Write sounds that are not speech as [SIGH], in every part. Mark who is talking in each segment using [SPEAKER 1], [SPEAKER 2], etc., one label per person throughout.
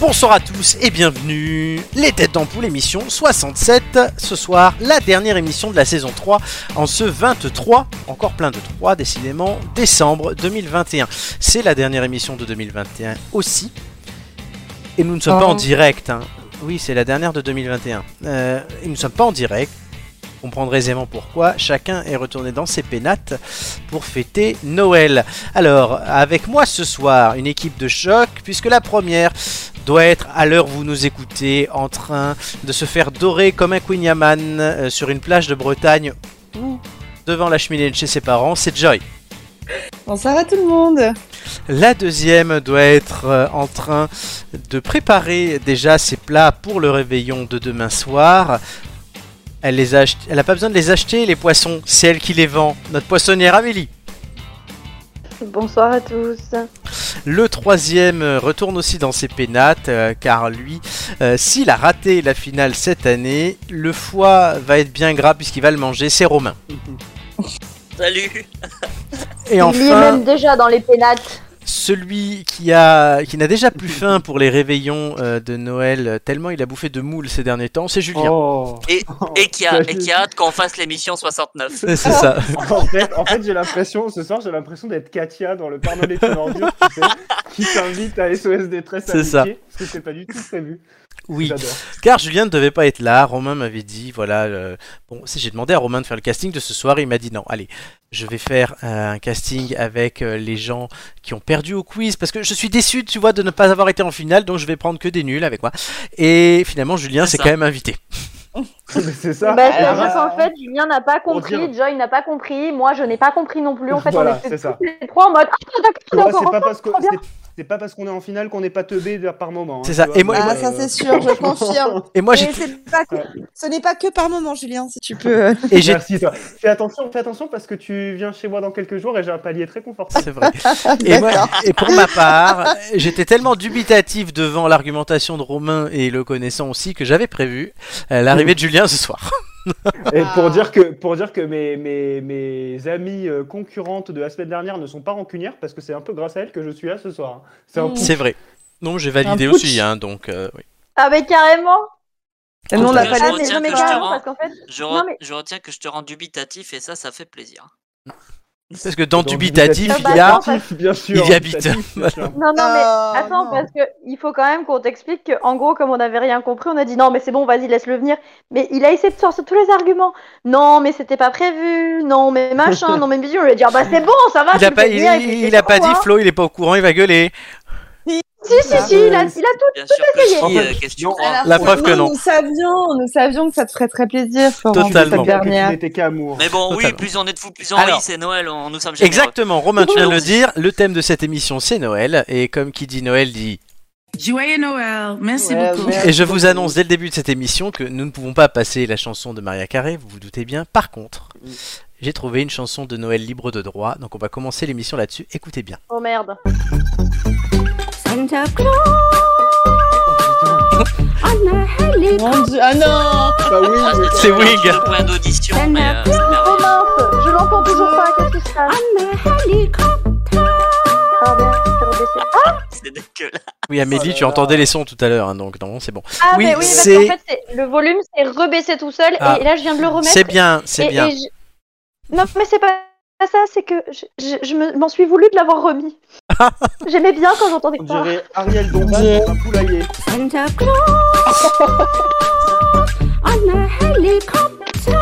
[SPEAKER 1] Bonsoir à tous et bienvenue Les Têtes d'Ampoule, émission 67. Ce soir, la dernière émission de la saison 3 en ce 23, encore plein de 3 décidément, décembre 2021. C'est la dernière émission de 2021 aussi. Et nous ne sommes pas
[SPEAKER 2] Oh.
[SPEAKER 1] en direct. hein. Oui, c'est la dernière de 2021. Euh, et nous ne sommes pas en direct. Vous comprendrez aisément pourquoi. Chacun est retourné dans ses pénates pour fêter Noël. Alors, avec moi ce soir, une équipe de choc, puisque la première doit être, à l'heure où vous nous écoutez, en train de se faire dorer comme un Queen Yaman euh, sur une plage de Bretagne ou devant la cheminée de chez ses parents, c'est Joy.
[SPEAKER 2] Bonsoir à tout le monde
[SPEAKER 1] La deuxième doit être euh, en train de préparer déjà ses plats pour le réveillon de demain soir. Elle les a ach- elle n'a pas besoin de les acheter, les poissons, c'est elle qui les vend, notre poissonnière Amélie.
[SPEAKER 3] Bonsoir à tous.
[SPEAKER 1] Le troisième euh, retourne aussi dans ses pénates, euh, car lui, euh, s'il a raté la finale cette année, le foie va être bien gras puisqu'il va le manger, c'est Romain.
[SPEAKER 4] Salut
[SPEAKER 1] Et
[SPEAKER 3] Il y est
[SPEAKER 1] enfin,
[SPEAKER 3] même déjà dans les pénates.
[SPEAKER 1] celui qui a qui n'a déjà plus faim pour les réveillons euh, de Noël, euh, tellement il a bouffé de moules ces derniers temps, c'est Julien.
[SPEAKER 5] Oh.
[SPEAKER 4] Et- Et qui a, et qui a hâte qu'on fasse l'émission 69.
[SPEAKER 1] C'est
[SPEAKER 3] [LAUGHS]
[SPEAKER 1] ça.
[SPEAKER 5] en fait, en fait j'ai l'impression, ce soir, j'ai l'impression d'être Katia dans le Parlement des Tenordures, tu sais, qui t'invite à SOS Détresse
[SPEAKER 1] C'est ça.
[SPEAKER 5] Amitié, parce que c'est pas du tout prévu.
[SPEAKER 1] Oui.
[SPEAKER 5] J'adore. [LAUGHS]
[SPEAKER 1] Car Julien ne devait pas être là, Romain m'avait dit, voilà, euh, bon, si j'ai demandé à Romain de faire le casting de ce soir, il m'a dit non, allez, je vais faire euh, un casting avec euh, les gens qui ont perdu au quiz, parce que je suis déçu, tu vois, de ne pas avoir été en finale, donc je vais prendre que des nuls avec moi. Et finalement, Julien
[SPEAKER 4] C'est
[SPEAKER 1] s'est
[SPEAKER 4] ça.
[SPEAKER 1] quand même invité.
[SPEAKER 5] Mais c'est ça.
[SPEAKER 3] Bah,
[SPEAKER 5] Alors,
[SPEAKER 3] C'est-à-dire qu'en fait, Julien n'a pas
[SPEAKER 5] dirait-
[SPEAKER 3] compris, Joy n'a pas compris, moi je n'ai pas compris non plus. En fait,
[SPEAKER 5] Voilà,
[SPEAKER 3] on était
[SPEAKER 5] c'est ça.
[SPEAKER 3] tous les trois en mode Ah,
[SPEAKER 5] tu vois,
[SPEAKER 3] d'accord,
[SPEAKER 5] c'est
[SPEAKER 3] d'accord.
[SPEAKER 5] pas parce que
[SPEAKER 3] trop bien.
[SPEAKER 5] c'est- c'est pas parce qu'on est en finale qu'on n'est pas teubé de- par moment. hein,
[SPEAKER 1] C'est
[SPEAKER 5] tu
[SPEAKER 1] ça.
[SPEAKER 5] vois,
[SPEAKER 1] Et moi-
[SPEAKER 5] mais,
[SPEAKER 2] Ah, ça,
[SPEAKER 5] euh,
[SPEAKER 1] [LAUGHS]
[SPEAKER 2] c'est sûr, je confirme.
[SPEAKER 1] Et moi, j'ai
[SPEAKER 2] Mais c'est pas que- Ce n'est pas que par moment, Julien, si tu peux.
[SPEAKER 1] et j'ai-
[SPEAKER 5] [LAUGHS] Merci toi. Fais attention, fais attention parce que tu viens chez moi dans quelques jours et j'ai un palier très
[SPEAKER 1] [LAUGHS]
[SPEAKER 5] confortable.
[SPEAKER 1] C'est vrai.
[SPEAKER 2] Ah,
[SPEAKER 1] Et, moi- et pour ma part, j'étais tellement dubitatif devant l'argumentation de Romain et le connaissant aussi que j'avais prévu euh, l'arrivée de Julien ce soir.
[SPEAKER 5] Et pour dire que, pour dire que mes, mes, mes amies euh, concurrentes de la semaine dernière ne sont pas rancunières parce que c'est un peu grâce à elles que je suis là ce soir. hein. C'est un
[SPEAKER 2] Mm.
[SPEAKER 5] peu
[SPEAKER 1] C'est vrai. Non, j'ai validé
[SPEAKER 2] Un putsch.
[SPEAKER 1] aussi, hein, donc euh, oui.
[SPEAKER 3] Ah, mais carrément
[SPEAKER 2] Nous, on
[SPEAKER 4] on
[SPEAKER 2] l'a
[SPEAKER 4] Je
[SPEAKER 2] pas
[SPEAKER 3] Ah,
[SPEAKER 4] retiens
[SPEAKER 3] mais
[SPEAKER 2] laissé.
[SPEAKER 3] non, mais
[SPEAKER 4] que je te
[SPEAKER 3] carrément,
[SPEAKER 4] rends.
[SPEAKER 1] hein.
[SPEAKER 3] parce qu'en fait,
[SPEAKER 4] Je,
[SPEAKER 3] Non,
[SPEAKER 4] re-
[SPEAKER 3] mais-
[SPEAKER 4] je retiens que je te rends dubitatif et ça, ça fait plaisir.
[SPEAKER 1] Parce que dans
[SPEAKER 5] Dans
[SPEAKER 1] dubitatif,
[SPEAKER 3] Dubitatif,
[SPEAKER 1] il y a...
[SPEAKER 3] Ah, bah,
[SPEAKER 5] bien sûr.
[SPEAKER 1] il y habite.
[SPEAKER 5] habitatif, bien sûr.
[SPEAKER 3] non, non, mais
[SPEAKER 5] Oh,
[SPEAKER 2] Ah,
[SPEAKER 3] attends,
[SPEAKER 2] non.
[SPEAKER 3] parce que il faut quand même qu'on t'explique qu'en gros, comme on n'avait rien compris, on a dit non, mais c'est bon, vas-y, laisse-le venir. Mais il a essayé de sortir tous les arguments. Non, mais c'était pas prévu, non, mais machin, non, mais bidule. On lui a dit ah bah c'est bon, ça va,
[SPEAKER 1] Il
[SPEAKER 3] tu
[SPEAKER 1] a
[SPEAKER 3] le
[SPEAKER 1] pas,
[SPEAKER 3] fais
[SPEAKER 1] il,
[SPEAKER 3] bien, il
[SPEAKER 1] il-
[SPEAKER 3] fait
[SPEAKER 1] il a pas
[SPEAKER 3] trop,
[SPEAKER 1] dit
[SPEAKER 3] hein.
[SPEAKER 1] Flo, Ah. il est pas au courant, il va gueuler.
[SPEAKER 3] Si, si, si, il a, il a
[SPEAKER 4] Bien sûr que
[SPEAKER 3] essayé.
[SPEAKER 4] si,
[SPEAKER 5] En fait,
[SPEAKER 4] euh, qu'est-ce que tu
[SPEAKER 5] non,
[SPEAKER 4] crois
[SPEAKER 1] La preuve que non.
[SPEAKER 2] Nous savions, nous savions que ça te ferait très plaisir, Florent, de
[SPEAKER 1] [LAUGHS] Totalement.
[SPEAKER 2] cette dernière.
[SPEAKER 5] n'était qu'amour.
[SPEAKER 4] Mais bon, oui,
[SPEAKER 1] Totalement.
[SPEAKER 4] plus on est de fous, plus on
[SPEAKER 1] Alors-
[SPEAKER 4] rit, c'est Noël, on, nous sommes généreux.
[SPEAKER 1] Exactement, Romain, tu viens de le
[SPEAKER 4] Oui.
[SPEAKER 1] dire, le thème de cette émission c'est Noël, et comme qui dit Noël dit...
[SPEAKER 6] Joyeux Noël, merci
[SPEAKER 2] Ouais,
[SPEAKER 6] beaucoup.
[SPEAKER 2] ouais.
[SPEAKER 1] Et je vous annonce dès le début de cette émission que nous ne pouvons pas passer la chanson de Maria Carré, vous vous doutez bien. Par contre, j'ai trouvé une chanson de Noël libre de droit, donc on va commencer l'émission là-dessus, écoutez bien.
[SPEAKER 3] Oh merde.
[SPEAKER 7] Santa Claus on a helicopter.
[SPEAKER 2] Mon Dieu, ah non
[SPEAKER 5] Bah oui,
[SPEAKER 4] Ah,
[SPEAKER 5] mais-
[SPEAKER 1] C'est Wing.
[SPEAKER 4] Le point d'audition,
[SPEAKER 2] Ah,
[SPEAKER 4] mais euh, c'est
[SPEAKER 3] Oh
[SPEAKER 4] merveilleux.
[SPEAKER 3] mince, je l'entends toujours pas, qu'est-ce qui se passe
[SPEAKER 7] On a helicopter.
[SPEAKER 3] Ah merde, c'est rebaissé.
[SPEAKER 4] C'est dégueulasse.
[SPEAKER 1] Oui, Amélie,
[SPEAKER 5] là
[SPEAKER 1] tu
[SPEAKER 3] Oh
[SPEAKER 5] là.
[SPEAKER 1] entendais les sons tout à l'heure, hein, donc non, c'est bon.
[SPEAKER 3] Ah
[SPEAKER 1] Oui,
[SPEAKER 3] mais oui, parce
[SPEAKER 1] c'est-
[SPEAKER 3] qu'en fait, c'est- le volume s'est rebaissé tout seul
[SPEAKER 1] Ah.
[SPEAKER 3] et là je viens de le remettre.
[SPEAKER 1] C'est bien,
[SPEAKER 3] Et-
[SPEAKER 1] c'est
[SPEAKER 3] et
[SPEAKER 1] bien.
[SPEAKER 3] je- Non mais c'est pas pas ça, c'est que je, je- je me- m'en suis voulu de l'avoir
[SPEAKER 1] [LAUGHS]
[SPEAKER 3] remis. J'aimais bien quand j'entendais
[SPEAKER 5] On
[SPEAKER 3] ça.
[SPEAKER 5] dirait Ariel Dombal dans un poulailler.
[SPEAKER 7] Santa Claus on a helicopter.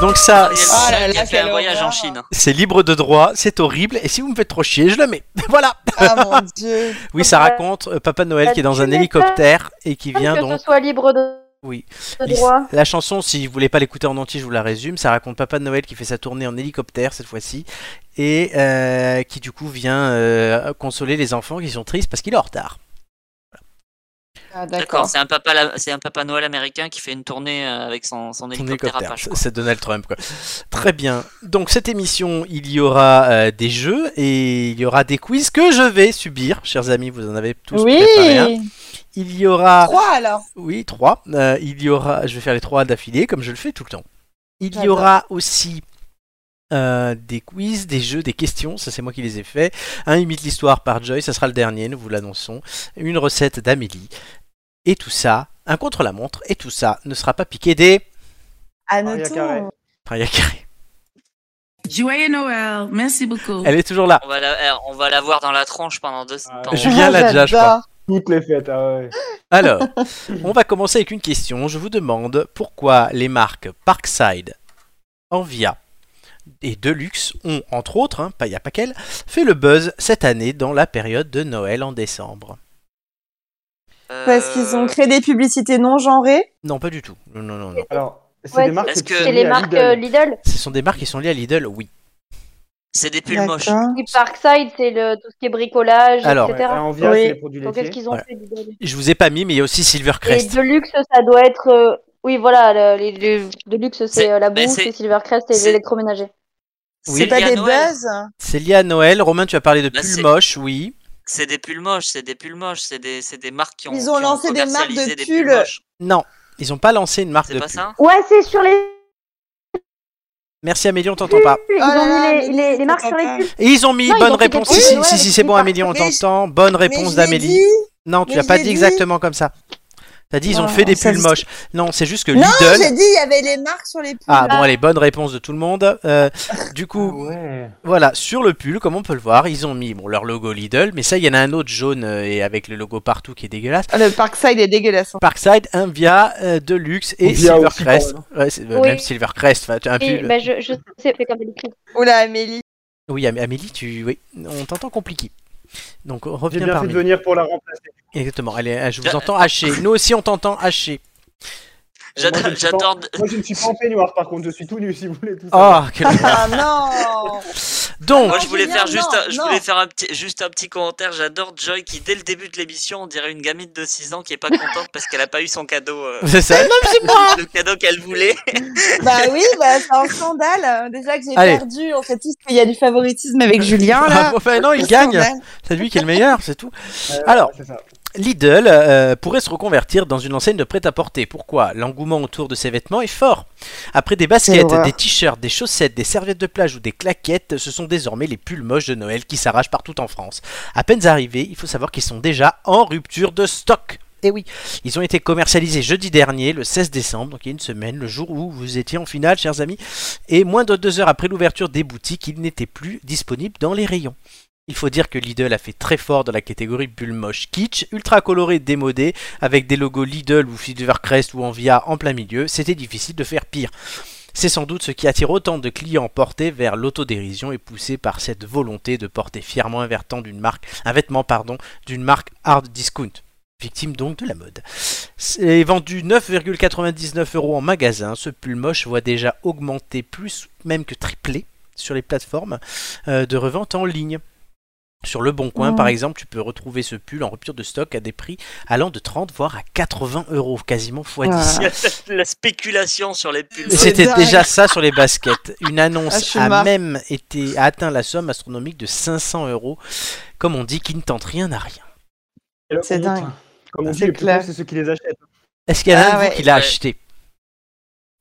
[SPEAKER 1] Donc ça,
[SPEAKER 4] Ariel
[SPEAKER 2] Ah là
[SPEAKER 4] Dombal qui
[SPEAKER 2] là,
[SPEAKER 4] a fait un
[SPEAKER 2] quelle
[SPEAKER 4] voyage en
[SPEAKER 2] horreur.
[SPEAKER 4] Chine.
[SPEAKER 1] c'est libre de droit, c'est horrible, et si vous me faites trop chier, je le mets. [LAUGHS] voilà
[SPEAKER 2] Ah [LAUGHS] mon Dieu
[SPEAKER 1] Oui, ça
[SPEAKER 3] Bah,
[SPEAKER 1] raconte euh, Papa Noël qui est dans
[SPEAKER 3] tu
[SPEAKER 1] un
[SPEAKER 3] m'étonnes.
[SPEAKER 1] hélicoptère et qui vient
[SPEAKER 3] que
[SPEAKER 1] donc...
[SPEAKER 3] ce soit libre de,
[SPEAKER 1] Oui.
[SPEAKER 3] de
[SPEAKER 1] Il-
[SPEAKER 3] droit.
[SPEAKER 1] [LAUGHS] La chanson, si vous voulez pas l'écouter en entier, je vous la résume. Ça raconte Papa Noël qui fait sa tournée en hélicoptère cette fois-ci et euh, qui du coup vient euh, consoler les enfants qui sont tristes parce qu'il est en retard.
[SPEAKER 2] Ah,
[SPEAKER 4] D'accord,
[SPEAKER 2] d'accord.
[SPEAKER 4] c'est un, papa la- c'est un papa Noël américain qui fait une tournée euh, avec son, son
[SPEAKER 1] Son
[SPEAKER 4] hélicoptère à
[SPEAKER 1] hélicoptère,
[SPEAKER 4] Pache,
[SPEAKER 1] c'est-
[SPEAKER 4] quoi.
[SPEAKER 1] c'est Donald Trump quoi. Très bien. Donc cette émission, il y aura euh, des jeux et il y aura des quiz que je vais subir, chers amis. Vous en avez tous préparé un.
[SPEAKER 2] Oui
[SPEAKER 1] Il y aura
[SPEAKER 2] Trois alors
[SPEAKER 1] Oui, trois. Euh, il y aura, je vais faire les trois d'affilée, comme je le fais tout le temps. Il y
[SPEAKER 2] D'accord.
[SPEAKER 1] aura aussi euh, des quiz, des jeux, des questions, ça c'est moi qui les ai faits. Un imite l'histoire par Joy, ça sera le dernier, nous vous l'annonçons. Une recette d'Amélie. Et tout ça, un contre-la-montre, et tout ça ne sera pas piqué des.
[SPEAKER 2] Ah,
[SPEAKER 3] Ah,
[SPEAKER 5] Maria Carré.
[SPEAKER 2] Anotons.
[SPEAKER 1] Maria Carré.
[SPEAKER 6] Joyeux Noël. Merci beaucoup.
[SPEAKER 1] Elle est toujours là.
[SPEAKER 4] On va la, eh, on va la voir dans la tronche pendant deux
[SPEAKER 5] Ah,
[SPEAKER 4] temps.
[SPEAKER 1] Je- Julien
[SPEAKER 2] Ah,
[SPEAKER 1] l'a déjà, je crois.
[SPEAKER 2] j'adore.
[SPEAKER 5] Toutes les fêtes, ah ouais.
[SPEAKER 1] Alors, on va commencer avec une question. Je vous demande pourquoi les marques Parkside, Envia et Deluxe ont, entre autres, hein, pas- il n'y a pas qu'elles, fait le buzz cette année dans la période de Noël en décembre.
[SPEAKER 4] euh,
[SPEAKER 2] Parce qu'ils ont créé des publicités non genrées.
[SPEAKER 1] Non, pas du tout. Non, non, non. non.
[SPEAKER 5] Alors, c'est
[SPEAKER 3] Ouais,
[SPEAKER 5] des marques
[SPEAKER 4] est-ce
[SPEAKER 5] qui
[SPEAKER 4] que-
[SPEAKER 5] sont
[SPEAKER 3] C'est
[SPEAKER 5] liées
[SPEAKER 3] les
[SPEAKER 5] à
[SPEAKER 3] marques
[SPEAKER 5] Lidl.
[SPEAKER 3] euh, Lidl.
[SPEAKER 1] Ce sont des marques qui sont liées à Lidl, oui.
[SPEAKER 4] C'est des pulls moches.
[SPEAKER 2] D'accord.
[SPEAKER 3] Et Parkside, c'est le, tout ce qui est bricolage,
[SPEAKER 1] Alors,
[SPEAKER 5] Ouais,
[SPEAKER 3] etc.
[SPEAKER 5] à euh, Envia,
[SPEAKER 2] Oui.
[SPEAKER 5] c'est les produits
[SPEAKER 3] Donc,
[SPEAKER 5] laitiers.
[SPEAKER 3] qu'est-ce qu'ils ont
[SPEAKER 1] Voilà.
[SPEAKER 3] fait Lidl
[SPEAKER 1] Je vous ai pas mis, mais il y a aussi
[SPEAKER 3] Et
[SPEAKER 1] Silvercrest.
[SPEAKER 3] Deluxe, ça doit être. euh, Oui, voilà, le- les, les- Deluxe, c'est
[SPEAKER 4] C'est-
[SPEAKER 3] euh, la
[SPEAKER 4] mais
[SPEAKER 3] bouffe,
[SPEAKER 4] c'est-
[SPEAKER 3] c'est Silvercrest
[SPEAKER 4] c'est-
[SPEAKER 3] et l'électroménager.
[SPEAKER 1] Oui.
[SPEAKER 2] C'est pas
[SPEAKER 4] lié à
[SPEAKER 2] des
[SPEAKER 4] Noël.
[SPEAKER 2] buzz
[SPEAKER 1] C'est lié à Noël. Romain, tu as parlé de
[SPEAKER 4] Là,
[SPEAKER 1] pulls
[SPEAKER 4] c'est-
[SPEAKER 1] moches, oui.
[SPEAKER 4] C'est des pulls moches, c'est des pulls moches, c'est des, c'est des marques qui ont.
[SPEAKER 2] Ils ont
[SPEAKER 4] qui
[SPEAKER 2] lancé des marques de
[SPEAKER 4] commercialisé des
[SPEAKER 2] pulls.
[SPEAKER 4] moches.
[SPEAKER 1] Non, ils n'ont pas lancé une marque de
[SPEAKER 4] C'est pas
[SPEAKER 1] pulls.
[SPEAKER 4] ça
[SPEAKER 3] Ouais, c'est
[SPEAKER 1] [LAUGHS]
[SPEAKER 3] sur les.
[SPEAKER 1] Merci Amélie, on t'entend pas.
[SPEAKER 3] Ils
[SPEAKER 2] Oh là
[SPEAKER 3] ont
[SPEAKER 2] là,
[SPEAKER 3] mis les,
[SPEAKER 2] mais
[SPEAKER 3] les- les
[SPEAKER 2] c'est
[SPEAKER 3] marques sur les
[SPEAKER 2] pas
[SPEAKER 3] pulls.
[SPEAKER 1] Et ils ont mis
[SPEAKER 3] Non, ils
[SPEAKER 1] bonne
[SPEAKER 3] ont fait
[SPEAKER 1] réponse.
[SPEAKER 3] quelque
[SPEAKER 1] Si, si, si,
[SPEAKER 2] chose. Oui, voilà,
[SPEAKER 1] si, c'est
[SPEAKER 2] mais je
[SPEAKER 1] bon
[SPEAKER 2] l'ai
[SPEAKER 1] Amélie, on
[SPEAKER 2] pas- mais je-
[SPEAKER 1] t'entend. Bonne
[SPEAKER 2] Mais je
[SPEAKER 1] réponse
[SPEAKER 2] l'ai
[SPEAKER 1] d'Amélie.
[SPEAKER 2] dit.
[SPEAKER 1] Non, tu
[SPEAKER 2] Mais
[SPEAKER 1] l'as
[SPEAKER 2] je
[SPEAKER 1] pas
[SPEAKER 2] l'ai
[SPEAKER 1] dit
[SPEAKER 2] dit.
[SPEAKER 1] exactement comme ça. T'as dit ils ont
[SPEAKER 2] Oh,
[SPEAKER 1] fait des
[SPEAKER 2] ça
[SPEAKER 1] pulls
[SPEAKER 2] se-
[SPEAKER 1] moches. Non, c'est juste que
[SPEAKER 2] Non, j'ai
[SPEAKER 1] Lidl.
[SPEAKER 2] dit, il y avait les marques sur les pulls.
[SPEAKER 1] Ah bon, allez, bonne réponse de tout le monde. Euh, du coup,
[SPEAKER 2] Ah
[SPEAKER 5] Ah Ouais.
[SPEAKER 1] Voilà, sur le pull, comme on peut le voir, ils ont mis bon, leur logo Lidl, mais ça, il y en a un autre jaune euh, et avec le logo partout qui est dégueulasse.
[SPEAKER 2] Le Parkside est dégueulasse. hein.
[SPEAKER 1] Parkside, un via euh, Deluxe et
[SPEAKER 5] Via aussi,
[SPEAKER 1] Silvercrest.
[SPEAKER 5] quand
[SPEAKER 1] Ouais, c'est- euh,
[SPEAKER 3] Oui.
[SPEAKER 1] Même Silvercrest, enfin,
[SPEAKER 4] Ah,
[SPEAKER 1] tu as un
[SPEAKER 3] Et,
[SPEAKER 4] euh,
[SPEAKER 1] pull.
[SPEAKER 3] bah, je, je sais, c'est comme d'habitude.
[SPEAKER 2] Oula, Amélie.
[SPEAKER 1] Oui, Am- Amélie, tu... oui, on t'entend compliqué. Donc
[SPEAKER 5] J'ai
[SPEAKER 1] reviens
[SPEAKER 5] bien fait
[SPEAKER 1] parmi
[SPEAKER 5] de venir pour la remplacer.
[SPEAKER 1] Exactement, allez, euh, je vous
[SPEAKER 4] Ja-
[SPEAKER 1] entends haché. Nous aussi, on t'entend haché.
[SPEAKER 5] Moi, je
[SPEAKER 4] J'adore.
[SPEAKER 5] le
[SPEAKER 4] j'adore-
[SPEAKER 5] Moi, je ne suis pas en peignoir, par contre, je suis tout nu, si vous voulez tout ça.
[SPEAKER 1] Oh, quel...
[SPEAKER 2] Ah non [LAUGHS]
[SPEAKER 1] Donc,
[SPEAKER 4] Moi, je voulais
[SPEAKER 2] Julien,
[SPEAKER 4] faire juste,
[SPEAKER 2] Oh, non,
[SPEAKER 4] un, je
[SPEAKER 2] non.
[SPEAKER 4] voulais faire un petit, juste un petit commentaire. J'adore Joy qui, dès le début de l'émission, on dirait une gamine de 6 ans qui est pas contente parce qu'elle a pas eu son cadeau, euh,
[SPEAKER 2] [LAUGHS]
[SPEAKER 1] c'est ça.
[SPEAKER 4] le cadeau qu'elle voulait. [LAUGHS]
[SPEAKER 2] Bah oui, bah, c'est un scandale. hein. Déjà que j'ai
[SPEAKER 1] Allez.
[SPEAKER 2] perdu, on sait tous qu'il y a du favoritisme avec Julien,
[SPEAKER 1] Ah,
[SPEAKER 2] là.
[SPEAKER 1] bon, [LAUGHS] enfin, non, il
[SPEAKER 2] C'est
[SPEAKER 1] gagne.
[SPEAKER 2] scandale.
[SPEAKER 1] C'est lui qui est le meilleur, c'est tout.
[SPEAKER 5] Euh,
[SPEAKER 1] Alors.
[SPEAKER 5] c'est ça.
[SPEAKER 1] Lidl euh, pourrait se reconvertir dans une enseigne de prêt-à-porter. Pourquoi L'engouement autour de ses vêtements est fort. Après des baskets,
[SPEAKER 2] horreur.
[SPEAKER 1] des t-shirts, des chaussettes, des serviettes de plage ou des claquettes, ce sont désormais les pulls moches de Noël qui s'arrachent partout en France. À peine arrivés, il faut savoir qu'ils sont déjà en rupture de stock. Et oui, ils ont été commercialisés jeudi dernier, le 16 décembre, donc il y a une semaine, le jour où vous étiez en finale, chers amis. Et moins de deux heures après l'ouverture des boutiques, ils n'étaient plus disponibles dans les rayons. Il faut dire que Lidl a fait très fort dans la catégorie pull moche kitsch, ultra coloré démodé, avec des logos Lidl ou Silvercrest ou Envia en plein milieu, c'était difficile de faire pire. C'est sans doute ce qui attire autant de clients portés vers l'autodérision et poussés par cette volonté de porter fièrement un vêtement d'une marque, un vêtement pardon, d'une marque hard discount. Victime donc de la mode. C'est vendu 9,99 euros en magasin, ce pull moche voit déjà augmenter plus même que tripler sur les plateformes euh, de revente en ligne. Sur Le Bon Coin,
[SPEAKER 2] Mm.
[SPEAKER 1] par exemple, tu peux retrouver ce pull en rupture de stock à des prix allant de 30 voire à 80 euros, quasiment x 10.
[SPEAKER 2] Ah.
[SPEAKER 4] La spéculation sur les pulls.
[SPEAKER 1] Et
[SPEAKER 2] C'est
[SPEAKER 1] C'était
[SPEAKER 2] dingue.
[SPEAKER 1] déjà ça sur les baskets. Une
[SPEAKER 2] Ah,
[SPEAKER 1] annonce
[SPEAKER 2] je suis
[SPEAKER 1] a
[SPEAKER 2] marre.
[SPEAKER 1] même été a atteint la somme astronomique de 500 euros. Comme on dit, qui ne tente rien n'a rien.
[SPEAKER 5] Et le
[SPEAKER 2] C'est
[SPEAKER 5] honte.
[SPEAKER 2] dingue.
[SPEAKER 5] Comme on dit,
[SPEAKER 2] C'est
[SPEAKER 5] les plus
[SPEAKER 2] clair.
[SPEAKER 5] gros, c'est ceux qui les achètent.
[SPEAKER 1] Est-ce qu'il y en a
[SPEAKER 2] Ah
[SPEAKER 1] un de vous
[SPEAKER 2] ouais.
[SPEAKER 1] qui l'a
[SPEAKER 4] Ouais.
[SPEAKER 1] acheté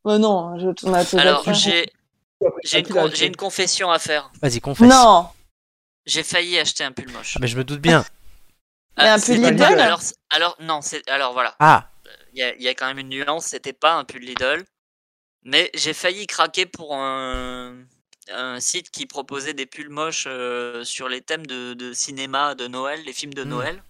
[SPEAKER 2] Oh non, je tourne à tout
[SPEAKER 4] Alors,
[SPEAKER 2] bas.
[SPEAKER 4] j'ai, j'ai une,
[SPEAKER 5] Qui l'a
[SPEAKER 4] con-
[SPEAKER 5] acheté
[SPEAKER 4] j'ai une confession à faire.
[SPEAKER 1] Vas-y, confesse.
[SPEAKER 2] Non
[SPEAKER 4] J'ai failli acheter un pull moche. Ah,
[SPEAKER 1] Ah, mais je me doute bien.
[SPEAKER 2] Mais un
[SPEAKER 4] c'est
[SPEAKER 2] pull
[SPEAKER 4] pas-
[SPEAKER 5] Lidl
[SPEAKER 4] Alors, c'est- alors, non, c'est, alors voilà.
[SPEAKER 1] Ah,
[SPEAKER 4] Il y a, il y a quand même une nuance. C'était pas un pull Lidl, mais j'ai failli craquer pour un, un site qui proposait des pulls moches euh, sur les thèmes de, de cinéma de Noël, les films de
[SPEAKER 1] Hmm.
[SPEAKER 4] Noël.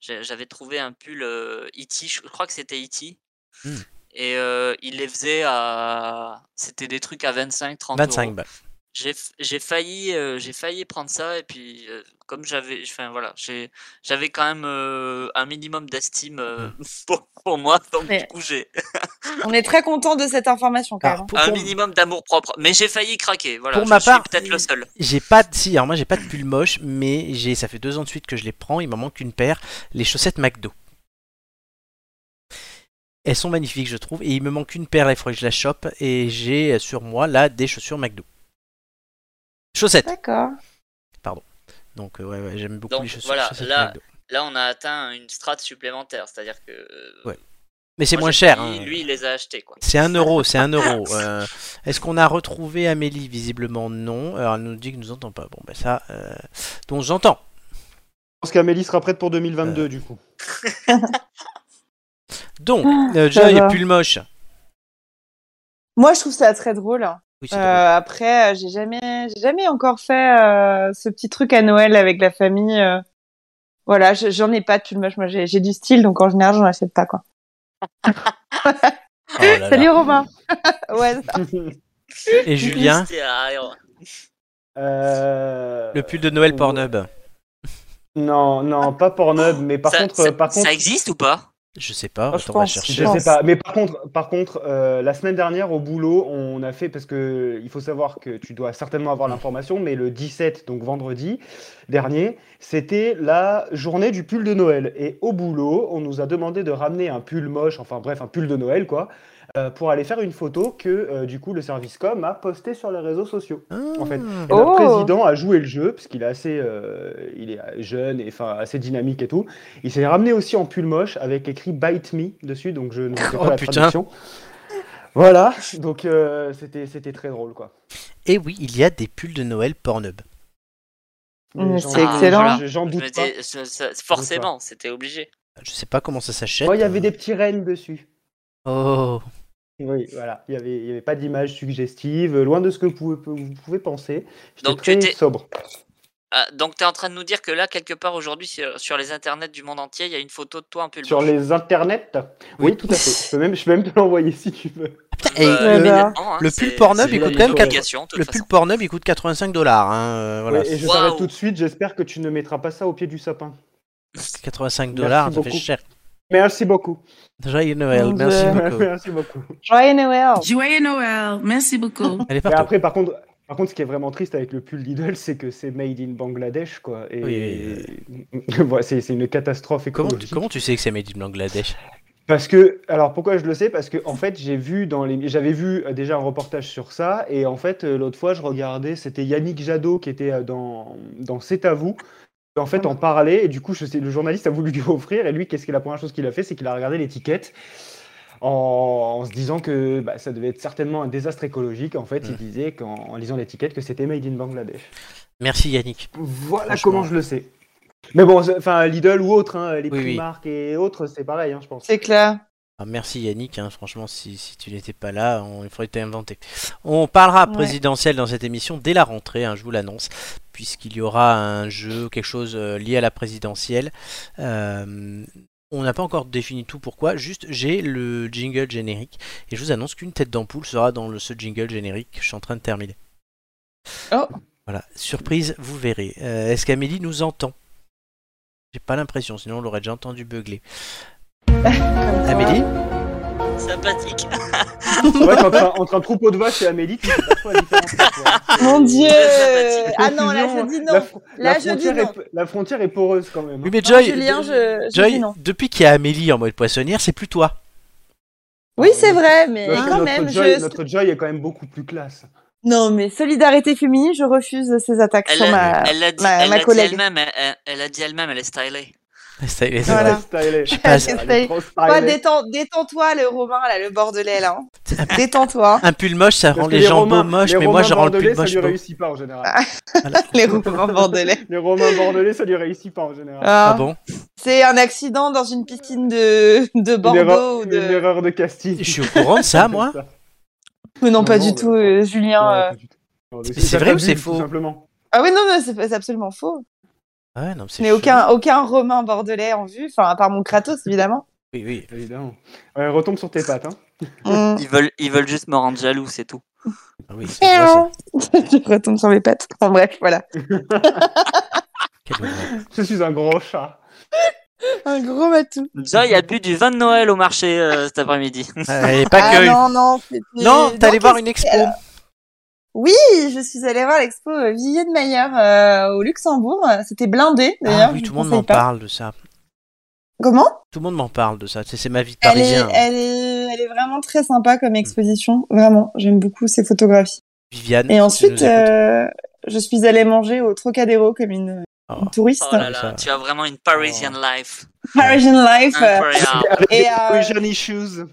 [SPEAKER 4] J'ai- J'avais trouvé un pull euh, E.T. Je crois que c'était E.T.
[SPEAKER 1] Hmm.
[SPEAKER 4] Et euh, il les faisait à. C'était des trucs à 25-30
[SPEAKER 1] 25 balles.
[SPEAKER 4] j'ai f- j'ai failli euh, j'ai failli prendre ça et puis euh, comme j'avais enfin voilà j'ai j'avais quand même euh, un minimum d'estime euh,
[SPEAKER 1] Mmh.
[SPEAKER 4] [LAUGHS] pour, pour moi donc
[SPEAKER 2] Mais-
[SPEAKER 4] du coup j'ai
[SPEAKER 2] On est très content de cette information, quand
[SPEAKER 1] Alors,
[SPEAKER 2] même.
[SPEAKER 1] pour-
[SPEAKER 4] un
[SPEAKER 1] pour-
[SPEAKER 4] minimum d'amour propre mais j'ai failli craquer voilà
[SPEAKER 1] Pour
[SPEAKER 4] je
[SPEAKER 1] ma
[SPEAKER 4] suis
[SPEAKER 1] part,
[SPEAKER 4] peut-être le seul
[SPEAKER 1] J'ai pas de... Si, alors moi j'ai pas de pull moche, mais j'ai ça fait deux ans de suite que je les prends. Il m'en manque une paire. Les chaussettes McDo. Elles sont magnifiques, je trouve. Et il me manque une paire, là, il faudrait que je la chope. Et j'ai euh, sur moi, là, des chaussures McDo. Chaussettes.
[SPEAKER 2] D'accord.
[SPEAKER 1] Donc euh, ouais, ouais, j'aime beaucoup
[SPEAKER 4] Donc,
[SPEAKER 1] les chaussures.
[SPEAKER 4] voilà,
[SPEAKER 1] chaussettes
[SPEAKER 4] là-
[SPEAKER 1] McDo.
[SPEAKER 4] là on a atteint une strate supplémentaire c'est-à-dire que euh,
[SPEAKER 1] Ouais. Mais c'est
[SPEAKER 4] Moi,
[SPEAKER 1] moins
[SPEAKER 4] j'ai
[SPEAKER 1] cher.
[SPEAKER 4] payé,
[SPEAKER 1] hein.
[SPEAKER 4] Lui, Ah, il les a achetés, quoi.
[SPEAKER 1] C'est un euro, c'est un
[SPEAKER 4] [LAUGHS]
[SPEAKER 1] euro. Euh, Est-ce qu'on a retrouvé Amélie Visiblement non. Alors elle nous dit que nous entend pas. Bon ben ça, euh, donc j'entends.
[SPEAKER 5] pense qu'Amélie sera prête pour 2022 du [LAUGHS] coup.
[SPEAKER 1] Donc
[SPEAKER 5] Ah,
[SPEAKER 1] euh,
[SPEAKER 2] ça
[SPEAKER 1] Joy
[SPEAKER 2] va.
[SPEAKER 1] et Pulmoche.
[SPEAKER 2] Moi, je trouve ça très drôle.
[SPEAKER 1] Oui, c'est
[SPEAKER 2] Euh,
[SPEAKER 1] drôle.
[SPEAKER 2] après, euh, j'ai jamais, j'ai jamais encore fait euh, ce petit truc à Noël avec la famille. euh. Voilà, je- j'en ai pas de pulmoche. Moi, j'ai j'ai du style, donc en général, j'en achète pas quoi.
[SPEAKER 1] Oh là là.
[SPEAKER 2] Salut Romain. [LAUGHS] ouais.
[SPEAKER 1] Et Julien,
[SPEAKER 4] C'était à-
[SPEAKER 5] Euh,
[SPEAKER 1] le pull de Noël Pornhub.
[SPEAKER 5] Non, non, pas Pornhub, mais par
[SPEAKER 4] ça,
[SPEAKER 5] contre,
[SPEAKER 4] ça-
[SPEAKER 5] par contre,
[SPEAKER 4] ça existe ou pas
[SPEAKER 1] Je sais pas.
[SPEAKER 2] Ah, je
[SPEAKER 1] attends, on va
[SPEAKER 2] pense,
[SPEAKER 1] chercher.
[SPEAKER 5] je sais pas. Mais par contre, par contre, euh, la semaine dernière au boulot, on a fait parce que il faut savoir que tu dois certainement avoir l'information, mais le 17, donc vendredi dernier, c'était la journée du pull de Noël. Et au boulot, on nous a demandé de ramener un pull moche, enfin bref, un pull de Noël quoi, euh, pour aller faire une photo que euh, du coup le service com a posté sur les réseaux sociaux. en fait.
[SPEAKER 1] Ah.
[SPEAKER 5] Et notre
[SPEAKER 2] Oh.
[SPEAKER 5] président a joué le jeu, parce qu'il est assez euh, il est jeune et enfin assez dynamique et tout. Il s'est ramené aussi en pull moche avec écrit Bite Me dessus, donc je ne sais pas
[SPEAKER 1] Oh,
[SPEAKER 5] la
[SPEAKER 1] putain.
[SPEAKER 5] traduction. Voilà, donc euh, c'était c'était très drôle quoi.
[SPEAKER 1] Et Eh oui, il y a des pulls de Noël Pornhub.
[SPEAKER 5] Mais
[SPEAKER 2] Mais
[SPEAKER 5] j'en-
[SPEAKER 2] c'est excellent.
[SPEAKER 5] j'en- J'en
[SPEAKER 4] Je
[SPEAKER 5] doute
[SPEAKER 4] me
[SPEAKER 5] pas.
[SPEAKER 4] dis- ça- ça- Forcément, c'était obligé.
[SPEAKER 1] Je sais pas comment ça s'achète.
[SPEAKER 5] Moi, Oh, il y avait des petits rennes dessus.
[SPEAKER 1] Oh.
[SPEAKER 5] Oui, voilà. Il n'y avait, il y avait pas d'image suggestive, loin de ce que vous pouvez, vous pouvez penser. J'étais
[SPEAKER 4] Donc, tu
[SPEAKER 5] très
[SPEAKER 4] étais-
[SPEAKER 5] sobre.
[SPEAKER 4] Ah, donc, t'es en train de nous dire que là, quelque part aujourd'hui, sur, sur les internets du monde entier, il y a une photo de toi un pull
[SPEAKER 5] Sur
[SPEAKER 4] moche.
[SPEAKER 5] les internets, oui, tout à fait. Je peux même, je peux même te l'envoyer si tu veux.
[SPEAKER 1] Putain,
[SPEAKER 4] Euh,
[SPEAKER 1] et le-
[SPEAKER 2] là.
[SPEAKER 4] évidemment, hein,
[SPEAKER 1] le
[SPEAKER 4] c'est-
[SPEAKER 1] pull Pornhub,
[SPEAKER 4] c'est
[SPEAKER 5] il coûte
[SPEAKER 4] une
[SPEAKER 5] quand même quatre-
[SPEAKER 4] obligation, de toute
[SPEAKER 1] le
[SPEAKER 4] façon.
[SPEAKER 1] pull Pornhub, il coûte 85 dollars. hein, euh, voilà,
[SPEAKER 5] Oui, et je
[SPEAKER 4] Waouh.
[SPEAKER 5] t'arrête tout de suite, j'espère que tu ne mettras pas ça au pied du sapin.
[SPEAKER 1] 85
[SPEAKER 5] Merci
[SPEAKER 1] dollars, ça fait
[SPEAKER 5] beaucoup.
[SPEAKER 1] cher.
[SPEAKER 5] Merci beaucoup.
[SPEAKER 1] Joyeux Noël,
[SPEAKER 2] Mon
[SPEAKER 1] merci
[SPEAKER 2] Dieu.
[SPEAKER 1] beaucoup.
[SPEAKER 5] [LAUGHS] Merci beaucoup.
[SPEAKER 2] Joyeux Noël.
[SPEAKER 6] Joyeux Noël. Merci beaucoup.
[SPEAKER 1] Elle est
[SPEAKER 5] Mais
[SPEAKER 1] partout.
[SPEAKER 5] après, par contre, par contre, ce qui est vraiment triste avec le pull Lidl, c'est que c'est made in Bangladesh, quoi. Et
[SPEAKER 1] Oui,
[SPEAKER 5] [LAUGHS] Voilà, c'est c'est une catastrophe
[SPEAKER 1] Comment,
[SPEAKER 5] écologique.
[SPEAKER 1] tu, comment tu sais que c'est made in Bangladesh
[SPEAKER 5] Parce que, alors pourquoi je le sais Parce que en fait, j'ai vu dans les, j'avais vu euh, déjà un reportage sur ça, et en fait, euh, l'autre fois, je regardais, c'était Yannick Jadot qui était euh, dans dans C'est à vous. En fait, en parlait, et du coup, je sais, le journaliste a voulu lui [LAUGHS] offrir, et lui, qu'est-ce que la première chose qu'il a fait, c'est qu'il a regardé l'étiquette. En, en se disant que bah, ça devait être certainement un désastre écologique, en fait,
[SPEAKER 1] Mm.
[SPEAKER 5] il disait qu'en en lisant l'étiquette que c'était made in Bangladesh.
[SPEAKER 1] Merci Yannick.
[SPEAKER 5] Voilà
[SPEAKER 1] Franchement.
[SPEAKER 5] comment je le sais. Mais bon, c'est- enfin Lidl ou autre, hein, les
[SPEAKER 1] Oui, oui.
[SPEAKER 5] Primark et autres, c'est pareil, hein, je pense.
[SPEAKER 2] C'est clair.
[SPEAKER 1] Ah, merci Yannick, hein, franchement, si, si tu n'étais pas là, on, il faudrait t'inventer. On parlera
[SPEAKER 2] Ouais.
[SPEAKER 1] présidentiel dans cette émission dès la rentrée, hein, je vous l'annonce, puisqu'il y aura un jeu, quelque chose euh, lié à la présidentielle. Euh, on n'a pas encore défini tout pourquoi, juste j'ai le jingle générique, et je vous annonce qu'une tête d'ampoule sera dans le, ce jingle générique que je suis en train de terminer.
[SPEAKER 2] Oh.
[SPEAKER 1] Voilà, surprise, vous verrez. Euh, Est-ce qu'Amélie nous entend J'ai pas l'impression, sinon on l'aurait déjà entendu beugler. Amélie
[SPEAKER 4] Sympathique.
[SPEAKER 5] C'est vrai qu'entre un, entre un troupeau de vaches et Amélie, tu fais pas trop la
[SPEAKER 2] [LAUGHS]
[SPEAKER 5] différence. quoi. C'est-
[SPEAKER 2] Ah, Mon Dieu.
[SPEAKER 4] sympathique.
[SPEAKER 2] Ah non, là
[SPEAKER 5] Confusion,
[SPEAKER 2] je dis
[SPEAKER 5] La,
[SPEAKER 2] non.
[SPEAKER 5] fr-
[SPEAKER 2] Là,
[SPEAKER 5] la
[SPEAKER 2] je dis
[SPEAKER 5] frontière
[SPEAKER 2] non.
[SPEAKER 5] est, p- la frontière est poreuse quand même. hein.
[SPEAKER 1] Oui, mais
[SPEAKER 2] Non,
[SPEAKER 1] Joy,
[SPEAKER 2] Julien, je, je
[SPEAKER 1] Joy,
[SPEAKER 2] dis non.
[SPEAKER 1] depuis qu'il y a Amélie en mode poissonnière, c'est plus toi.
[SPEAKER 2] Oui, c'est vrai, mais
[SPEAKER 5] Notre-
[SPEAKER 2] quand
[SPEAKER 5] notre
[SPEAKER 2] même,
[SPEAKER 5] Joy,
[SPEAKER 2] je...
[SPEAKER 5] notre Joy est quand même beaucoup plus classe.
[SPEAKER 2] non, mais solidarité féministe, je refuse ces attaques
[SPEAKER 4] Elle
[SPEAKER 2] sur ma.
[SPEAKER 4] l'a elle l'a dit
[SPEAKER 2] ma-
[SPEAKER 4] elle
[SPEAKER 2] Ah. ma
[SPEAKER 4] l'a dit
[SPEAKER 2] collègue.
[SPEAKER 4] elle-même, elle, elle- elle a dit elle-même, elle est stylée.
[SPEAKER 1] C'est c'est
[SPEAKER 2] Voilà.
[SPEAKER 1] vrai.
[SPEAKER 5] Stylé.
[SPEAKER 1] Je passe.
[SPEAKER 5] Elle est trop stylée.
[SPEAKER 2] Toi, détends, détends-toi, le Romain, là, le bordelais, là.
[SPEAKER 5] [LAUGHS]
[SPEAKER 2] hein. détends-toi, [LAUGHS]
[SPEAKER 1] Un pull moche, ça
[SPEAKER 5] Parce
[SPEAKER 1] rend
[SPEAKER 5] que
[SPEAKER 1] les gens
[SPEAKER 5] Romains-
[SPEAKER 1] beaux moches,
[SPEAKER 5] les
[SPEAKER 1] mais moi
[SPEAKER 5] Romains
[SPEAKER 1] je rends le
[SPEAKER 5] bordelais,
[SPEAKER 1] pull moche
[SPEAKER 5] Ça lui
[SPEAKER 1] beau.
[SPEAKER 5] réussit pas en général.
[SPEAKER 1] Voilà.
[SPEAKER 2] les Romains bordelais.
[SPEAKER 5] Les Romains bordelais, ça lui réussit pas en général.
[SPEAKER 1] Ah
[SPEAKER 2] Ah,
[SPEAKER 1] bon
[SPEAKER 2] C'est un accident dans une piscine de, de
[SPEAKER 5] une erreur,
[SPEAKER 2] Bordeaux ou
[SPEAKER 5] une
[SPEAKER 2] de.
[SPEAKER 5] erreur de casting.
[SPEAKER 1] Je suis au courant de ça, moi
[SPEAKER 2] Mais non,
[SPEAKER 5] Non,
[SPEAKER 2] pas
[SPEAKER 5] non,
[SPEAKER 2] du
[SPEAKER 5] mais-
[SPEAKER 2] tout, euh, Julien. euh.
[SPEAKER 1] c'est vrai ou c'est faux
[SPEAKER 5] Simplement.
[SPEAKER 2] Ah oui, non, non, c'est c'est absolument faux.
[SPEAKER 1] Ah ouais, non, mais c'est
[SPEAKER 2] Je n'ai
[SPEAKER 1] chelou.
[SPEAKER 2] aucun, aucun Romain bordelais en vue, enfin, à part mon Kratos, évidemment.
[SPEAKER 1] Oui, oui.
[SPEAKER 5] Évidemment. Ouais, retombe sur tes pattes. Hein.
[SPEAKER 2] Mm.
[SPEAKER 4] Ils veulent, ils veulent juste me rendre jaloux, c'est tout.
[SPEAKER 1] Ah oui, c'est vrai, ça.
[SPEAKER 2] [LAUGHS] Je retombe sur mes pattes. En bref, voilà.
[SPEAKER 1] Quelle horreur.
[SPEAKER 5] Je suis un gros chat.
[SPEAKER 2] Un gros matou.
[SPEAKER 4] Joy a bu du vin de Noël au marché euh, cet après-midi. [LAUGHS]
[SPEAKER 1] Ah, et pas
[SPEAKER 2] ah
[SPEAKER 1] que.
[SPEAKER 2] non, non, c'était-
[SPEAKER 1] Non, t'es allé
[SPEAKER 2] qu'est-ce
[SPEAKER 1] voir une expo.
[SPEAKER 2] Oui, je suis allée voir l'expo euh, Villiers de Maillard euh, au Luxembourg. C'était blindé d'ailleurs.
[SPEAKER 1] Ah oui,
[SPEAKER 2] je
[SPEAKER 1] tout le
[SPEAKER 2] vous
[SPEAKER 1] monde m'en
[SPEAKER 2] conseille pas.
[SPEAKER 1] parle de ça.
[SPEAKER 2] Comment
[SPEAKER 1] Tout le monde m'en parle de ça. C'est c'est ma vie de
[SPEAKER 2] elle est,
[SPEAKER 1] parisienne.
[SPEAKER 2] elle, est, elle est vraiment très sympa comme
[SPEAKER 1] Mm.
[SPEAKER 2] exposition. Vraiment, j'aime beaucoup ses photographies.
[SPEAKER 1] Viviane.
[SPEAKER 2] Et
[SPEAKER 1] si tu
[SPEAKER 2] ensuite,
[SPEAKER 1] nous écoutes.
[SPEAKER 2] euh, je suis allée manger au Trocadéro comme une,
[SPEAKER 1] Oh.
[SPEAKER 2] touriste.
[SPEAKER 4] Oh là
[SPEAKER 1] Ça-
[SPEAKER 4] là, tu as vraiment une Parisian life.
[SPEAKER 2] [LAUGHS] Parisian Life. euh,
[SPEAKER 4] Incroyable.
[SPEAKER 5] Avec
[SPEAKER 2] Et,
[SPEAKER 5] des
[SPEAKER 2] euh,
[SPEAKER 5] Parisian Issues.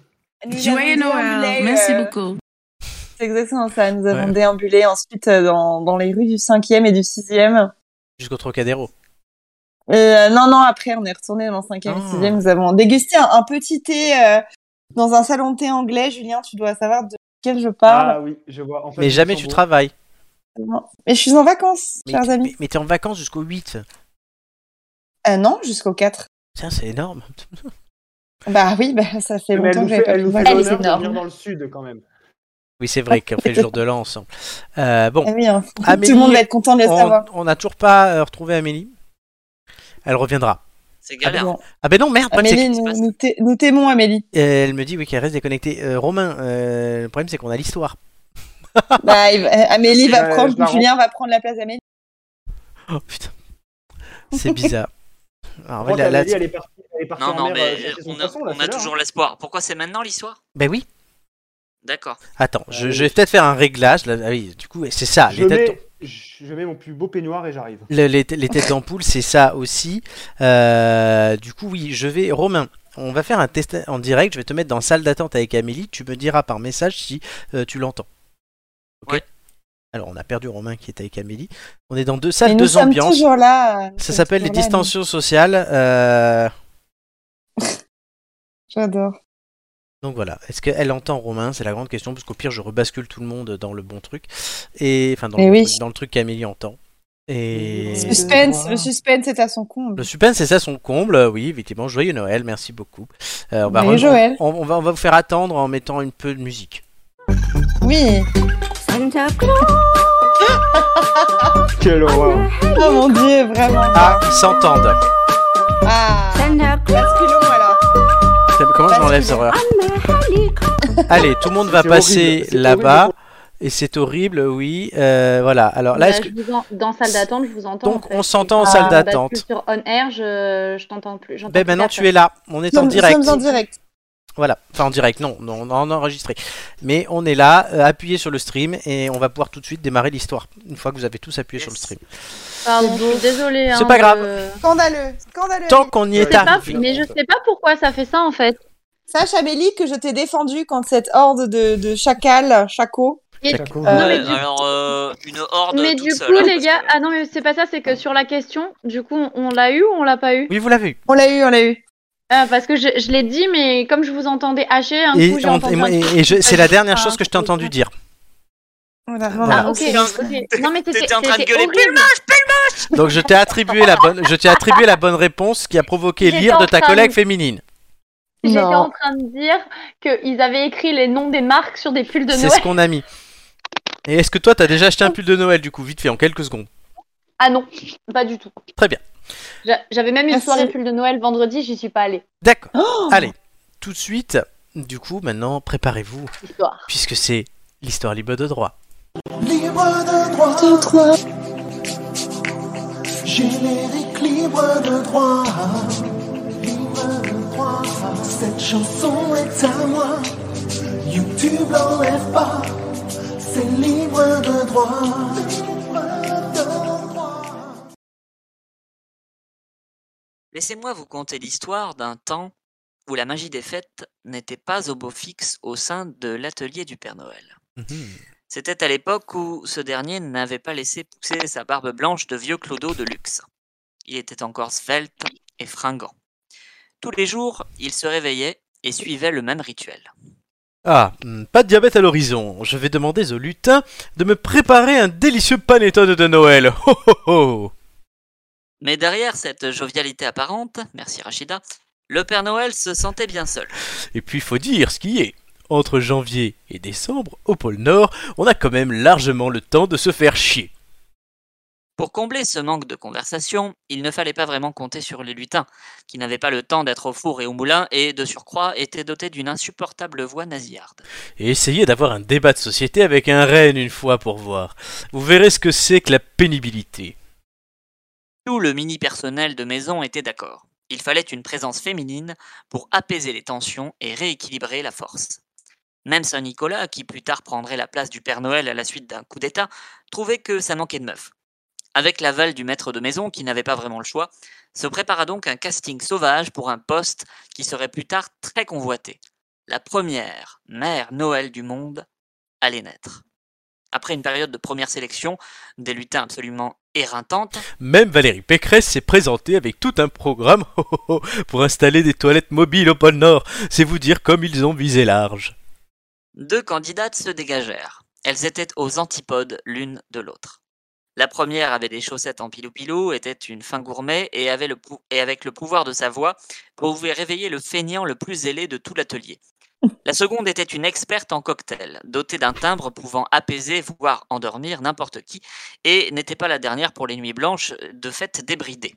[SPEAKER 2] nous
[SPEAKER 6] Joyeux
[SPEAKER 2] avons
[SPEAKER 6] Noël.
[SPEAKER 2] déambulé,
[SPEAKER 6] Merci
[SPEAKER 2] euh,
[SPEAKER 6] beaucoup.
[SPEAKER 2] C'est exactement ça. Nous avons
[SPEAKER 1] Ouais.
[SPEAKER 2] déambulé ensuite euh, dans, dans les rues du 5e et du 6e.
[SPEAKER 1] Jusqu'au Trocadéro.
[SPEAKER 2] Euh, non, non, après, on est retourné dans le 5e et
[SPEAKER 1] Ah.
[SPEAKER 2] 6e. Nous avons dégusté un, un petit thé euh, dans un salon de thé anglais. Julien, tu dois savoir de quel je parle.
[SPEAKER 5] Ah oui, je vois. En fait,
[SPEAKER 1] Mais jamais tu
[SPEAKER 5] Luxembourg.
[SPEAKER 1] travailles.
[SPEAKER 2] Non. Mais je suis en vacances,
[SPEAKER 1] Mais,
[SPEAKER 2] chers amis.
[SPEAKER 1] mais- mais t'es en vacances jusqu'au 8.
[SPEAKER 2] Euh, non, jusqu'au 4.
[SPEAKER 1] Tiens, c'est énorme.
[SPEAKER 2] Bah oui, bah, ça fait
[SPEAKER 5] Mais elle
[SPEAKER 2] longtemps
[SPEAKER 5] nous
[SPEAKER 2] que j'avais
[SPEAKER 5] fait,
[SPEAKER 2] pas
[SPEAKER 5] elle
[SPEAKER 2] pu
[SPEAKER 5] nous
[SPEAKER 2] voir.
[SPEAKER 5] fait
[SPEAKER 3] Elle est
[SPEAKER 5] l'honneur de
[SPEAKER 3] énorme.
[SPEAKER 5] venir dans le sud quand même.
[SPEAKER 1] Oui, c'est vrai qu'on fait le jour de l'an ensemble. Euh, bon,
[SPEAKER 2] Ah oui, hein.
[SPEAKER 1] Amélie,
[SPEAKER 2] tout le monde va être content de [LAUGHS] le
[SPEAKER 1] on
[SPEAKER 2] savoir.
[SPEAKER 1] on n'a toujours pas euh, retrouvé Amélie. Elle reviendra.
[SPEAKER 4] C'est galère.
[SPEAKER 2] Bon.
[SPEAKER 1] Ah ben non, merde, pas de
[SPEAKER 2] Amélie,
[SPEAKER 4] se
[SPEAKER 2] nous,
[SPEAKER 4] passe
[SPEAKER 2] nous té- nous t'aimons,
[SPEAKER 1] [LAUGHS]
[SPEAKER 2] Amélie.
[SPEAKER 1] Et euh, Elle me dit oui qu'elle reste déconnectée. Euh, Romain, euh, le problème c'est qu'on a l'histoire.
[SPEAKER 2] Bah, il va- euh, Amélie va
[SPEAKER 5] Ouais,
[SPEAKER 2] prendre,
[SPEAKER 5] je la rends.
[SPEAKER 2] Julien va prendre la place d'Amélie.
[SPEAKER 1] Oh putain, c'est
[SPEAKER 5] [LAUGHS]
[SPEAKER 1] bizarre. Alors,
[SPEAKER 5] Moi,
[SPEAKER 1] là- là,
[SPEAKER 5] Amélie,
[SPEAKER 1] c'est-
[SPEAKER 5] elle est partie, elle est partie
[SPEAKER 4] Non,
[SPEAKER 5] en
[SPEAKER 4] non,
[SPEAKER 5] mer, euh,
[SPEAKER 4] mais
[SPEAKER 5] chercher son
[SPEAKER 4] on a,
[SPEAKER 5] poisson, là,
[SPEAKER 4] on
[SPEAKER 5] c'est
[SPEAKER 4] a
[SPEAKER 5] là,
[SPEAKER 4] toujours
[SPEAKER 5] hein.
[SPEAKER 4] l'espoir. Pourquoi c'est maintenant l'histoire
[SPEAKER 1] Ben oui.
[SPEAKER 4] D'accord.
[SPEAKER 1] Attends, je,
[SPEAKER 5] Euh,
[SPEAKER 1] je vais peut-être faire un réglage. là. Ah oui, du coup, c'est ça.
[SPEAKER 5] Je
[SPEAKER 1] Les têtes,
[SPEAKER 5] mets, je mets mon plus beau peignoir et j'arrive.
[SPEAKER 1] le- les, les têtes d'ampoule, c'est ça aussi. Euh, du coup, oui, je vais. Romain, on va faire un test en direct. Je vais te mettre dans salle d'attente avec Amélie. Tu me diras par message si euh, tu l'entends. Ok.
[SPEAKER 4] Ouais.
[SPEAKER 1] Alors, on a perdu Romain qui est avec Amélie. On est dans deux
[SPEAKER 2] Et
[SPEAKER 1] salles,
[SPEAKER 2] nous
[SPEAKER 1] deux
[SPEAKER 2] sommes
[SPEAKER 1] ambiances.
[SPEAKER 2] toujours là. euh, nous
[SPEAKER 1] Ça
[SPEAKER 2] sommes
[SPEAKER 1] s'appelle les
[SPEAKER 2] toujours là, Amélie.
[SPEAKER 1] distensions sociales. euh,
[SPEAKER 2] J'adore.
[SPEAKER 1] Donc voilà, est-ce qu'elle entend Romain C'est la grande question, parce qu'au pire, je rebascule tout le monde dans le bon truc. Et enfin, dans, le,
[SPEAKER 2] Eh
[SPEAKER 1] bon
[SPEAKER 2] oui.
[SPEAKER 1] truc, dans le truc qu'Amélie entend. Et
[SPEAKER 5] Le
[SPEAKER 2] Suspense,
[SPEAKER 5] Wow.
[SPEAKER 2] le suspense est à son comble.
[SPEAKER 1] le suspense, c'est ça son comble. euh, Oui, effectivement, joyeux Noël, merci beaucoup. Euh, on, va
[SPEAKER 2] Joyeux
[SPEAKER 1] re-
[SPEAKER 2] Joël.
[SPEAKER 1] on- on va, on va vous faire attendre en mettant un peu de musique.
[SPEAKER 2] Oui.
[SPEAKER 7] Santa Claus
[SPEAKER 5] Quelle horreur.
[SPEAKER 2] Oh mon dieu, vraiment.
[SPEAKER 1] Ah, ils s'entendent. [LAUGHS]
[SPEAKER 2] Ah.
[SPEAKER 7] Santa Claus
[SPEAKER 2] Basculons alors.
[SPEAKER 1] Comment je
[SPEAKER 2] Parce
[SPEAKER 1] m'enlève
[SPEAKER 2] que-
[SPEAKER 1] ça
[SPEAKER 7] on the helicopter.
[SPEAKER 1] Allez, tout le monde va
[SPEAKER 5] C'est
[SPEAKER 1] passer
[SPEAKER 5] horrible, c'est
[SPEAKER 1] là-bas.
[SPEAKER 5] horrible.
[SPEAKER 1] Et c'est horrible, oui. euh, voilà, alors
[SPEAKER 2] Bah,
[SPEAKER 1] là, est-ce que...
[SPEAKER 8] Bah, je vous en- Dans salle d'attente, je vous entends.
[SPEAKER 1] Donc,
[SPEAKER 8] en fait.
[SPEAKER 1] on s'entend en
[SPEAKER 8] Ah,
[SPEAKER 1] salle
[SPEAKER 8] on bascule
[SPEAKER 1] d'attente.
[SPEAKER 8] Sur on air, je, je t'entends plus. j'entends
[SPEAKER 1] Ben
[SPEAKER 8] plus
[SPEAKER 1] maintenant, tu
[SPEAKER 8] personne.
[SPEAKER 1] es là. On est en
[SPEAKER 2] Nous
[SPEAKER 1] direct.
[SPEAKER 2] sommes en direct.
[SPEAKER 1] Voilà, enfin en direct, non, non, on en a enregistré. Mais on est là, euh, appuyez sur le stream et on va pouvoir tout de suite démarrer l'histoire, une fois que vous avez tous appuyé sur le
[SPEAKER 4] Yes.
[SPEAKER 1] stream.
[SPEAKER 8] Pardon, je suis désolée.
[SPEAKER 1] C'est
[SPEAKER 8] hein,
[SPEAKER 1] pas grave.
[SPEAKER 8] de-
[SPEAKER 2] Scandaleux, scandaleux.
[SPEAKER 1] Tant qu'on y
[SPEAKER 8] Je
[SPEAKER 1] est
[SPEAKER 8] sais pas,
[SPEAKER 1] arrivé.
[SPEAKER 8] mais je sais pas pourquoi ça fait ça en fait.
[SPEAKER 2] Sache Amélie que je t'ai défendu contre cette horde de, de chacals, chacos.
[SPEAKER 5] Chaco,
[SPEAKER 8] Non, mais
[SPEAKER 4] Euh,
[SPEAKER 8] du-
[SPEAKER 4] alors, euh, une horde
[SPEAKER 8] mais
[SPEAKER 4] toute
[SPEAKER 8] du
[SPEAKER 4] seule,
[SPEAKER 8] coup,
[SPEAKER 4] hein,
[SPEAKER 8] les
[SPEAKER 4] parce
[SPEAKER 8] gars,
[SPEAKER 4] que-
[SPEAKER 8] ah non, mais c'est pas ça, c'est que sur la question, du coup, on, on l'a eu ou on l'a pas eu
[SPEAKER 1] Oui, vous l'avez eu.
[SPEAKER 2] On l'a eu, on l'a eu.
[SPEAKER 8] Ah, Parce que je, je l'ai dit, mais comme je vous entendais hacher, un
[SPEAKER 1] Et,
[SPEAKER 8] coup, j'ai
[SPEAKER 1] on-
[SPEAKER 8] entendu.
[SPEAKER 1] et moi-
[SPEAKER 8] un-
[SPEAKER 1] et- et je- c'est la dernière chose que je t'ai
[SPEAKER 8] Ah,
[SPEAKER 1] entendu dire.
[SPEAKER 2] On a
[SPEAKER 1] Voilà.
[SPEAKER 8] Ah, ok, ok. Non, mais c'était.
[SPEAKER 4] T'étais en train de
[SPEAKER 8] c'était
[SPEAKER 4] gueuler,
[SPEAKER 8] horrible.
[SPEAKER 1] Donc je t'ai
[SPEAKER 8] [LAUGHS]
[SPEAKER 1] attribué la bonne, je t'ai attribué la bonne réponse qui a provoqué
[SPEAKER 8] J'étais
[SPEAKER 1] l'ire de
[SPEAKER 8] en
[SPEAKER 1] ta
[SPEAKER 8] train
[SPEAKER 1] collègue
[SPEAKER 8] de-
[SPEAKER 1] féminine.
[SPEAKER 8] J'étais
[SPEAKER 2] Non.
[SPEAKER 8] en train de dire qu'ils avaient écrit les noms des marques sur des pulls de
[SPEAKER 1] C'est ce
[SPEAKER 8] Noël.
[SPEAKER 1] qu'on a mis. Et est-ce que toi t'as déjà acheté un pull de Noël du coup vite fait en quelques secondes
[SPEAKER 8] Ah non, pas du tout.
[SPEAKER 1] Très bien.
[SPEAKER 8] J'a- J'avais même une
[SPEAKER 2] Merci.
[SPEAKER 8] soirée pull de Noël vendredi, j'y suis pas allée.
[SPEAKER 1] D'accord.
[SPEAKER 8] Oh
[SPEAKER 1] Allez, tout de suite. Du coup, maintenant, préparez-vous
[SPEAKER 8] Histoire.
[SPEAKER 1] puisque c'est l'histoire libre de droit.
[SPEAKER 9] Générique libre de droit. Libre de droit. Cette chanson est à moi. YouTube l'enlève pas. C'est libre de droit. Libre de droit.
[SPEAKER 4] Laissez-moi vous conter l'histoire d'un temps où la magie des fêtes n'était pas au beau fixe au sein de l'atelier du Père Noël.
[SPEAKER 1] Mhm.
[SPEAKER 4] C'était à l'époque où ce dernier n'avait pas laissé pousser sa barbe blanche de vieux clodo de luxe. Il était encore svelte et fringant. Tous les jours, il se réveillait et suivait le même rituel.
[SPEAKER 1] Ah, hmm, pas de diabète à l'horizon. Je vais demander au lutin de me préparer un délicieux panettone de Noël. Ho ho ho
[SPEAKER 4] Mais derrière cette jovialité apparente, merci Rachida, le Père Noël se sentait bien seul.
[SPEAKER 1] Et puis faut dire ce qui est. Entre janvier et décembre, au pôle Nord, on a quand même largement le temps de se faire chier.
[SPEAKER 4] Pour combler ce manque de conversation, il ne fallait pas vraiment compter sur les lutins, qui n'avaient pas le temps d'être au four et au moulin et, de surcroît, étaient dotés d'une insupportable voix nasillarde.
[SPEAKER 1] Et essayez d'avoir un débat de société avec un renne une fois pour voir. Vous verrez ce que c'est que la pénibilité.
[SPEAKER 4] Tout le mini personnel de maison était d'accord. Il fallait une présence féminine pour apaiser les tensions et rééquilibrer la force. Même Saint Nicolas, qui plus tard prendrait la place du Père Noël à la suite d'un coup d'État, trouvait que ça manquait de meuf. Avec l'aval du maître de maison, qui n'avait pas vraiment le choix, se prépara donc un casting sauvage pour un poste qui serait plus tard très convoité. La première mère Noël du monde allait naître. Après une période de première sélection, des lutins absolument éreintantes,
[SPEAKER 1] Même Valérie Pécresse s'est présentée avec tout un programme [LAUGHS] oh, oh, oh, pour installer des toilettes mobiles au pôle Nord. C'est vous dire comme ils ont visé large.
[SPEAKER 4] Deux candidates se dégagèrent. Elles étaient aux antipodes l'une de l'autre. La première avait des chaussettes en pilou-pilou, était une fin gourmet et, avait le pou- et avec le pouvoir de sa voix pouvait réveiller le feignant le plus zélé de tout l'atelier. La seconde était une experte en cocktail, dotée d'un timbre pouvant apaiser, voire endormir n'importe qui, et n'était pas la dernière pour les nuits blanches, de fait débridée.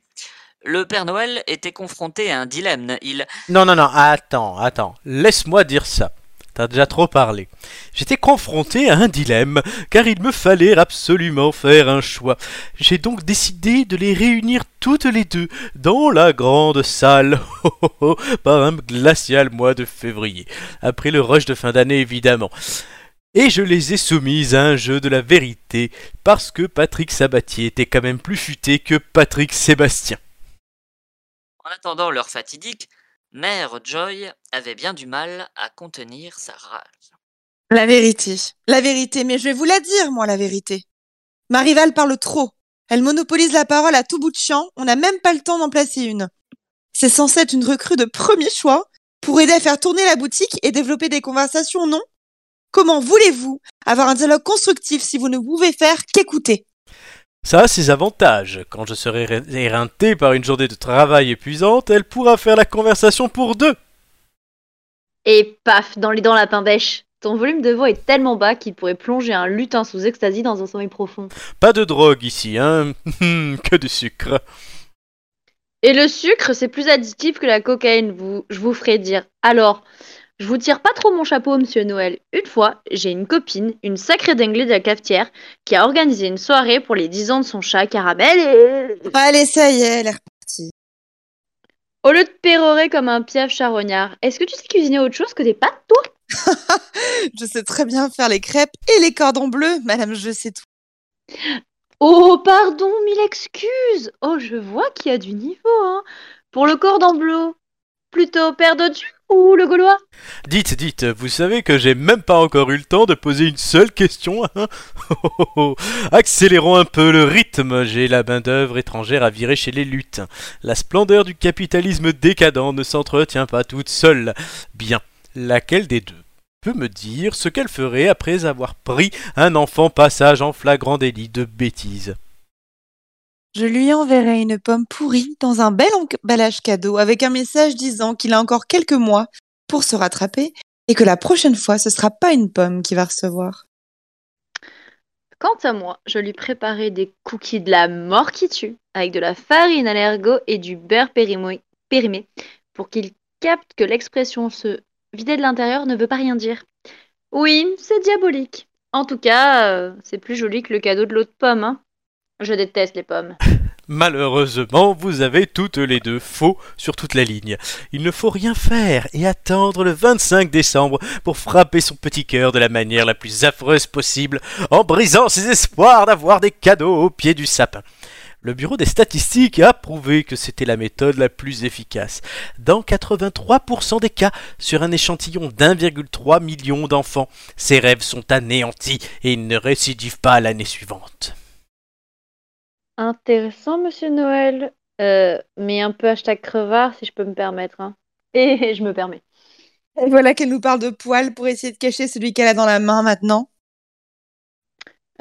[SPEAKER 4] Le Père Noël était confronté à un dilemme. Il
[SPEAKER 1] Non, non, non, attends, attends. Laisse-moi dire ça. T'as déjà trop parlé. J'étais confronté à un dilemme, car il me fallait absolument faire un choix. J'ai donc décidé de les réunir toutes les deux dans la grande salle, [LAUGHS] oh, oh, oh, par un glacial mois de février, après le rush de fin d'année évidemment. Et je les ai soumises à un jeu de la vérité, parce que Patrick Sabatier était quand même plus futé que Patrick Sébastien.
[SPEAKER 4] En attendant leur fatidique, Mère Joy avait bien du mal à contenir sa rage.
[SPEAKER 2] La vérité. La vérité, mais je vais vous la dire, moi, la vérité. Ma rivale parle trop. Elle monopolise la parole à tout bout de champ. On n'a même pas le temps d'en placer une. C'est censé être une recrue de premier choix pour aider à faire tourner la boutique et développer des conversations, non Comment voulez-vous avoir un dialogue constructif si vous ne pouvez faire qu'écouter
[SPEAKER 1] Ça a ses avantages. Quand je serai ré- éreinté par une journée de travail épuisante, elle pourra faire la conversation pour deux.
[SPEAKER 10] Et paf, dans les dents lapin bêche. Ton volume de voix est tellement bas qu'il pourrait plonger un lutin sous extasie dans un sommeil profond.
[SPEAKER 1] Pas de drogue ici, hein [LAUGHS] Que de sucre.
[SPEAKER 3] Et le sucre, c'est plus addictif que la cocaïne, vous, je vous ferai dire. Alors, je vous tire pas trop mon chapeau, monsieur Noël. Une fois, j'ai une copine, une sacrée dinglée de la cafetière, qui a organisé une soirée pour les 10 ans de son chat caramel et...
[SPEAKER 2] Allez, ça y est, elle est
[SPEAKER 3] Au lieu de pérorer comme un piaf charognard, est-ce que tu sais cuisiner autre chose que des pâtes, toi
[SPEAKER 2] Je sais très bien faire les crêpes et les cordons bleus, madame, je sais tout.
[SPEAKER 10] Oh, pardon, mille excuses Oh, je vois qu'il y a du niveau, hein Pour le cordon bleu, plutôt Père de Dieu ou le Gaulois
[SPEAKER 1] Dites, dites, vous savez que j'ai même pas encore eu le temps de poser une seule question. hein [LAUGHS] Oh, oh, oh. Accélérons un peu le rythme. J'ai la main-d'œuvre étrangère à virer chez les lutins. La splendeur du capitalisme décadent ne s'entretient pas toute seule. Bien, laquelle des deux peut me dire ce qu'elle ferait après avoir pris un enfant passage en flagrant délit de bêtise
[SPEAKER 2] Je lui enverrai une pomme pourrie dans un bel emballage cadeau avec un message disant qu'il a encore quelques mois pour se rattraper et que la prochaine fois ce sera pas une pomme qu'il va recevoir.
[SPEAKER 3] Quant à moi, je lui préparais des cookies de la mort qui tue, avec de la farine à l'ergot et du beurre périmo- périmé, pour qu'il capte que l'expression se vider de l'intérieur ne veut pas rien dire. Oui, c'est diabolique. En tout cas, euh, c'est plus joli que le cadeau de l'autre pomme. hein. Je déteste les pommes.
[SPEAKER 1] Malheureusement, vous avez toutes les deux faux sur toute la ligne. Il ne faut rien faire et attendre le 25 décembre pour frapper son petit cœur de la manière la plus affreuse possible en brisant ses espoirs d'avoir des cadeaux au pied du sapin. Le bureau des statistiques a prouvé que c'était la méthode la plus efficace. Dans 83% des cas, sur un échantillon d'1,3 million d'enfants, ces rêves sont anéantis et ils ne récidivent pas l'année suivante.
[SPEAKER 3] Intéressant, monsieur Noël. Euh, mais un peu hashtag crevard, si je peux me permettre. hein. Et [LAUGHS] je me permets.
[SPEAKER 2] Et voilà qu'elle nous parle de poils pour essayer de cacher celui qu'elle a dans la main maintenant.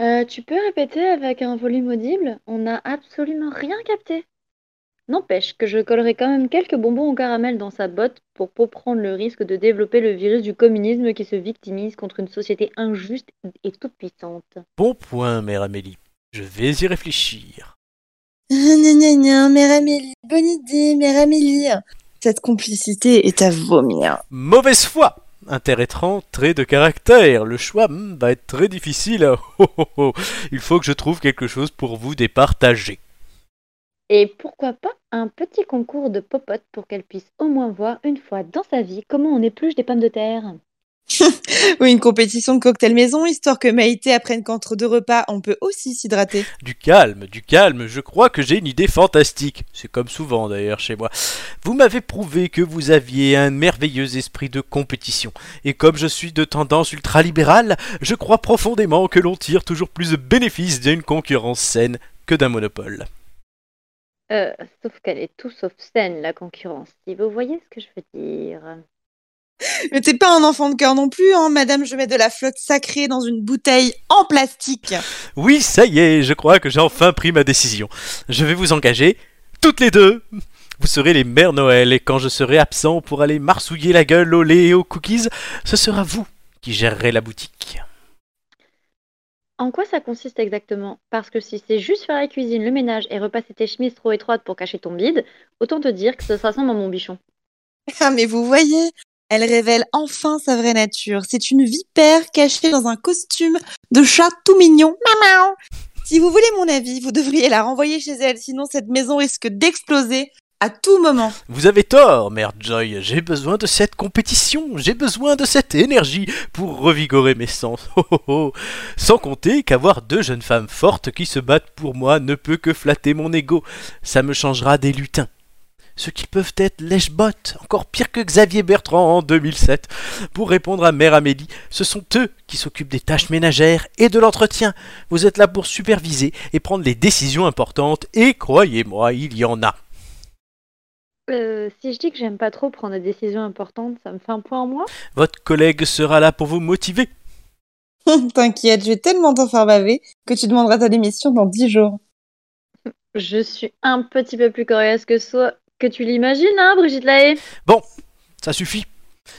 [SPEAKER 3] Euh, tu peux répéter avec un volume audible? On n'a absolument rien capté. N'empêche que je collerai quand même quelques bonbons au caramel dans sa botte pour pas prendre le risque de développer le virus du communisme qui se victimise contre une société injuste et toute puissante.
[SPEAKER 1] Bon point, mère Amélie. Je vais y réfléchir.
[SPEAKER 2] [LAUGHS] Gna gna gna, mère Amélie, bonne idée, mère Amélie. Cette complicité est à vomir.
[SPEAKER 1] Mauvaise foi Intérétrant, trait de caractère. Le choix hmm, va être très difficile. [LAUGHS] Oh, oh, oh. Il faut que je trouve quelque chose pour vous départager.
[SPEAKER 3] Et pourquoi pas un petit concours de popote pour qu'elle puisse au moins voir une fois dans sa vie comment on épluche des pommes de terre.
[SPEAKER 2] Oui, une compétition de cocktail maison, histoire que Maïté apprenne qu'entre deux repas, on peut aussi s'hydrater.
[SPEAKER 1] Du calme, du calme, je crois que j'ai une idée fantastique. C'est comme souvent d'ailleurs chez moi. Vous m'avez prouvé que vous aviez un merveilleux esprit de compétition. Et comme je suis de tendance ultralibérale, je crois profondément que l'on tire toujours plus de bénéfices d'une concurrence saine que d'un monopole.
[SPEAKER 3] Euh, sauf qu'elle est tout sauf saine, la concurrence. Si vous voyez ce que je veux dire.
[SPEAKER 2] Mais t'es pas un enfant de cœur non plus, hein, madame, je mets de la flotte sacrée dans une bouteille en plastique. [LAUGHS]
[SPEAKER 1] Oui, ça y est, je crois que j'ai enfin pris ma décision. Je vais vous engager, toutes les deux. Vous serez les mères Noël, et quand je serai absent pour aller marsouiller la gueule au lait et aux cookies, ce sera vous qui gérerez la boutique.
[SPEAKER 3] En quoi ça consiste exactement Parce que si c'est juste faire la cuisine, le ménage et repasser tes chemises trop étroites pour cacher ton bide, autant te dire que ça ressemble à mon bichon.
[SPEAKER 2] Ah, mais vous voyez, elle révèle enfin sa vraie nature. C'est une vipère cachée dans un costume de chat tout mignon. Maman Si vous voulez mon avis, vous devriez la renvoyer chez elle, sinon cette maison risque d'exploser à tout moment. [LAUGHS]
[SPEAKER 1] Vous avez tort, mère Joy, j'ai besoin de cette compétition, j'ai besoin de cette énergie pour revigorer mes sens. [LAUGHS] Oh, oh, oh. Sans compter qu'avoir deux jeunes femmes fortes qui se battent pour moi ne peut que flatter mon ego. Ça me changera des lutins. Ceux qui peuvent être lèche-bottes, encore pire que Xavier Bertrand en 2007. Pour répondre à Mère Amélie, ce sont eux qui s'occupent des tâches ménagères et de l'entretien. Vous êtes là pour superviser et prendre les décisions importantes, et croyez-moi, il y en a.
[SPEAKER 3] Euh, si je dis que j'aime pas trop prendre des décisions importantes, ça me fait un point en moins
[SPEAKER 1] Votre collègue sera là pour vous motiver.
[SPEAKER 2] Hum, T'inquiète, je vais tellement t'en faire baver que tu demanderas ta démission dans dix jours.
[SPEAKER 3] Je suis un petit peu plus coriace que, soi, que tu l'imagines, hein, Brigitte Lahaye
[SPEAKER 1] Ça suffit.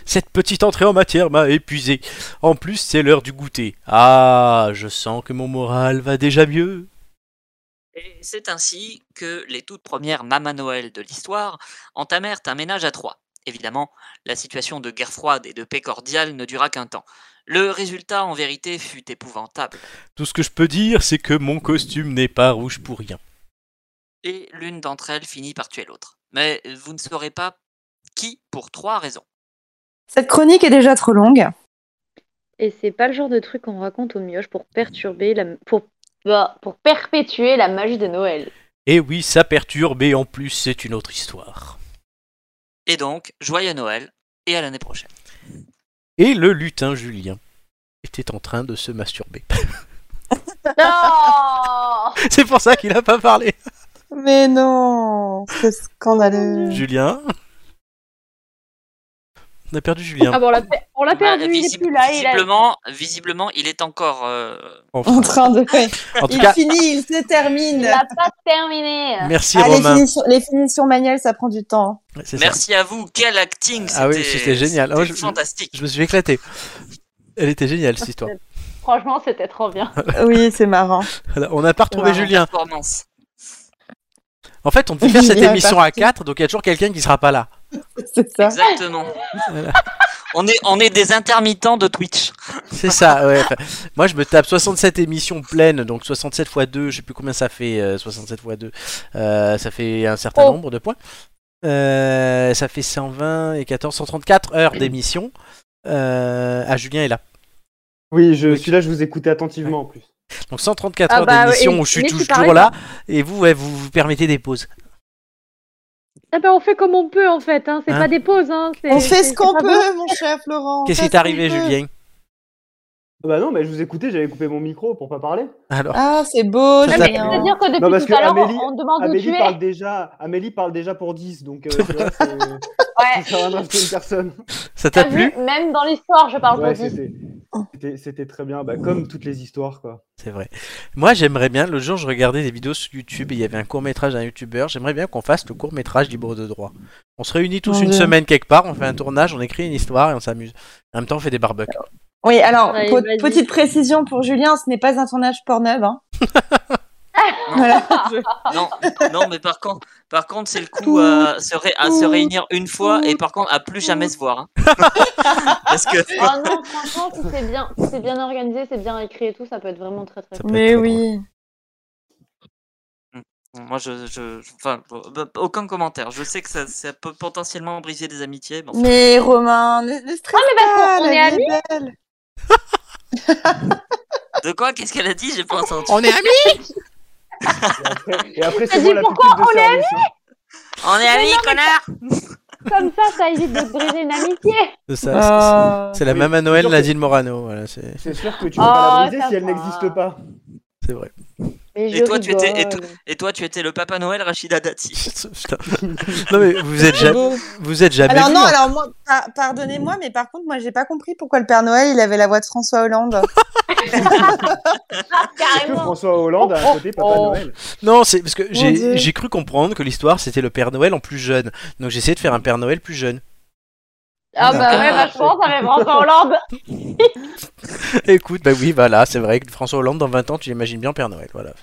[SPEAKER 1] Cette petite entrée en matière m'a épuisé. En plus, c'est l'heure du goûter. Ah, je sens que mon moral va déjà mieux.
[SPEAKER 4] Et c'est ainsi que les toutes premières Mamas Noël de l'histoire entamèrent un ménage à trois. Évidemment, la situation de guerre froide et de paix cordiale ne dura qu'un temps. Le résultat, en vérité, fut épouvantable.
[SPEAKER 1] Tout ce que je peux dire, c'est que mon costume n'est pas rouge pour rien.
[SPEAKER 4] et l'une d'entre elles finit par tuer l'autre. Mais vous ne saurez pas qui pour trois raisons.
[SPEAKER 2] Cette chronique est déjà trop longue.
[SPEAKER 3] Et c'est pas le genre de truc qu'on raconte aux mioches pour perturber la... pour... bah, pour perpétuer la magie de [LAUGHS] Noël.
[SPEAKER 1] Et Eh oui, ça perturbe et en plus, c'est une autre histoire.
[SPEAKER 4] Et donc, joyeux Noël et à l'année prochaine.
[SPEAKER 1] Et le lutin Julien était en train de se masturber. [LAUGHS]
[SPEAKER 11] Non
[SPEAKER 1] c'est pour ça qu'il a pas parlé.
[SPEAKER 2] Mais non, c'est scandaleux.
[SPEAKER 1] Julien On a perdu Julien.
[SPEAKER 11] Ah bon, on l'a pe- on l'a
[SPEAKER 4] Bah,
[SPEAKER 11] perdu, il est
[SPEAKER 4] visib-
[SPEAKER 11] plus là. il a-
[SPEAKER 4] visiblement, visiblement, il est encore. euh,
[SPEAKER 2] En
[SPEAKER 1] Enfin,
[SPEAKER 2] train de. [LAUGHS] ouais.
[SPEAKER 1] en tout
[SPEAKER 2] Il
[SPEAKER 1] cas,
[SPEAKER 2] finit, il se
[SPEAKER 11] Il
[SPEAKER 2] termine.
[SPEAKER 11] l'a pas terminé.
[SPEAKER 1] merci
[SPEAKER 2] Ah, les,
[SPEAKER 1] Romain.
[SPEAKER 2] finitions, les finitions manuelles, ça prend du temps.
[SPEAKER 1] C'est ça.
[SPEAKER 4] Merci à vous, quel acting
[SPEAKER 1] Ah oui, c'était génial. Ah,
[SPEAKER 4] c'était
[SPEAKER 1] je-
[SPEAKER 4] fantastique.
[SPEAKER 1] Je me suis éclaté. Elle était géniale cette histoire.
[SPEAKER 11] Franchement, c'était trop bien.
[SPEAKER 2] Oui, c'est marrant. [LAUGHS]
[SPEAKER 1] Voilà, On n'a pas retrouvé
[SPEAKER 2] Wow.
[SPEAKER 1] Julien.
[SPEAKER 4] Performance.
[SPEAKER 1] En fait, on devait
[SPEAKER 11] [LAUGHS]
[SPEAKER 1] faire cette
[SPEAKER 2] Julien est
[SPEAKER 1] émission à 4, donc il y a toujours quelqu'un qui sera pas là.
[SPEAKER 2] C'est
[SPEAKER 4] Ah
[SPEAKER 2] ça.
[SPEAKER 4] Exactement.
[SPEAKER 1] Voilà.
[SPEAKER 4] on, est, on est des intermittents de Twitch.
[SPEAKER 1] C'est ça, ouais. Enfin, moi, je me tape 67 émissions pleines, donc 67 x 2, je sais plus combien ça fait, euh, 67 x 2, euh, ça fait un certain
[SPEAKER 11] Oh.
[SPEAKER 1] nombre de points. Euh, ça fait 120 et 14, 134 heures d'émission. Euh, ah, Julien est là.
[SPEAKER 5] [LAUGHS] Oui, je suis là, je vous écoutais attentivement en plus.
[SPEAKER 1] Donc 134
[SPEAKER 11] Ah
[SPEAKER 1] heures
[SPEAKER 11] bah,
[SPEAKER 1] d'émission
[SPEAKER 11] et-
[SPEAKER 1] où je suis
[SPEAKER 11] mais tu
[SPEAKER 1] toujours
[SPEAKER 11] parlais
[SPEAKER 1] là, et vous, ouais, vous vous permettez des pauses.
[SPEAKER 3] Eh ben on fait comme on peut en fait, hein. c'est
[SPEAKER 1] Hein
[SPEAKER 3] pas des pauses. Hein. c'est-
[SPEAKER 2] On fait
[SPEAKER 3] c'est-
[SPEAKER 2] ce qu'on
[SPEAKER 3] c'est pas
[SPEAKER 2] peut, mon cher Florent. on
[SPEAKER 1] Qu'est-ce
[SPEAKER 2] fait
[SPEAKER 1] qui t'est
[SPEAKER 2] ce qu'on
[SPEAKER 1] arrivé,
[SPEAKER 2] peut.
[SPEAKER 1] Julien
[SPEAKER 5] Bah non, mais je vous écoutais, j'avais coupé mon micro pour pas parler.
[SPEAKER 1] Alors,
[SPEAKER 2] Ah, c'est
[SPEAKER 1] Ça
[SPEAKER 2] beau,
[SPEAKER 11] Non,
[SPEAKER 1] t'a-
[SPEAKER 11] mais
[SPEAKER 2] Julien.
[SPEAKER 11] C'est-à-dire que depuis
[SPEAKER 5] parce
[SPEAKER 11] tout
[SPEAKER 5] que
[SPEAKER 11] à l'heure,
[SPEAKER 5] Amélie-
[SPEAKER 11] on on demande où
[SPEAKER 5] Amélie
[SPEAKER 11] tu es.
[SPEAKER 5] parle, déjà, Amélie parle déjà pour 10, donc euh, tu vois, c'est-
[SPEAKER 11] Ouais.
[SPEAKER 5] ça va me rajouter une personne.
[SPEAKER 1] ça
[SPEAKER 11] T'as
[SPEAKER 1] t'a
[SPEAKER 11] vu
[SPEAKER 1] plu
[SPEAKER 11] Même dans l'histoire, je parle
[SPEAKER 5] Ouais,
[SPEAKER 11] de dix.
[SPEAKER 5] c'était- c'était- c'était très bien, bah, comme toutes les histoires. quoi.
[SPEAKER 1] C'est vrai. Moi, j'aimerais bien, le jour, je regardais des vidéos sur YouTube et il y avait un court-métrage d'un YouTuber. J'aimerais bien qu'on fasse le court-métrage libre de droit. On se réunit tous
[SPEAKER 2] Mon
[SPEAKER 1] une
[SPEAKER 2] Dieu.
[SPEAKER 1] semaine quelque part, on fait un tournage, on écrit une histoire et on s'amuse. En même temps, on fait des barbecues.
[SPEAKER 2] Oui, alors,
[SPEAKER 3] Allez,
[SPEAKER 2] po-
[SPEAKER 3] vas-y.
[SPEAKER 2] petite précision pour Julien, ce n'est pas un tournage Pornhub. Hein. voilà.
[SPEAKER 4] Non, non, mais par contre, par contre, c'est le coup à se, ré- à se réunir une fois et par contre à plus jamais se voir. hein. [LAUGHS] Parce que
[SPEAKER 11] Oh non, franchement, si c'est bien, si c'est bien organisé, c'est bien écrit et tout, ça peut être vraiment très très
[SPEAKER 1] Ça
[SPEAKER 11] cool.
[SPEAKER 1] peut être très drôle.
[SPEAKER 4] Moi, je, je, je- enfin, euh, aucun commentaire. Je sais que ça, ça peut potentiellement briser des amitiés. mais enfin,
[SPEAKER 12] Mais Romain, ne, ne stresse
[SPEAKER 3] Ah, mais parce
[SPEAKER 12] pas,
[SPEAKER 3] qu'on- on
[SPEAKER 12] la
[SPEAKER 3] est
[SPEAKER 12] vie est belle.
[SPEAKER 4] De quoi Qu'est-ce qu'elle a dit J'ai pas entendu.
[SPEAKER 1] On est amis
[SPEAKER 5] Et après,
[SPEAKER 3] T'as
[SPEAKER 5] c'est
[SPEAKER 3] dit
[SPEAKER 5] moi la
[SPEAKER 3] pourquoi
[SPEAKER 5] pupille
[SPEAKER 3] on
[SPEAKER 5] de
[SPEAKER 3] est
[SPEAKER 5] service. hein.
[SPEAKER 4] On est amis, connard
[SPEAKER 3] Comme ça, ça évite de te briser une amitié.
[SPEAKER 1] C'est ça,
[SPEAKER 12] Ah.
[SPEAKER 1] c'est- c'est la
[SPEAKER 5] Oui,
[SPEAKER 1] même à Noël,
[SPEAKER 5] toujours
[SPEAKER 1] l'a
[SPEAKER 5] que-
[SPEAKER 1] dit le Morano. Voilà, c'est
[SPEAKER 5] C'est sûr que tu vas pas la
[SPEAKER 3] Oh,
[SPEAKER 5] briser
[SPEAKER 3] ça
[SPEAKER 5] si elle
[SPEAKER 3] va.
[SPEAKER 5] n'existe pas.
[SPEAKER 1] c'est vrai. [LAUGHS]
[SPEAKER 3] Mais
[SPEAKER 4] Et
[SPEAKER 3] je
[SPEAKER 4] toi, tu étais- et
[SPEAKER 3] rigole.
[SPEAKER 4] Et toi, tu étais le Papa Noël Rachida Dati.
[SPEAKER 1] Putain. non mais vous êtes
[SPEAKER 12] C'est
[SPEAKER 1] jamais,
[SPEAKER 12] beau.
[SPEAKER 1] vous êtes jamais
[SPEAKER 12] Alors
[SPEAKER 1] vus,
[SPEAKER 12] non,
[SPEAKER 1] hein.
[SPEAKER 12] alors moi, par- pardonnez-moi, mais par contre, moi, j'ai pas compris pourquoi le Père Noël, il avait la voix de François
[SPEAKER 1] [LAUGHS]
[SPEAKER 12] Hollande.
[SPEAKER 3] Ah,
[SPEAKER 5] Parce que
[SPEAKER 3] carrément.
[SPEAKER 5] François Hollande a un côté Papa
[SPEAKER 3] Oh.
[SPEAKER 5] Noël.
[SPEAKER 1] Non, c'est parce que
[SPEAKER 12] Dieu.
[SPEAKER 1] j'ai j'ai cru comprendre que l'histoire c'était le Père Noël en plus jeune. Donc j'ai essayé de faire un Père Noël plus jeune. [LAUGHS]
[SPEAKER 3] Ah bah
[SPEAKER 4] Ah.
[SPEAKER 3] ouais, vachement, ça même François Hollande.
[SPEAKER 1] Écoute, bah oui, voilà, c'est vrai que François Hollande dans 20 ans, tu l'imagines bien Père Noël, voilà.
[SPEAKER 5] Pas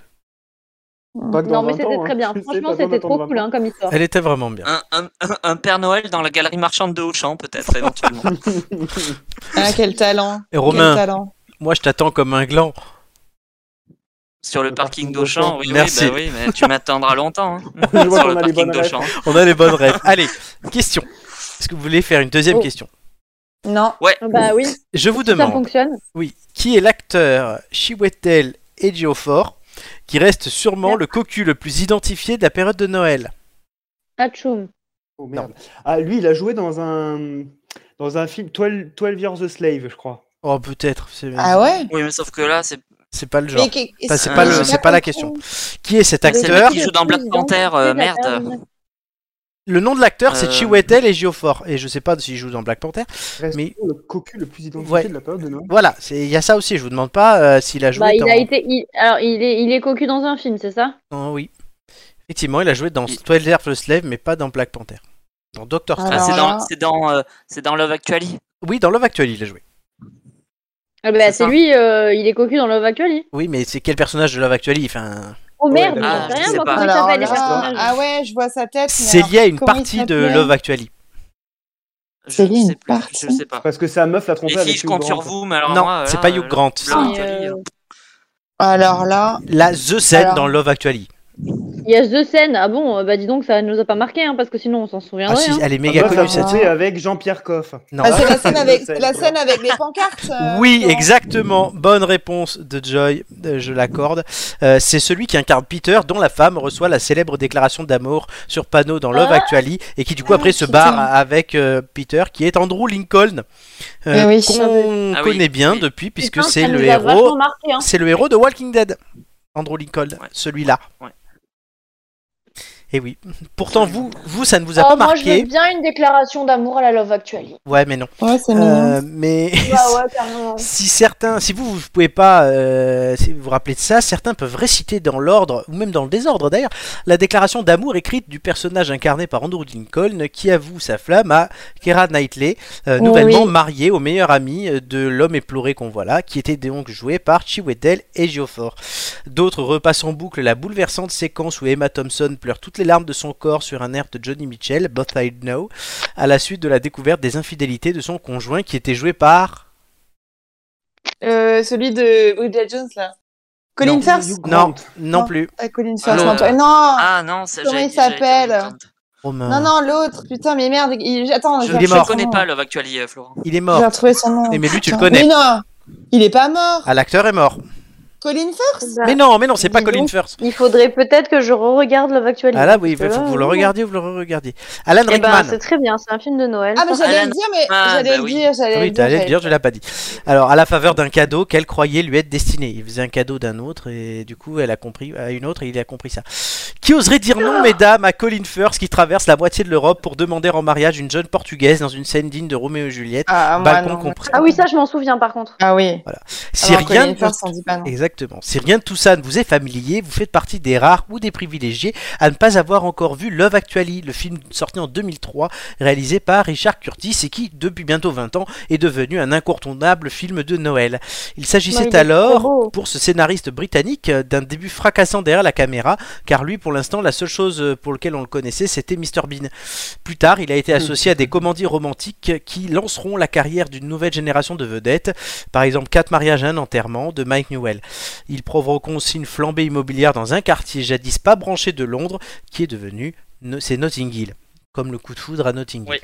[SPEAKER 5] que
[SPEAKER 3] Oh. Non,
[SPEAKER 5] dans
[SPEAKER 3] mais
[SPEAKER 5] 20
[SPEAKER 3] c'était
[SPEAKER 5] ans,
[SPEAKER 3] très
[SPEAKER 5] hein.
[SPEAKER 3] bien.
[SPEAKER 5] C'est pas
[SPEAKER 3] Franchement,
[SPEAKER 5] dans
[SPEAKER 3] c'était
[SPEAKER 5] 20 ans,
[SPEAKER 3] trop cool
[SPEAKER 5] 20 ans.
[SPEAKER 3] hein, comme histoire.
[SPEAKER 1] Elle était vraiment bien.
[SPEAKER 4] Un, un- un- un Père Noël dans la galerie marchande de Auchan, peut-être,
[SPEAKER 1] [LAUGHS]
[SPEAKER 4] éventuellement.
[SPEAKER 3] hein.
[SPEAKER 12] Ah, quel talent.
[SPEAKER 1] Et
[SPEAKER 12] Quel
[SPEAKER 1] Romain,
[SPEAKER 12] talent.
[SPEAKER 1] moi je t'attends comme un gland.
[SPEAKER 4] Sur le,
[SPEAKER 5] Le
[SPEAKER 4] parking
[SPEAKER 5] parking
[SPEAKER 4] d'Auchan,
[SPEAKER 5] d'Auchan.
[SPEAKER 4] oui, oui,
[SPEAKER 1] Merci.
[SPEAKER 4] bah oui, mais tu m'attendras longtemps. hein.
[SPEAKER 5] [LAUGHS] [LAUGHS] Je vois
[SPEAKER 4] Sur le
[SPEAKER 5] qu'on a les
[SPEAKER 4] parking
[SPEAKER 5] bonnes refs.
[SPEAKER 4] d'Auchan.
[SPEAKER 1] On a les bonnes rêves. Allez, question. Est-ce que vous voulez faire une deuxième
[SPEAKER 3] Oh.
[SPEAKER 1] question
[SPEAKER 12] Non.
[SPEAKER 3] Ah Bah oui,
[SPEAKER 1] Je vous
[SPEAKER 3] ça
[SPEAKER 1] demande,
[SPEAKER 3] fonctionne.
[SPEAKER 1] oui, qui est l'acteur Chiwetel Ejiofor qui reste sûrement le cocu le plus identifié de la période de Noël
[SPEAKER 3] Atchoum.
[SPEAKER 5] Oh, merde. Ah, lui, il a joué dans un, dans un film 12, 12 Years a Slave, je crois.
[SPEAKER 1] Oh, peut-être, c'est
[SPEAKER 12] Ah ouais
[SPEAKER 4] Oui, mais sauf que là, c'est
[SPEAKER 1] c'est pas le genre.
[SPEAKER 12] Mais qu'est-
[SPEAKER 1] Enfin, c'est
[SPEAKER 4] euh,
[SPEAKER 1] pas, le-
[SPEAKER 4] j'ai
[SPEAKER 1] c'est pas la question. Qui est cet
[SPEAKER 4] c'est le
[SPEAKER 1] acteur
[SPEAKER 4] mec qui joue dans Black Panther, euh, merde.
[SPEAKER 1] Le nom de l'acteur, c'est
[SPEAKER 4] Euh.
[SPEAKER 1] Chiwetel et Ejiofor. Et je sais pas s'il joue dans Black Panther.
[SPEAKER 5] Reste
[SPEAKER 1] Mais-
[SPEAKER 5] le cocu le plus identifié
[SPEAKER 1] Ouais.
[SPEAKER 5] de la période de Noël.
[SPEAKER 1] Voilà, c'est- il y a ça aussi. Je vous demande pas euh, s'il a joué
[SPEAKER 3] Bah, il
[SPEAKER 1] dans.
[SPEAKER 3] a été. il- Alors, il est, il est cocu dans un film, c'est ça
[SPEAKER 1] Non, Ah oui. Effectivement, il a joué dans
[SPEAKER 4] Il-
[SPEAKER 1] 12 Years a Slave, mais pas dans Black Panther. Dans Doctor
[SPEAKER 12] Ah,
[SPEAKER 1] Strange.
[SPEAKER 4] Ah, c'est
[SPEAKER 12] Alors
[SPEAKER 4] dans,
[SPEAKER 12] là-
[SPEAKER 4] c'est dans, euh, c'est dans Love Actually.
[SPEAKER 1] Oui, dans Love Actually, il a joué.
[SPEAKER 3] Ah
[SPEAKER 4] C'est
[SPEAKER 3] bah,
[SPEAKER 4] ça.
[SPEAKER 3] c'est lui, euh, il est cocu dans Love Actually.
[SPEAKER 1] Oui, mais c'est quel personnage de Love Actually Enfin,
[SPEAKER 3] Oh
[SPEAKER 5] Ouais,
[SPEAKER 3] merde,
[SPEAKER 5] d'accord.
[SPEAKER 4] Ah,
[SPEAKER 3] j'en sais
[SPEAKER 4] je
[SPEAKER 3] rien,
[SPEAKER 4] sais
[SPEAKER 3] moi,
[SPEAKER 4] pas.
[SPEAKER 3] comment il
[SPEAKER 12] Alors
[SPEAKER 3] s'appelle les
[SPEAKER 12] là,
[SPEAKER 3] personnages.
[SPEAKER 12] Ah ouais, je vois sa tête. mais
[SPEAKER 1] c'est
[SPEAKER 12] alors,
[SPEAKER 1] lié à une
[SPEAKER 12] comment il
[SPEAKER 1] partie de
[SPEAKER 12] s'appelait
[SPEAKER 1] Love Actually.
[SPEAKER 4] Je
[SPEAKER 12] Céline
[SPEAKER 4] sais plus,
[SPEAKER 12] Park,
[SPEAKER 4] je
[SPEAKER 12] hein.
[SPEAKER 4] sais pas.
[SPEAKER 5] Ah. Parce que sa meuf l'a trompé
[SPEAKER 4] Les
[SPEAKER 5] avec
[SPEAKER 4] filles, je
[SPEAKER 5] Hugh
[SPEAKER 4] compte sur
[SPEAKER 5] Grant.
[SPEAKER 4] vous, mais alors
[SPEAKER 1] non,
[SPEAKER 4] moi,
[SPEAKER 1] c'est
[SPEAKER 4] là,
[SPEAKER 1] pas
[SPEAKER 4] euh,
[SPEAKER 1] Hugh Grant.
[SPEAKER 4] Love
[SPEAKER 3] Mais,
[SPEAKER 4] Actually,
[SPEAKER 3] euh,
[SPEAKER 4] euh,
[SPEAKER 12] Alors là,
[SPEAKER 1] La The Scene
[SPEAKER 12] Alors.
[SPEAKER 1] dans Love Actually.
[SPEAKER 3] Il y a The Scène. Ah bon, euh, bah dis donc, ça nous a pas marqué, hein, parce que sinon, on s'en
[SPEAKER 1] Ah,
[SPEAKER 3] souviendrait.
[SPEAKER 1] si,
[SPEAKER 3] hein.
[SPEAKER 1] elle est
[SPEAKER 5] Sa
[SPEAKER 1] méga
[SPEAKER 5] meuf l'a
[SPEAKER 1] connue cette.
[SPEAKER 5] trompé avec Jean-Pierre Coff.
[SPEAKER 1] Non.
[SPEAKER 12] bah, Ah, c'est la scène avec
[SPEAKER 5] Je sais.
[SPEAKER 12] la scène avec les pancartes. euh,
[SPEAKER 1] Oui,
[SPEAKER 12] Florent.
[SPEAKER 1] exactement. Bonne réponse de Joy, euh, je l'accorde. Euh, c'est celui qui incarne Peter, dont la femme reçoit la célèbre déclaration d'amour sur panneau dans Love
[SPEAKER 3] Ah.
[SPEAKER 1] Actually, et qui du coup
[SPEAKER 12] Ah,
[SPEAKER 1] après se
[SPEAKER 12] putain.
[SPEAKER 1] barre avec euh, Peter, qui est Andrew Lincoln, euh,
[SPEAKER 12] Eh oui.
[SPEAKER 1] qu'on
[SPEAKER 4] Ah oui.
[SPEAKER 1] connaît bien
[SPEAKER 4] Oui.
[SPEAKER 1] depuis, puisque
[SPEAKER 3] Putain,
[SPEAKER 1] c'est
[SPEAKER 3] ça nous
[SPEAKER 1] le
[SPEAKER 3] a vachement
[SPEAKER 1] héros,
[SPEAKER 3] marqué, hein.
[SPEAKER 1] c'est le héros de Walking Dead. Andrew Lincoln,
[SPEAKER 4] Ouais.
[SPEAKER 1] celui-là.
[SPEAKER 4] Ouais.
[SPEAKER 1] Et oui. Pourtant vous, vous, ça ne vous a
[SPEAKER 3] Oh,
[SPEAKER 1] pas
[SPEAKER 3] moi, je veux
[SPEAKER 1] marqué.
[SPEAKER 3] bien une déclaration d'amour à la Love Actually.
[SPEAKER 1] Ouais, mais non.
[SPEAKER 12] Ouais, c'est
[SPEAKER 1] Euh,
[SPEAKER 12] mignon.
[SPEAKER 1] mais
[SPEAKER 3] Ouais, ouais, carrément.
[SPEAKER 1] Si certains, si vous vous pouvez pas euh, si vous vous rappeler de ça, certains peuvent réciter dans l'ordre ou même dans le désordre d'ailleurs la déclaration d'amour écrite du personnage incarné par Andrew Lincoln qui avoue sa flamme à Kera Knightley, euh, nouvellement mariée au meilleur ami euh, de l'homme éploré qu'on voit là, qui était donc joué par Chiwetel et Geofford. D'autres repassent en boucle la bouleversante séquence où Emma Thompson pleure toutes les larmes de son corps sur un air de Johnny Mitchell, Both I Know, à la suite de la découverte des infidélités de son conjoint qui était joué par
[SPEAKER 12] Euh, celui de Bridget Jones là. Colin
[SPEAKER 1] Non.
[SPEAKER 12] Firth.
[SPEAKER 5] Hugh
[SPEAKER 1] Non,
[SPEAKER 5] Grant.
[SPEAKER 1] non
[SPEAKER 12] Non.
[SPEAKER 1] plus.
[SPEAKER 12] Ah, Colin Firth.
[SPEAKER 4] Ah,
[SPEAKER 12] non,
[SPEAKER 4] le-
[SPEAKER 12] toi- non,
[SPEAKER 4] Ah non, c'est-
[SPEAKER 12] Comment
[SPEAKER 4] j'avais
[SPEAKER 12] il
[SPEAKER 4] dit- j'avais
[SPEAKER 12] s'appelle
[SPEAKER 4] été contente.
[SPEAKER 1] Romain.
[SPEAKER 12] non, non, l'autre. Putain, mais merde. il- Attends,
[SPEAKER 4] Je
[SPEAKER 12] j'ai
[SPEAKER 1] il est
[SPEAKER 4] ne
[SPEAKER 12] retrouvé
[SPEAKER 1] mort.
[SPEAKER 4] connais
[SPEAKER 12] son nom.
[SPEAKER 4] pas Love Actually, euh, Florent.
[SPEAKER 1] Il est
[SPEAKER 12] J'ai
[SPEAKER 1] mort.
[SPEAKER 12] retrouvé son nom.
[SPEAKER 1] Eh, mais lui, tu le
[SPEAKER 12] Putain.
[SPEAKER 1] connais.
[SPEAKER 12] Mais non, il est pas mort.
[SPEAKER 1] Ah, L'acteur est mort.
[SPEAKER 12] Colin Firth.
[SPEAKER 3] Bah,
[SPEAKER 1] Mais non, mais non, c'est pas
[SPEAKER 3] dis
[SPEAKER 1] Colin
[SPEAKER 3] donc.
[SPEAKER 1] Firth.
[SPEAKER 3] Il faudrait peut-être que je re-regarde Love Actually.
[SPEAKER 1] Ah là, oui,
[SPEAKER 3] parce
[SPEAKER 1] faut-
[SPEAKER 3] que là,
[SPEAKER 1] vous le
[SPEAKER 3] non.
[SPEAKER 1] regardiez, vous le re-regardiez. Alan
[SPEAKER 3] Eh ben,
[SPEAKER 1] Rickman.
[SPEAKER 3] c'est très bien, c'est un film de Noël.
[SPEAKER 12] Ah, mais j'allais
[SPEAKER 4] Alan-
[SPEAKER 12] le dire, mais
[SPEAKER 4] Ah,
[SPEAKER 12] j'allais
[SPEAKER 4] bah
[SPEAKER 12] le
[SPEAKER 4] oui.
[SPEAKER 12] dire, j'allais
[SPEAKER 1] Oui,
[SPEAKER 12] le dire.
[SPEAKER 1] t'allais le
[SPEAKER 12] j'allais-
[SPEAKER 1] dire, je l'ai pas dit. Alors, à la faveur d'un cadeau qu'elle croyait lui être destiné. Il faisait un cadeau d'un autre et du coup, elle a compris à une autre et il a compris ça. Qui oserait dire non, mesdames, à Colin Firth qui traverse la moitié de l'Europe pour demander en mariage une jeune portugaise dans une scène digne de Roméo et Juliette
[SPEAKER 12] Ah, moi,
[SPEAKER 1] Balcon
[SPEAKER 12] non.
[SPEAKER 1] compris.
[SPEAKER 3] Ah oui, ça, je m'en souviens par contre.
[SPEAKER 12] Ah oui.
[SPEAKER 1] Si
[SPEAKER 12] Alors,
[SPEAKER 1] rien
[SPEAKER 12] Colin
[SPEAKER 1] ne-
[SPEAKER 12] Firth, on dit pas non.
[SPEAKER 1] Exactement. Si rien de tout ça ne vous est familier, vous faites partie des rares ou des privilégiés à ne pas avoir encore vu Love Actually, le film sorti en 2003, réalisé par Richard Curtis et qui, depuis bientôt 20 ans, est devenu un incontournable film de Noël. Il
[SPEAKER 3] Ouais, il est
[SPEAKER 1] s'agissait
[SPEAKER 3] très
[SPEAKER 1] alors,
[SPEAKER 3] beau.
[SPEAKER 1] pour ce scénariste britannique, euh, d'un début fracassant derrière la caméra, car lui, pour l'instant, la seule chose euh, pour laquelle on le connaissait, c'était Mr. Bean. Plus tard, il a été associé à des comédies romantiques qui lanceront la carrière d'une nouvelle génération de vedettes, par exemple Quatre mariages, un enterrement de Mike Newell. Ils provoqueront aussi une flambée immobilière dans un quartier jadis pas branché de Londres, qui est devenu No- c'est Notting Hill, comme le coup de foudre à Notting Hill.
[SPEAKER 4] Oui.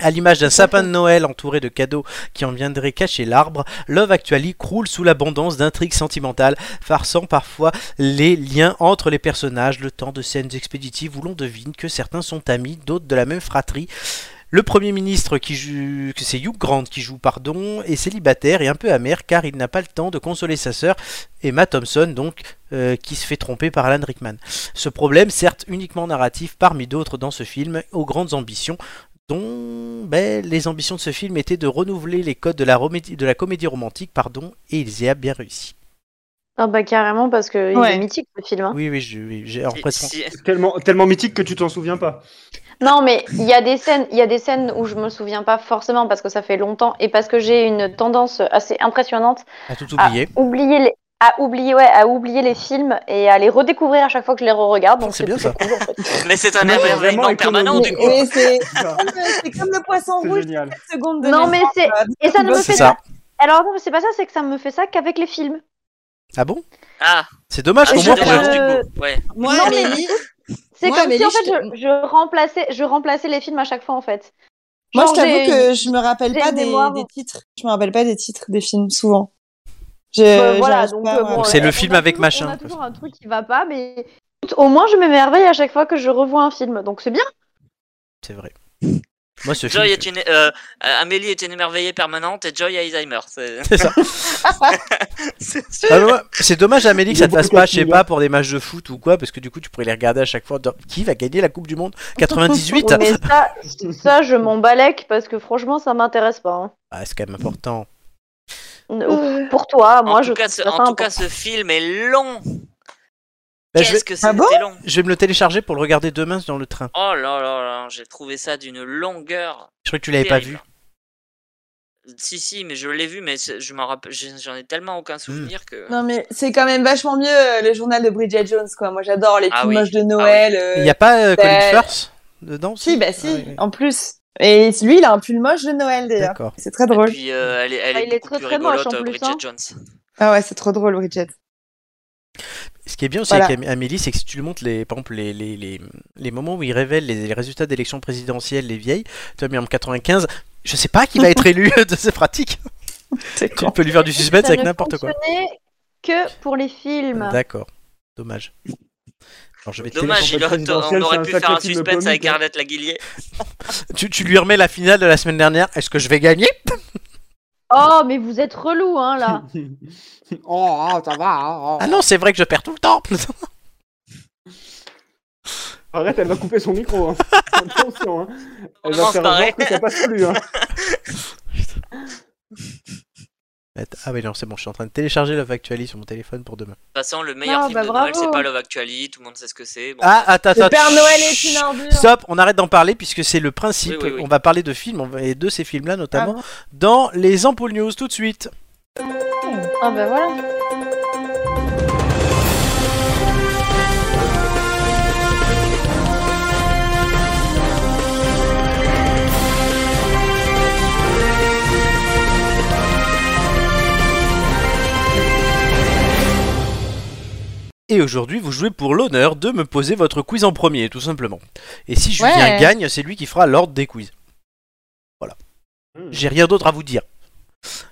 [SPEAKER 1] À l'image d'un sapin de Noël entouré de cadeaux qui en viendraient cacher l'arbre, Love Actually croule sous l'abondance d'intrigues sentimentales, farçant parfois les liens entre les personnages, le temps de scènes expéditives où l'on devine que certains sont amis, d'autres de la même fratrie. Le Premier ministre, qui joue, que c'est Hugh Grant qui joue, pardon, est célibataire et un peu amer car il n'a pas le temps de consoler sa sœur, Emma Thompson, donc, euh, qui se fait tromper par Alan Rickman. Ce problème, certes uniquement narratif parmi d'autres dans ce film, aux grandes ambitions, dont ben, les ambitions de ce film étaient de renouveler les codes de la, romédie- de la comédie romantique, pardon, et ils y a bien réussi.
[SPEAKER 3] Ah bah carrément parce que il
[SPEAKER 2] Ouais.
[SPEAKER 3] est mythique ce film. hein.
[SPEAKER 1] Oui, oui, je- oui, j'ai en fait,
[SPEAKER 4] Si- [LAUGHS]
[SPEAKER 5] Tellement, tellement mythique que tu t'en souviens pas.
[SPEAKER 3] Non mais il y a des scènes, il y a des scènes où je me souviens pas forcément parce que ça fait longtemps et parce que j'ai une tendance assez impressionnante
[SPEAKER 1] à tout
[SPEAKER 3] à
[SPEAKER 1] oublier.
[SPEAKER 3] oublier les à oublier, ouais, à oublier les films et à les redécouvrir à chaque fois que je les re-regarde. Donc
[SPEAKER 1] C'est bien
[SPEAKER 3] plutôt
[SPEAKER 1] ça.
[SPEAKER 3] cool, en fait.
[SPEAKER 4] Mais c'est un
[SPEAKER 5] Non, mais
[SPEAKER 4] émerveillement
[SPEAKER 5] vraiment
[SPEAKER 4] permanent
[SPEAKER 5] économique.
[SPEAKER 4] du
[SPEAKER 12] Mais,
[SPEAKER 4] coup.
[SPEAKER 12] mais c'est
[SPEAKER 5] C'est
[SPEAKER 12] c'est comme le
[SPEAKER 1] [LAUGHS]
[SPEAKER 12] poisson rouge,
[SPEAKER 5] génial.
[SPEAKER 12] 7 secondes de
[SPEAKER 3] Non mais
[SPEAKER 12] naissance,
[SPEAKER 3] c'est
[SPEAKER 12] euh,
[SPEAKER 3] et
[SPEAKER 4] Ah.
[SPEAKER 3] ça ne me
[SPEAKER 1] C'est
[SPEAKER 3] fait
[SPEAKER 1] ça.
[SPEAKER 3] Alors non, mais c'est pas ça, c'est que ça me fait ça qu'avec les films.
[SPEAKER 1] Ah bon
[SPEAKER 4] Ah,
[SPEAKER 1] C'est dommage
[SPEAKER 4] ah,
[SPEAKER 1] qu'au
[SPEAKER 4] c'est
[SPEAKER 1] moins
[SPEAKER 3] je-
[SPEAKER 1] pour le-
[SPEAKER 4] dommage
[SPEAKER 3] euh,
[SPEAKER 4] du coup. Ouais.
[SPEAKER 12] Moi,
[SPEAKER 3] Non, mais-
[SPEAKER 12] Amélie,
[SPEAKER 3] C'est
[SPEAKER 12] Ouais,
[SPEAKER 3] comme
[SPEAKER 12] mais
[SPEAKER 3] si en
[SPEAKER 12] Lich,
[SPEAKER 3] fait je, je remplaçais je remplaçais les films à chaque fois en fait.
[SPEAKER 12] moi je
[SPEAKER 3] Genre,
[SPEAKER 12] t'avoue
[SPEAKER 3] j'ai
[SPEAKER 12] que je me rappelle
[SPEAKER 3] j'ai
[SPEAKER 12] pas
[SPEAKER 3] une
[SPEAKER 12] des,
[SPEAKER 3] mémoire.
[SPEAKER 12] des titres. Je me rappelle pas des titres des films souvent. Je,
[SPEAKER 3] Euh, voilà,
[SPEAKER 12] j'arrive
[SPEAKER 3] donc
[SPEAKER 12] pas,
[SPEAKER 3] euh,
[SPEAKER 12] moi.
[SPEAKER 3] bon,
[SPEAKER 1] c'est
[SPEAKER 3] euh,
[SPEAKER 1] le
[SPEAKER 3] on
[SPEAKER 1] film
[SPEAKER 3] a
[SPEAKER 1] avec
[SPEAKER 3] toujours-
[SPEAKER 1] machin,
[SPEAKER 3] On
[SPEAKER 1] un
[SPEAKER 3] a
[SPEAKER 1] peu.
[SPEAKER 3] toujours un truc qui va pas, mais au moins je m'émerveille à chaque fois que je revois un film, donc c'est bien.
[SPEAKER 1] C'est vrai. Moi, ce film.
[SPEAKER 4] Joy est une, euh, euh, Amélie est une émerveillée permanente et Joy Alzheimer. C'est [LAUGHS]
[SPEAKER 1] C'est ça.
[SPEAKER 4] c'est sûr.
[SPEAKER 1] Ah, mais moi, c'est dommage, Amélie, que
[SPEAKER 5] Il y
[SPEAKER 1] ça
[SPEAKER 5] a
[SPEAKER 1] te fasse
[SPEAKER 5] beaucoup
[SPEAKER 1] pas,
[SPEAKER 5] de
[SPEAKER 1] je sais
[SPEAKER 5] films,
[SPEAKER 1] pas, pour des matchs de foot ou quoi, parce que du coup, tu pourrais les regarder à chaque fois. dans- Qui va gagner la Coupe du Monde 98
[SPEAKER 3] Oui, mais ça, ça je m'en balèque parce que franchement ça m'intéresse pas. hein.
[SPEAKER 1] Ah, c'est quand même important.
[SPEAKER 3] Euh, Pour toi, moi
[SPEAKER 4] en
[SPEAKER 3] je
[SPEAKER 4] tout, cas,
[SPEAKER 3] trouve
[SPEAKER 4] ce,
[SPEAKER 3] ça
[SPEAKER 4] en
[SPEAKER 3] pas
[SPEAKER 4] tout cas,
[SPEAKER 3] important.
[SPEAKER 4] ce film est long.
[SPEAKER 1] Bah, je,
[SPEAKER 4] Qu'est-ce
[SPEAKER 1] vais,
[SPEAKER 4] que c'est
[SPEAKER 12] Ah bon
[SPEAKER 4] long.
[SPEAKER 1] je vais me le télécharger pour le regarder demain dans le train.
[SPEAKER 4] Oh là là là, j'ai trouvé ça d'une longueur.
[SPEAKER 1] Je croyais que tu l'avais pas vu.
[SPEAKER 4] terrible. Si si, mais je l'ai vu, mais c'est- je m'en rappelle, j'ai- j'en ai tellement aucun souvenir que.
[SPEAKER 12] Non mais c'est quand même vachement mieux euh, le journal de Bridget Jones quoi. Moi j'adore les
[SPEAKER 4] Ah
[SPEAKER 12] films
[SPEAKER 4] oui.
[SPEAKER 12] moches de Noël.
[SPEAKER 1] Il
[SPEAKER 12] euh,
[SPEAKER 1] n'y a pas euh, Colin
[SPEAKER 12] euh,
[SPEAKER 1] Firth dedans
[SPEAKER 12] Si
[SPEAKER 2] ben,
[SPEAKER 12] bah si,
[SPEAKER 1] Ah oui, oui.
[SPEAKER 12] en plus. Et lui il a un pull moche de Noël d'ailleurs.
[SPEAKER 1] D'accord.
[SPEAKER 12] C'est très
[SPEAKER 4] Et
[SPEAKER 12] drôle.
[SPEAKER 4] puis euh, elle est, elle
[SPEAKER 3] Ah,
[SPEAKER 4] est
[SPEAKER 3] il est
[SPEAKER 4] beaucoup
[SPEAKER 3] très,
[SPEAKER 4] plus
[SPEAKER 3] très moche,
[SPEAKER 4] rigolote,
[SPEAKER 3] en
[SPEAKER 4] euh,
[SPEAKER 3] plus,
[SPEAKER 4] Bridget
[SPEAKER 3] hein.
[SPEAKER 4] Jones.
[SPEAKER 12] Ah ouais c'est trop drôle Bridget.
[SPEAKER 1] Ce qui est bien aussi
[SPEAKER 12] Voilà.
[SPEAKER 1] avec Am- Amélie, c'est que si tu le montres, les, par exemple, les, les, les, les moments où il révèle les, les résultats d'élections présidentielles, les vieilles, tu vois, mais en 95, je sais pas qui va être élu [LAUGHS] de ces pratiques.
[SPEAKER 12] [LAUGHS] C'est
[SPEAKER 1] Tu peux lui faire du suspense
[SPEAKER 3] Ça
[SPEAKER 1] avec
[SPEAKER 3] ne
[SPEAKER 1] n'importe quoi.
[SPEAKER 3] fonctionnait Que pour les films.
[SPEAKER 1] D'accord. Dommage. Alors, je vais te
[SPEAKER 4] Dommage,
[SPEAKER 5] campagne
[SPEAKER 4] il aurait- on
[SPEAKER 5] présidentielle, c'est
[SPEAKER 4] aurait
[SPEAKER 5] un
[SPEAKER 4] pu
[SPEAKER 5] sacré
[SPEAKER 4] faire un
[SPEAKER 5] film
[SPEAKER 4] suspense avec
[SPEAKER 5] comique, hein.
[SPEAKER 4] Arlette Laguillier.
[SPEAKER 1] tu, tu lui remets la finale de la semaine dernière. Est-ce que je vais gagner
[SPEAKER 3] Oh, mais vous êtes relou,
[SPEAKER 1] [LAUGHS]
[SPEAKER 3] hein, là.
[SPEAKER 5] [LAUGHS] oh, oh, ça va. oh, oh.
[SPEAKER 1] Ah non, c'est vrai que je perds tout le temps. [LAUGHS]
[SPEAKER 5] Arrête, elle va couper
[SPEAKER 1] [LAUGHS]
[SPEAKER 5] son micro. hein. Attention, hein. elle va
[SPEAKER 4] Vraiment, c'est
[SPEAKER 5] faire un
[SPEAKER 4] pareil.
[SPEAKER 5] genre que ça passe plus. hein.
[SPEAKER 1] Attends, Ah, mais non, c'est bon, je suis en train de télécharger Love Actually sur mon téléphone pour demain.
[SPEAKER 4] De toute façon, le meilleur
[SPEAKER 3] Non,
[SPEAKER 4] film
[SPEAKER 3] bah,
[SPEAKER 4] de Noël,
[SPEAKER 3] bravo.
[SPEAKER 4] c'est pas Love Actually, tout le monde sait ce que c'est. Bon,
[SPEAKER 1] Ah, attends, attends.
[SPEAKER 12] Le Père Noël est
[SPEAKER 1] chut.
[SPEAKER 12] une ordure.
[SPEAKER 1] Stop, on arrête d'en parler puisque c'est le principe.
[SPEAKER 4] Oui, oui, oui.
[SPEAKER 1] On va parler de films on va- et de ces films-là
[SPEAKER 12] Ah
[SPEAKER 1] notamment
[SPEAKER 12] bon
[SPEAKER 1] dans les Ampoules News tout de suite.
[SPEAKER 3] Ah, bah voilà.
[SPEAKER 1] Et aujourd'hui, vous jouez pour l'honneur de me poser votre quiz en premier, tout simplement. Et si Julien
[SPEAKER 12] Ouais.
[SPEAKER 1] gagne, c'est lui qui fera l'ordre des quiz.
[SPEAKER 5] Hmm.
[SPEAKER 1] J'ai rien d'autre à vous dire.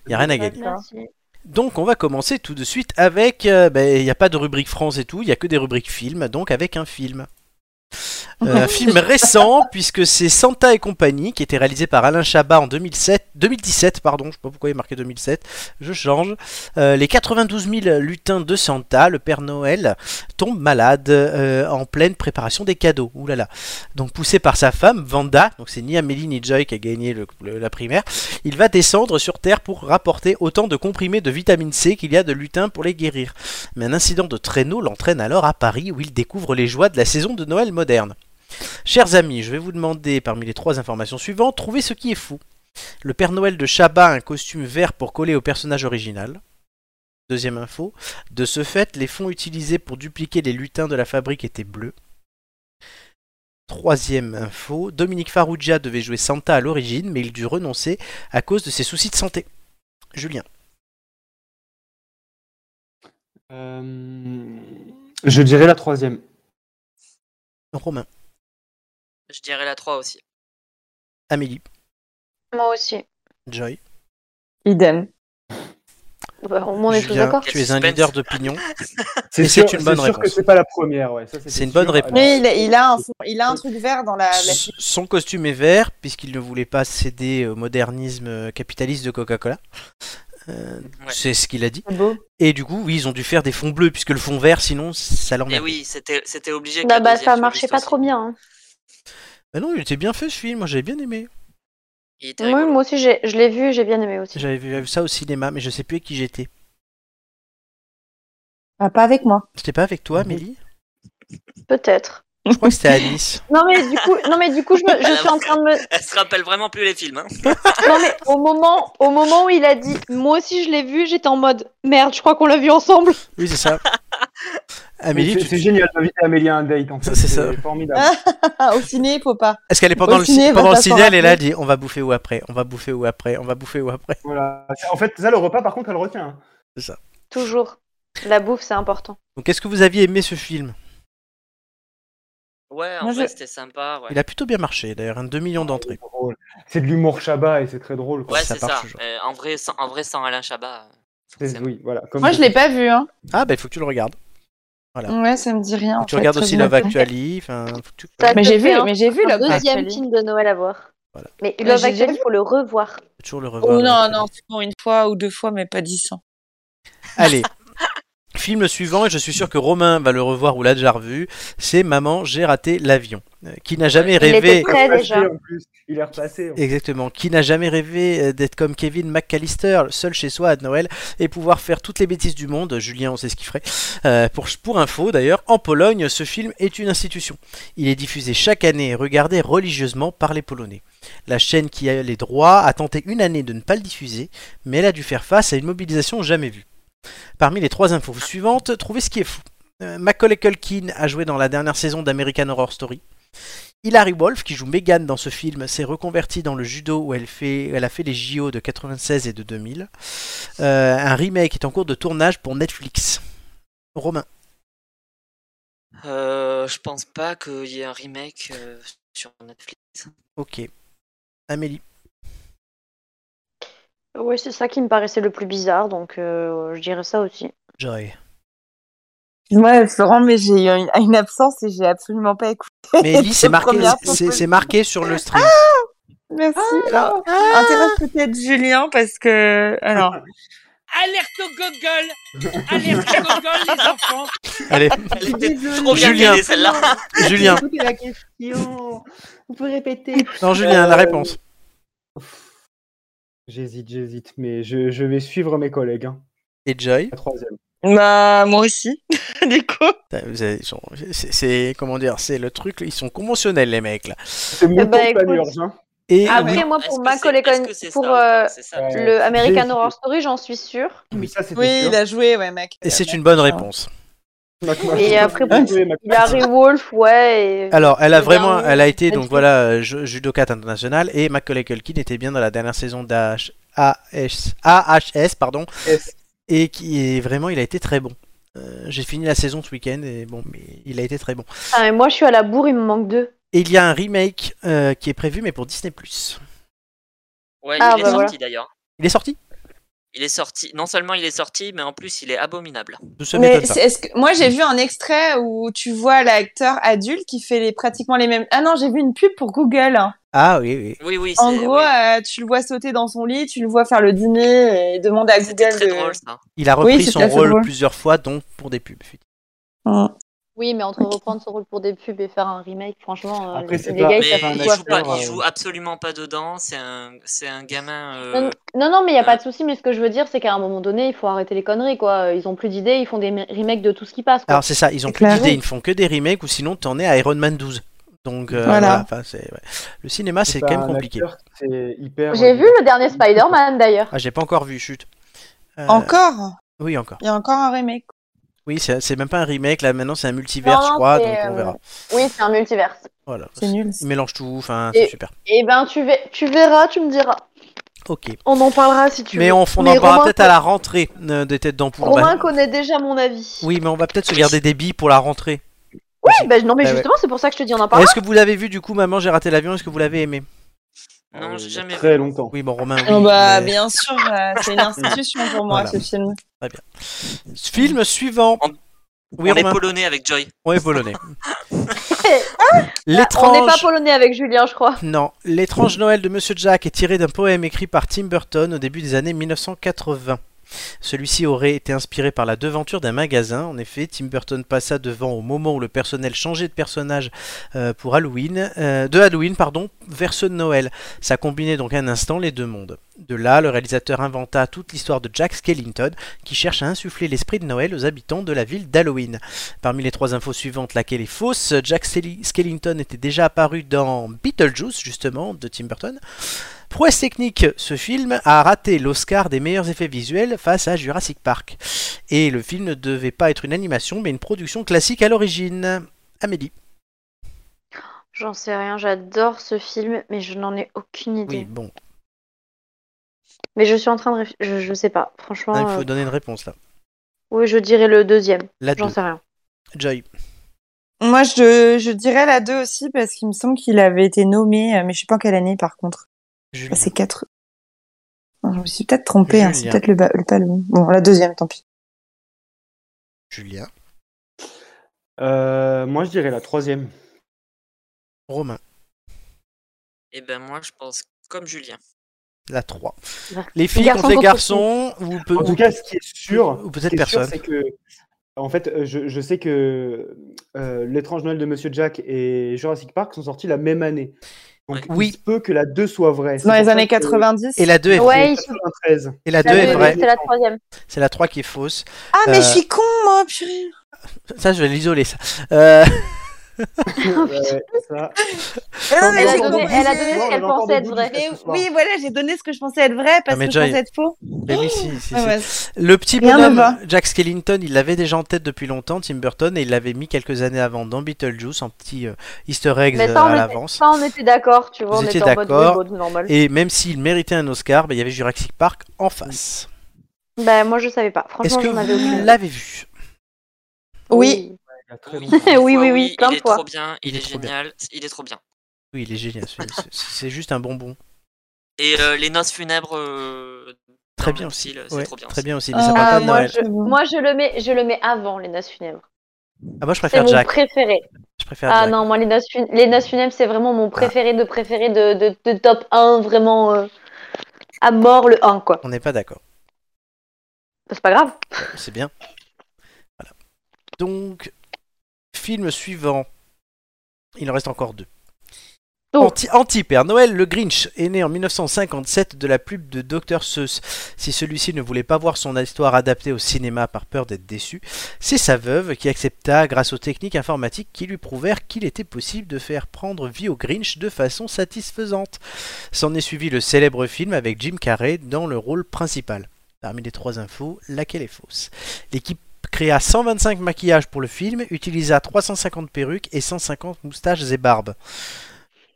[SPEAKER 1] Il a rien à gagner.
[SPEAKER 3] Merci.
[SPEAKER 1] Donc on va commencer tout de suite avec... euh, ben, Il n'y a pas de rubrique France et tout, il n'y a que des rubriques films, donc avec un film. Euh, un film récent, puisque c'est Santa et compagnie, qui était réalisé par Alain Chabat en 2007, 2017, pardon, je sais pas pourquoi il est marqué 2007, je change. Euh, les 92 000 lutins de Santa, le Père Noël, tombe malade euh, en pleine préparation des cadeaux. Ouh là là. Donc poussé par sa femme, Vanda, donc c'est ni Amélie ni Joy qui a gagné le- le- la primaire, il va descendre sur Terre pour rapporter autant de comprimés de vitamine C qu'il y a de lutins pour les guérir. Mais un incident de traîneau l'entraîne alors à Paris où il découvre les joies de la saison de Noël moderne. Chers amis, je vais vous demander parmi les trois informations suivantes, trouvez ce qui est fou. Le Père Noël de Chabat a un costume vert pour coller au personnage original. Deuxième info. De ce fait, les fonds utilisés pour dupliquer les lutins de la fabrique étaient bleus. Troisième info. Dominique Farrugia devait jouer Santa à l'origine, mais il dut renoncer à cause de ses soucis de santé. Julien.
[SPEAKER 5] Euh, Je dirais la troisième.
[SPEAKER 1] Romain,
[SPEAKER 4] Je dirais la 3 aussi.
[SPEAKER 1] Amélie,
[SPEAKER 3] Moi aussi.
[SPEAKER 1] Joy.
[SPEAKER 2] Idem.
[SPEAKER 3] Bah, au moins, on est tous
[SPEAKER 1] Julien,
[SPEAKER 3] d'accord.
[SPEAKER 1] tu es un
[SPEAKER 4] Suspense.
[SPEAKER 1] leader
[SPEAKER 4] [LAUGHS]
[SPEAKER 1] d'opinion.
[SPEAKER 5] C'est
[SPEAKER 1] Mais
[SPEAKER 5] sûr,
[SPEAKER 1] c'est une bonne
[SPEAKER 5] c'est sûr que
[SPEAKER 1] réponse.
[SPEAKER 5] c'est pas la première. ouais, ça, c'était
[SPEAKER 1] C'est une
[SPEAKER 5] sûr. Ah,
[SPEAKER 1] bonne réponse.
[SPEAKER 5] Alors,
[SPEAKER 2] Mais il a, il a un, fond- il a un truc vert dans
[SPEAKER 4] Ah,
[SPEAKER 2] la. la-
[SPEAKER 1] S- Son costume est vert, puisqu'il ne voulait pas céder au modernisme euh, capitaliste de Coca-Cola. Euh,
[SPEAKER 4] Ouais.
[SPEAKER 1] C'est ce qu'il a dit.
[SPEAKER 12] [LAUGHS]
[SPEAKER 2] C'est beau.
[SPEAKER 1] Et du coup, oui, ils ont dû faire des fonds bleus, puisque le fond vert, sinon, ça
[SPEAKER 4] Mais
[SPEAKER 1] l'emmerde.
[SPEAKER 4] Eh oui, c'était c'était obligé. que
[SPEAKER 3] Bah,
[SPEAKER 4] la
[SPEAKER 3] bah,
[SPEAKER 4] deuxième
[SPEAKER 3] ça
[SPEAKER 4] soit
[SPEAKER 3] marchait
[SPEAKER 4] juste
[SPEAKER 3] pas
[SPEAKER 4] aussi.
[SPEAKER 3] trop bien. hein.
[SPEAKER 1] Bah non, il était bien fait ce film, moi j'avais bien aimé.
[SPEAKER 4] Il était
[SPEAKER 3] Oui,
[SPEAKER 4] rigolo.
[SPEAKER 3] moi aussi, j'ai- je l'ai vu, j'ai bien aimé aussi.
[SPEAKER 1] J'avais vu j'avais vu ça au cinéma, mais je sais plus avec qui j'étais.
[SPEAKER 2] Ah, pas avec moi.
[SPEAKER 1] C'était pas avec toi, Amélie
[SPEAKER 3] Peut-être.
[SPEAKER 1] Je crois que c'était à Nice.
[SPEAKER 3] Non mais du coup, non mais du coup,
[SPEAKER 4] [LAUGHS]
[SPEAKER 3] je, me- je suis en train de me,
[SPEAKER 4] Elle se rappelle vraiment plus les films. Hein.
[SPEAKER 3] non mais au moment, au moment où il a dit, moi aussi je l'ai vu, j'étais en mode merde, je crois qu'on l'a vu ensemble.
[SPEAKER 1] Oui, c'est
[SPEAKER 4] [LAUGHS]
[SPEAKER 1] ça.
[SPEAKER 5] mais
[SPEAKER 1] Amélie,
[SPEAKER 5] C'est
[SPEAKER 1] tu-
[SPEAKER 5] c'est génial d'inviter Amélie à un date. en fait,
[SPEAKER 1] C'est
[SPEAKER 5] C'est
[SPEAKER 1] ça.
[SPEAKER 5] formidable.
[SPEAKER 2] Ah. Au ciné, faut pas.
[SPEAKER 1] est-ce qu'elle est pendant
[SPEAKER 2] au
[SPEAKER 1] le,
[SPEAKER 2] ciné,
[SPEAKER 1] ciné, pendant
[SPEAKER 2] va
[SPEAKER 1] le
[SPEAKER 2] pas s'en
[SPEAKER 1] ciné, elle est là, elle
[SPEAKER 2] rappeler.
[SPEAKER 1] dit on va bouffer ou après, on va bouffer ou après, on va bouffer ou après.
[SPEAKER 5] Voilà. En fait, ça, le repas, par contre, elle retient. hein.
[SPEAKER 3] Toujours. La bouffe, c'est important.
[SPEAKER 1] Donc, est-ce que vous aviez aimé ce film
[SPEAKER 4] Ouais, en
[SPEAKER 2] Moi,
[SPEAKER 4] vrai,
[SPEAKER 2] je-
[SPEAKER 4] c'était sympa. Ouais,
[SPEAKER 1] Il a plutôt bien marché, d'ailleurs, un 2 millions d'entrées.
[SPEAKER 5] C'est drôle. C'est de l'humour Chabat et c'est très drôle. quoi.
[SPEAKER 4] Ouais,
[SPEAKER 1] ça
[SPEAKER 4] c'est
[SPEAKER 1] part
[SPEAKER 4] ça.
[SPEAKER 1] toujours.
[SPEAKER 4] Euh, en, vrai, sans, en vrai, sans Alain Chabat. euh,
[SPEAKER 5] C'est-
[SPEAKER 4] forcément.
[SPEAKER 5] Oui, voilà. comme-
[SPEAKER 2] Moi, je l'ai pas vu. Hein.
[SPEAKER 1] Ah, bah il faut que tu le regardes. Voilà.
[SPEAKER 2] Ouais, ça me dit rien. en
[SPEAKER 1] tu
[SPEAKER 2] fait,
[SPEAKER 1] regardes
[SPEAKER 2] très
[SPEAKER 1] aussi Love
[SPEAKER 2] honnêtement.
[SPEAKER 1] Actually. enfin, faut que tu-
[SPEAKER 3] Ça,
[SPEAKER 2] Mais
[SPEAKER 3] je
[SPEAKER 2] j'ai
[SPEAKER 3] fais,
[SPEAKER 2] vu,
[SPEAKER 3] hein.
[SPEAKER 2] mais j'ai vu
[SPEAKER 3] Le
[SPEAKER 2] Love
[SPEAKER 3] deuxième
[SPEAKER 2] Actually.
[SPEAKER 3] film de Noël à voir.
[SPEAKER 1] Voilà.
[SPEAKER 3] Mais
[SPEAKER 2] Mais
[SPEAKER 3] Love
[SPEAKER 2] j'ai
[SPEAKER 3] Actually,
[SPEAKER 2] vu.
[SPEAKER 3] faut le revoir.
[SPEAKER 1] faut toujours le revoir.
[SPEAKER 2] Oh
[SPEAKER 1] Love
[SPEAKER 2] non,
[SPEAKER 1] Actually.
[SPEAKER 2] non, c'est bon, une fois ou deux fois, mais pas dix ans.
[SPEAKER 1] Allez. Film suivant, et je suis sûr que Romain va le revoir ou l'a déjà revu, c'est Maman, j'ai raté l'avion. Euh, Qui n'a jamais
[SPEAKER 3] Il
[SPEAKER 1] rêvé.
[SPEAKER 3] était prêt
[SPEAKER 5] repassé,
[SPEAKER 3] déjà.
[SPEAKER 5] en plus. Il est repassé. en plus.
[SPEAKER 1] Exactement. Qui n'a jamais rêvé euh, d'être comme Kevin McAllister, seul chez soi à Noël, et pouvoir faire toutes les bêtises du monde Julien, on sait ce qu'il ferait. Euh, pour, pour info, d'ailleurs, en Pologne, ce film est une institution. Il est diffusé chaque année et regardé religieusement par les Polonais. La chaîne qui a les droits a tenté une année de ne pas le diffuser, mais elle a dû faire face à une mobilisation jamais vue. Parmi les trois infos suivantes, trouvez ce qui est fou. Euh, Macaulay Culkin a joué dans la dernière saison d'American Horror Story. Hilary Wolf, qui joue Megan dans ce film, s'est reconvertie dans le judo où elle, fait, elle a fait les JO de 96 et de 2000. Euh, un remake est en cours de tournage pour Netflix. Romain,
[SPEAKER 4] Euh, je pense pas qu'il y ait un remake euh, sur Netflix.
[SPEAKER 1] ok. Amélie,
[SPEAKER 3] Ouais, c'est ça qui me paraissait le plus bizarre, donc euh, je dirais ça aussi.
[SPEAKER 1] Joy.
[SPEAKER 2] Ouais, Florent, mais j'ai eu une, une absence et j'ai absolument pas écouté.
[SPEAKER 1] Mais Ellie, [LAUGHS] c'est marqué,
[SPEAKER 2] Première
[SPEAKER 1] c'est- c'est marqué sur le stream.
[SPEAKER 2] Merci. Alors, intéresse peut-être Julien parce que.
[SPEAKER 5] [LAUGHS]
[SPEAKER 2] Alors.
[SPEAKER 13] Alerte au Google Alerte au Google, les enfants
[SPEAKER 1] [LAUGHS] Allez,
[SPEAKER 4] Elle était
[SPEAKER 5] Désolé.
[SPEAKER 4] trop bien
[SPEAKER 1] Julien.
[SPEAKER 4] filée, celle-là.
[SPEAKER 1] Julien.
[SPEAKER 5] Écoutez la question. Vous pouvez répéter.
[SPEAKER 1] Non, Julien, la
[SPEAKER 5] Euh,
[SPEAKER 1] réponse.
[SPEAKER 5] J'hésite, j'hésite, mais je, je vais suivre mes collègues. hein.
[SPEAKER 1] Et Joy.
[SPEAKER 5] La troisième.
[SPEAKER 2] Bah, moi aussi, [LAUGHS] du coup.
[SPEAKER 1] Putain, vous avez- ils sont- C'est c'est- comment dire, c'est le truc. Ils sont conventionnels les mecs là.
[SPEAKER 2] Eh
[SPEAKER 5] C'est
[SPEAKER 2] ben,
[SPEAKER 5] mon
[SPEAKER 3] bah, écoute.
[SPEAKER 5] hein.
[SPEAKER 1] Et
[SPEAKER 3] Après,
[SPEAKER 1] oui,
[SPEAKER 3] moi,
[SPEAKER 4] Est-ce
[SPEAKER 3] pour
[SPEAKER 4] que
[SPEAKER 3] Macaulay
[SPEAKER 4] c'est- est-ce
[SPEAKER 3] Culkin-
[SPEAKER 4] que c'est
[SPEAKER 3] pour
[SPEAKER 4] ça ou pas
[SPEAKER 3] euh,
[SPEAKER 4] C'est ça.
[SPEAKER 5] Ouais.
[SPEAKER 3] le American
[SPEAKER 5] J'ai-
[SPEAKER 3] Horror Story, j'en suis sûre.
[SPEAKER 5] Mais ça, c'était
[SPEAKER 2] Oui, bah,
[SPEAKER 5] sûr.
[SPEAKER 2] il a joué, ouais, mec.
[SPEAKER 1] et c'est une bonne réponse.
[SPEAKER 5] Mac- Mac-
[SPEAKER 3] Et
[SPEAKER 5] Mac-
[SPEAKER 3] après,
[SPEAKER 5] Mac- Mac-
[SPEAKER 3] Hilary Wolf, ouais. et-
[SPEAKER 1] Alors, elle a
[SPEAKER 3] Le
[SPEAKER 1] vraiment,
[SPEAKER 3] dernier
[SPEAKER 1] elle a été donc
[SPEAKER 3] Netflix.
[SPEAKER 1] voilà euh, ju- judokate internationale et Macaulay Culkin était bien dans la dernière saison A-H-, d'AHS, AHS, pardon,
[SPEAKER 5] S.
[SPEAKER 1] et qui est vraiment, il a été très bon. Euh, J'ai fini la saison ce week-end et bon, mais il a été très bon.
[SPEAKER 3] Ah, mais moi, je suis à la bourre, il me manque deux.
[SPEAKER 1] Et il y a un remake euh, qui est prévu, mais pour Disney+.
[SPEAKER 4] Ouais,
[SPEAKER 3] Ah,
[SPEAKER 4] il est
[SPEAKER 3] bah,
[SPEAKER 4] sorti
[SPEAKER 3] voilà.
[SPEAKER 4] d'ailleurs.
[SPEAKER 1] Il est sorti
[SPEAKER 4] Il est sorti. Non seulement il est sorti, mais en plus il est abominable.
[SPEAKER 1] Ça
[SPEAKER 2] Mais
[SPEAKER 1] m'étonne pas.
[SPEAKER 2] c'est- est-ce que moi j'ai vu un extrait où tu vois l'acteur adulte qui fait les, pratiquement les mêmes. Ah non, j'ai vu une pub pour Google. hein.
[SPEAKER 1] Ah oui, oui.
[SPEAKER 4] Oui, oui.
[SPEAKER 2] En
[SPEAKER 4] c'est-
[SPEAKER 2] gros,
[SPEAKER 4] oui.
[SPEAKER 2] euh, tu le vois sauter dans son lit, tu le vois faire le dîner et demander à
[SPEAKER 4] c'était
[SPEAKER 2] Google.
[SPEAKER 4] très
[SPEAKER 2] de-
[SPEAKER 4] drôle ça.
[SPEAKER 1] Il a
[SPEAKER 2] Oui,
[SPEAKER 1] repris
[SPEAKER 2] c'est tout
[SPEAKER 1] son
[SPEAKER 2] à fait
[SPEAKER 1] rôle
[SPEAKER 2] drôle.
[SPEAKER 1] plusieurs fois, donc pour des pubs.
[SPEAKER 2] Mm.
[SPEAKER 3] Oui, mais entre
[SPEAKER 2] Ok.
[SPEAKER 3] reprendre son rôle pour des pubs et faire un remake, franchement, euh,
[SPEAKER 5] Après, c'est
[SPEAKER 3] les
[SPEAKER 5] pas-
[SPEAKER 3] gars, ils
[SPEAKER 5] c'est
[SPEAKER 4] Mais
[SPEAKER 3] savent
[SPEAKER 5] pas
[SPEAKER 3] plus
[SPEAKER 5] un
[SPEAKER 4] il
[SPEAKER 3] quoi
[SPEAKER 4] joue,
[SPEAKER 5] acteur,
[SPEAKER 3] faire.
[SPEAKER 4] pas, il
[SPEAKER 5] euh.
[SPEAKER 4] joue absolument pas dedans. C'est un, c'est un gamin. euh,
[SPEAKER 3] Non, non, non, mais il n'y a pas de souci. Mais ce que je veux dire, c'est qu'à un moment donné, il faut arrêter les conneries, quoi. Ils ont plus d'idées, ils font des me- remakes de tout ce qui passe, quoi.
[SPEAKER 1] Alors c'est ça, ils ont
[SPEAKER 2] C'est
[SPEAKER 1] plus
[SPEAKER 2] clair.
[SPEAKER 1] d'idées, ils ne font que des remakes ou sinon t'en es à Iron Man 12. Donc euh,
[SPEAKER 2] Voilà.
[SPEAKER 1] voilà, enfin, c'est- ouais. le cinéma Ah, c'est
[SPEAKER 5] pas
[SPEAKER 1] quand même
[SPEAKER 5] un
[SPEAKER 1] compliqué.
[SPEAKER 5] acteur, C'est hyper.
[SPEAKER 3] J'ai vu le dernier Spider-Man, d'ailleurs.
[SPEAKER 1] Ah j'ai pas encore vu, chute. Euh,
[SPEAKER 2] Encore
[SPEAKER 1] Oui encore.
[SPEAKER 2] Il y a encore un remake.
[SPEAKER 1] Oui, c'est c'est même pas un remake, là maintenant c'est un multivers,
[SPEAKER 3] Non,
[SPEAKER 1] je crois,
[SPEAKER 3] c'est,
[SPEAKER 1] donc on
[SPEAKER 3] euh,
[SPEAKER 1] verra.
[SPEAKER 3] Oui, c'est un multiverse.
[SPEAKER 1] Voilà.
[SPEAKER 2] C'est nul. ça.
[SPEAKER 1] Ils mélangent tout, enfin
[SPEAKER 3] Et-
[SPEAKER 1] c'est super.
[SPEAKER 3] Eh ben, tu, ve- tu verras, tu me diras.
[SPEAKER 1] Ok.
[SPEAKER 3] On en parlera si tu
[SPEAKER 1] Mais
[SPEAKER 3] veux.
[SPEAKER 1] on, on
[SPEAKER 3] Mais
[SPEAKER 1] en parlera
[SPEAKER 3] Romain
[SPEAKER 1] peut-être à la rentrée euh, des têtes d'ampoule.
[SPEAKER 3] Romain
[SPEAKER 1] Bah,
[SPEAKER 3] connaît déjà mon avis.
[SPEAKER 1] Oui, mais on va peut-être se garder des billes pour la rentrée.
[SPEAKER 3] Oui, bah, non, mais
[SPEAKER 1] Bah ouais.
[SPEAKER 3] justement, c'est pour ça que je te dis, on en parlera.
[SPEAKER 1] Est-ce que vous l'avez vu du coup, maman, j'ai raté l'avion Est-ce que vous l'avez aimé
[SPEAKER 3] hein.
[SPEAKER 4] Non, j'ai jamais
[SPEAKER 5] euh, Très longtemps.
[SPEAKER 1] Oui, bon, Romain.
[SPEAKER 2] Oh
[SPEAKER 1] oui,
[SPEAKER 2] bah,
[SPEAKER 1] mais-
[SPEAKER 2] bien sûr, euh, c'est
[SPEAKER 4] [LAUGHS]
[SPEAKER 2] une institution pour moi,
[SPEAKER 1] Voilà.
[SPEAKER 2] ce film.
[SPEAKER 1] Très bien. Film suivant. Oui,
[SPEAKER 4] on est
[SPEAKER 1] Romain.
[SPEAKER 4] polonais avec Joy.
[SPEAKER 1] On est
[SPEAKER 3] [LAUGHS]
[SPEAKER 1] polonais.
[SPEAKER 3] On n'est Ah, pas
[SPEAKER 1] L'étrange.
[SPEAKER 3] polonais avec Julien, je crois.
[SPEAKER 1] Non, l'étrange Noël de Monsieur Jack est tiré d'un poème écrit par Tim Burton au début des années 1980. Celui-ci aurait été inspiré par la devanture d'un magasin. En effet, Tim Burton passa devant au moment où le personnel changeait de personnage euh, pour Halloween, euh, de Halloween pardon, vers ceux de Noël. Ça combinait donc un instant les deux mondes. De là, le réalisateur inventa toute l'histoire de Jack Skellington, qui cherche à insuffler l'esprit de Noël aux habitants de la ville d'Halloween. Parmi les trois infos suivantes, laquelle est fausse Jack Skelly- Skellington était déjà apparu dans Beetlejuice, justement, de Tim Burton. Prouesse technique, ce film a raté l'Oscar des meilleurs effets visuels face à Jurassic Park. Et le film ne devait pas être une animation, mais une production classique à l'origine. Amélie.
[SPEAKER 3] J'en sais rien, j'adore ce film, mais je n'en ai aucune idée.
[SPEAKER 1] Oui, bon,
[SPEAKER 3] Mais je suis en train de réfl- je, je sais pas, franchement.
[SPEAKER 1] Hein, il
[SPEAKER 3] euh,
[SPEAKER 1] faut donner une réponse là.
[SPEAKER 3] Oui, je dirais le deuxième.
[SPEAKER 1] La
[SPEAKER 3] J'en
[SPEAKER 1] deux.
[SPEAKER 3] sais rien.
[SPEAKER 1] Joy.
[SPEAKER 2] Moi, je, je dirais la 2 aussi, parce qu'il me semble qu'il avait été nommé, euh, mais je sais pas en quelle année, par contre.
[SPEAKER 3] Ah,
[SPEAKER 1] Julien.
[SPEAKER 2] C'est 4... Je me suis peut-être trompée, hein, c'est
[SPEAKER 1] Julien.
[SPEAKER 2] peut-être le, ba- le pas le bon. Bon, la deuxième, tant pis.
[SPEAKER 1] Julien.
[SPEAKER 5] Euh, moi, je dirais la troisième.
[SPEAKER 1] Romain.
[SPEAKER 4] Et ben moi, je pense comme Julien.
[SPEAKER 1] La 3.
[SPEAKER 3] Ouais.
[SPEAKER 1] Les filles
[SPEAKER 3] garçons
[SPEAKER 1] contre les
[SPEAKER 3] contre
[SPEAKER 1] garçons, ou peut-
[SPEAKER 5] En tout
[SPEAKER 1] ou-
[SPEAKER 5] cas, ce qui est sûr,
[SPEAKER 1] ou
[SPEAKER 5] ce
[SPEAKER 1] peut-être
[SPEAKER 5] qui est sûr,
[SPEAKER 1] Euh, personne.
[SPEAKER 5] c'est que, en fait, euh, je, je sais que euh, l'étrange Noël de Monsieur Jack et Jurassic Park sont sortis la même année. Donc,
[SPEAKER 1] Oui.
[SPEAKER 5] il se peut que la 2 soit vraie. C'est
[SPEAKER 2] Dans les
[SPEAKER 5] pour
[SPEAKER 2] années
[SPEAKER 5] ça que-
[SPEAKER 2] 90.
[SPEAKER 1] Et la 2 est
[SPEAKER 3] Ouais,
[SPEAKER 1] fausse.
[SPEAKER 3] ils sont- [LAUGHS]
[SPEAKER 5] 93.
[SPEAKER 1] Et la
[SPEAKER 3] la
[SPEAKER 1] 2 est
[SPEAKER 3] deux,
[SPEAKER 1] vraie.
[SPEAKER 3] oui, c'est la troisième.
[SPEAKER 1] C'est la 3 qui est fausse.
[SPEAKER 2] Ah, mais
[SPEAKER 1] Euh,
[SPEAKER 2] je suis con, moi, purée.
[SPEAKER 1] Ça, je vais l'isoler, ça. Euh,
[SPEAKER 3] Oh,
[SPEAKER 5] Ouais, ça.
[SPEAKER 2] Mais
[SPEAKER 1] non,
[SPEAKER 2] non,
[SPEAKER 4] Ah,
[SPEAKER 2] mais
[SPEAKER 3] Elle a
[SPEAKER 2] j'ai
[SPEAKER 3] donné,
[SPEAKER 2] compris.
[SPEAKER 3] elle a donné ce
[SPEAKER 5] Non,
[SPEAKER 3] qu'elle
[SPEAKER 5] on a encore
[SPEAKER 3] pensait être
[SPEAKER 5] des
[SPEAKER 3] vrai.
[SPEAKER 5] doutes.
[SPEAKER 2] Mais oui, voilà, j'ai donné ce que je pensais être vrai parce
[SPEAKER 1] mais
[SPEAKER 2] que je
[SPEAKER 1] Joy-
[SPEAKER 2] pensais être faux.
[SPEAKER 1] mais oui, si, si,
[SPEAKER 2] Ah
[SPEAKER 1] si.
[SPEAKER 2] ouais.
[SPEAKER 1] Le petit
[SPEAKER 2] Rien ne
[SPEAKER 1] bonhomme,
[SPEAKER 2] va.
[SPEAKER 1] Jack Skellington, il l'avait déjà en tête depuis longtemps, Tim Burton, et il l'avait mis quelques années avant dans Beetlejuice, en petit euh, easter egg
[SPEAKER 3] Mais
[SPEAKER 1] euh,
[SPEAKER 3] ça, on
[SPEAKER 1] à
[SPEAKER 3] était-
[SPEAKER 1] l'avance.
[SPEAKER 3] Ça, on était d'accord, tu vois,
[SPEAKER 1] Vous
[SPEAKER 3] on
[SPEAKER 1] étiez
[SPEAKER 3] était en mode oui,
[SPEAKER 1] d'accord.
[SPEAKER 3] bon, c'est normal.
[SPEAKER 1] Et même s'il méritait un Oscar, bah, il y avait Jurassic Park en face.
[SPEAKER 3] Bah, moi, je savais pas.
[SPEAKER 1] Est-ce
[SPEAKER 3] Franchement,
[SPEAKER 1] que
[SPEAKER 3] j'en avais
[SPEAKER 1] vous
[SPEAKER 3] aucune.
[SPEAKER 1] l'avez vu
[SPEAKER 2] Oui.
[SPEAKER 5] Il y a très
[SPEAKER 4] Oui,
[SPEAKER 5] longtemps.
[SPEAKER 4] une
[SPEAKER 3] [LAUGHS] Oui,
[SPEAKER 4] fois,
[SPEAKER 3] oui, oui, plein
[SPEAKER 4] il
[SPEAKER 3] de
[SPEAKER 4] est
[SPEAKER 3] fois.
[SPEAKER 4] trop bien, il,
[SPEAKER 1] Ah, Il est
[SPEAKER 4] est,
[SPEAKER 1] trop bien.
[SPEAKER 4] génial, il est trop bien.
[SPEAKER 1] Oui, il est génial. celui- c'est- C'est juste un bonbon.
[SPEAKER 4] Et euh, les noces funèbres. euh, dans
[SPEAKER 1] Très
[SPEAKER 4] le
[SPEAKER 1] bien
[SPEAKER 4] même
[SPEAKER 1] aussi.
[SPEAKER 4] style, C'est
[SPEAKER 1] Ouais,
[SPEAKER 4] trop bien.
[SPEAKER 1] très
[SPEAKER 4] aussi.
[SPEAKER 1] bien aussi.
[SPEAKER 2] Ah,
[SPEAKER 1] Les sapins
[SPEAKER 3] Ah,
[SPEAKER 1] de
[SPEAKER 3] moi,
[SPEAKER 1] Noël.
[SPEAKER 3] je, moi, je le mets, je le mets avant les noces funèbres.
[SPEAKER 1] Ah, moi, je
[SPEAKER 3] C'est
[SPEAKER 1] préfère
[SPEAKER 3] mon
[SPEAKER 1] Jack.
[SPEAKER 3] préféré.
[SPEAKER 1] Je préfère
[SPEAKER 3] Ah
[SPEAKER 1] Jack.
[SPEAKER 3] non, moi, les noces, fun- les noces funèbres, c'est vraiment mon préféré de préféré de, de, de top 1, vraiment euh, à mort le 1, quoi. Bah,
[SPEAKER 1] On n'est pas d'accord.
[SPEAKER 3] C'est pas grave.
[SPEAKER 1] C'est bien. Voilà. Donc, film suivant. Il en reste encore deux.
[SPEAKER 3] Donc.
[SPEAKER 1] Anti- Anti-Père Noël, le Grinch est né en 1957 de la pub de Dr. Seuss. Si celui-ci ne voulait pas voir son histoire adaptée au cinéma par peur d'être déçu, c'est sa veuve qui accepta grâce aux techniques informatiques qui lui prouvèrent qu'il était possible de faire prendre vie au Grinch de façon satisfaisante. S'en est suivi le célèbre film avec Jim Carrey dans le rôle principal. Parmi les trois infos, laquelle est fausse L'équipe créa 125 maquillages pour le film, utilisa 350 perruques et 150 moustaches et barbes.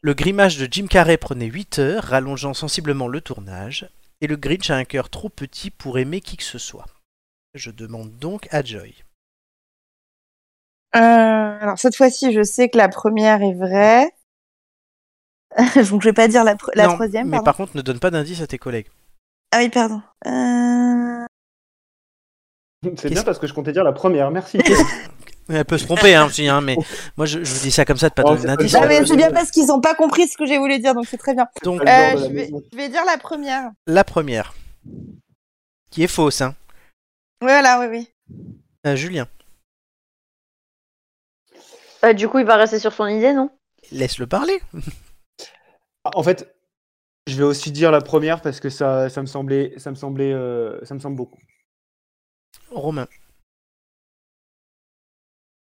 [SPEAKER 1] Le grimage de Jim Carrey prenait 8 heures, rallongeant sensiblement le tournage, et le Grinch a un cœur trop petit pour aimer qui que ce soit. Je demande donc à Joy.
[SPEAKER 2] Euh, alors cette fois-ci, je sais que la première est vraie. Donc je vais pas dire la, pre- la
[SPEAKER 1] Non,
[SPEAKER 2] troisième.
[SPEAKER 1] mais
[SPEAKER 2] pardon.
[SPEAKER 1] par contre, ne donne pas d'indice à tes collègues.
[SPEAKER 2] Ah oui, pardon. Euh,
[SPEAKER 5] C'est
[SPEAKER 1] Qu'est-ce-
[SPEAKER 5] bien parce que je comptais dire la
[SPEAKER 3] [LAUGHS]
[SPEAKER 5] première. Merci.
[SPEAKER 3] Euh,
[SPEAKER 1] Elle peut se tromper hein, aussi, hein, mais moi je, je vous dis ça comme ça de pas
[SPEAKER 5] Oh,
[SPEAKER 1] donner
[SPEAKER 5] c'est
[SPEAKER 1] d'indice.
[SPEAKER 5] pas
[SPEAKER 2] Ah, mais
[SPEAKER 5] grave.
[SPEAKER 2] c'est bien parce qu'ils ont pas compris ce que j'ai voulu dire, donc c'est très bien.
[SPEAKER 1] Donc
[SPEAKER 5] Le genre
[SPEAKER 2] Euh,
[SPEAKER 5] de la
[SPEAKER 2] je, vais,
[SPEAKER 5] maison.
[SPEAKER 2] je vais dire la première.
[SPEAKER 1] la première, qui est fausse, hein.
[SPEAKER 2] Voilà, oui, oui.
[SPEAKER 1] Euh, Julien,
[SPEAKER 3] Euh, du coup, il va rester sur son idée, non [LAUGHS]
[SPEAKER 1] laisse-le parler.
[SPEAKER 5] Ah, En fait, je vais aussi dire la première parce que ça, ça me semblait, ça me semblait, euh, ça me semble beaucoup.
[SPEAKER 1] Romain.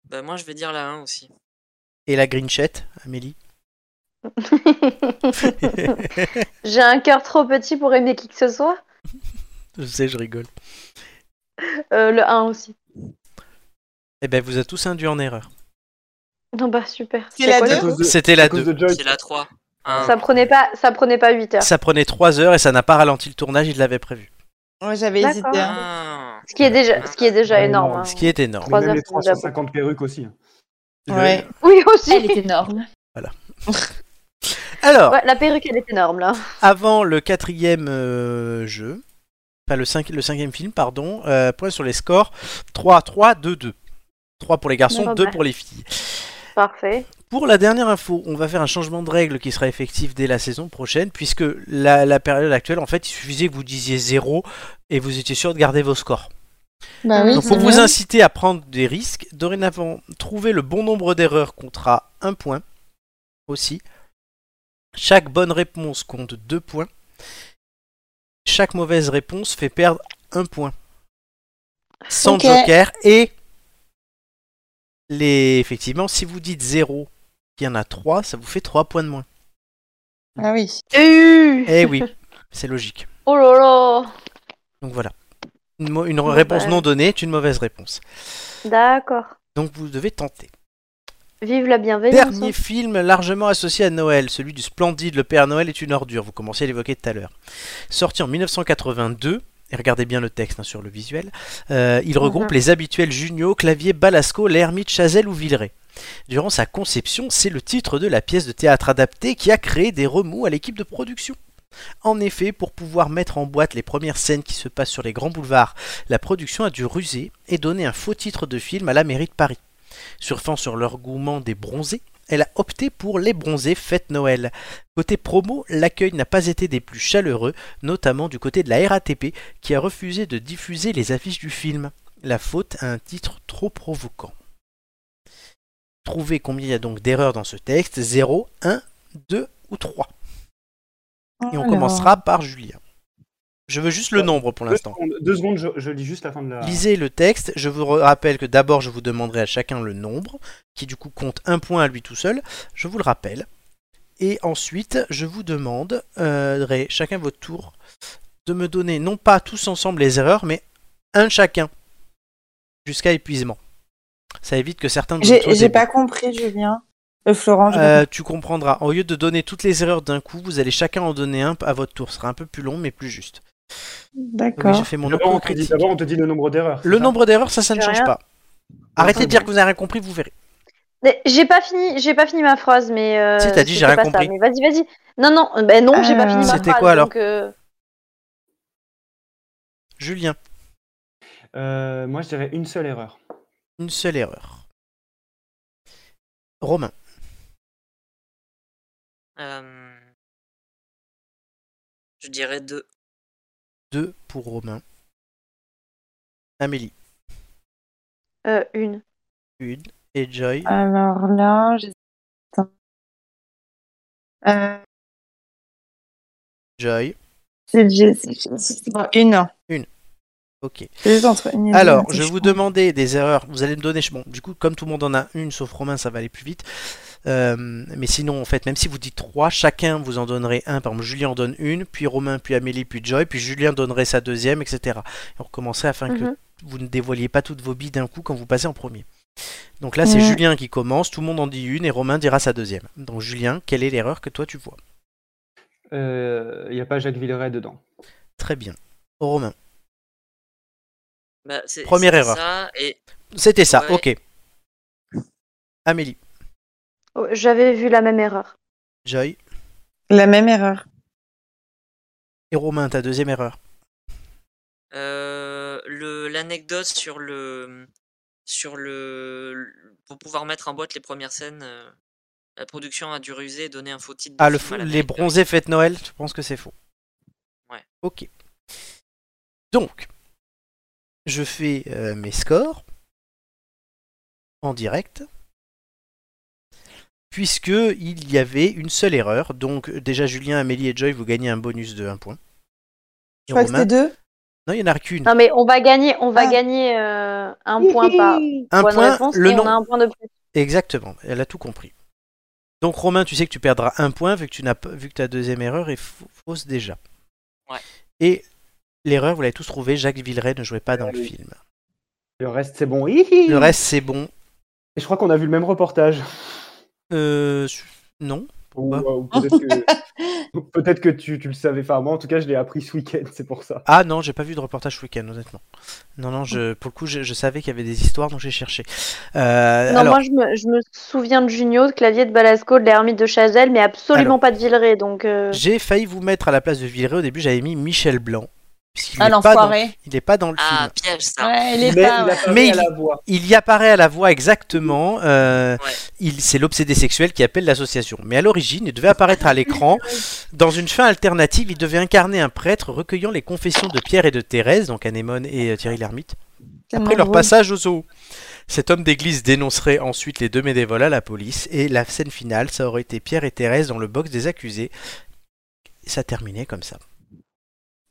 [SPEAKER 4] Bah, moi, je vais dire la 1 aussi.
[SPEAKER 1] Et la Grinchette,
[SPEAKER 5] [LAUGHS]
[SPEAKER 1] Amélie.
[SPEAKER 3] J'ai un cœur trop petit pour aimer qui que ce soit.
[SPEAKER 1] Je sais, je rigole.
[SPEAKER 3] Euh, le 1 aussi.
[SPEAKER 1] Eh ben, vous êtes tous induits en erreur.
[SPEAKER 3] Non, bah super.
[SPEAKER 2] C'est la
[SPEAKER 3] quoi,
[SPEAKER 2] deux
[SPEAKER 3] du coup
[SPEAKER 5] de-
[SPEAKER 1] C'était la
[SPEAKER 5] à cause
[SPEAKER 1] 2.
[SPEAKER 5] de Joy.
[SPEAKER 4] C'est la 3. Un-
[SPEAKER 3] Ça prenait pas, ça prenait pas 8 heures.
[SPEAKER 1] Ça prenait 3 heures et ça n'a pas ralenti le tournage, il l'avait prévu.
[SPEAKER 12] Ouais, j'avais
[SPEAKER 3] D'accord.
[SPEAKER 12] hésité. hein.
[SPEAKER 4] Ah,
[SPEAKER 3] Ce qui est déjà, ce qui est déjà
[SPEAKER 5] Ouais,
[SPEAKER 3] énorme.
[SPEAKER 5] non,
[SPEAKER 3] hein.
[SPEAKER 1] Ce qui est énorme.
[SPEAKER 3] Trois
[SPEAKER 5] Même
[SPEAKER 3] heures,
[SPEAKER 5] les
[SPEAKER 3] c'est déjà
[SPEAKER 5] 350 perruques aussi. hein. Je-
[SPEAKER 12] Ouais.
[SPEAKER 3] Oui aussi.
[SPEAKER 8] Elle est énorme.
[SPEAKER 1] Alors,
[SPEAKER 3] Ouais, la perruque elle est énorme là.
[SPEAKER 1] avant le quatrième euh, jeu, enfin le, cinqui- le cinquième film, pardon, euh, point sur les scores 3, 3, 2, 2. 3 pour les garçons,
[SPEAKER 3] Pas
[SPEAKER 1] 2
[SPEAKER 3] mal.
[SPEAKER 1] pour les filles.
[SPEAKER 3] Parfait.
[SPEAKER 1] Pour la dernière info, on va faire un changement de règle qui sera effectif dès la saison prochaine, puisque la, la période actuelle, en fait, il suffisait que vous disiez 0 et vous étiez sûr de garder vos scores.
[SPEAKER 12] Bah oui,
[SPEAKER 1] Donc
[SPEAKER 12] c'est
[SPEAKER 3] Mhm.
[SPEAKER 1] pour vous
[SPEAKER 12] bien.
[SPEAKER 1] inciter à prendre des risques, dorénavant, trouver le bon nombre d'erreurs comptera un point aussi. Chaque bonne réponse compte deux points. Chaque mauvaise réponse fait perdre un point. Sans
[SPEAKER 12] Ok.
[SPEAKER 1] joker et les effectivement si vous dites 0, il y en a 3, ça vous fait 3 points de moins.
[SPEAKER 12] Ah oui.
[SPEAKER 3] Et...
[SPEAKER 1] Eh
[SPEAKER 3] [LAUGHS]
[SPEAKER 1] oui, c'est logique.
[SPEAKER 3] Oh là là.
[SPEAKER 1] Donc voilà. Une, mo- une
[SPEAKER 3] Bon,
[SPEAKER 1] réponse
[SPEAKER 3] bah.
[SPEAKER 1] non donnée est une mauvaise réponse.
[SPEAKER 3] D'accord.
[SPEAKER 1] Donc vous devez tenter.
[SPEAKER 3] Vive la bienveillance.
[SPEAKER 1] Dernier film largement associé à Noël, celui du splendide Le Père Noël est une ordure, vous commencez à l'évoquer tout à l'heure. Sorti en 1982, et regardez bien le texte hein, sur le visuel, euh, il regroupe les habituels Junio, Clavier, Balasco, L'Ermite, Chazelle ou Villeray. Durant sa conception, c'est le titre de la pièce de théâtre adaptée qui a créé des remous à l'équipe de production. En effet, pour pouvoir mettre en boîte les premières scènes qui se passent sur les grands boulevards, la production a dû ruser et donner un faux titre de film à la mairie de Paris. Surfant sur leur gourmand des bronzés, elle a opté pour Les Bronzés Fête Noël. Côté promo, l'accueil n'a pas été des plus chaleureux, notamment du côté de la RATP qui a refusé de diffuser les affiches du film. La faute à un titre trop provoquant. Trouvez combien il y a donc d'erreurs dans ce texte 0, 1, 2 ou 3. Et on
[SPEAKER 12] Alors.
[SPEAKER 1] commencera par Julien. Je veux juste le
[SPEAKER 5] Euh,
[SPEAKER 1] nombre pour
[SPEAKER 5] Deux
[SPEAKER 1] l'instant.
[SPEAKER 5] secondes, deux secondes, je, je lis juste la fin de la.
[SPEAKER 1] Lisez le texte. Je vous rappelle que d'abord, je vous demanderai à chacun le nombre, qui du coup compte un point à lui tout seul. Je vous le rappelle. Et ensuite, je vous demande, euh, ré- chacun votre tour, de me donner non pas tous ensemble les erreurs, mais un chacun, jusqu'à épuisement. Ça évite que certains. doutent au
[SPEAKER 12] J'ai j'ai
[SPEAKER 1] début.
[SPEAKER 12] pas compris, Julien. Euh, Florent, j'ai
[SPEAKER 1] Euh, tu comprendras. Au lieu de donner toutes les erreurs d'un coup, vous allez chacun en donner un à votre tour. Ce sera un peu plus long, mais plus juste.
[SPEAKER 12] pas compris.
[SPEAKER 1] Oui, j'ai
[SPEAKER 12] D'accord.
[SPEAKER 1] fait mon
[SPEAKER 5] D'abord, on te dit-
[SPEAKER 1] autocritique.
[SPEAKER 5] d'abord, on te dit le nombre d'erreurs. c'est
[SPEAKER 1] Le
[SPEAKER 5] ça
[SPEAKER 1] nombre d'erreurs, ça, ça ne
[SPEAKER 3] J'ai
[SPEAKER 1] change
[SPEAKER 3] rien.
[SPEAKER 1] pas. Arrêtez
[SPEAKER 5] c'est
[SPEAKER 1] de dire
[SPEAKER 5] bon.
[SPEAKER 1] que vous n'avez rien compris, vous verrez.
[SPEAKER 3] Mais J'ai pas fini, j'ai pas fini ma phrase, mais. euh,
[SPEAKER 1] Si, t'as dit, j'ai
[SPEAKER 3] c'était
[SPEAKER 1] rien
[SPEAKER 3] pas
[SPEAKER 1] compris.
[SPEAKER 3] Ça, mais vas-y, vas-y. Non, non, euh, ben non, j'ai pas fini
[SPEAKER 12] Euh,
[SPEAKER 3] ma phrase.
[SPEAKER 1] C'était quoi, alors
[SPEAKER 3] donc, euh,
[SPEAKER 1] Julien,
[SPEAKER 5] Euh, moi, je dirais une seule erreur.
[SPEAKER 1] une seule erreur. Romain,
[SPEAKER 4] euh, Je dirais deux.
[SPEAKER 1] deux pour Romain. Amélie,
[SPEAKER 3] euh, une.
[SPEAKER 1] une. Et Joy,
[SPEAKER 12] Alors là, j'ai. Attends. Euh,
[SPEAKER 1] Joy.
[SPEAKER 12] c'est- j'ai- c'est- c'est- bon, une.
[SPEAKER 1] Ok.
[SPEAKER 12] C'est juste entre une et deux,
[SPEAKER 1] Alors,
[SPEAKER 12] c'est
[SPEAKER 1] je
[SPEAKER 12] chiant.
[SPEAKER 1] vous demandais des erreurs. Vous allez me donner. Bon, du coup, comme tout le monde en a une, sauf Romain, ça va aller plus vite. Euh, mais sinon, en fait, même si vous dites trois, chacun vous en donnerez un. Par exemple, Julien en donne une, puis Romain, puis Amélie, puis Joy, puis Julien donnerait sa deuxième, etc. Et on recommencerait afin
[SPEAKER 3] Mhm.
[SPEAKER 1] que vous ne dévoiliez pas toutes vos billes d'un coup quand vous passez en premier. Donc là, c'est
[SPEAKER 12] Mhm.
[SPEAKER 1] Julien qui commence, tout le monde en dit une et Romain dira sa deuxième. Donc Julien, quelle est l'erreur que toi tu vois
[SPEAKER 5] Il n'y Euh, a pas Jacques Villeray dedans.
[SPEAKER 1] Très bien. Romain.
[SPEAKER 4] Bah, c'est-
[SPEAKER 1] Première
[SPEAKER 4] c'est
[SPEAKER 1] erreur.
[SPEAKER 4] Ça et
[SPEAKER 1] C'était ça,
[SPEAKER 4] Ouais.
[SPEAKER 1] ok. Amélie,
[SPEAKER 3] Oh, J'avais vu la même erreur.
[SPEAKER 1] Joy
[SPEAKER 12] La même erreur.
[SPEAKER 1] et Romain, ta deuxième erreur.
[SPEAKER 4] euh, le- l'anecdote sur le sur le le- pour pouvoir mettre en boîte les premières scènes. euh, La production a dû ruser et donner un faux titre. de
[SPEAKER 1] Ah, le
[SPEAKER 4] film
[SPEAKER 1] fou-
[SPEAKER 4] à la
[SPEAKER 1] les
[SPEAKER 4] mairie de Paris.
[SPEAKER 1] bronzés fête Noël, je pense que c'est faux.
[SPEAKER 4] Ouais.
[SPEAKER 1] Ok. Donc, je fais euh, mes scores en direct. Puisque il y avait une seule erreur, donc déjà Julien, Amélie et Joy, vous gagnez un bonus de 1 point. Et
[SPEAKER 12] Je crois que
[SPEAKER 1] Romain,
[SPEAKER 12] c'était deux.
[SPEAKER 1] non, il n'y en a qu'une.
[SPEAKER 3] Non, mais on va gagner, on va
[SPEAKER 12] Ah.
[SPEAKER 3] gagner euh, un point par
[SPEAKER 1] Un
[SPEAKER 3] bonne
[SPEAKER 1] point,
[SPEAKER 3] réponse
[SPEAKER 1] le
[SPEAKER 3] et
[SPEAKER 1] nom.
[SPEAKER 3] on a un point de plus.
[SPEAKER 1] Exactement, elle a tout compris. Donc Romain, tu sais que tu perdras un point vu que, tu n'as pas- vu que ta deuxième erreur est fa- fausse déjà.
[SPEAKER 4] Ouais.
[SPEAKER 1] Et l'erreur, vous l'avez tous trouvée, Jacques Villeray ne jouait pas dans le
[SPEAKER 5] oui.
[SPEAKER 1] film.
[SPEAKER 5] Le reste, c'est bon. Hihi
[SPEAKER 1] Le reste, c'est bon.
[SPEAKER 5] Et je crois qu'on a vu le même reportage.
[SPEAKER 1] Euh, su- non, pour
[SPEAKER 5] Ou, euh, ou peut-être [LAUGHS] que, peut-être que tu, tu le savais. Enfin, moi, en tout cas, je l'ai appris ce week-end, c'est pour ça.
[SPEAKER 1] Ah non, j'ai pas vu de reportage ce week-end, honnêtement. Non, non, je, pour le coup, je, je savais qu'il y avait des histoires, donc j'ai cherché. Euh,
[SPEAKER 3] Non,
[SPEAKER 1] alors,
[SPEAKER 3] moi je me, je me souviens de Junio, de Clavier de Balasco, de l'ermite de Chazelle, mais absolument
[SPEAKER 1] Alors.
[SPEAKER 3] pas de Villeray. Donc, euh,
[SPEAKER 1] j'ai failli vous mettre à la place de Villeray. Au début, j'avais mis Michel Blanc. puisqu'il
[SPEAKER 3] Ah,
[SPEAKER 1] est pas dans,
[SPEAKER 3] l'enfoiré.
[SPEAKER 1] il n'est pas dans le
[SPEAKER 4] Ah,
[SPEAKER 1] film.
[SPEAKER 4] piège ça.
[SPEAKER 2] Ouais, il
[SPEAKER 5] est Mais pas, il ouais. apparaît
[SPEAKER 1] Mais
[SPEAKER 5] à la
[SPEAKER 1] il-
[SPEAKER 5] voix.
[SPEAKER 1] il y apparaît à la voix exactement. euh, il, c'est l'obsédé sexuel qui appelle l'association. Mais à l'origine, il devait apparaître à l'écran. Dans une fin alternative, il devait incarner un prêtre recueillant les confessions de Pierre et de Thérèse, donc Anémone et euh, Thierry Lhermitte, après leur passage au zoo. Cet homme d'église dénoncerait ensuite les deux bénévoles à la police et la scène finale, ça aurait été Pierre et Thérèse dans le box des accusés. Et ça terminait comme ça.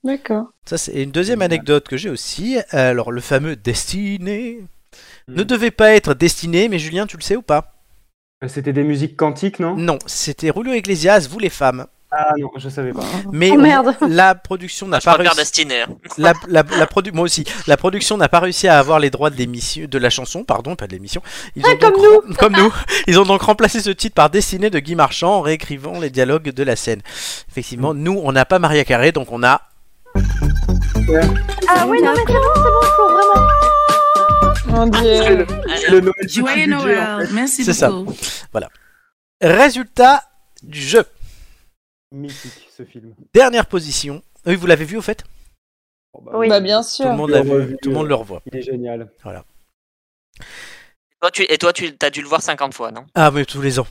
[SPEAKER 2] D'accord.
[SPEAKER 1] Ça, c'est une deuxième anecdote que j'ai aussi. Alors, le fameux destiné ne devait pas être destiné, mais Julien, tu le sais ou pas
[SPEAKER 5] Euh, C'était des musiques cantiques, non
[SPEAKER 1] Non, c'était Rouleau Iglesias, vous les femmes.
[SPEAKER 5] Ah non, je savais pas.
[SPEAKER 1] Mais
[SPEAKER 5] Oh,
[SPEAKER 1] on-
[SPEAKER 5] merde.
[SPEAKER 1] la production n'a
[SPEAKER 4] Je
[SPEAKER 1] pas
[SPEAKER 4] préfère
[SPEAKER 1] réussi.
[SPEAKER 4] Destiné.
[SPEAKER 1] La, la- la produ- moi aussi. La production n'a pas réussi à avoir les droits de l'émission, de la chanson, pardon, pas de l'émission. Ils ont donc rem- comme nous. Ils ont donc remplacé ce titre par Destinée de Guy Marchand en réécrivant les dialogues de la scène. Effectivement, nous, on n'a pas Maria Carré, donc on a.
[SPEAKER 3] Ah oui, non, mais c'est bon, c'est bon, Flo,
[SPEAKER 2] Mon
[SPEAKER 3] vraiment.
[SPEAKER 2] dieu.
[SPEAKER 6] Joyeux Noël. Merci
[SPEAKER 1] C'est ça.
[SPEAKER 6] beaucoup.
[SPEAKER 1] Voilà. Résultat du jeu.
[SPEAKER 5] Mythique, ce film.
[SPEAKER 1] Dernière position. Oui, vous l'avez vu au fait
[SPEAKER 2] Oui. Bah, bien sûr.
[SPEAKER 1] Tout le monde l'a vu, tout le monde le revoit.
[SPEAKER 5] Oh, Il est génial.
[SPEAKER 1] Voilà.
[SPEAKER 4] Toi, tu, et toi, tu as dû le voir 50 fois, non
[SPEAKER 1] Ah, mais tous les ans.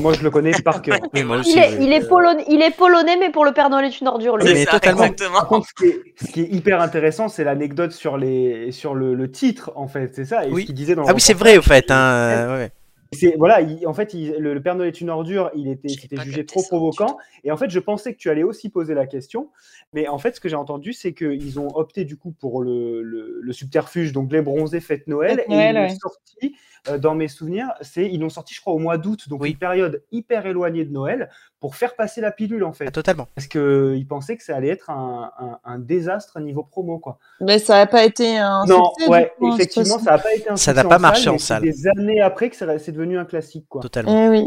[SPEAKER 5] Moi, je le connais par
[SPEAKER 1] [LAUGHS]
[SPEAKER 5] cœur.
[SPEAKER 1] moi
[SPEAKER 3] Il est, il,
[SPEAKER 1] euh,
[SPEAKER 3] est polonais, il est polonais, mais pour le Père Noël est une ordure. lui.
[SPEAKER 5] Par contre, ce qui est, ce qui est hyper intéressant, c'est l'anecdote sur, les, sur le, le titre, en fait, c'est ça. Et
[SPEAKER 1] Oui.
[SPEAKER 5] ce qu'il disait dans le
[SPEAKER 1] Ah oui, c'est vrai
[SPEAKER 5] reportage.
[SPEAKER 1] au fait. hein, ouais.
[SPEAKER 5] C'est voilà, il- en fait, il- le, le Père Noël est une ordure. Il était, c'était jugé trop provocant. Et en fait, je pensais que tu allais aussi poser la question, mais en fait, ce que j'ai entendu, c'est qu'ils ont opté du coup pour le, le- le subterfuge, donc les bronzés fête Noël.
[SPEAKER 2] Fête
[SPEAKER 5] et
[SPEAKER 2] Noël,
[SPEAKER 5] ils l'ont
[SPEAKER 2] ouais.
[SPEAKER 5] sorti, euh, dans mes souvenirs, c'est ils l'ont sorti, je crois, au mois d'août, donc une période hyper éloignée de Noël, pour faire passer la pilule en fait.
[SPEAKER 1] Ah, totalement.
[SPEAKER 5] Parce que ils pensaient que ça allait être un, un- un désastre niveau promo, quoi.
[SPEAKER 2] Mais ça n'a pas été un
[SPEAKER 5] Non,
[SPEAKER 2] succès,
[SPEAKER 5] ouais,
[SPEAKER 2] Ah, du coup, hein, en
[SPEAKER 5] effectivement,
[SPEAKER 2] situation.
[SPEAKER 5] ça n'a pas été un
[SPEAKER 1] Ça n'a
[SPEAKER 5] succès
[SPEAKER 1] pas marché en
[SPEAKER 5] mais c'est
[SPEAKER 1] salle.
[SPEAKER 5] Des années après que ça- c'est devenu un classique, quoi.
[SPEAKER 1] Totalement.
[SPEAKER 2] Eh oui.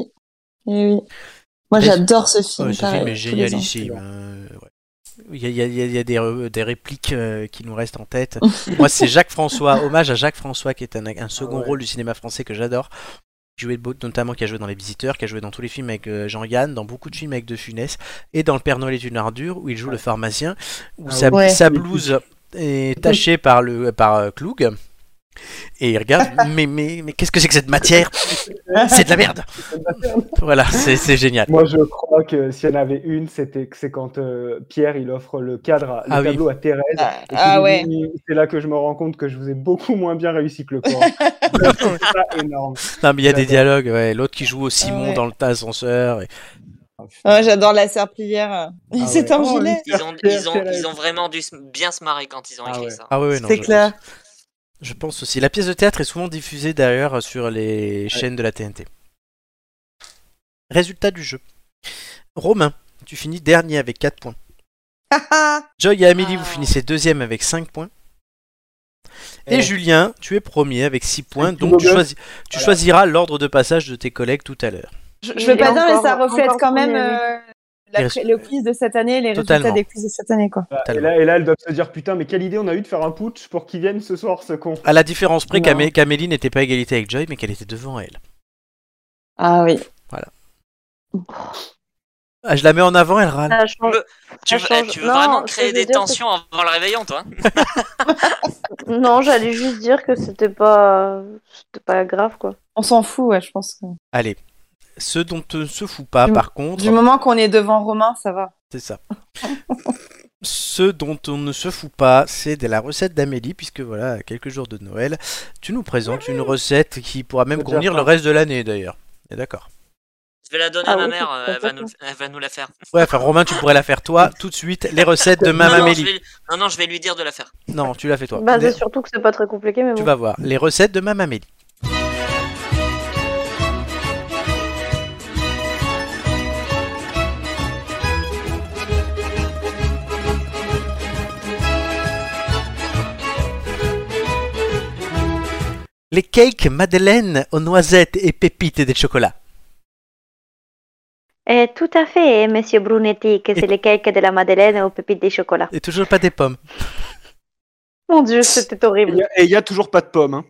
[SPEAKER 2] Eh oui. Moi,
[SPEAKER 1] Mais-
[SPEAKER 2] j'adore ce film.
[SPEAKER 1] Ouais, ce
[SPEAKER 2] pareil,
[SPEAKER 1] film est
[SPEAKER 2] tous les ans.
[SPEAKER 1] génialissime. euh, ouais. Il y a, il y a- il y a- il y a des, euh, des répliques euh, qui nous restent en tête. Moi, c'est Jacques François, hommage à Jacques François, qui est un, un second
[SPEAKER 5] ouais.
[SPEAKER 1] rôle du cinéma français que j'adore. Qui jouait beau- notamment, qui a joué dans Les Visiteurs, qui a joué dans tous les films avec euh, Jean-Yann, dans beaucoup de films avec De Funès, et dans Le Père Noël est une ardure, où il joue le pharmacien, où
[SPEAKER 5] Ah
[SPEAKER 1] sa,
[SPEAKER 5] ouais.
[SPEAKER 1] sa blouse est tachée par, le, par euh, Cloug. Et il regarde, mais, mais, mais qu'est-ce que c'est que cette matière C'est de la merde Voilà, c'est c'est génial.
[SPEAKER 5] Moi, je crois que s'il y en avait une, c'était que c'est quand euh, Pierre il offre le cadre, à- le
[SPEAKER 1] Ah oui.
[SPEAKER 5] tableau à Thérèse. et qu'il
[SPEAKER 2] ah
[SPEAKER 5] lui
[SPEAKER 2] ouais.
[SPEAKER 5] dit, C'est là que je me rends compte que je vous ai beaucoup moins bien
[SPEAKER 3] [LAUGHS]
[SPEAKER 5] réussi que le corps. c'est pas énorme.
[SPEAKER 1] Non, mais il y a des dialogues, ouais. L'autre qui
[SPEAKER 5] Ah
[SPEAKER 1] joue au Simon
[SPEAKER 2] ouais.
[SPEAKER 1] dans le ascenseur. Et...
[SPEAKER 2] Ouais, j'adore la serpillière. [LAUGHS] Il s'est un gilet.
[SPEAKER 4] Ils ont, ils ont, ils ont vraiment dû se- bien se marrer quand ils ont écrit ça.
[SPEAKER 1] Ah ouais, ouais, non,
[SPEAKER 2] C'est
[SPEAKER 1] je-
[SPEAKER 2] clair.
[SPEAKER 1] Je pense aussi. La pièce de théâtre est souvent diffusée d'ailleurs sur les chaînes de la TNT. Résultat du jeu. Romain, tu finis dernier avec 4 points. Joy et Amélie,
[SPEAKER 5] Ah.
[SPEAKER 1] vous finissez deuxième avec 5 points. Et
[SPEAKER 5] Eh.
[SPEAKER 1] Julien, tu es premier avec 6 points,
[SPEAKER 5] Le plus
[SPEAKER 1] donc tu,
[SPEAKER 5] beau gosse.
[SPEAKER 1] choisis- tu
[SPEAKER 5] Voilà.
[SPEAKER 1] choisiras l'ordre de passage de tes collègues tout à l'heure.
[SPEAKER 2] Je, je veux
[SPEAKER 3] Et
[SPEAKER 2] pas dire, mais
[SPEAKER 3] encore-
[SPEAKER 2] ça reflète
[SPEAKER 3] encore
[SPEAKER 2] quand même
[SPEAKER 3] premier,
[SPEAKER 2] euh, la-
[SPEAKER 1] Les résu-
[SPEAKER 2] le quiz de cette année, les
[SPEAKER 1] Totalement.
[SPEAKER 2] résultats des quiz de cette année, quoi.
[SPEAKER 5] Voilà, Bah, Et là, et là, elles doivent se dire Putain, mais quelle idée on a eu de faire un putsch pour qu'ils viennent ce soir, ce con.
[SPEAKER 1] À la différence près
[SPEAKER 5] Non.
[SPEAKER 1] qu'Amé- qu'Amélie n'était pas à égalité avec Joy, mais qu'elle était devant elle.
[SPEAKER 2] Ah oui.
[SPEAKER 1] Voilà. Ah, je la mets en avant, elle râle.
[SPEAKER 3] Ça change-
[SPEAKER 4] Tu
[SPEAKER 3] ça
[SPEAKER 4] veux, eh,
[SPEAKER 3] change-
[SPEAKER 4] tu veux
[SPEAKER 3] Non,
[SPEAKER 4] vraiment
[SPEAKER 3] ce que
[SPEAKER 4] créer
[SPEAKER 3] je veux
[SPEAKER 4] des
[SPEAKER 3] dire, c'est-
[SPEAKER 4] tensions avant le réveillon, toi
[SPEAKER 3] Non, j'allais juste dire que c'était pas... c'était pas grave, quoi.
[SPEAKER 2] On s'en fout, ouais, je pense. que-
[SPEAKER 1] Allez. Ce dont on ne se fout pas,
[SPEAKER 2] Du-
[SPEAKER 1] par contre,
[SPEAKER 2] Du moment qu'on est devant Romain, ça va.
[SPEAKER 1] c'est ça. Ce dont on ne se fout pas, c'est de la recette d'Amélie, puisque voilà, à quelques jours de Noël, tu nous présentes une recette qui pourra même
[SPEAKER 5] C'est déjà
[SPEAKER 1] convenir le
[SPEAKER 5] ça.
[SPEAKER 1] reste de l'année d'ailleurs. On est D'accord.
[SPEAKER 4] Je vais la donner
[SPEAKER 3] Ah
[SPEAKER 4] à ma
[SPEAKER 3] oui,
[SPEAKER 4] mère,
[SPEAKER 3] c'est
[SPEAKER 4] euh,
[SPEAKER 3] pas
[SPEAKER 4] elle va,
[SPEAKER 3] ça.
[SPEAKER 4] nous, elle va nous la faire.
[SPEAKER 1] Ouais, enfin Romain, tu pourrais la faire toi tout de suite, les recettes de
[SPEAKER 4] non,
[SPEAKER 1] Maman
[SPEAKER 4] non, je
[SPEAKER 1] Amélie.
[SPEAKER 4] vais, non, non, je vais lui dire de la faire.
[SPEAKER 1] Non, tu l'as fait toi.
[SPEAKER 3] Bah,
[SPEAKER 1] Les-
[SPEAKER 3] c'est surtout que c'est pas très compliqué, mais
[SPEAKER 1] Tu
[SPEAKER 3] bon.
[SPEAKER 1] vas voir, les recettes de Maman Amélie. Les cakes madeleine aux noisettes et pépites et des chocolats.
[SPEAKER 3] Eh, tout à fait, monsieur Brunetti, que c'est les cakes de la Madeleine aux pépites de chocolat.
[SPEAKER 1] Et toujours pas des pommes.
[SPEAKER 3] Mon dieu, c'était horrible.
[SPEAKER 5] Et il y a toujours pas de pommes. hein.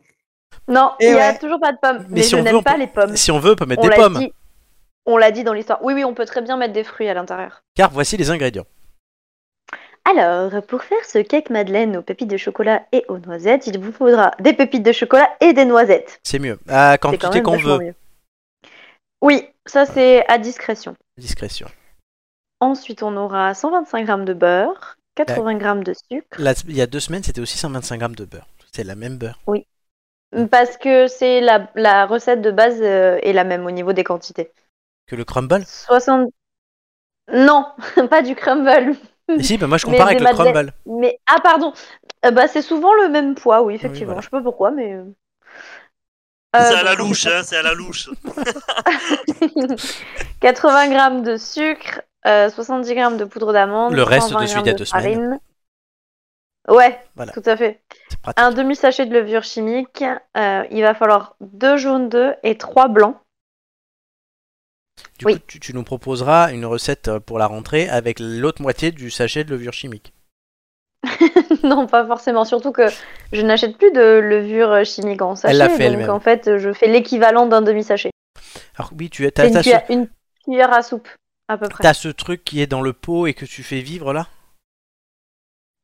[SPEAKER 3] Non,
[SPEAKER 1] Et
[SPEAKER 3] il n'y a
[SPEAKER 1] eh ouais.
[SPEAKER 3] toujours pas de pommes.
[SPEAKER 1] Mais
[SPEAKER 3] Mais,
[SPEAKER 1] si
[SPEAKER 3] je
[SPEAKER 1] on veut, on
[SPEAKER 3] n'aime pas
[SPEAKER 1] peut-
[SPEAKER 3] les pommes.
[SPEAKER 1] Si on veut, on peut mettre
[SPEAKER 3] Euh, On
[SPEAKER 1] des
[SPEAKER 3] l'a
[SPEAKER 1] pommes.
[SPEAKER 3] dit- On l'a dit dans l'histoire. Oui, oui, on peut très bien mettre des fruits à l'intérieur.
[SPEAKER 1] Car voici les ingrédients.
[SPEAKER 3] Alors, pour faire ce cake madeleine aux pépites de chocolat et aux noisettes, il vous faudra des pépites de chocolat et des noisettes.
[SPEAKER 1] C'est mieux. À
[SPEAKER 3] C'est quand
[SPEAKER 1] quantité
[SPEAKER 3] même
[SPEAKER 1] qu'on
[SPEAKER 3] vachement
[SPEAKER 1] veut.
[SPEAKER 3] mieux. Oui, ça c'est à discrétion.
[SPEAKER 1] Discrétion.
[SPEAKER 3] Ensuite, on aura 125 g de beurre, 80 g de sucre,
[SPEAKER 1] Là, il y a deux semaines, c'était aussi 125 grammes de beurre. C'est la même beurre.
[SPEAKER 3] parce que c'est la, la recette de base euh, est la même au niveau des quantités.
[SPEAKER 1] Que le crumble
[SPEAKER 3] 60... Non, [LAUGHS] pas du crumble.
[SPEAKER 1] Mais si, bah moi je
[SPEAKER 3] Mais
[SPEAKER 1] compare
[SPEAKER 3] des
[SPEAKER 1] avec le
[SPEAKER 3] madeleines-
[SPEAKER 1] crumble.
[SPEAKER 3] Mais ah pardon, Euh, bah c'est souvent le même poids, oui effectivement.
[SPEAKER 1] Ah voilà.
[SPEAKER 3] Je sais pas pourquoi, mais. euh,
[SPEAKER 1] Ah,
[SPEAKER 4] c'est à
[SPEAKER 3] donc,
[SPEAKER 1] bah,
[SPEAKER 4] la
[SPEAKER 3] [LAUGHS]
[SPEAKER 4] louche, hein, c'est à la louche.
[SPEAKER 3] 80 grammes de sucre, euh, 70 grammes de poudre d'amande,
[SPEAKER 1] Le reste
[SPEAKER 3] 120
[SPEAKER 1] de celui
[SPEAKER 3] grammes
[SPEAKER 1] d'il y a
[SPEAKER 3] de
[SPEAKER 1] deux semaines.
[SPEAKER 3] farine. Ouais,
[SPEAKER 1] Voilà.
[SPEAKER 3] tout à fait.
[SPEAKER 1] pratique.
[SPEAKER 3] Un demi-sachet de levure chimique. euh, il va falloir deux jaunes d'œufs et trois blancs. Ah,
[SPEAKER 1] Du coup, tu, tu nous proposeras une recette euh, pour la rentrée avec l'autre moitié du sachet de levure chimique.
[SPEAKER 3] [LAUGHS] non, pas forcément. Surtout que je n'achète plus de levure chimique en sachet.
[SPEAKER 1] Elle l'a fait
[SPEAKER 3] donc
[SPEAKER 1] elle-même.
[SPEAKER 3] en fait, je fais l'équivalent d'un demi-sachet.
[SPEAKER 1] Alors oui, tu as,
[SPEAKER 3] C'est
[SPEAKER 1] t'as-
[SPEAKER 3] une,
[SPEAKER 1] t'as
[SPEAKER 3] cuillère-
[SPEAKER 1] ce,
[SPEAKER 3] une cuillère à soupe, à peu près.
[SPEAKER 1] t'as ce truc qui est dans le pot et que tu fais vivre là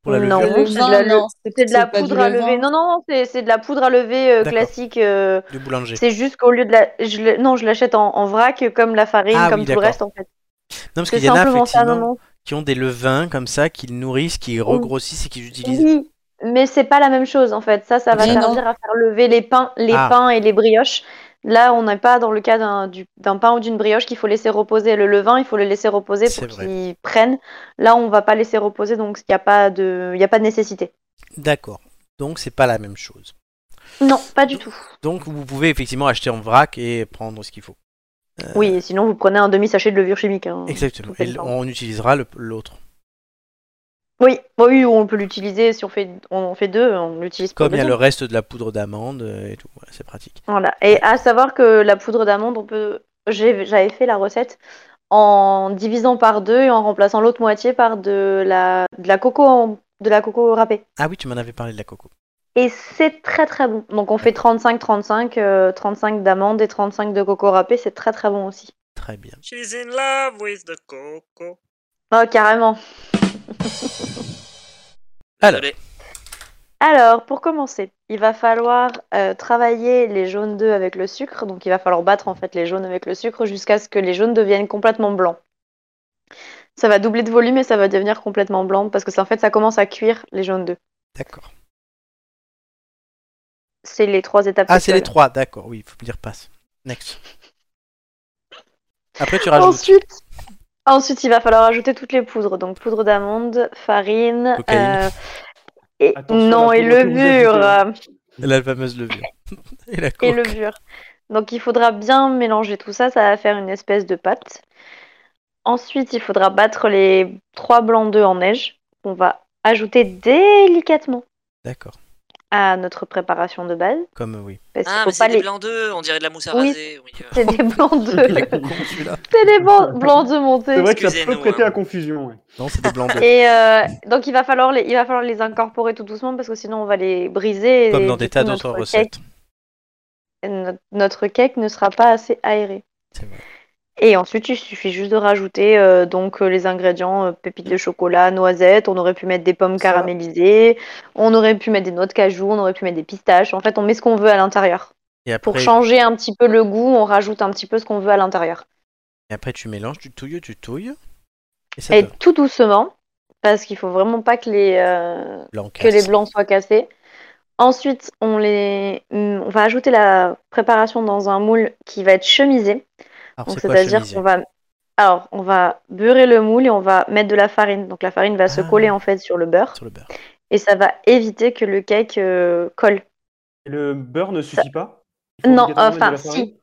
[SPEAKER 1] Pour la
[SPEAKER 3] Non,
[SPEAKER 1] levure
[SPEAKER 3] c'est de la,
[SPEAKER 12] non,
[SPEAKER 3] le- c'est de la
[SPEAKER 12] c'est pas du
[SPEAKER 3] poudre à lever.
[SPEAKER 12] levain.
[SPEAKER 3] Non, non, non, c'est c'est de la poudre à lever euh,
[SPEAKER 1] D'accord.
[SPEAKER 3] classique. euh,
[SPEAKER 1] du boulanger.
[SPEAKER 3] c'est juste qu'au lieu de la. Je, le- non, je l'achète en, en vrac, comme la farine,
[SPEAKER 1] Ah
[SPEAKER 3] comme
[SPEAKER 1] oui,
[SPEAKER 3] tout le
[SPEAKER 1] d'accord.
[SPEAKER 3] reste, en fait.
[SPEAKER 1] Non, parce
[SPEAKER 3] C'est
[SPEAKER 1] qu'il y en a
[SPEAKER 3] simplement ça, non, Mm.
[SPEAKER 1] effectivement
[SPEAKER 3] non.
[SPEAKER 1] qui ont des levains comme ça, qu'ils nourrissent, qui regrossissent et qu'ils utilisent.
[SPEAKER 3] Oui, mais c'est pas la même chose, en fait. Ça, ça va
[SPEAKER 1] Mais non.
[SPEAKER 3] servir à faire lever les pains, les
[SPEAKER 1] Ah.
[SPEAKER 3] pains et les brioches. Là, on n'est pas dans le cas d'un du- d'un pain ou d'une brioche qu'il faut laisser reposer. Le levain, il faut le laisser reposer
[SPEAKER 1] C'est
[SPEAKER 3] pour
[SPEAKER 1] vrai.
[SPEAKER 3] qu'il prenne. Là, on va pas laisser reposer, donc il n'y a, pas de- il y a pas de nécessité.
[SPEAKER 1] D'accord. Donc c'est pas la même chose.
[SPEAKER 3] Non, pas du tout.
[SPEAKER 1] Donc vous pouvez effectivement acheter en vrac et prendre ce qu'il faut. euh,
[SPEAKER 3] Oui, sinon vous prenez un demi-sachet de levure chimique. hein.
[SPEAKER 1] Exactement.
[SPEAKER 3] Tout à
[SPEAKER 1] Et
[SPEAKER 3] fait.
[SPEAKER 1] on utilisera le- l'autre.
[SPEAKER 3] Oui, bah oui, on peut l'utiliser si on fait, on en fait deux, on l'utilise pour
[SPEAKER 1] Comme il y a
[SPEAKER 3] deux.
[SPEAKER 1] le reste de la poudre d'amande euh, et tout. Voilà, c'est pratique.
[SPEAKER 3] Voilà. Et à savoir que la poudre d'amande, on peut. j'ai- J'avais fait la recette en divisant par deux et en remplaçant l'autre moitié par de la, de la coco en- de la coco râpée.
[SPEAKER 1] Ah oui, tu m'en avais parlé de la coco.
[SPEAKER 3] Et c'est très très bon. Donc on fait 35, 35, euh, 35 d'amande et 35 de coco râpée, c'est très très bon aussi.
[SPEAKER 1] Très bien.
[SPEAKER 4] She's in love with the coco.
[SPEAKER 3] Oh, carrément.
[SPEAKER 1] Alors,
[SPEAKER 3] Alors, pour commencer, il va falloir euh, travailler les jaunes d'œufs avec le sucre. Donc, il va falloir battre en fait les jaunes avec le sucre jusqu'à ce que les jaunes deviennent complètement blancs. Ça va doubler de volume et ça va devenir complètement blanc parce que ça, en fait, ça commence à cuire les jaunes d'œufs.
[SPEAKER 1] d'accord.
[SPEAKER 3] C'est les trois étapes.
[SPEAKER 1] Ah, c'est les
[SPEAKER 3] sexuelles.
[SPEAKER 1] trois, d'accord. Oui, il faut me dire passe. Next. Après, tu rajoutes.
[SPEAKER 3] Ensuite, ensuite, il va falloir ajouter toutes les poudres. Donc, poudre d'amande, farine,
[SPEAKER 1] Cocaïne.
[SPEAKER 3] euh, et
[SPEAKER 1] Attention,
[SPEAKER 3] non,
[SPEAKER 1] la
[SPEAKER 3] et
[SPEAKER 1] poudre que vous
[SPEAKER 3] levure.
[SPEAKER 1] ajoutez. La fameuse levure. [LAUGHS] et la
[SPEAKER 3] et
[SPEAKER 1] coco.
[SPEAKER 3] levure. Donc il faudra bien mélanger tout ça, ça va faire une espèce de pâte. Ensuite, il faudra battre les trois blancs d'œufs en neige. On va ajouter délicatement
[SPEAKER 1] D'accord.
[SPEAKER 3] à notre préparation de base.
[SPEAKER 1] Comme euh, oui.
[SPEAKER 3] Parce qu'il
[SPEAKER 4] Ah,
[SPEAKER 3] faut
[SPEAKER 4] mais
[SPEAKER 3] pas
[SPEAKER 4] c'est des
[SPEAKER 3] les-
[SPEAKER 4] blancs d'œufs, on dirait de la mousse à
[SPEAKER 3] Oui,
[SPEAKER 4] raser. Oui, euh.
[SPEAKER 3] C'est des blancs
[SPEAKER 1] [LAUGHS] Il
[SPEAKER 3] d'œufs.
[SPEAKER 1] est con, celui-là.
[SPEAKER 3] c'est des blan-
[SPEAKER 1] [LAUGHS]
[SPEAKER 3] blancs d'œufs montés.
[SPEAKER 5] C'est vrai que ça peut prêter à confusion. ouais.
[SPEAKER 1] Non, c'est des blancs d'œufs.
[SPEAKER 3] Et euh, donc il va, falloir les, il va falloir les incorporer tout doucement parce que sinon on va les briser. et
[SPEAKER 1] Comme dans
[SPEAKER 3] du
[SPEAKER 1] des
[SPEAKER 3] coup,
[SPEAKER 1] tas d'autres
[SPEAKER 3] notre
[SPEAKER 1] recettes.
[SPEAKER 3] cake- notre- notre cake ne sera pas assez aéré.
[SPEAKER 1] C'est vrai.
[SPEAKER 3] Et ensuite, il suffit juste de rajouter euh, donc euh, les ingrédients euh, pépites de chocolat, noisettes. On aurait pu mettre des pommes caramélisées, on aurait pu mettre des noix de cajou, on aurait pu mettre des pistaches. En fait, on met ce qu'on veut à l'intérieur.
[SPEAKER 1] Et après,
[SPEAKER 3] Pour changer un petit peu le goût, on rajoute un petit peu ce qu'on veut à l'intérieur.
[SPEAKER 1] et après, tu mélanges, tu touilles, tu touilles. Et ça
[SPEAKER 3] Et
[SPEAKER 1] donne.
[SPEAKER 3] tout doucement, parce qu'il faut vraiment pas que les euh,
[SPEAKER 1] Blanc
[SPEAKER 3] que les
[SPEAKER 1] casse.
[SPEAKER 3] blancs soient cassés. Ensuite, on les hum, on va ajouter la préparation dans un moule qui va être chemisé.
[SPEAKER 1] Alors,
[SPEAKER 3] Donc,
[SPEAKER 1] c'est quoi
[SPEAKER 3] C'est-à-dire
[SPEAKER 1] chemiser
[SPEAKER 3] qu'on va, alors on va beurrer le moule et on va mettre de la farine. Donc la farine va se coller en fait sur le beurre.
[SPEAKER 1] Ah. Sur le beurre.
[SPEAKER 3] Et ça va éviter que le cake euh, colle.
[SPEAKER 5] Le beurre ne suffit pas Il faut
[SPEAKER 3] Non,
[SPEAKER 5] obligatoirement mettre de
[SPEAKER 3] enfin
[SPEAKER 5] la farine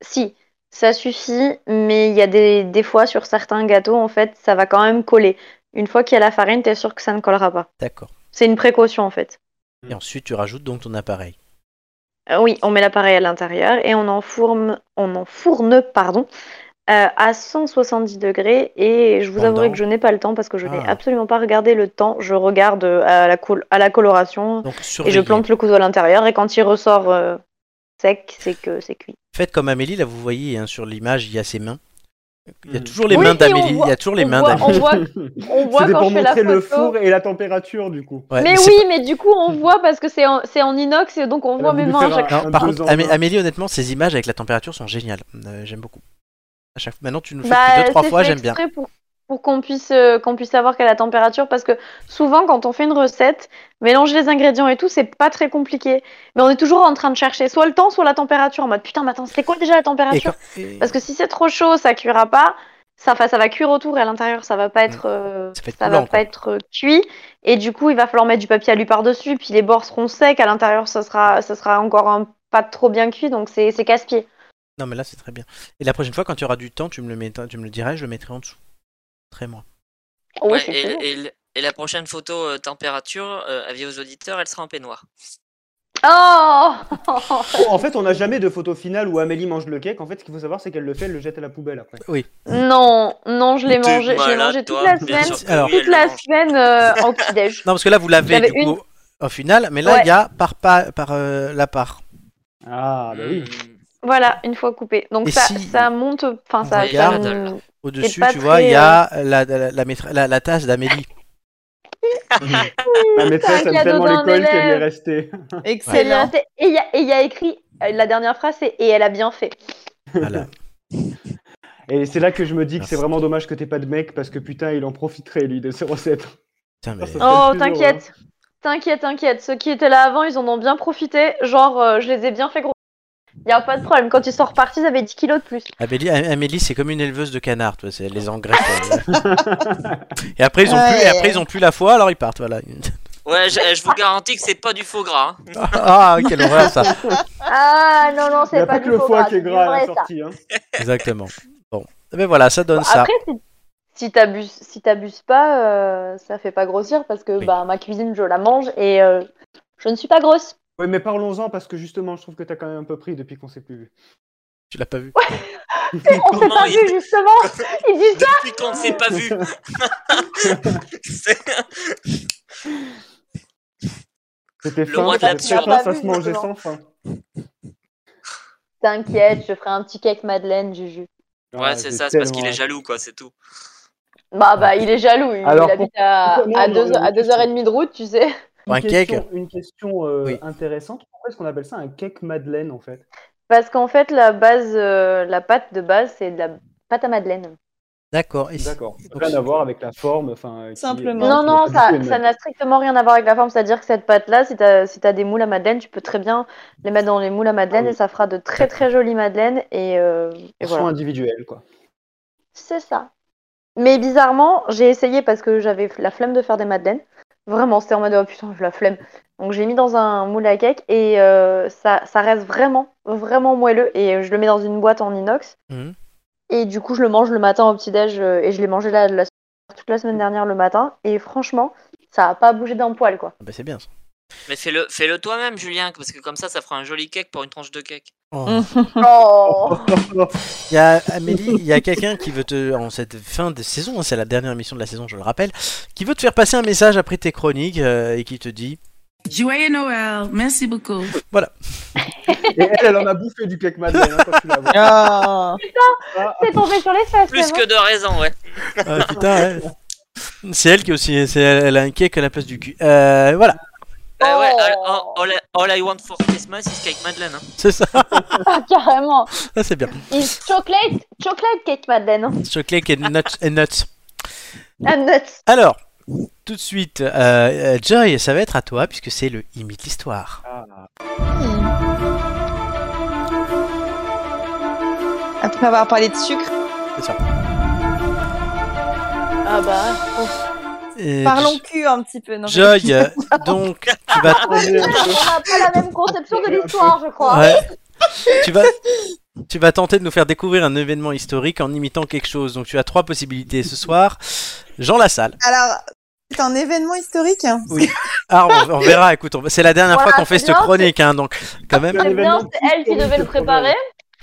[SPEAKER 3] si, si, ça suffit. Mais il y a des, des fois sur certains gâteaux en fait ça va quand même coller. Une fois qu'il y a la farine, t'es sûr que ça ne collera pas.
[SPEAKER 1] D'accord.
[SPEAKER 3] C'est une précaution en fait.
[SPEAKER 1] Et ensuite, tu rajoutes donc ton appareil.
[SPEAKER 3] Euh, oui, on met l'appareil à l'intérieur et on enfourne, on enfourne pardon, euh, à 170 degrés et je vous
[SPEAKER 8] Pendant.
[SPEAKER 3] avouerai que je n'ai pas le temps parce que je n'ai
[SPEAKER 8] Ah.
[SPEAKER 3] absolument pas regardé le temps. Je regarde euh, à la, col- à la coloration et je
[SPEAKER 1] surveillez.
[SPEAKER 3] plante le couteau à l'intérieur et quand il ressort euh, sec, c'est que c'est cuit.
[SPEAKER 1] Faites comme Amélie, là vous voyez hein, sur l'image, il y a ses mains. Il y a toujours les
[SPEAKER 3] Oui,
[SPEAKER 1] mains
[SPEAKER 3] oui, on
[SPEAKER 1] d'Amélie. Il y
[SPEAKER 3] voit-
[SPEAKER 1] a toujours les
[SPEAKER 3] on
[SPEAKER 1] mains
[SPEAKER 3] voit- on
[SPEAKER 1] d'Amélie.
[SPEAKER 3] voit-
[SPEAKER 5] [LAUGHS]
[SPEAKER 3] on voit
[SPEAKER 5] C'était
[SPEAKER 3] quand
[SPEAKER 5] pour
[SPEAKER 3] je fais la
[SPEAKER 5] montrer le
[SPEAKER 3] photo.
[SPEAKER 5] four et la température du coup.
[SPEAKER 1] Ouais,
[SPEAKER 3] mais,
[SPEAKER 1] mais c'est
[SPEAKER 3] oui, mais du coup on voit parce que c'est en, c'est en inox et donc on voit mes mains à chaque
[SPEAKER 1] Non,
[SPEAKER 3] fois.
[SPEAKER 1] par contre, Amé- Amélie, honnêtement, ces images avec la température sont géniales. Euh, j'aime beaucoup. À chaque... Maintenant, tu nous fais
[SPEAKER 3] Bah,
[SPEAKER 1] deux, trois
[SPEAKER 3] c'est
[SPEAKER 1] fois,
[SPEAKER 3] fait
[SPEAKER 1] j'aime bien.
[SPEAKER 3] exprès Pour, pour qu'on puisse, euh, qu'on puisse savoir quelle est la température, parce que souvent, quand on fait une recette, mélanger les ingrédients et tout, c'est pas très compliqué. Mais on est toujours en train de chercher soit le temps, soit la température, en mode putain, mais attends, c'est quoi déjà la température
[SPEAKER 1] Et quand- et-
[SPEAKER 3] Parce que si c'est trop chaud, ça cuira pas. Ça, enfin, ça va cuire autour et à l'intérieur, ça va pas être, euh, ça,
[SPEAKER 1] Mm. va être
[SPEAKER 3] va
[SPEAKER 1] coulant,
[SPEAKER 3] pas être euh, cuit. Et du coup, il va falloir mettre du papier alu par-dessus, puis les bords seront secs. À l'intérieur, ça sera, ça sera encore un- pas trop bien cuit, donc c'est c'est casse-pied.
[SPEAKER 1] Non, mais là, c'est très bien. Et la prochaine fois, quand tu auras du temps, tu me le, mettras- tu me le diras, je le mettrai en dessous. Très moi.
[SPEAKER 3] Oh,
[SPEAKER 4] Ouais, et, et l- et la prochaine photo euh, température, euh, avis aux auditeurs, elle sera en peignoir.
[SPEAKER 3] Oh
[SPEAKER 5] Bon, en fait, on n'a jamais de photo finale où Amélie mange le cake. En fait, ce qu'il faut savoir, c'est qu'elle le fait, elle le jette à la poubelle après.
[SPEAKER 1] Oui.
[SPEAKER 3] Non, non, je l'ai
[SPEAKER 5] T'es
[SPEAKER 3] mangé. Je l'ai
[SPEAKER 5] malade,
[SPEAKER 3] mangé toute
[SPEAKER 5] toi,
[SPEAKER 3] la
[SPEAKER 5] bien
[SPEAKER 3] semaine.
[SPEAKER 1] sûr que Alors- oui,
[SPEAKER 3] toute
[SPEAKER 1] elle
[SPEAKER 3] la semaine euh, en petit-déj.
[SPEAKER 1] Non, parce que là, vous l'avez
[SPEAKER 3] J'avais
[SPEAKER 1] du coup
[SPEAKER 3] une-
[SPEAKER 1] au- au final, mais là, il
[SPEAKER 3] Ouais.
[SPEAKER 1] y a par, pa- par euh, la part.
[SPEAKER 5] Ah, bah oui.
[SPEAKER 4] Mmh.
[SPEAKER 3] Voilà, une fois coupé. Donc
[SPEAKER 1] Et
[SPEAKER 3] ça,
[SPEAKER 1] si
[SPEAKER 3] ça monte. Enfin, ça.
[SPEAKER 1] Regarde,
[SPEAKER 3] ça me- c'est
[SPEAKER 1] au-dessus,
[SPEAKER 3] pas
[SPEAKER 1] tu vois, il
[SPEAKER 3] très, euh,
[SPEAKER 1] y a la, la, la maître- la- la tasse
[SPEAKER 3] [LAUGHS]
[SPEAKER 1] d'Amélie.
[SPEAKER 5] [LAUGHS] Ma maîtresse
[SPEAKER 3] T'as un
[SPEAKER 5] aime tellement
[SPEAKER 3] cadeau d'un
[SPEAKER 5] l'école qu'elle y est
[SPEAKER 3] élève.
[SPEAKER 5] restée.
[SPEAKER 3] euh, elle y a resté. Et il y a- et il y a écrit euh, la dernière phrase, c'est et elle a bien fait.
[SPEAKER 5] Et c'est là que je me dis que c'est vraiment dommage que t'aies pas de mec parce que putain, il en profiterait lui de ses recettes.
[SPEAKER 3] Oh, t'inquiète,
[SPEAKER 5] hein.
[SPEAKER 3] t'inquiète, t'inquiète. Ceux qui étaient là avant, ils en ont bien profité. Genre, euh, je les ai bien fait gros. Il y a pas de problème. Quand ils sont repartis, ils avaient 10 kilos de plus.
[SPEAKER 1] Amélie, Am- Amélie, c'est comme une éleveuse de canards, tu vois, c'est- elle les engraisse. quoi. et après, ils ont plus,
[SPEAKER 4] Ouais.
[SPEAKER 1] et après, ils ont plus la foi, alors ils partent, voilà. [LAUGHS]
[SPEAKER 4] Ouais, je, je vous garantis que c'est pas du faux gras.
[SPEAKER 3] [LAUGHS]
[SPEAKER 4] hein.
[SPEAKER 1] ah, quelle horreur ça.
[SPEAKER 3] Ah non, non,
[SPEAKER 5] Il y
[SPEAKER 3] c'est
[SPEAKER 5] a
[SPEAKER 3] pas,
[SPEAKER 5] pas
[SPEAKER 3] du
[SPEAKER 5] que le
[SPEAKER 3] faux
[SPEAKER 5] foie
[SPEAKER 3] gras,
[SPEAKER 5] qui est
[SPEAKER 3] c'est du
[SPEAKER 5] gras à la
[SPEAKER 3] vrai, ça.
[SPEAKER 5] sortie, hein.
[SPEAKER 1] Exactement. Bon, mais voilà, ça donne ça.
[SPEAKER 3] Après, si, si t'abuses si t'abuses pas, euh, ça fait pas grossir parce que bah, ma cuisine, je la mange et euh, je ne suis pas grosse.
[SPEAKER 5] Oui, mais parlons-en parce que justement, je trouve que t'as quand même un peu pris depuis qu'on s'est plus vu.
[SPEAKER 1] Tu l'as pas vu
[SPEAKER 3] On s'est pas vu, justement. Il dit ça.
[SPEAKER 4] Depuis qu'on ne s'est pas
[SPEAKER 3] [LAUGHS]
[SPEAKER 4] vu.
[SPEAKER 5] C'était
[SPEAKER 4] Le roi
[SPEAKER 5] fin,
[SPEAKER 4] de
[SPEAKER 5] c'était
[SPEAKER 4] l'absurde.
[SPEAKER 5] très
[SPEAKER 4] On
[SPEAKER 5] fin,
[SPEAKER 4] l'a
[SPEAKER 5] ça
[SPEAKER 4] pas
[SPEAKER 5] se
[SPEAKER 4] vu,
[SPEAKER 5] mangeait
[SPEAKER 4] justement.
[SPEAKER 5] sans fin.
[SPEAKER 3] T'inquiète, je ferai un petit cake Madeleine, Juju.
[SPEAKER 4] Ouais, c'est
[SPEAKER 5] j'ai
[SPEAKER 4] ça, c'est parce
[SPEAKER 5] Ah, tellement
[SPEAKER 4] qu'il est
[SPEAKER 5] hâte.
[SPEAKER 4] jaloux, quoi, c'est tout.
[SPEAKER 3] Bah, bah, il est jaloux. Il,
[SPEAKER 5] Alors,
[SPEAKER 3] il habite
[SPEAKER 5] pour- euh,
[SPEAKER 3] à,
[SPEAKER 5] pourquoi- non,
[SPEAKER 3] à
[SPEAKER 5] non,
[SPEAKER 3] deux,
[SPEAKER 5] non,
[SPEAKER 3] à deux heures et demie de route, tu sais. [LAUGHS]
[SPEAKER 5] Une
[SPEAKER 1] Un cake.
[SPEAKER 5] question, une question euh, intéressante. Pourquoi est-ce qu'on appelle ça un cake madeleine en fait
[SPEAKER 3] Parce qu'en fait, la base, euh, la pâte de base, c'est de la pâte à Madeleine.
[SPEAKER 1] D'accord. et-
[SPEAKER 5] D'accord. Rien à voir avec la forme. Enfin, qui-
[SPEAKER 3] Non,
[SPEAKER 5] qui
[SPEAKER 3] non,
[SPEAKER 5] n'est pas
[SPEAKER 3] ça
[SPEAKER 5] du tout
[SPEAKER 3] ça
[SPEAKER 5] une-
[SPEAKER 3] n'a strictement rien à voir avec la forme. C'est-à-dire que cette pâte-là, si t'as si t'as des moules à Madeleine, tu peux très bien les mettre dans les moules à
[SPEAKER 5] Ah
[SPEAKER 3] Madeleine et ça fera de très très jolies Madeleines. Et, euh, et
[SPEAKER 5] Version
[SPEAKER 3] voilà.
[SPEAKER 5] individuelle
[SPEAKER 3] [LAUGHS]
[SPEAKER 5] quoi.
[SPEAKER 3] C'est ça. Mais bizarrement, j'ai essayé parce que j'avais la flemme de faire des madeleines. Vraiment, c'était en mode oh putain, j'ai la flemme. Donc j'ai mis dans un moule à cake et euh, ça, ça reste vraiment, vraiment moelleux. Et euh, je le mets dans une boîte en inox.
[SPEAKER 1] Mhm.
[SPEAKER 3] Et du coup, je le mange le matin au petit-déj euh, et je l'ai mangé là, la- toute la semaine dernière le matin. Et franchement, ça a pas bougé d'un
[SPEAKER 1] [LAUGHS]
[SPEAKER 3] poil quoi.
[SPEAKER 1] Ah bah, c'est bien ça.
[SPEAKER 4] Mais fais-le fais-le toi-même, Julien, parce que comme ça, ça fera un joli cake pour une tranche de cake.
[SPEAKER 1] Oh.
[SPEAKER 2] Oh.
[SPEAKER 1] Il y a Amélie, il y a quelqu'un qui veut te, en cette fin de saison, hein, c'est la dernière émission de la saison, je le rappelle, qui veut te faire passer un message après tes chroniques euh, et qui te [LAUGHS] dit
[SPEAKER 6] Joyeux Noël, merci beaucoup.
[SPEAKER 1] Voilà.
[SPEAKER 5] Et elle, elle en a bouffé du cake madeleine hein, quand tu l'as vu.
[SPEAKER 3] Putain, c'est tombé sur les fesses.
[SPEAKER 4] Plus
[SPEAKER 3] c'est
[SPEAKER 4] que de raison, ouais.
[SPEAKER 1] Ah, putain, ouais. c'est elle qui aussi, c'est elle, elle a un cake à la place du cul. Euh, voilà,
[SPEAKER 4] Bah ouais, all,
[SPEAKER 3] Oh.
[SPEAKER 4] all- all I- all I want for Christmas is cake Madeleine. hein.
[SPEAKER 1] c'est ça.
[SPEAKER 3] bon. Ah, [LAUGHS] carrément.
[SPEAKER 1] Ah, c'est bien.
[SPEAKER 3] It's chocolate, chocolate cake madeleine.
[SPEAKER 1] Chocolate and nuts. and nuts.
[SPEAKER 3] I'm nuts.
[SPEAKER 1] Alors, tout de suite, euh, euh, Joy, ça va être à toi puisque c'est le imite l'histoire.
[SPEAKER 12] Après avoir parlé de sucre,
[SPEAKER 1] C'est ça.
[SPEAKER 3] Ah bah.
[SPEAKER 1] Euh,
[SPEAKER 12] parlons cul un petit peu. [LAUGHS] non, je-
[SPEAKER 1] Joy, euh, donc tu vas,
[SPEAKER 3] On n'a pas la même conception de l'histoire, je crois.
[SPEAKER 1] Ouais. tu vas, tu vas tenter de nous faire découvrir un événement historique en imitant quelque chose. Donc tu as trois possibilités ce soir. Jean Lassalle.
[SPEAKER 12] Alors, c'est un événement historique. hein.
[SPEAKER 1] Oui. Ah, on, on verra. Écoute, on- c'est la dernière
[SPEAKER 12] Voilà,
[SPEAKER 1] fois qu'on
[SPEAKER 12] c'est
[SPEAKER 1] fait cette
[SPEAKER 12] bien,
[SPEAKER 1] chronique, hein, donc quand même.
[SPEAKER 3] C'est bien, c'est elle qui devait le préparer.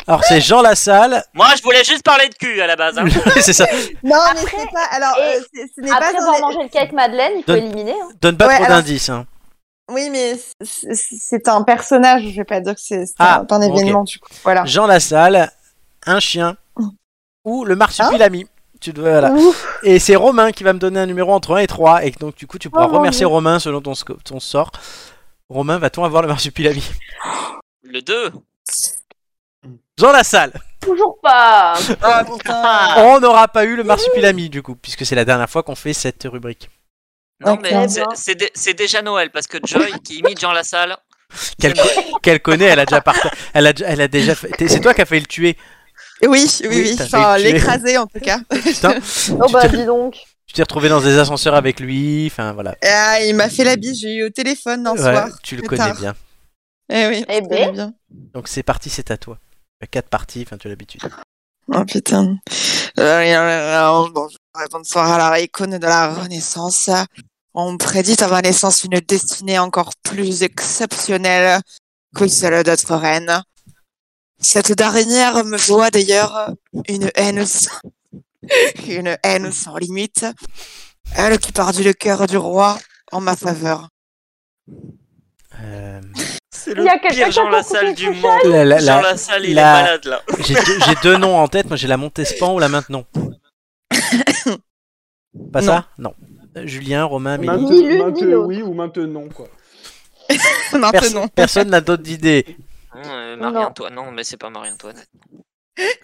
[SPEAKER 1] Alors c'est Jean Lassalle.
[SPEAKER 4] Moi, je voulais juste parler de cul à la
[SPEAKER 5] [LAUGHS]
[SPEAKER 4] base. hein.
[SPEAKER 1] [LAUGHS] c'est ça.
[SPEAKER 2] Non, mais c'est pas. Alors,
[SPEAKER 3] et
[SPEAKER 2] euh, c'est- ce n'est
[SPEAKER 3] Après
[SPEAKER 2] pas.
[SPEAKER 3] avoir
[SPEAKER 2] un-
[SPEAKER 3] mangé le cake Madeleine, il faut
[SPEAKER 1] Donne-
[SPEAKER 3] éliminer. hein.
[SPEAKER 1] Donne pas
[SPEAKER 2] Ouais,
[SPEAKER 1] trop
[SPEAKER 2] alors-
[SPEAKER 1] d'indices. hein.
[SPEAKER 2] Oui, mais c'est- c'est c'est un personnage. Je vais pas dire que c'est c'est
[SPEAKER 1] Ah,
[SPEAKER 2] un, pas un
[SPEAKER 1] ok.
[SPEAKER 2] événement du coup. Voilà.
[SPEAKER 1] Jean Lassalle, un chien ou le marsupilami.
[SPEAKER 2] Ah.
[SPEAKER 1] tu dois, voilà.
[SPEAKER 2] Ouf.
[SPEAKER 1] Et c'est Romain qui va me donner un numéro entre 1 et 3. Et donc, du coup, tu pourras
[SPEAKER 2] Oh, mon
[SPEAKER 1] remercier
[SPEAKER 2] Dieu.
[SPEAKER 1] Romain selon ton, sco- ton sort. Romain, va-t-on avoir le marsupilami
[SPEAKER 4] Le 2.
[SPEAKER 1] Jean Lassalle
[SPEAKER 3] Toujours pas.
[SPEAKER 2] Ah putain.
[SPEAKER 1] On n'aura pas eu le marsupilami, du coup, puisque c'est la dernière fois qu'on fait cette rubrique.
[SPEAKER 4] Non,
[SPEAKER 2] Ok.
[SPEAKER 4] mais c'est- c'est dé- c'est déjà Noël parce que Joy qui imite Jean Lassalle.
[SPEAKER 1] Qu'elle co- qu'elle connaît, elle a déjà part... elle, a, elle a déjà fait... t'es- C'est toi qui as fait le tuer.
[SPEAKER 2] Oui,
[SPEAKER 1] Oui,
[SPEAKER 2] oui, oui.
[SPEAKER 1] t'as
[SPEAKER 2] Enfin,
[SPEAKER 1] fait tuer.
[SPEAKER 2] l'écraser en tout cas.
[SPEAKER 1] Putain.
[SPEAKER 3] Oh
[SPEAKER 1] tu
[SPEAKER 3] bah
[SPEAKER 1] t'es-
[SPEAKER 3] dis donc.
[SPEAKER 1] tu t'es retrouvé dans des ascenseurs avec lui. Enfin, voilà.
[SPEAKER 2] Ah, il m'a fait la bise. J'ai eu au téléphone un
[SPEAKER 1] Ouais,
[SPEAKER 2] soir.
[SPEAKER 1] tu le
[SPEAKER 2] plus
[SPEAKER 1] connais
[SPEAKER 2] tard.
[SPEAKER 1] bien.
[SPEAKER 2] Eh oui.
[SPEAKER 3] Eh
[SPEAKER 2] je connais
[SPEAKER 3] ben.
[SPEAKER 2] bien.
[SPEAKER 1] Donc, c'est parti, c'est à toi. Tu as Quatre parties, enfin, tu as l'habitude.
[SPEAKER 2] Oh putain. Euh, Bon, je vais répondre fort à la icône de la Renaissance. On prédit à ma naissance une destinée encore plus exceptionnelle que celle d'autres reines. Cette dernière me voit d'ailleurs une haine sans... une haine sans limite. Elle qui part du cœur du roi en ma [LAUGHS] faveur.
[SPEAKER 1] Euh,
[SPEAKER 4] C'est
[SPEAKER 3] Il y a quelqu'un
[SPEAKER 4] Jean
[SPEAKER 3] qui a
[SPEAKER 4] Lassalle
[SPEAKER 3] compris
[SPEAKER 4] du
[SPEAKER 3] le
[SPEAKER 4] monde.
[SPEAKER 1] La- la- la-
[SPEAKER 4] Jean Lassalle, il
[SPEAKER 1] la-
[SPEAKER 4] est malade là.
[SPEAKER 1] J'ai deux, j'ai deux noms en tête. Moi, j'ai la Montespan ou la Maintenon. Pas ça Non. Euh, Julien, Romain, Amélie.
[SPEAKER 5] Mainte-
[SPEAKER 3] Ni l'une,
[SPEAKER 5] mainte-
[SPEAKER 3] ni l'autre.
[SPEAKER 5] oui ou maintenant, quoi. Bah,
[SPEAKER 1] Perso-
[SPEAKER 2] Maintenant.
[SPEAKER 1] personne n'a d'autres
[SPEAKER 5] [LAUGHS]
[SPEAKER 1] idées.
[SPEAKER 4] Euh, Marie-Antoine, non, mais c'est pas Marie-Antoine.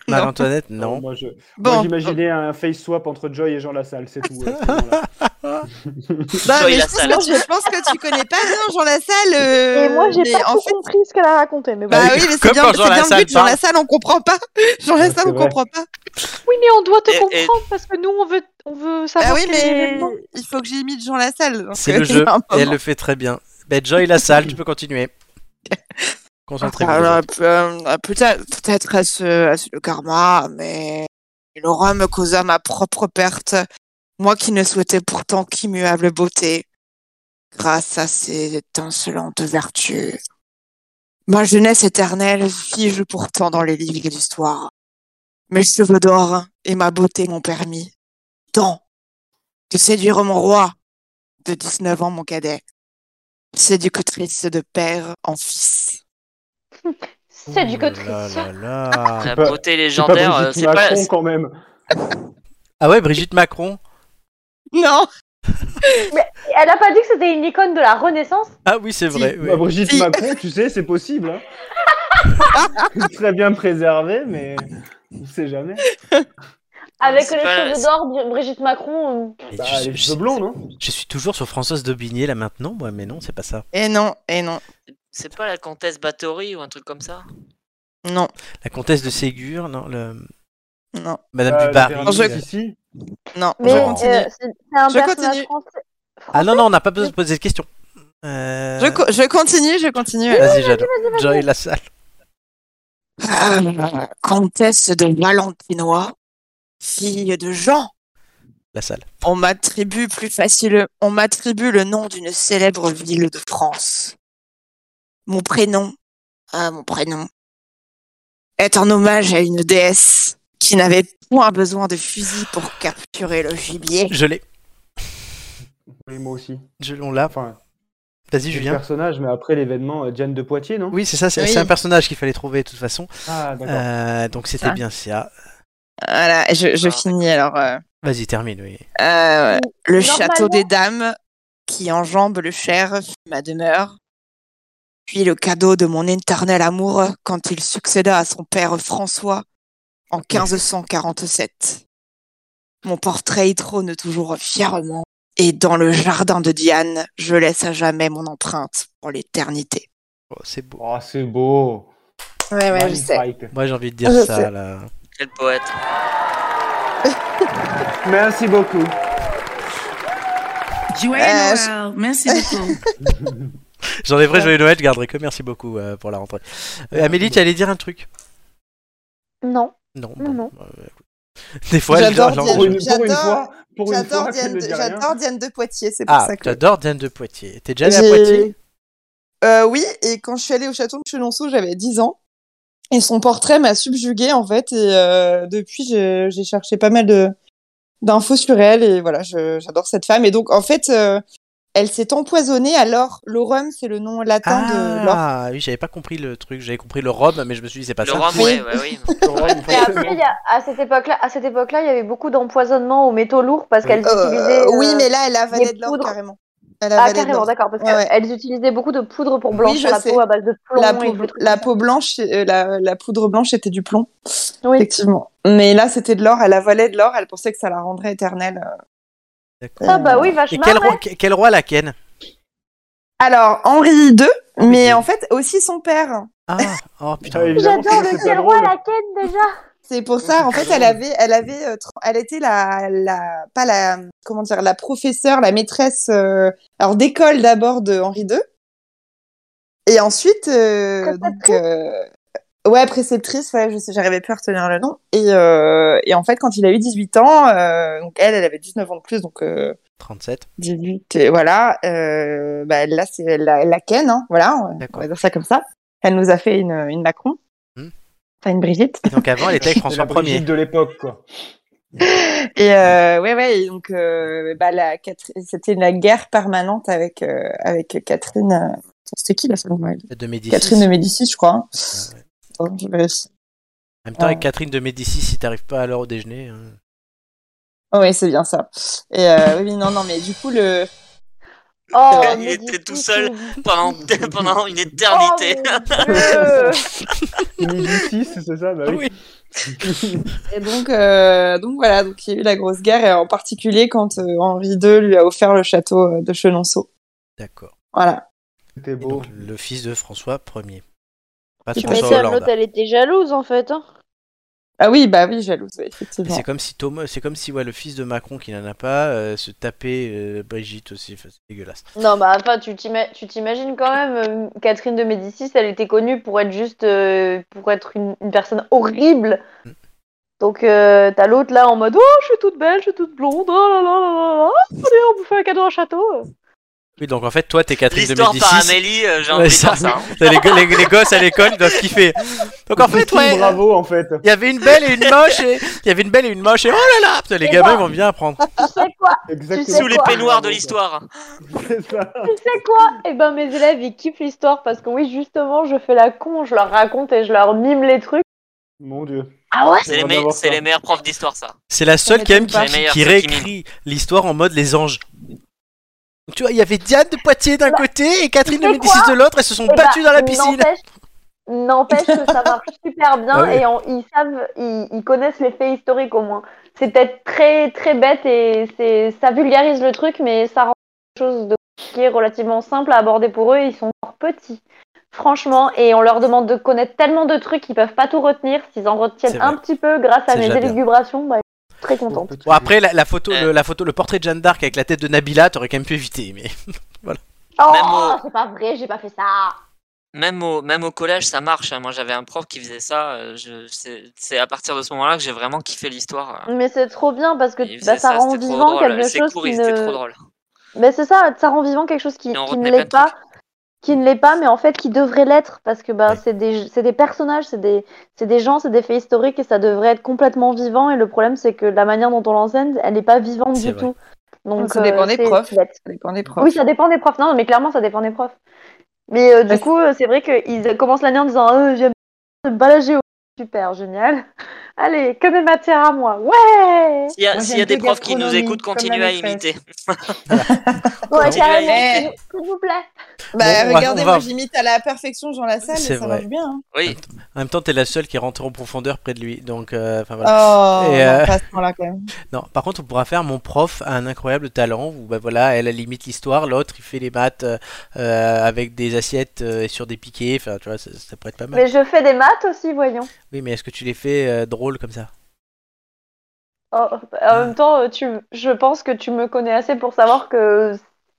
[SPEAKER 1] Marie-Antoinette,
[SPEAKER 5] Alors,
[SPEAKER 1] non.
[SPEAKER 5] Moi, je- moi,
[SPEAKER 2] Bon,
[SPEAKER 5] j'imaginais un face swap entre Joy et Jean Lassalle, c'est tout. euh, à
[SPEAKER 3] [LAUGHS]
[SPEAKER 5] ce moment-là.
[SPEAKER 2] Bah,
[SPEAKER 4] Joy
[SPEAKER 2] mais je, pense
[SPEAKER 4] Lassalle.
[SPEAKER 2] que tu, je pense que tu connais pas bien Jean Lassalle. euh,
[SPEAKER 3] Et moi j'ai
[SPEAKER 2] mais
[SPEAKER 3] pas
[SPEAKER 2] en
[SPEAKER 3] tout
[SPEAKER 2] fait,
[SPEAKER 3] compris ce qu'elle a raconté. Mais
[SPEAKER 2] Bah
[SPEAKER 3] bon.
[SPEAKER 2] oui, mais c'est
[SPEAKER 1] Comme
[SPEAKER 2] bien,
[SPEAKER 1] quand
[SPEAKER 2] c'est
[SPEAKER 1] Jean
[SPEAKER 2] bien
[SPEAKER 1] Lassalle
[SPEAKER 2] le but. Jean
[SPEAKER 1] parle.
[SPEAKER 2] Lassalle, on comprend pas. Jean
[SPEAKER 5] Ouais,
[SPEAKER 2] Lassalle,
[SPEAKER 5] c'est
[SPEAKER 2] on
[SPEAKER 5] vrai.
[SPEAKER 2] comprend pas.
[SPEAKER 3] Oui mais on doit te
[SPEAKER 4] Et- et-
[SPEAKER 3] comprendre parce que nous on veut on veut
[SPEAKER 2] Bah
[SPEAKER 3] savoir
[SPEAKER 2] oui,
[SPEAKER 3] quel est
[SPEAKER 2] mais
[SPEAKER 3] l'événement.
[SPEAKER 2] il faut que j'imite Jean Lassalle. donc,
[SPEAKER 1] C'est
[SPEAKER 2] euh,
[SPEAKER 1] le jeu. Et
[SPEAKER 2] un moment.
[SPEAKER 1] elle le fait très bien. Ben, Joy Lassalle, tu peux
[SPEAKER 5] [LAUGHS]
[SPEAKER 1] continuer. Concentrez-vous.
[SPEAKER 2] Ah,
[SPEAKER 5] Ah,
[SPEAKER 2] Alors, euh, peut-être peut-être est-ce euh, est-ce le karma, mais Laura me causa ma propre perte, moi qui ne souhaitais pourtant qu'immuable beauté, grâce à ses étincelantes vertus. Ma jeunesse éternelle fige pourtant dans les livres d'histoire. Mes cheveux d'or et ma beauté m'ont permis, tant, de séduire mon roi, de 19 ans mon cadet, séductrice de père en fils.
[SPEAKER 3] C'est du
[SPEAKER 1] Ouh
[SPEAKER 3] côté.
[SPEAKER 1] Oh là là là.
[SPEAKER 4] La
[SPEAKER 5] pas-
[SPEAKER 4] beauté
[SPEAKER 5] C'est pas
[SPEAKER 4] légendaire, euh,
[SPEAKER 5] Brigitte
[SPEAKER 4] c'est pas.
[SPEAKER 5] Macron, quand même.
[SPEAKER 1] Ah ouais, Brigitte Macron.
[SPEAKER 2] Non,
[SPEAKER 3] Elle a pas dit que c'était une icône de la Renaissance.
[SPEAKER 1] Ah oui, c'est vrai. oui.
[SPEAKER 5] Bah, Brigitte
[SPEAKER 2] Si.
[SPEAKER 5] Macron, tu sais, c'est possible.
[SPEAKER 4] [LAUGHS]
[SPEAKER 5] hein. Très bien préservé, mais on sait jamais.
[SPEAKER 3] Avec
[SPEAKER 4] C'est
[SPEAKER 3] les
[SPEAKER 4] pas-
[SPEAKER 3] cheveux d'or, Bri- Brigitte Macron. euh,
[SPEAKER 1] Mais
[SPEAKER 5] Bah,
[SPEAKER 1] je,
[SPEAKER 5] les
[SPEAKER 1] je-
[SPEAKER 5] cheveux blancs, non
[SPEAKER 1] je suis toujours sur Françoise Daubigné là maintenant, moi, mais non, c'est pas ça.
[SPEAKER 2] et Eh non, et non,
[SPEAKER 4] C'est pas la comtesse Bathory ou un truc comme ça
[SPEAKER 2] non,
[SPEAKER 1] La comtesse de Ségur, non, le...
[SPEAKER 2] non.
[SPEAKER 1] Madame
[SPEAKER 5] Bah,
[SPEAKER 1] du Barry.
[SPEAKER 5] Géraldine
[SPEAKER 2] Je-
[SPEAKER 5] Sissi.
[SPEAKER 2] Non,
[SPEAKER 3] Mais
[SPEAKER 1] Je
[SPEAKER 3] euh,
[SPEAKER 1] continue.
[SPEAKER 3] c'est c'est un
[SPEAKER 2] Je
[SPEAKER 3] personnage
[SPEAKER 2] continue.
[SPEAKER 3] français.
[SPEAKER 1] Ah non, non, on n'a pas besoin de poser de questions. Euh,
[SPEAKER 2] Je, co- je continue, je continue.
[SPEAKER 1] Vas-y, j'adore. Joy Lassalle.
[SPEAKER 2] euh, Comtesse de Valentinois, fille de Jean.
[SPEAKER 1] Lassalle.
[SPEAKER 2] On m'attribue plus facile, on m'attribue le nom d'une célèbre ville de France. Mon prénom, ah, mon prénom, est un hommage à une déesse qui n'avait point besoin de fusil pour capturer le gibier.
[SPEAKER 1] Je l'ai.
[SPEAKER 5] Oui, moi aussi.
[SPEAKER 1] Je- On l'a.
[SPEAKER 5] Enfin,
[SPEAKER 1] Vas-y,
[SPEAKER 5] le
[SPEAKER 1] Julien.
[SPEAKER 5] personnage, mais après l'événement, euh, Diane de Poitiers, non
[SPEAKER 1] Oui, c'est ça, c'est
[SPEAKER 2] Oui.
[SPEAKER 1] c'est un personnage qu'il fallait trouver de toute façon.
[SPEAKER 5] Ah, d'accord.
[SPEAKER 1] Euh, donc c'était
[SPEAKER 2] Ça.
[SPEAKER 1] bien ça.
[SPEAKER 2] Voilà, je, je
[SPEAKER 4] Ah,
[SPEAKER 2] finis alors. euh,
[SPEAKER 1] Vas-y, termine, oui.
[SPEAKER 2] Euh, le
[SPEAKER 3] Normalement-
[SPEAKER 2] château des dames qui enjambe le Cher fut ma demeure. Puis le cadeau de mon éternel amour quand il succéda à son père François en 1547. Mon portrait y trône toujours fièrement. Et dans le jardin de Diane, je laisse à jamais mon empreinte pour l'éternité.
[SPEAKER 1] Oh, c'est beau.
[SPEAKER 5] Oh, c'est beau.
[SPEAKER 2] Ouais,
[SPEAKER 5] Magnifique.
[SPEAKER 1] Moi, j'ai envie de dire
[SPEAKER 2] Je
[SPEAKER 1] ça,
[SPEAKER 2] sais.
[SPEAKER 1] là.
[SPEAKER 4] Quel poète.
[SPEAKER 5] Merci beaucoup.
[SPEAKER 6] Joyeux
[SPEAKER 2] Euh, je-
[SPEAKER 6] Noël. Merci beaucoup.
[SPEAKER 1] J'enlèverai Joyeux Noël, je garderai que merci beaucoup euh, pour la rentrée. Euh, Amélie, tu allais dire un truc
[SPEAKER 3] Non.
[SPEAKER 1] Non.
[SPEAKER 3] Non, non.
[SPEAKER 1] euh, écoute. [LAUGHS] Des fois, elle
[SPEAKER 2] J'adore
[SPEAKER 1] genre-
[SPEAKER 2] dire-
[SPEAKER 5] Pour une, pour une
[SPEAKER 2] J'adore-
[SPEAKER 5] fois, pour une fois qu'elle ne dit rien.
[SPEAKER 2] de Poitiers, c'est
[SPEAKER 1] Ah, t'adores Diane de Poitiers. T'es déjà allée à Poitiers
[SPEAKER 2] Euh, oui, et quand je suis allée au château de Chenonceau, j'avais 10 ans. Et son portrait m'a subjuguée, en fait. Et euh, depuis, je- j'ai cherché pas mal de d'infos sur elle. Et voilà, je- j'adore cette femme. Et donc, en fait, euh, elle s'est empoisonnée à l'or. L'orum, c'est le nom latin de l'or.
[SPEAKER 1] Ah oui, j'avais pas compris le truc, j'avais compris le rhum, mais je me suis dit c'est pas
[SPEAKER 4] Le
[SPEAKER 1] Bah, ça.
[SPEAKER 4] rhum,
[SPEAKER 1] [LAUGHS]
[SPEAKER 4] ouais, ouais, oui.
[SPEAKER 3] Mais après, il y a- à cette époque-là, à cette époque-là, il y avait beaucoup d'empoisonnement aux métaux lourds parce qu'elles
[SPEAKER 2] Euh,
[SPEAKER 3] utilisaient.
[SPEAKER 2] oui,
[SPEAKER 3] euh,
[SPEAKER 2] mais là, elle avalait
[SPEAKER 3] des
[SPEAKER 2] de l'or
[SPEAKER 3] poudres.
[SPEAKER 2] carrément. Elle
[SPEAKER 3] Ah,
[SPEAKER 2] avalait de
[SPEAKER 3] carrément,
[SPEAKER 2] l'or.
[SPEAKER 3] d'accord, parce
[SPEAKER 2] Ouais, ouais.
[SPEAKER 3] qu'elles utilisaient beaucoup de poudre pour
[SPEAKER 2] Oui, je
[SPEAKER 3] blanchir la
[SPEAKER 2] sais.
[SPEAKER 3] peau à base de plomb.
[SPEAKER 2] la
[SPEAKER 3] et
[SPEAKER 2] peau,
[SPEAKER 3] tout le truc.
[SPEAKER 2] la peau blanche, euh, la, la poudre blanche était du plomb,
[SPEAKER 3] Oui.
[SPEAKER 2] effectivement. Mais là, c'était de l'or. Elle avalait de l'or. Elle pensait que ça la rendrait éternelle. euh.
[SPEAKER 1] D'accord.
[SPEAKER 3] Ah bah oui, vachement.
[SPEAKER 1] Et quel roi, quel roi la ken
[SPEAKER 2] Alors Henri II, mais en fait aussi son père.
[SPEAKER 1] Ah,
[SPEAKER 5] [LAUGHS]
[SPEAKER 1] oh putain.
[SPEAKER 3] J'adore le quel roi la ken déjà. [LAUGHS]
[SPEAKER 2] C'est pour ça. En fait, elle avait, elle avait, euh, tr- elle était la, la, pas la, comment dire, la professeure, la maîtresse, euh, alors d'école d'abord de Henri II, et ensuite, euh, donc, euh, ouais, préceptrice. Ouais, je sais, j'arrivais plus à retenir le nom. Et, euh, et en fait, quand il a eu 18 ans, euh, donc elle, elle avait 19 ans de plus, donc. euh,
[SPEAKER 1] 37.
[SPEAKER 2] 18, et voilà, euh, bah, là c'est la, la ken, hein, voilà, on- on va dire ça comme ça. Elle nous a fait une, une Macron,
[SPEAKER 1] Hmm.
[SPEAKER 2] enfin une Brigitte.
[SPEAKER 1] Donc avant, elle était avec François
[SPEAKER 5] la Brigitte
[SPEAKER 1] Ier.
[SPEAKER 5] de l'époque, quoi.
[SPEAKER 2] Et euh, ouais, ouais, et donc euh, bah, la Catherine- c'était la guerre permanente avec, euh, avec Catherine. euh, C'était qui la seconde ouais,
[SPEAKER 1] De Médicis. Ah,
[SPEAKER 2] Catherine de Médicis, je crois. hein.
[SPEAKER 1] Ouais, ouais.
[SPEAKER 2] Attends, je vérifie.
[SPEAKER 1] En même temps, avec
[SPEAKER 2] Ouais.
[SPEAKER 1] Catherine de Médicis, si t'arrives pas à l'heure au déjeuner. hein.
[SPEAKER 2] Oh, ouais, c'est bien ça. Et euh, oui, oui, non, non, mais du coup, le.
[SPEAKER 3] Oh,
[SPEAKER 4] il
[SPEAKER 3] mais
[SPEAKER 4] était
[SPEAKER 3] dis-
[SPEAKER 4] tout seul pendant, [LAUGHS] pendant une
[SPEAKER 3] Oh,
[SPEAKER 4] éternité.
[SPEAKER 3] mon Dieu.
[SPEAKER 5] Médicis, c'est ça, bah
[SPEAKER 1] Ah
[SPEAKER 5] oui.
[SPEAKER 2] Et donc, euh, donc voilà, donc il y a eu la grosse guerre, et en particulier quand euh, Henri II lui a offert le château euh, de Chenonceau.
[SPEAKER 1] D'accord.
[SPEAKER 2] Voilà.
[SPEAKER 5] C'était
[SPEAKER 1] Et
[SPEAKER 5] beau.
[SPEAKER 1] donc, le fils de François Ier. Pas de
[SPEAKER 3] Tu
[SPEAKER 1] François
[SPEAKER 3] m'étonnes,
[SPEAKER 1] Hollande.
[SPEAKER 3] l'autre, elle était jalouse en fait. hein.
[SPEAKER 2] Ah oui, bah oui, jalouse, oui,
[SPEAKER 1] Mais
[SPEAKER 2] effectivement.
[SPEAKER 1] c'est comme si Thomas, c'est comme si ouais, le fils de Macron qui n'en a pas euh, se tapait euh, Brigitte aussi, Enfin, c'est dégueulasse.
[SPEAKER 3] Non, bah enfin, tu t'ima- tu t'imagines quand même, euh, Catherine de Médicis, elle était connue pour être juste, euh, pour être une, une personne horrible.
[SPEAKER 1] Mm.
[SPEAKER 3] Donc euh, t'as l'autre là en mode, oh, je suis toute belle, je suis toute blonde, oh là là là là là, [LAUGHS] allez, on vous fait un cadeau à un château.
[SPEAKER 1] Oui, donc en fait, toi, t'es Catherine de
[SPEAKER 4] L'histoire
[SPEAKER 1] Médicis.
[SPEAKER 4] par Amélie, euh, j'ai
[SPEAKER 1] Ouais,
[SPEAKER 4] envie de
[SPEAKER 1] ça.
[SPEAKER 4] dire ça. hein.
[SPEAKER 1] T'as les, go- les- les gosses à l'école, ils doivent kiffer. Donc en fait,
[SPEAKER 5] Poutine,
[SPEAKER 1] ouais, euh,
[SPEAKER 5] Bravo, en fait.
[SPEAKER 1] il y avait une belle et une moche, et il y avait une belle et une moche, et oh là là, putain, les
[SPEAKER 3] Et
[SPEAKER 1] gamins
[SPEAKER 3] moi.
[SPEAKER 1] ils vont bien apprendre.
[SPEAKER 3] Tu sais quoi
[SPEAKER 5] Exactement.
[SPEAKER 3] sais
[SPEAKER 4] Sous les
[SPEAKER 3] quoi
[SPEAKER 4] peignoirs de l'histoire.
[SPEAKER 5] C'est ça.
[SPEAKER 3] Tu sais quoi Eh ben mes élèves ils kiffent l'histoire parce que oui justement je fais la con, je leur raconte et je leur mime les trucs.
[SPEAKER 5] Mon dieu.
[SPEAKER 3] Ah ouais
[SPEAKER 4] C'est
[SPEAKER 5] On
[SPEAKER 4] les,
[SPEAKER 5] va
[SPEAKER 4] me-
[SPEAKER 5] bien voir
[SPEAKER 4] c'est
[SPEAKER 5] ça.
[SPEAKER 4] les meilleurs profs d'histoire, ça.
[SPEAKER 1] C'est la seule quand même qui,
[SPEAKER 4] pas. Les meilleurs,
[SPEAKER 1] qui
[SPEAKER 4] ceux qui
[SPEAKER 1] réécrit l'histoire en mode les anges. Tu vois, il y avait Diane de Poitiers d'un
[SPEAKER 3] Bah,
[SPEAKER 1] côté et Catherine de
[SPEAKER 3] sais
[SPEAKER 1] Médicis de l'autre, elles se sont
[SPEAKER 3] Eh ben,
[SPEAKER 1] battues dans la piscine.
[SPEAKER 3] n'empêche- N'empêche que ça
[SPEAKER 1] [LAUGHS]
[SPEAKER 3] marche super bien
[SPEAKER 1] Ah oui.
[SPEAKER 3] et en- ils savent, ils, ils connaissent les faits historiques au moins. C'est peut-être très très bête et c'est ça vulgarise le truc mais ça rend quelque chose de qui est relativement simple à aborder pour eux. Ils sont encore petits. Franchement, et on leur demande de connaître tellement de trucs qu'ils peuvent pas tout retenir. S'ils en
[SPEAKER 1] C'est
[SPEAKER 3] retiennent
[SPEAKER 1] vrai.
[SPEAKER 3] un petit peu grâce à
[SPEAKER 1] C'est
[SPEAKER 3] mes
[SPEAKER 1] déjà bien.
[SPEAKER 3] élucubrations, bah, ils sont très contents.
[SPEAKER 1] Bon après la, la photo,
[SPEAKER 4] Euh.
[SPEAKER 1] le, la photo, le portrait de Jeanne d'Arc avec la tête de Nabila, t'aurais quand même pu éviter. Mais
[SPEAKER 3] Oh,
[SPEAKER 4] Même au-
[SPEAKER 3] c'est pas vrai, j'ai pas fait ça.
[SPEAKER 4] Même au, même au collège, ça marche. hein. Moi, j'avais un prof qui faisait ça. euh, je- C'est c'est à partir de ce moment-là que j'ai vraiment kiffé l'histoire. hein.
[SPEAKER 3] Mais c'est trop bien parce que
[SPEAKER 4] Il
[SPEAKER 3] bah,
[SPEAKER 4] faisait
[SPEAKER 3] ça, rend
[SPEAKER 4] c'était trop
[SPEAKER 3] vivant
[SPEAKER 4] drôle.
[SPEAKER 3] quelque
[SPEAKER 4] Ces
[SPEAKER 3] chose
[SPEAKER 4] cours,
[SPEAKER 3] qui
[SPEAKER 4] ils étaient trop
[SPEAKER 3] ne.
[SPEAKER 4] drôles.
[SPEAKER 3] Mais c'est ça, ça rend vivant quelque chose qui,
[SPEAKER 4] Et on
[SPEAKER 3] qui ne
[SPEAKER 4] retenait
[SPEAKER 3] l'est
[SPEAKER 4] plein de
[SPEAKER 3] pas, qui ne l'est pas, mais en fait qui devrait l'être parce que bah
[SPEAKER 1] Ouais.
[SPEAKER 3] c'est des c'est des personnages, c'est des c'est des gens, c'est des faits historiques et ça devrait être complètement vivant. Et le problème c'est que la manière dont on l'enseigne, elle n'est pas vivante
[SPEAKER 1] C'est
[SPEAKER 3] du
[SPEAKER 1] vrai.
[SPEAKER 3] tout. Donc
[SPEAKER 2] ça dépend
[SPEAKER 3] euh,
[SPEAKER 2] des
[SPEAKER 3] c'est-
[SPEAKER 2] profs.
[SPEAKER 3] c'est bête.
[SPEAKER 2] Ça dépend des profs.
[SPEAKER 3] Oui, ça dépend des profs. Non, mais clairement, ça dépend des profs. Mais euh,
[SPEAKER 2] Ouais,
[SPEAKER 3] du coup, euh, c'est vrai qu'ils commencent l'année en disant euh, J'aime me balager au. Super, génial. [LAUGHS] Allez, que mes matières à moi. Ouais
[SPEAKER 4] S'il y a,
[SPEAKER 14] Moi,
[SPEAKER 4] s'il y
[SPEAKER 14] j'aime
[SPEAKER 4] a des
[SPEAKER 14] que
[SPEAKER 4] profs qui nous
[SPEAKER 14] gastronomie,
[SPEAKER 4] écoutent,
[SPEAKER 14] comme la
[SPEAKER 4] continuez à
[SPEAKER 14] maîtresse.
[SPEAKER 4] imiter.
[SPEAKER 3] Ouais,
[SPEAKER 4] Continuez à
[SPEAKER 3] carrément,
[SPEAKER 4] imiter.
[SPEAKER 3] s'il vous- s'il vous plaît.
[SPEAKER 2] Bah
[SPEAKER 1] Bon, on va-
[SPEAKER 2] regardez,
[SPEAKER 1] on va-
[SPEAKER 2] moi j'imite à la perfection Jean Lassalle,
[SPEAKER 1] C'est
[SPEAKER 2] et ça
[SPEAKER 1] vrai.
[SPEAKER 2] marche bien. hein.
[SPEAKER 4] Oui,
[SPEAKER 1] en même temps, t'es la seule qui est rentrée en profondeur près de lui. Donc, euh, enfin voilà.
[SPEAKER 2] Oh,
[SPEAKER 1] Et, euh,
[SPEAKER 2] non, pas ce temps-là quand même.
[SPEAKER 1] Non, par contre, on pourra faire mon prof a un incroyable talent où bah voilà, elle elle limite l'histoire, l'autre il fait les maths euh, euh, avec des assiettes euh, et sur des piquets. Enfin, tu vois, ça, ça pourrait être pas mal.
[SPEAKER 3] Mais je fais des maths aussi, voyons.
[SPEAKER 1] Oui, mais est-ce que tu les fais euh, drôles comme ça
[SPEAKER 3] Oh, en même temps, euh, tu, je pense que tu me connais assez pour savoir que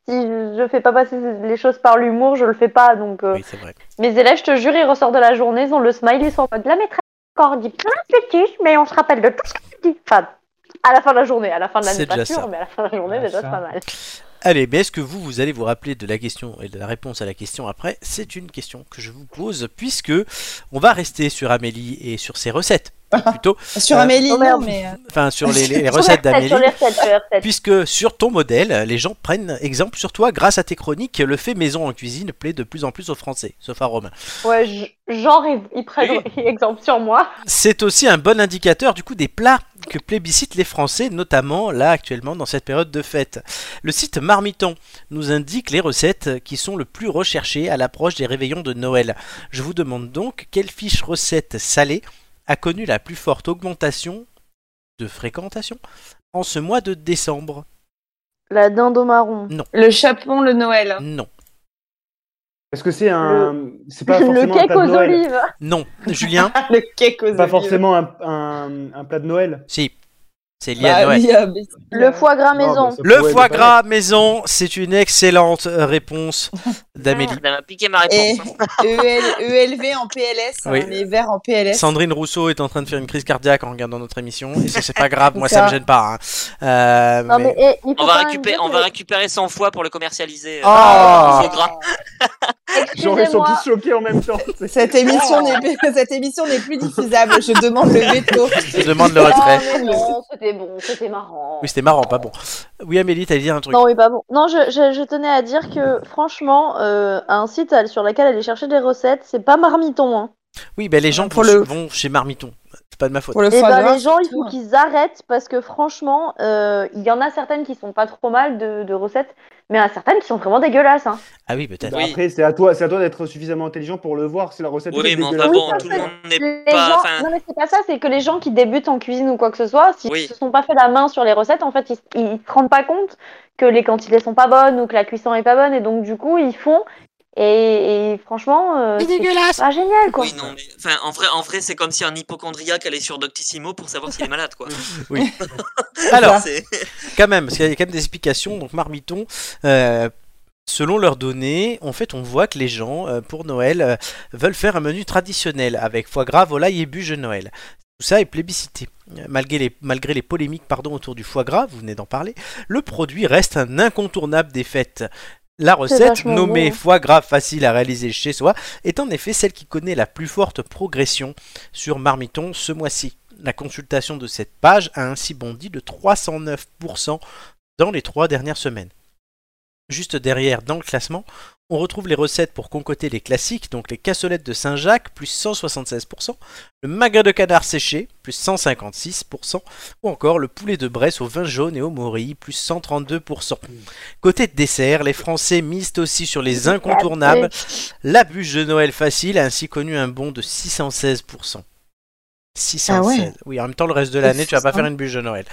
[SPEAKER 3] si je fais pas passer les choses par l'humour, je le fais pas. Donc, euh,
[SPEAKER 1] Oui, c'est vrai.
[SPEAKER 3] mes élèves, je te jure, ils ressortent de la journée, ils ont le smile, ils sont en mode la maîtresse encore dit plein de bêtises, mais on se rappelle de tout ce que tu dis. Enfin, à la fin de la journée, à la fin de l'année,
[SPEAKER 1] C'est
[SPEAKER 3] pas
[SPEAKER 1] déjà
[SPEAKER 3] sûr,
[SPEAKER 1] ça.
[SPEAKER 3] mais à la fin de la journée,
[SPEAKER 5] Voilà
[SPEAKER 3] déjà,
[SPEAKER 5] ça.
[SPEAKER 3] c'est pas mal.
[SPEAKER 1] Allez, mais est-ce que vous, vous allez vous rappeler de la question et de la réponse à la question après C'est une question que je vous pose, puisque on va rester sur Amélie et sur ses recettes, plutôt.
[SPEAKER 12] Sur
[SPEAKER 1] Euh,
[SPEAKER 12] Amélie,
[SPEAKER 1] oh
[SPEAKER 12] non,
[SPEAKER 1] merde.
[SPEAKER 12] mais. euh,
[SPEAKER 1] Enfin, sur les, les- les recettes d'Amélie.
[SPEAKER 3] Sur les recettes, sur les recettes.
[SPEAKER 1] Puisque sur ton modèle, les gens prennent exemple sur toi grâce à tes chroniques. Le fait maison en cuisine plaît de plus en plus aux Français, sauf à Romain.
[SPEAKER 3] Ouais, j- genre, ils, ils prennent [LAUGHS] exemple sur moi.
[SPEAKER 1] C'est aussi un bon indicateur du coup des plats que plébiscitent les Français, notamment là actuellement dans cette période de fête. Le site Marmiton nous indique les recettes qui sont le plus recherchées à l'approche des réveillons de Noël. Je vous demande donc quelle fiche recette salée a connu la plus forte augmentation de fréquentation en ce mois de décembre.
[SPEAKER 3] La dinde au marron.
[SPEAKER 1] Non.
[SPEAKER 2] Le chapon, le Noël.
[SPEAKER 1] Non.
[SPEAKER 5] Est-ce que c'est un. C'est pas
[SPEAKER 3] Le
[SPEAKER 5] forcément un
[SPEAKER 3] cake
[SPEAKER 5] plat de
[SPEAKER 3] aux
[SPEAKER 5] Noël.
[SPEAKER 3] olives.
[SPEAKER 1] Non,
[SPEAKER 2] [LAUGHS]
[SPEAKER 1] Julien
[SPEAKER 2] Le cake aux
[SPEAKER 5] Pas
[SPEAKER 2] olives.
[SPEAKER 5] forcément un, un- un plat de Noël.
[SPEAKER 1] Si. C'est lié à
[SPEAKER 2] Bah,
[SPEAKER 1] Noël.
[SPEAKER 2] oui, ah, mais-
[SPEAKER 3] Le foie gras maison.
[SPEAKER 5] mais ça
[SPEAKER 1] Le
[SPEAKER 5] pourrait,
[SPEAKER 1] foie
[SPEAKER 5] mais pas
[SPEAKER 1] gras maison, c'est une excellente euh, réponse d'Amélie.
[SPEAKER 4] Merde, elle m'a piqué ma réponse. hein.
[SPEAKER 12] E EL ELV en PLS, hein,
[SPEAKER 1] Oui.
[SPEAKER 12] les verts en PLS.
[SPEAKER 1] Sandrine Rousseau est en train de faire une crise cardiaque en regardant notre émission. Et ça, c'est pas grave, moi,
[SPEAKER 12] C'est
[SPEAKER 1] ça
[SPEAKER 12] ça.
[SPEAKER 1] me gêne pas. hein. Euh,
[SPEAKER 3] Non, mais,
[SPEAKER 1] mais-
[SPEAKER 3] eh, il faut
[SPEAKER 4] On va,
[SPEAKER 3] quand même
[SPEAKER 4] récupérer,
[SPEAKER 3] dire
[SPEAKER 4] on
[SPEAKER 3] que
[SPEAKER 4] va
[SPEAKER 3] les-
[SPEAKER 4] récupérer 100 fois pour le commercialiser. euh,
[SPEAKER 1] Oh
[SPEAKER 12] Ah,
[SPEAKER 4] le foie gras.
[SPEAKER 5] Genre, ils sont
[SPEAKER 3] Excusez-moi.
[SPEAKER 5] tous choqués en même temps.
[SPEAKER 4] [LAUGHS]
[SPEAKER 5] C'est-
[SPEAKER 12] Cette émission n'est cette émission n'est plus [LAUGHS] diffusable. Je demande le veto.
[SPEAKER 1] Je demande le retrait.
[SPEAKER 3] Non, mais non, Ah, c'était bon, c'était marrant.
[SPEAKER 1] Ah, Oui, c'était marrant, pas bon. Oui, Amélie, t'allais dire un truc.
[SPEAKER 3] Non, oui, pas bon. Non, je, je- je tenais à dire que franchement, euh, un site à- sur lequel aller chercher des recettes, c'est pas marmiton. Hein.
[SPEAKER 1] Oui, ben les gens
[SPEAKER 12] Pour
[SPEAKER 1] vont-
[SPEAKER 12] le-
[SPEAKER 1] vont chez Marmiton. C'est pas de ma faute.
[SPEAKER 12] Pour le
[SPEAKER 3] Et
[SPEAKER 12] foie gras.
[SPEAKER 3] Eh ben, les gens, il faut
[SPEAKER 12] surtout.
[SPEAKER 3] qu'ils arrêtent parce que franchement, euh, il y en a certaines qui sont pas trop mal de, de recettes, mais il y en a certaines qui sont vraiment dégueulasses. Hein.
[SPEAKER 1] Ah oui, peut-être.
[SPEAKER 5] Bah
[SPEAKER 4] Oui.
[SPEAKER 5] Après, c'est à toi, c'est à toi d'être suffisamment intelligent pour le voir. C'est la recette.
[SPEAKER 4] Oui, mais enfin
[SPEAKER 5] dégueulasse.
[SPEAKER 4] bon,
[SPEAKER 3] Oui,
[SPEAKER 4] tout le monde n'est
[SPEAKER 3] Les
[SPEAKER 4] pas.
[SPEAKER 3] gens-
[SPEAKER 4] enfin,
[SPEAKER 3] Non, mais c'est pas ça, c'est que les gens qui débutent en cuisine ou quoi que ce soit, s'ils
[SPEAKER 4] Oui.
[SPEAKER 3] se sont pas fait la main sur les recettes, en fait, ils, ils se rendent pas compte que les quantités sont pas bonnes ou que la cuisson est pas bonne, et donc du coup, ils font. Et, et franchement, euh, c'est
[SPEAKER 1] dégueulasse
[SPEAKER 3] pas génial quoi.
[SPEAKER 4] Oui, non, mais enfin, en vrai, en vrai c'est comme si un hypochondriaque allait sur Doctissimo pour savoir s'il est malade,
[SPEAKER 1] [LAUGHS]
[SPEAKER 4] quoi.
[SPEAKER 1] Alors,
[SPEAKER 4] c'est [LAUGHS]
[SPEAKER 1] quand même, parce qu'il y a quand même des explications. Donc, Marmiton, euh, selon leurs données, en fait, on voit que les gens, euh, pour Noël, euh, veulent faire un menu traditionnel avec foie gras, volaille et bûche de Noël. Tout ça est plébiscité. Euh, Malgré les, malgré les polémiques pardon, autour du foie gras, vous venez d'en parler, le produit reste un incontournable des fêtes. La recette,
[SPEAKER 3] vachement
[SPEAKER 1] nommée
[SPEAKER 3] bon.
[SPEAKER 1] foie gras facile à réaliser chez soi, est en effet celle qui connaît la plus forte progression sur Marmiton ce mois-ci. La consultation de cette page a ainsi bondi de 309% dans les trois dernières semaines. Juste derrière, dans le classement, on retrouve les recettes pour concoter les classiques, donc les cassolettes de Saint-Jacques, plus 176%, le magret de canard séché, plus 156%, ou encore le poulet de Bresse au vin jaune et au mori, plus 132%. Côté dessert, les Français misent aussi sur les incontournables, la bûche de Noël facile a ainsi connu un bond de 616%. 616.
[SPEAKER 12] Ah ouais.
[SPEAKER 1] Oui, en même temps, le reste de
[SPEAKER 12] C'est
[SPEAKER 1] l'année, tu vas pas
[SPEAKER 12] fou, ça.
[SPEAKER 1] faire une bûche de Noël.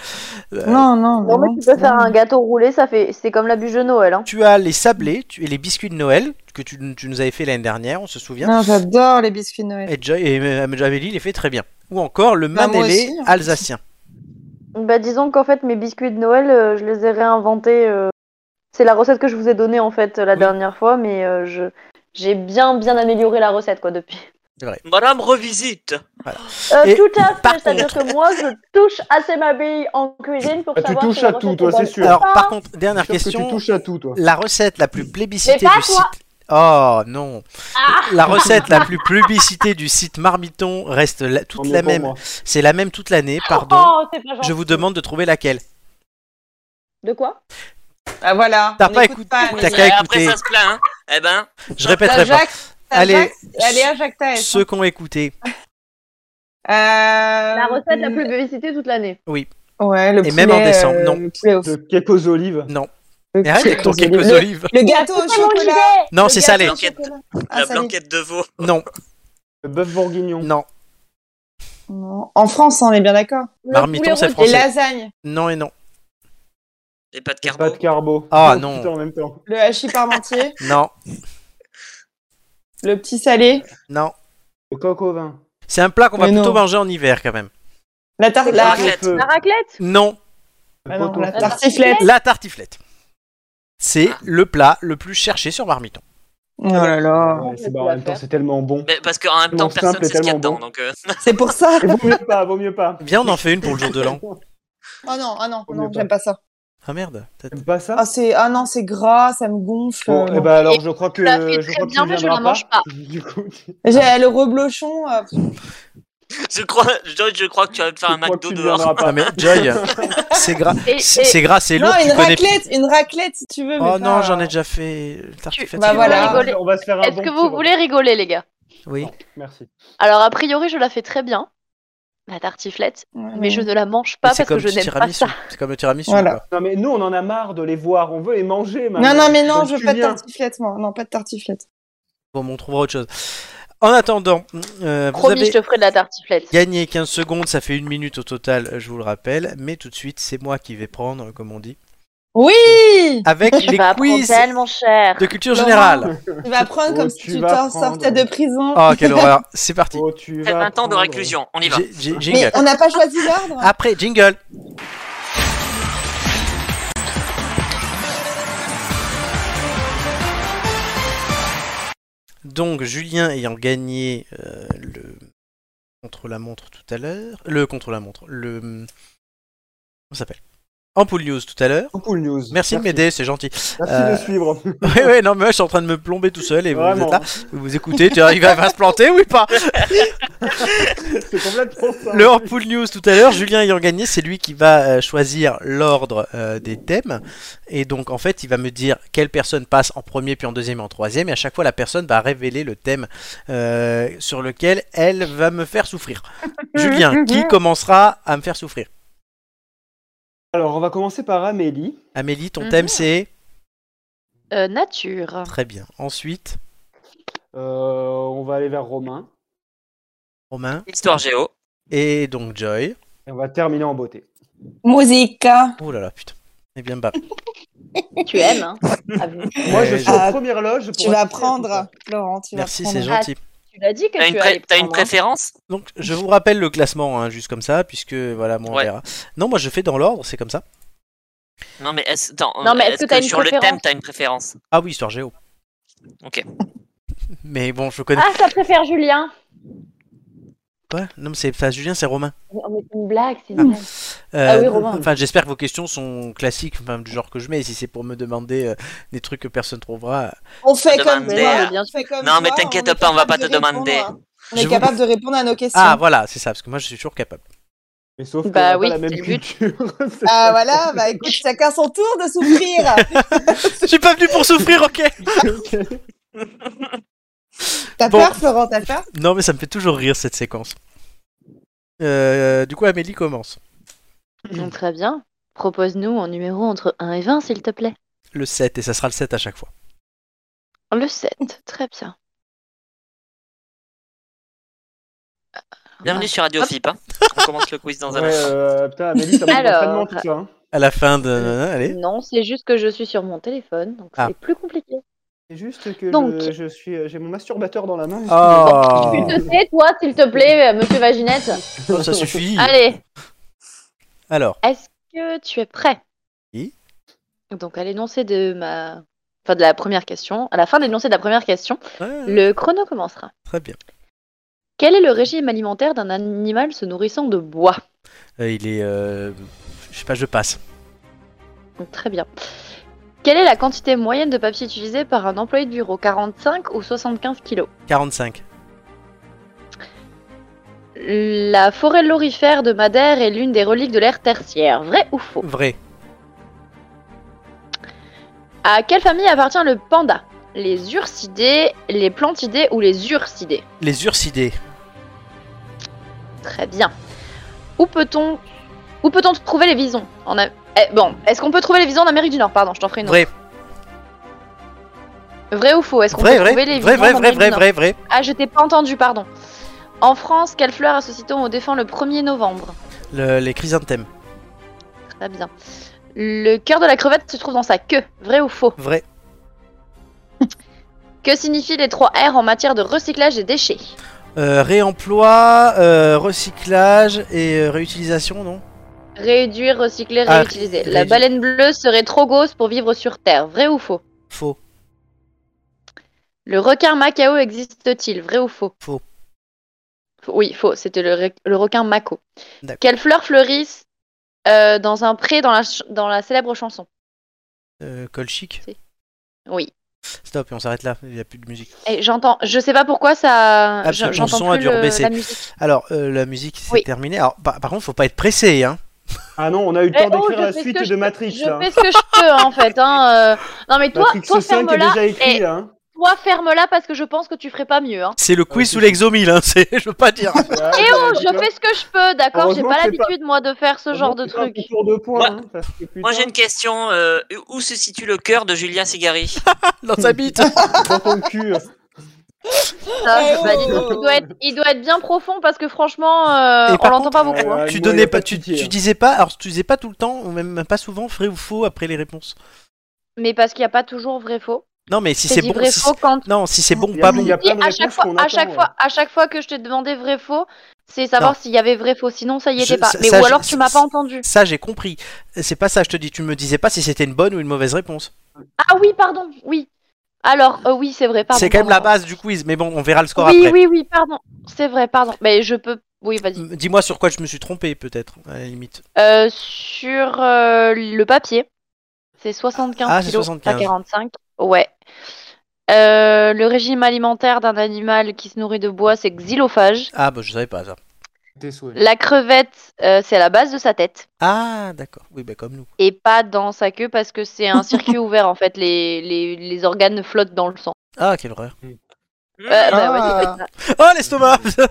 [SPEAKER 1] Euh,
[SPEAKER 12] Non, non,
[SPEAKER 3] Non, mais tu peux faire un gâteau roulé, ça fait, c'est comme la bûche de Noël. Hein.
[SPEAKER 1] Tu as les sablés tu- et les biscuits de Noël que tu, tu nous avais fait l'année dernière, on se souvient.
[SPEAKER 12] Non, j'adore les biscuits de Noël.
[SPEAKER 1] Et, Joy- et euh, Amélie les fait très bien. Ou encore le
[SPEAKER 12] Bah, moi
[SPEAKER 1] manélé
[SPEAKER 3] hein.
[SPEAKER 12] aussi, en fait.
[SPEAKER 1] alsacien.
[SPEAKER 3] Bah, disons qu'en fait, mes biscuits de Noël, euh, je les ai réinventés. euh, C'est la recette que je vous ai donnée en fait la
[SPEAKER 1] Oui.
[SPEAKER 3] dernière fois, mais euh, je j'ai bien bien amélioré la recette quoi depuis.
[SPEAKER 4] Madame revisite.
[SPEAKER 3] Euh,
[SPEAKER 1] Et
[SPEAKER 3] tout à
[SPEAKER 1] par
[SPEAKER 3] fait, c'est-à-dire que moi je touche assez ma bille en cuisine pour
[SPEAKER 5] Ah, tu
[SPEAKER 3] savoir
[SPEAKER 5] touches
[SPEAKER 3] si la
[SPEAKER 5] à tout,
[SPEAKER 3] recette
[SPEAKER 5] toi,
[SPEAKER 3] est bonne
[SPEAKER 5] c'est
[SPEAKER 3] ou
[SPEAKER 5] sûr.
[SPEAKER 1] Alors,
[SPEAKER 3] pas.
[SPEAKER 1] par contre, dernière
[SPEAKER 5] Je suis sûr que
[SPEAKER 1] question.
[SPEAKER 5] Tu touches à tout, toi.
[SPEAKER 1] La recette la plus plébiscitée
[SPEAKER 3] Mais pas
[SPEAKER 1] du
[SPEAKER 3] toi. Ah.
[SPEAKER 1] site. Oh non La recette la plus plébiscitée du site Marmiton reste la-
[SPEAKER 5] Tant
[SPEAKER 1] toute
[SPEAKER 5] mieux
[SPEAKER 1] la
[SPEAKER 5] pour
[SPEAKER 1] même.
[SPEAKER 5] moi.
[SPEAKER 1] C'est la même toute l'année, pardon.
[SPEAKER 3] Oh, c'est pas gentil.
[SPEAKER 1] Je vous demande de trouver laquelle.
[SPEAKER 3] De quoi
[SPEAKER 12] Ah voilà.
[SPEAKER 1] Eh, T'as
[SPEAKER 12] on
[SPEAKER 1] pas
[SPEAKER 12] n'écoute
[SPEAKER 1] écouté-
[SPEAKER 12] pas,
[SPEAKER 1] t'as
[SPEAKER 12] Amélie.
[SPEAKER 1] qu'à
[SPEAKER 4] Et après,
[SPEAKER 1] écouter.
[SPEAKER 4] ça se plaint, hein. Eh ben,
[SPEAKER 1] Je répéterai pas.
[SPEAKER 12] Jacques- t'as
[SPEAKER 1] Allez,
[SPEAKER 12] Jacques- allez à Jacques
[SPEAKER 3] hein.
[SPEAKER 12] Taès,
[SPEAKER 1] Ceux qui ont écouté.
[SPEAKER 12] hein.
[SPEAKER 3] La
[SPEAKER 12] Euh,
[SPEAKER 3] recette la plus publicitée toute l'année.
[SPEAKER 12] Ouais, le
[SPEAKER 1] Et même en
[SPEAKER 12] poulet,
[SPEAKER 1] décembre,
[SPEAKER 12] euh,
[SPEAKER 1] non.
[SPEAKER 12] le poulet au-
[SPEAKER 5] De cake aux olives.
[SPEAKER 12] le
[SPEAKER 1] Mais Eh, arrête avec ton
[SPEAKER 12] poulet
[SPEAKER 1] quelques
[SPEAKER 12] aux olives.
[SPEAKER 1] olives.
[SPEAKER 12] Le, le gâteau au
[SPEAKER 3] C'est mon
[SPEAKER 12] chocolat.
[SPEAKER 3] idée.
[SPEAKER 1] Non,
[SPEAKER 12] Le
[SPEAKER 1] c'est
[SPEAKER 12] gâteau
[SPEAKER 1] salé.
[SPEAKER 12] au chocolat. Ah,
[SPEAKER 4] la
[SPEAKER 12] salé.
[SPEAKER 4] blanquette de veau.
[SPEAKER 1] Non,
[SPEAKER 5] Le bœuf bourguignon.
[SPEAKER 1] non.
[SPEAKER 12] Non. En France,
[SPEAKER 2] hein,
[SPEAKER 12] on est bien d'accord.
[SPEAKER 3] Le
[SPEAKER 1] Marmiton,
[SPEAKER 3] poulet
[SPEAKER 1] c'est
[SPEAKER 3] rôti.
[SPEAKER 12] Les
[SPEAKER 1] Français.
[SPEAKER 12] lasagnes,
[SPEAKER 1] Non et non.
[SPEAKER 4] Et pas de
[SPEAKER 5] Et
[SPEAKER 4] carbo.
[SPEAKER 5] Pas de carbo.
[SPEAKER 1] Ah,
[SPEAKER 5] Oh,
[SPEAKER 1] non.
[SPEAKER 5] putain, en même temps.
[SPEAKER 12] le hachis parmentier,
[SPEAKER 1] Non,
[SPEAKER 12] le petit salé,
[SPEAKER 1] non.
[SPEAKER 5] Le coq au vin.
[SPEAKER 1] C'est un plat qu'on va
[SPEAKER 12] Mais
[SPEAKER 1] plutôt
[SPEAKER 12] non.
[SPEAKER 1] manger en hiver quand même.
[SPEAKER 12] la tarte,
[SPEAKER 5] Le
[SPEAKER 12] la,
[SPEAKER 5] pot au
[SPEAKER 4] raclette.
[SPEAKER 5] feu.
[SPEAKER 3] La raclette
[SPEAKER 1] Non,
[SPEAKER 5] Le
[SPEAKER 12] Ah non,
[SPEAKER 5] pot au
[SPEAKER 12] la
[SPEAKER 5] feu.
[SPEAKER 12] tartiflette.
[SPEAKER 1] la tartiflette. C'est le plat le plus cherché sur Marmiton.
[SPEAKER 12] Oh là là.
[SPEAKER 5] Ouais, c'est
[SPEAKER 3] Tu
[SPEAKER 5] bon, en
[SPEAKER 3] vas
[SPEAKER 5] même temps,
[SPEAKER 3] faire.
[SPEAKER 5] c'est tellement bon.
[SPEAKER 4] Mais parce qu'en même temps,
[SPEAKER 5] Tellement
[SPEAKER 4] personne
[SPEAKER 5] simple et
[SPEAKER 4] sait ce qu'il y a
[SPEAKER 5] tellement
[SPEAKER 4] dedans.
[SPEAKER 5] bon.
[SPEAKER 4] Donc, euh, [LAUGHS]
[SPEAKER 12] C'est pour ça.
[SPEAKER 5] Vaut mieux pas, vaut mieux pas.
[SPEAKER 1] Viens, on en fait une pour le jour de l'an.
[SPEAKER 12] Oh non, ah non,
[SPEAKER 5] Faut
[SPEAKER 12] non,
[SPEAKER 5] mieux
[SPEAKER 12] j'aime pas ça.
[SPEAKER 1] [LAUGHS] Ah merde. t'as-
[SPEAKER 5] Pas ça
[SPEAKER 2] Ah, c'est... ah non, c'est gras, ça me gonfle.
[SPEAKER 12] Oh,
[SPEAKER 5] Bon,
[SPEAKER 2] euh,
[SPEAKER 5] eh ben alors je crois que
[SPEAKER 2] Ça fait
[SPEAKER 5] je
[SPEAKER 2] très
[SPEAKER 5] crois que tu
[SPEAKER 2] bien, mais je
[SPEAKER 5] viendras
[SPEAKER 2] la mange pas.
[SPEAKER 5] Du coup, tu-
[SPEAKER 2] J'ai le reblochon. euh, pff,
[SPEAKER 4] Je crois, Joy, je crois que tu vas me faire un McDo dehors.
[SPEAKER 1] Ah mais Joy, c'est gras,
[SPEAKER 2] Et-
[SPEAKER 1] c'est
[SPEAKER 2] et-
[SPEAKER 1] c'est gras, c'est
[SPEAKER 2] non,
[SPEAKER 1] lourd.
[SPEAKER 2] une
[SPEAKER 1] tu connais-
[SPEAKER 2] raclette, une raclette si tu veux.
[SPEAKER 1] Oh
[SPEAKER 2] mais
[SPEAKER 1] non,
[SPEAKER 2] pas-
[SPEAKER 1] j'en ai déjà fait. euh,
[SPEAKER 2] Bah voilà.
[SPEAKER 5] on va se faire un
[SPEAKER 3] Est-ce
[SPEAKER 5] bon
[SPEAKER 3] que
[SPEAKER 5] petit
[SPEAKER 3] vous
[SPEAKER 5] repas.
[SPEAKER 3] voulez rigoler, les gars
[SPEAKER 1] Oui.
[SPEAKER 5] Merci.
[SPEAKER 3] Alors, a priori, je la fais très bien, la tartiflette, mais je ne la mange pas
[SPEAKER 1] Mais c'est
[SPEAKER 3] parce que
[SPEAKER 1] comme
[SPEAKER 3] je
[SPEAKER 1] du
[SPEAKER 3] n'aime pas
[SPEAKER 1] tiramisu.
[SPEAKER 3] ça.
[SPEAKER 1] C'est comme le tiramisu. quoi.
[SPEAKER 5] Non mais nous on en a marre de les voir, on veut les manger.
[SPEAKER 2] Non, non, mais non,
[SPEAKER 5] Donc,
[SPEAKER 2] je veux
[SPEAKER 5] tu
[SPEAKER 2] pas de
[SPEAKER 5] viens.
[SPEAKER 2] tartiflette, moi. Non, pas de tartiflette.
[SPEAKER 1] Bon, on trouvera autre chose. En attendant, euh, vous
[SPEAKER 3] Promis,
[SPEAKER 1] avez
[SPEAKER 3] je te ferai de la tartiflette.
[SPEAKER 1] gagné 15 secondes, ça fait une minute au total, euh, je vous le rappelle. Mais tout de suite, c'est moi qui vais prendre, comme on dit,
[SPEAKER 2] Oui
[SPEAKER 1] avec
[SPEAKER 3] Tu
[SPEAKER 1] les
[SPEAKER 3] vas apprendre
[SPEAKER 1] quiz
[SPEAKER 3] tellement cher.
[SPEAKER 1] de culture
[SPEAKER 2] Laurent.
[SPEAKER 1] générale.
[SPEAKER 2] Tu vas prendre
[SPEAKER 5] Oh,
[SPEAKER 2] comme si
[SPEAKER 5] tu
[SPEAKER 2] tu
[SPEAKER 5] vas
[SPEAKER 2] t'en sortais de prison.
[SPEAKER 1] Oh, quelle horreur. C'est parti.
[SPEAKER 5] Oh, tu
[SPEAKER 4] Faites
[SPEAKER 5] vas
[SPEAKER 4] un temps de
[SPEAKER 5] prendre-
[SPEAKER 4] réclusion, on y va.
[SPEAKER 1] J'ai- j'ai-
[SPEAKER 2] Mais
[SPEAKER 1] Jingle.
[SPEAKER 2] on n'a pas choisi l'ordre.
[SPEAKER 1] Après, jingle. Donc, Julien ayant gagné euh, le contre-la-montre tout à l'heure. Le contre-la-montre. Le. Comment ça s'appelle Ampoule News tout à l'heure.
[SPEAKER 5] Cool news.
[SPEAKER 1] Merci de m'aider, c'est gentil.
[SPEAKER 5] Merci
[SPEAKER 1] Euh,
[SPEAKER 5] de
[SPEAKER 1] [LAUGHS]
[SPEAKER 5] suivre.
[SPEAKER 1] Oui, oui, non, mais moi, je suis en train de me plomber tout seul et vous, vous
[SPEAKER 5] Vraiment.
[SPEAKER 1] êtes là, vous vous écoutez, tu arrives à, à se planter, oui pas
[SPEAKER 5] [LAUGHS] C'est complètement ça.
[SPEAKER 1] Le Ampoule News tout à l'heure, Julien ayant gagné, c'est lui qui va euh, choisir l'ordre euh, des thèmes. Et donc, en fait, il va me dire quelle personne passe en premier, puis en deuxième, et en troisième. Et à chaque fois, la personne va révéler le thème euh, sur lequel elle va me faire souffrir. Julien, qui commencera à me faire souffrir
[SPEAKER 5] Alors on va commencer par Amélie.
[SPEAKER 1] Amélie, ton
[SPEAKER 3] Mhm.
[SPEAKER 1] thème c'est
[SPEAKER 3] Euh, nature.
[SPEAKER 1] Très bien. Ensuite,
[SPEAKER 5] Euh, on va aller vers Romain.
[SPEAKER 1] Romain.
[SPEAKER 4] Histoire géo.
[SPEAKER 1] Et donc, Joy.
[SPEAKER 5] Et on va terminer en beauté.
[SPEAKER 2] Musique.
[SPEAKER 1] Oh là là, putain. Eh bien, bah.
[SPEAKER 3] Tu aimes, hein Ah bon.
[SPEAKER 5] Moi je
[SPEAKER 1] Euh,
[SPEAKER 5] suis
[SPEAKER 2] Ah,
[SPEAKER 5] en première loge. pour
[SPEAKER 2] Tu vas
[SPEAKER 5] assister à tout
[SPEAKER 2] prendre,
[SPEAKER 5] ça.
[SPEAKER 2] Laurent. Tu
[SPEAKER 1] Merci,
[SPEAKER 2] vas
[SPEAKER 1] c'est
[SPEAKER 2] prendre.
[SPEAKER 1] gentil.
[SPEAKER 3] Tu l'as dit que
[SPEAKER 4] T'as
[SPEAKER 3] tu
[SPEAKER 4] une,
[SPEAKER 3] allais
[SPEAKER 4] pré- t'as une
[SPEAKER 3] prendre, hein.
[SPEAKER 4] préférence
[SPEAKER 1] Donc je vous rappelle le classement hein, juste comme ça puisque voilà moi on
[SPEAKER 4] Ouais.
[SPEAKER 1] verra. Non moi je fais dans l'ordre c'est comme ça.
[SPEAKER 4] Non mais est-ce attends, euh,
[SPEAKER 3] Non, mais est-ce
[SPEAKER 4] est-ce
[SPEAKER 3] que t'as une
[SPEAKER 4] sur le thème
[SPEAKER 3] préférence
[SPEAKER 4] t'as une préférence
[SPEAKER 1] Ah oui histoire géo.
[SPEAKER 4] Ok.
[SPEAKER 1] [LAUGHS] Mais bon je connais.
[SPEAKER 3] Ah, ça préfère Julien.
[SPEAKER 1] Ouais, non mais c'est pas Julien c'est Romain.
[SPEAKER 3] On met une blague, c'est une blague.
[SPEAKER 1] Euh,
[SPEAKER 3] Ah oui, Romain.
[SPEAKER 1] Enfin j'espère que vos questions sont classiques enfin, du genre que je mets si c'est pour me demander euh, des trucs que personne trouvera. euh.
[SPEAKER 2] On fait
[SPEAKER 4] Demander,
[SPEAKER 2] comme
[SPEAKER 4] euh,
[SPEAKER 2] toi.
[SPEAKER 3] bien
[SPEAKER 2] on fait comme
[SPEAKER 4] Non, mais
[SPEAKER 2] toi,
[SPEAKER 4] t'inquiète
[SPEAKER 2] on est
[SPEAKER 4] pas, on va
[SPEAKER 2] capable
[SPEAKER 4] pas
[SPEAKER 2] de
[SPEAKER 4] te demander.
[SPEAKER 2] répondre, hein. On
[SPEAKER 1] Je
[SPEAKER 2] est
[SPEAKER 1] vous-
[SPEAKER 2] capable de répondre à nos questions.
[SPEAKER 1] Ah
[SPEAKER 2] Ah,
[SPEAKER 1] voilà c'est ça parce que moi je suis toujours capable. [LAUGHS]
[SPEAKER 5] Mais sauf
[SPEAKER 3] Bah
[SPEAKER 5] qu'on a
[SPEAKER 3] oui,
[SPEAKER 5] pas la même
[SPEAKER 3] c'est le but.
[SPEAKER 5] culture. [LAUGHS] C'est ça.
[SPEAKER 2] voilà, bah écoute, chacun son tour de
[SPEAKER 1] [LAUGHS]
[SPEAKER 2] souffrir.
[SPEAKER 1] je suis pas venu pour souffrir ok.
[SPEAKER 2] T'as
[SPEAKER 1] Bon.
[SPEAKER 2] peur, Florent, t'as peur
[SPEAKER 1] Non mais ça me fait toujours rire cette séquence. Euh, du coup Amélie commence.
[SPEAKER 3] Donc, très bien. Propose-nous un numéro entre 1 et 20, s'il te plaît.
[SPEAKER 1] Le 7 et ça sera le 7 à chaque fois.
[SPEAKER 3] Le 7, très bien. euh,
[SPEAKER 4] Bienvenue sur Radio
[SPEAKER 3] Hop.
[SPEAKER 4] FIP. hein. On commence le quiz dans un
[SPEAKER 5] Ouais,
[SPEAKER 4] instant.
[SPEAKER 5] euh, putain, Amélie, ça monte
[SPEAKER 3] Alors.
[SPEAKER 5] entraînement tout ça. hein.
[SPEAKER 1] À la fin de...
[SPEAKER 3] [LAUGHS]
[SPEAKER 1] Allez.
[SPEAKER 3] Non, c'est juste que je suis sur mon téléphone, donc
[SPEAKER 1] Ah.
[SPEAKER 3] c'est plus compliqué.
[SPEAKER 5] C'est juste que
[SPEAKER 3] Donc.
[SPEAKER 5] je, je suis, euh, j'ai mon masturbateur dans la main.
[SPEAKER 1] Oh.
[SPEAKER 3] Tu te tais, toi, s'il te plaît, euh, monsieur Vaginette
[SPEAKER 1] Oh, ça suffit.
[SPEAKER 3] Allez,
[SPEAKER 1] Alors.
[SPEAKER 3] est-ce que tu es prêt
[SPEAKER 1] Oui.
[SPEAKER 3] Donc, à l'énoncé de ma... Enfin, de la première question, à la fin de l'énoncé de la première question,
[SPEAKER 1] Ouais,
[SPEAKER 3] le chrono commencera.
[SPEAKER 1] Ah, Très bien.
[SPEAKER 3] Quel est le régime alimentaire d'un animal se nourrissant de bois
[SPEAKER 1] Euh, il est. euh, Je sais pas, je passe.
[SPEAKER 3] Donc, Très bien. Quelle est la quantité moyenne de papier utilisée par un employé de bureau 45 ou 75 kilos
[SPEAKER 1] 45.
[SPEAKER 3] La forêt lorifère de Madère est l'une des reliques de l'ère tertiaire. Vrai ou faux
[SPEAKER 1] Vrai.
[SPEAKER 3] À quelle famille appartient le panda Les ursidés, les plantidés ou les ursidés
[SPEAKER 1] Les ursidés.
[SPEAKER 3] Très bien. Où peut-on où peut-on trouver les visons en Am- Eh, Bon, est-ce qu'on peut trouver les visons en Amérique du Nord Pardon, je t'en ferai une autre.
[SPEAKER 1] Vrai.
[SPEAKER 3] Vrai ou faux Est-ce qu'on
[SPEAKER 1] Vrai,
[SPEAKER 3] peut
[SPEAKER 1] vrai.
[SPEAKER 3] trouver les
[SPEAKER 1] Vrai, vrai,
[SPEAKER 3] visons en
[SPEAKER 1] vrai,
[SPEAKER 3] Amérique
[SPEAKER 1] vrai,
[SPEAKER 3] du Nord
[SPEAKER 1] vrai, vrai.
[SPEAKER 3] Ah, je t'ai pas entendu, pardon. En France, quelle fleur associe-t-on au défunt le 1er novembre
[SPEAKER 1] Le- les chrysanthèmes.
[SPEAKER 3] Très bien. Le cœur de la crevette se trouve dans sa queue. Vrai ou faux
[SPEAKER 1] Vrai.
[SPEAKER 3] Que signifient les trois R en matière de recyclage des déchets
[SPEAKER 1] Euh, réemploi, euh, recyclage et euh, réutilisation, non
[SPEAKER 3] Réduire, recycler,
[SPEAKER 1] Ah,
[SPEAKER 3] réutiliser.
[SPEAKER 1] ré-
[SPEAKER 3] La
[SPEAKER 1] réduire.
[SPEAKER 3] baleine bleue serait trop grosse pour vivre sur Terre. Vrai ou faux
[SPEAKER 1] Faux.
[SPEAKER 3] Le requin Macao existe-t-il Vrai ou faux
[SPEAKER 1] Faux.
[SPEAKER 3] F- Oui, faux. C'était le, rec- le requin Mako.
[SPEAKER 1] D'accord.
[SPEAKER 3] Quelles fleurs fleurissent euh, dans un pré dans la, ch- dans la célèbre chanson.
[SPEAKER 1] Euh, Kolchik
[SPEAKER 3] Oui.
[SPEAKER 1] Stop, et on s'arrête là, il n'y a plus de musique.
[SPEAKER 3] Et j'entends, je sais pas pourquoi ça.
[SPEAKER 1] Ah, parce
[SPEAKER 3] je-
[SPEAKER 1] que mon
[SPEAKER 3] J'entends
[SPEAKER 1] son a
[SPEAKER 3] plus
[SPEAKER 1] dû
[SPEAKER 3] le-
[SPEAKER 1] rebaisser.
[SPEAKER 3] la musique.
[SPEAKER 1] Alors, euh, la musique, c'est
[SPEAKER 3] Oui.
[SPEAKER 1] terminé. Alors, par, par contre, faut pas être pressé, hein.
[SPEAKER 5] Ah non, on a eu
[SPEAKER 3] Eh oh, je fais ce que je peux.
[SPEAKER 5] Matrix,
[SPEAKER 3] Je fais ce que je peux en fait. hein, euh. Non mais toi,
[SPEAKER 5] Matrix
[SPEAKER 3] toi
[SPEAKER 5] 5 est
[SPEAKER 3] ferme-la.
[SPEAKER 5] déjà écrit,
[SPEAKER 3] et-
[SPEAKER 5] là, hein.
[SPEAKER 3] Toi ferme-la parce que je pense que tu ferais pas mieux. Hein.
[SPEAKER 1] C'est le quiz sous l'exomile, hein. [LAUGHS] c'est- Je veux pas dire.
[SPEAKER 5] Ah,
[SPEAKER 3] Eh oh, je fais ce que je peux, d'accord J'ai
[SPEAKER 1] Heureusement
[SPEAKER 3] pas
[SPEAKER 1] que c'est pas-
[SPEAKER 3] l'habitude moi de faire ce genre de
[SPEAKER 5] c'est pas un
[SPEAKER 3] truc.
[SPEAKER 5] concours de points, hein, parce que
[SPEAKER 4] Moi j'ai une question. euh, où se situe le cœur de Julien Cigari
[SPEAKER 1] Dans sa bite
[SPEAKER 5] Dans ton cul
[SPEAKER 3] Ça, je valide. bah, il, doit être, il doit être bien profond parce que franchement, euh,
[SPEAKER 1] Et
[SPEAKER 3] on
[SPEAKER 1] par
[SPEAKER 3] l'entend pas
[SPEAKER 1] contre,
[SPEAKER 3] beaucoup. hein.
[SPEAKER 1] Tu donnais pas, tu, tu disais pas, alors tu disais pas tout le temps, ou même pas souvent, vrai ou faux après les réponses.
[SPEAKER 3] Mais parce qu'il n'y a pas toujours vrai faux.
[SPEAKER 1] Non, mais si
[SPEAKER 3] T'as
[SPEAKER 1] c'est
[SPEAKER 3] dit
[SPEAKER 1] bon,
[SPEAKER 3] vrai
[SPEAKER 1] si
[SPEAKER 3] faux Ah,
[SPEAKER 1] c'est-
[SPEAKER 3] quand-
[SPEAKER 1] non, si c'est bon,
[SPEAKER 3] Si,
[SPEAKER 1] pas bon.
[SPEAKER 3] à chaque fois, à chaque fois, à chaque fois que je t'ai demandé vrai faux, c'est savoir
[SPEAKER 1] Non.
[SPEAKER 3] s'il y avait vrai faux. Sinon, ça y
[SPEAKER 1] Je-
[SPEAKER 3] était pas.
[SPEAKER 1] ça-
[SPEAKER 3] Mais
[SPEAKER 1] ça,
[SPEAKER 3] ou
[SPEAKER 1] je-
[SPEAKER 3] alors tu m'as pas entendu.
[SPEAKER 1] Ça, j'ai compris. C'est pas ça, je te dis. Tu me disais pas si c'était une bonne ou une mauvaise réponse.
[SPEAKER 3] Ah oui, pardon. Oui. Alors, euh, oui, c'est vrai. Pardon.
[SPEAKER 1] C'est quand même la
[SPEAKER 3] pardon,
[SPEAKER 1] base du quiz, mais bon, on verra le score
[SPEAKER 3] pardon. Oui,
[SPEAKER 1] après. Hmm.
[SPEAKER 3] oui, oui. Pardon. C'est vrai. Pardon. Mais je peux. Oui, vas-y.
[SPEAKER 1] Dis-moi sur quoi je me suis trompé, peut-être, à la limite.
[SPEAKER 3] Euh, sur euh, le papier, c'est 75
[SPEAKER 1] Ah, c'est
[SPEAKER 3] kilos,
[SPEAKER 1] 75.
[SPEAKER 3] pas 45. Ouais. Euh, le régime alimentaire d'un animal qui se nourrit de bois, c'est xylophage.
[SPEAKER 1] Ah, bah, je savais pas ça.
[SPEAKER 3] La crevette, euh, c'est à la base de sa tête
[SPEAKER 1] Ah, d'accord. Oui, bah, comme nous.
[SPEAKER 3] et pas dans sa queue parce que c'est un circuit ouvert en fait. Les, les, les organes flottent dans le sang.
[SPEAKER 1] Ah, quelle horreur.
[SPEAKER 3] [LAUGHS] Euh,
[SPEAKER 4] Hmm,
[SPEAKER 3] bah, ouais, c'est ça.
[SPEAKER 1] Oh,
[SPEAKER 5] [LAUGHS]
[SPEAKER 1] l'estomac
[SPEAKER 5] Ah,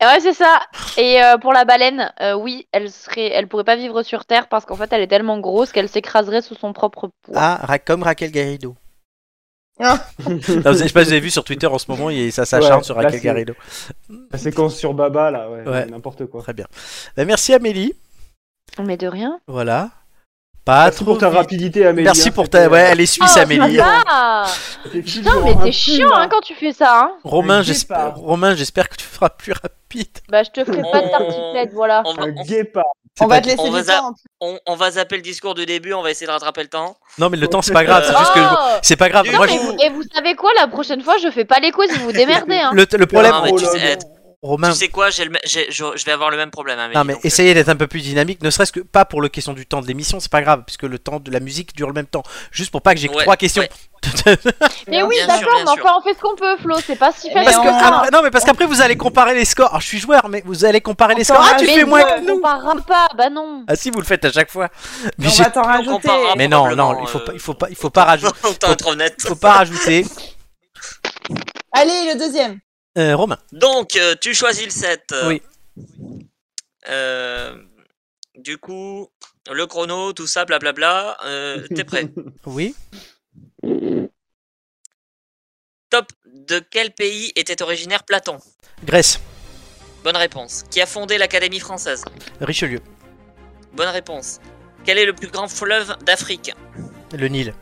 [SPEAKER 3] Et ouais, c'est ça. Et euh, pour la baleine, euh, oui, elle serait, elle pourrait pas vivre sur Terre parce qu'en fait, elle est tellement grosse qu'elle s'écraserait sous son propre poids.
[SPEAKER 1] Ah, Ra- comme Raquel Garrido.
[SPEAKER 3] Ah.
[SPEAKER 1] Non, vous avez- je sais pas si vous avez vu sur Twitter en ce moment, il- ça s'acharne
[SPEAKER 5] Ouais,
[SPEAKER 1] sur
[SPEAKER 5] là,
[SPEAKER 1] Raquel
[SPEAKER 5] c'est-
[SPEAKER 1] Garrido.
[SPEAKER 5] La séquence sur Baba, là, ouais,
[SPEAKER 1] Ouais.
[SPEAKER 5] n'importe quoi.
[SPEAKER 1] Très bien. Bah, merci Amélie.
[SPEAKER 3] Mais de rien.
[SPEAKER 1] Voilà. Pas
[SPEAKER 5] Merci
[SPEAKER 1] trop
[SPEAKER 5] pour ta
[SPEAKER 1] vite.
[SPEAKER 5] rapidité, Amélie.
[SPEAKER 1] Merci
[SPEAKER 5] hein,
[SPEAKER 1] pour
[SPEAKER 5] c'était-
[SPEAKER 1] ta. Ouais, elle est suisse,
[SPEAKER 3] Oh,
[SPEAKER 1] Amélie.
[SPEAKER 3] ça va.
[SPEAKER 5] T'es
[SPEAKER 3] Putain,
[SPEAKER 5] toujours
[SPEAKER 3] mais
[SPEAKER 5] un
[SPEAKER 3] t'es chiant hein, quand tu fais ça. Hein.
[SPEAKER 1] Romain,
[SPEAKER 5] Un
[SPEAKER 1] j'espère.
[SPEAKER 5] guépard.
[SPEAKER 1] Romain, j'espère que tu feras plus rapide.
[SPEAKER 3] Bah, je te ferai pas de tartiflette, voilà.
[SPEAKER 5] Un guépard.
[SPEAKER 1] C'est pas-
[SPEAKER 4] on va, zap- on, on va zapper le discours du début, on va essayer de rattraper le temps.
[SPEAKER 1] Non, mais le temps, c'est pas grave. C'est juste que
[SPEAKER 3] Oh
[SPEAKER 1] je- c'est pas grave.
[SPEAKER 3] Non,
[SPEAKER 1] Moi,
[SPEAKER 3] mais
[SPEAKER 1] je-
[SPEAKER 3] vous- Et vous savez quoi, la prochaine fois, je fais pas les quiz, vous vous démerdez.
[SPEAKER 1] [LAUGHS]
[SPEAKER 3] Hein.
[SPEAKER 1] le, le problème,
[SPEAKER 4] Non, mais tu, sais, eh,
[SPEAKER 1] Romain.
[SPEAKER 4] tu sais quoi, j'ai le mê- j'ai- je je vais avoir le même problème. Amélie,
[SPEAKER 1] Non, mais
[SPEAKER 4] donc, euh,
[SPEAKER 1] essayez d'être un peu plus dynamique, ne serait-ce que pas pour le question du temps de l'émission, c'est pas grave, puisque le temps de la musique dure le même temps. Juste pour pas que j'ai que
[SPEAKER 4] Ouais,
[SPEAKER 1] trois questions.
[SPEAKER 4] ouais.
[SPEAKER 3] Mais oui,
[SPEAKER 4] Bien sûr,
[SPEAKER 3] d'accord,
[SPEAKER 4] bien
[SPEAKER 3] mais
[SPEAKER 4] sûr.
[SPEAKER 3] enfin, on fait ce qu'on peut, Flo, c'est pas si facile.
[SPEAKER 1] Parce que
[SPEAKER 3] que ça.
[SPEAKER 1] après- non, mais parce qu'après vous allez comparer les scores. Alors, je suis joueur, mais vous allez comparer les scores. Ah, tu
[SPEAKER 3] Mais
[SPEAKER 1] fais moins
[SPEAKER 8] euh,
[SPEAKER 3] non,
[SPEAKER 1] que
[SPEAKER 3] On
[SPEAKER 1] nous.
[SPEAKER 3] comparera pas, bah non.
[SPEAKER 1] Ah si, vous le faites à chaque fois. Mais,
[SPEAKER 15] On
[SPEAKER 1] j'ai-
[SPEAKER 15] va t'en rajouter.
[SPEAKER 4] comparera
[SPEAKER 1] mais non,
[SPEAKER 4] probablement,
[SPEAKER 1] non, il faut
[SPEAKER 4] euh,
[SPEAKER 1] pas, il faut pas, il faut pas
[SPEAKER 4] [LAUGHS]
[SPEAKER 1] rajouter.
[SPEAKER 4] Autant être honnête.
[SPEAKER 1] Il faut pas rajouter.
[SPEAKER 2] Allez, le deuxième.
[SPEAKER 1] Euh, Romain.
[SPEAKER 4] Donc, euh, tu choisis le 7.
[SPEAKER 1] Oui.
[SPEAKER 4] Euh, du coup, le chrono, tout ça, blablabla. euh, T'es prêt
[SPEAKER 1] Oui.
[SPEAKER 4] Top. De quel pays était originaire Platon
[SPEAKER 1] Grèce.
[SPEAKER 4] Bonne réponse. Qui a fondé l'Académie française
[SPEAKER 1] Richelieu.
[SPEAKER 4] Bonne réponse. Quel est le plus grand fleuve d'Afrique
[SPEAKER 1] Le Nil.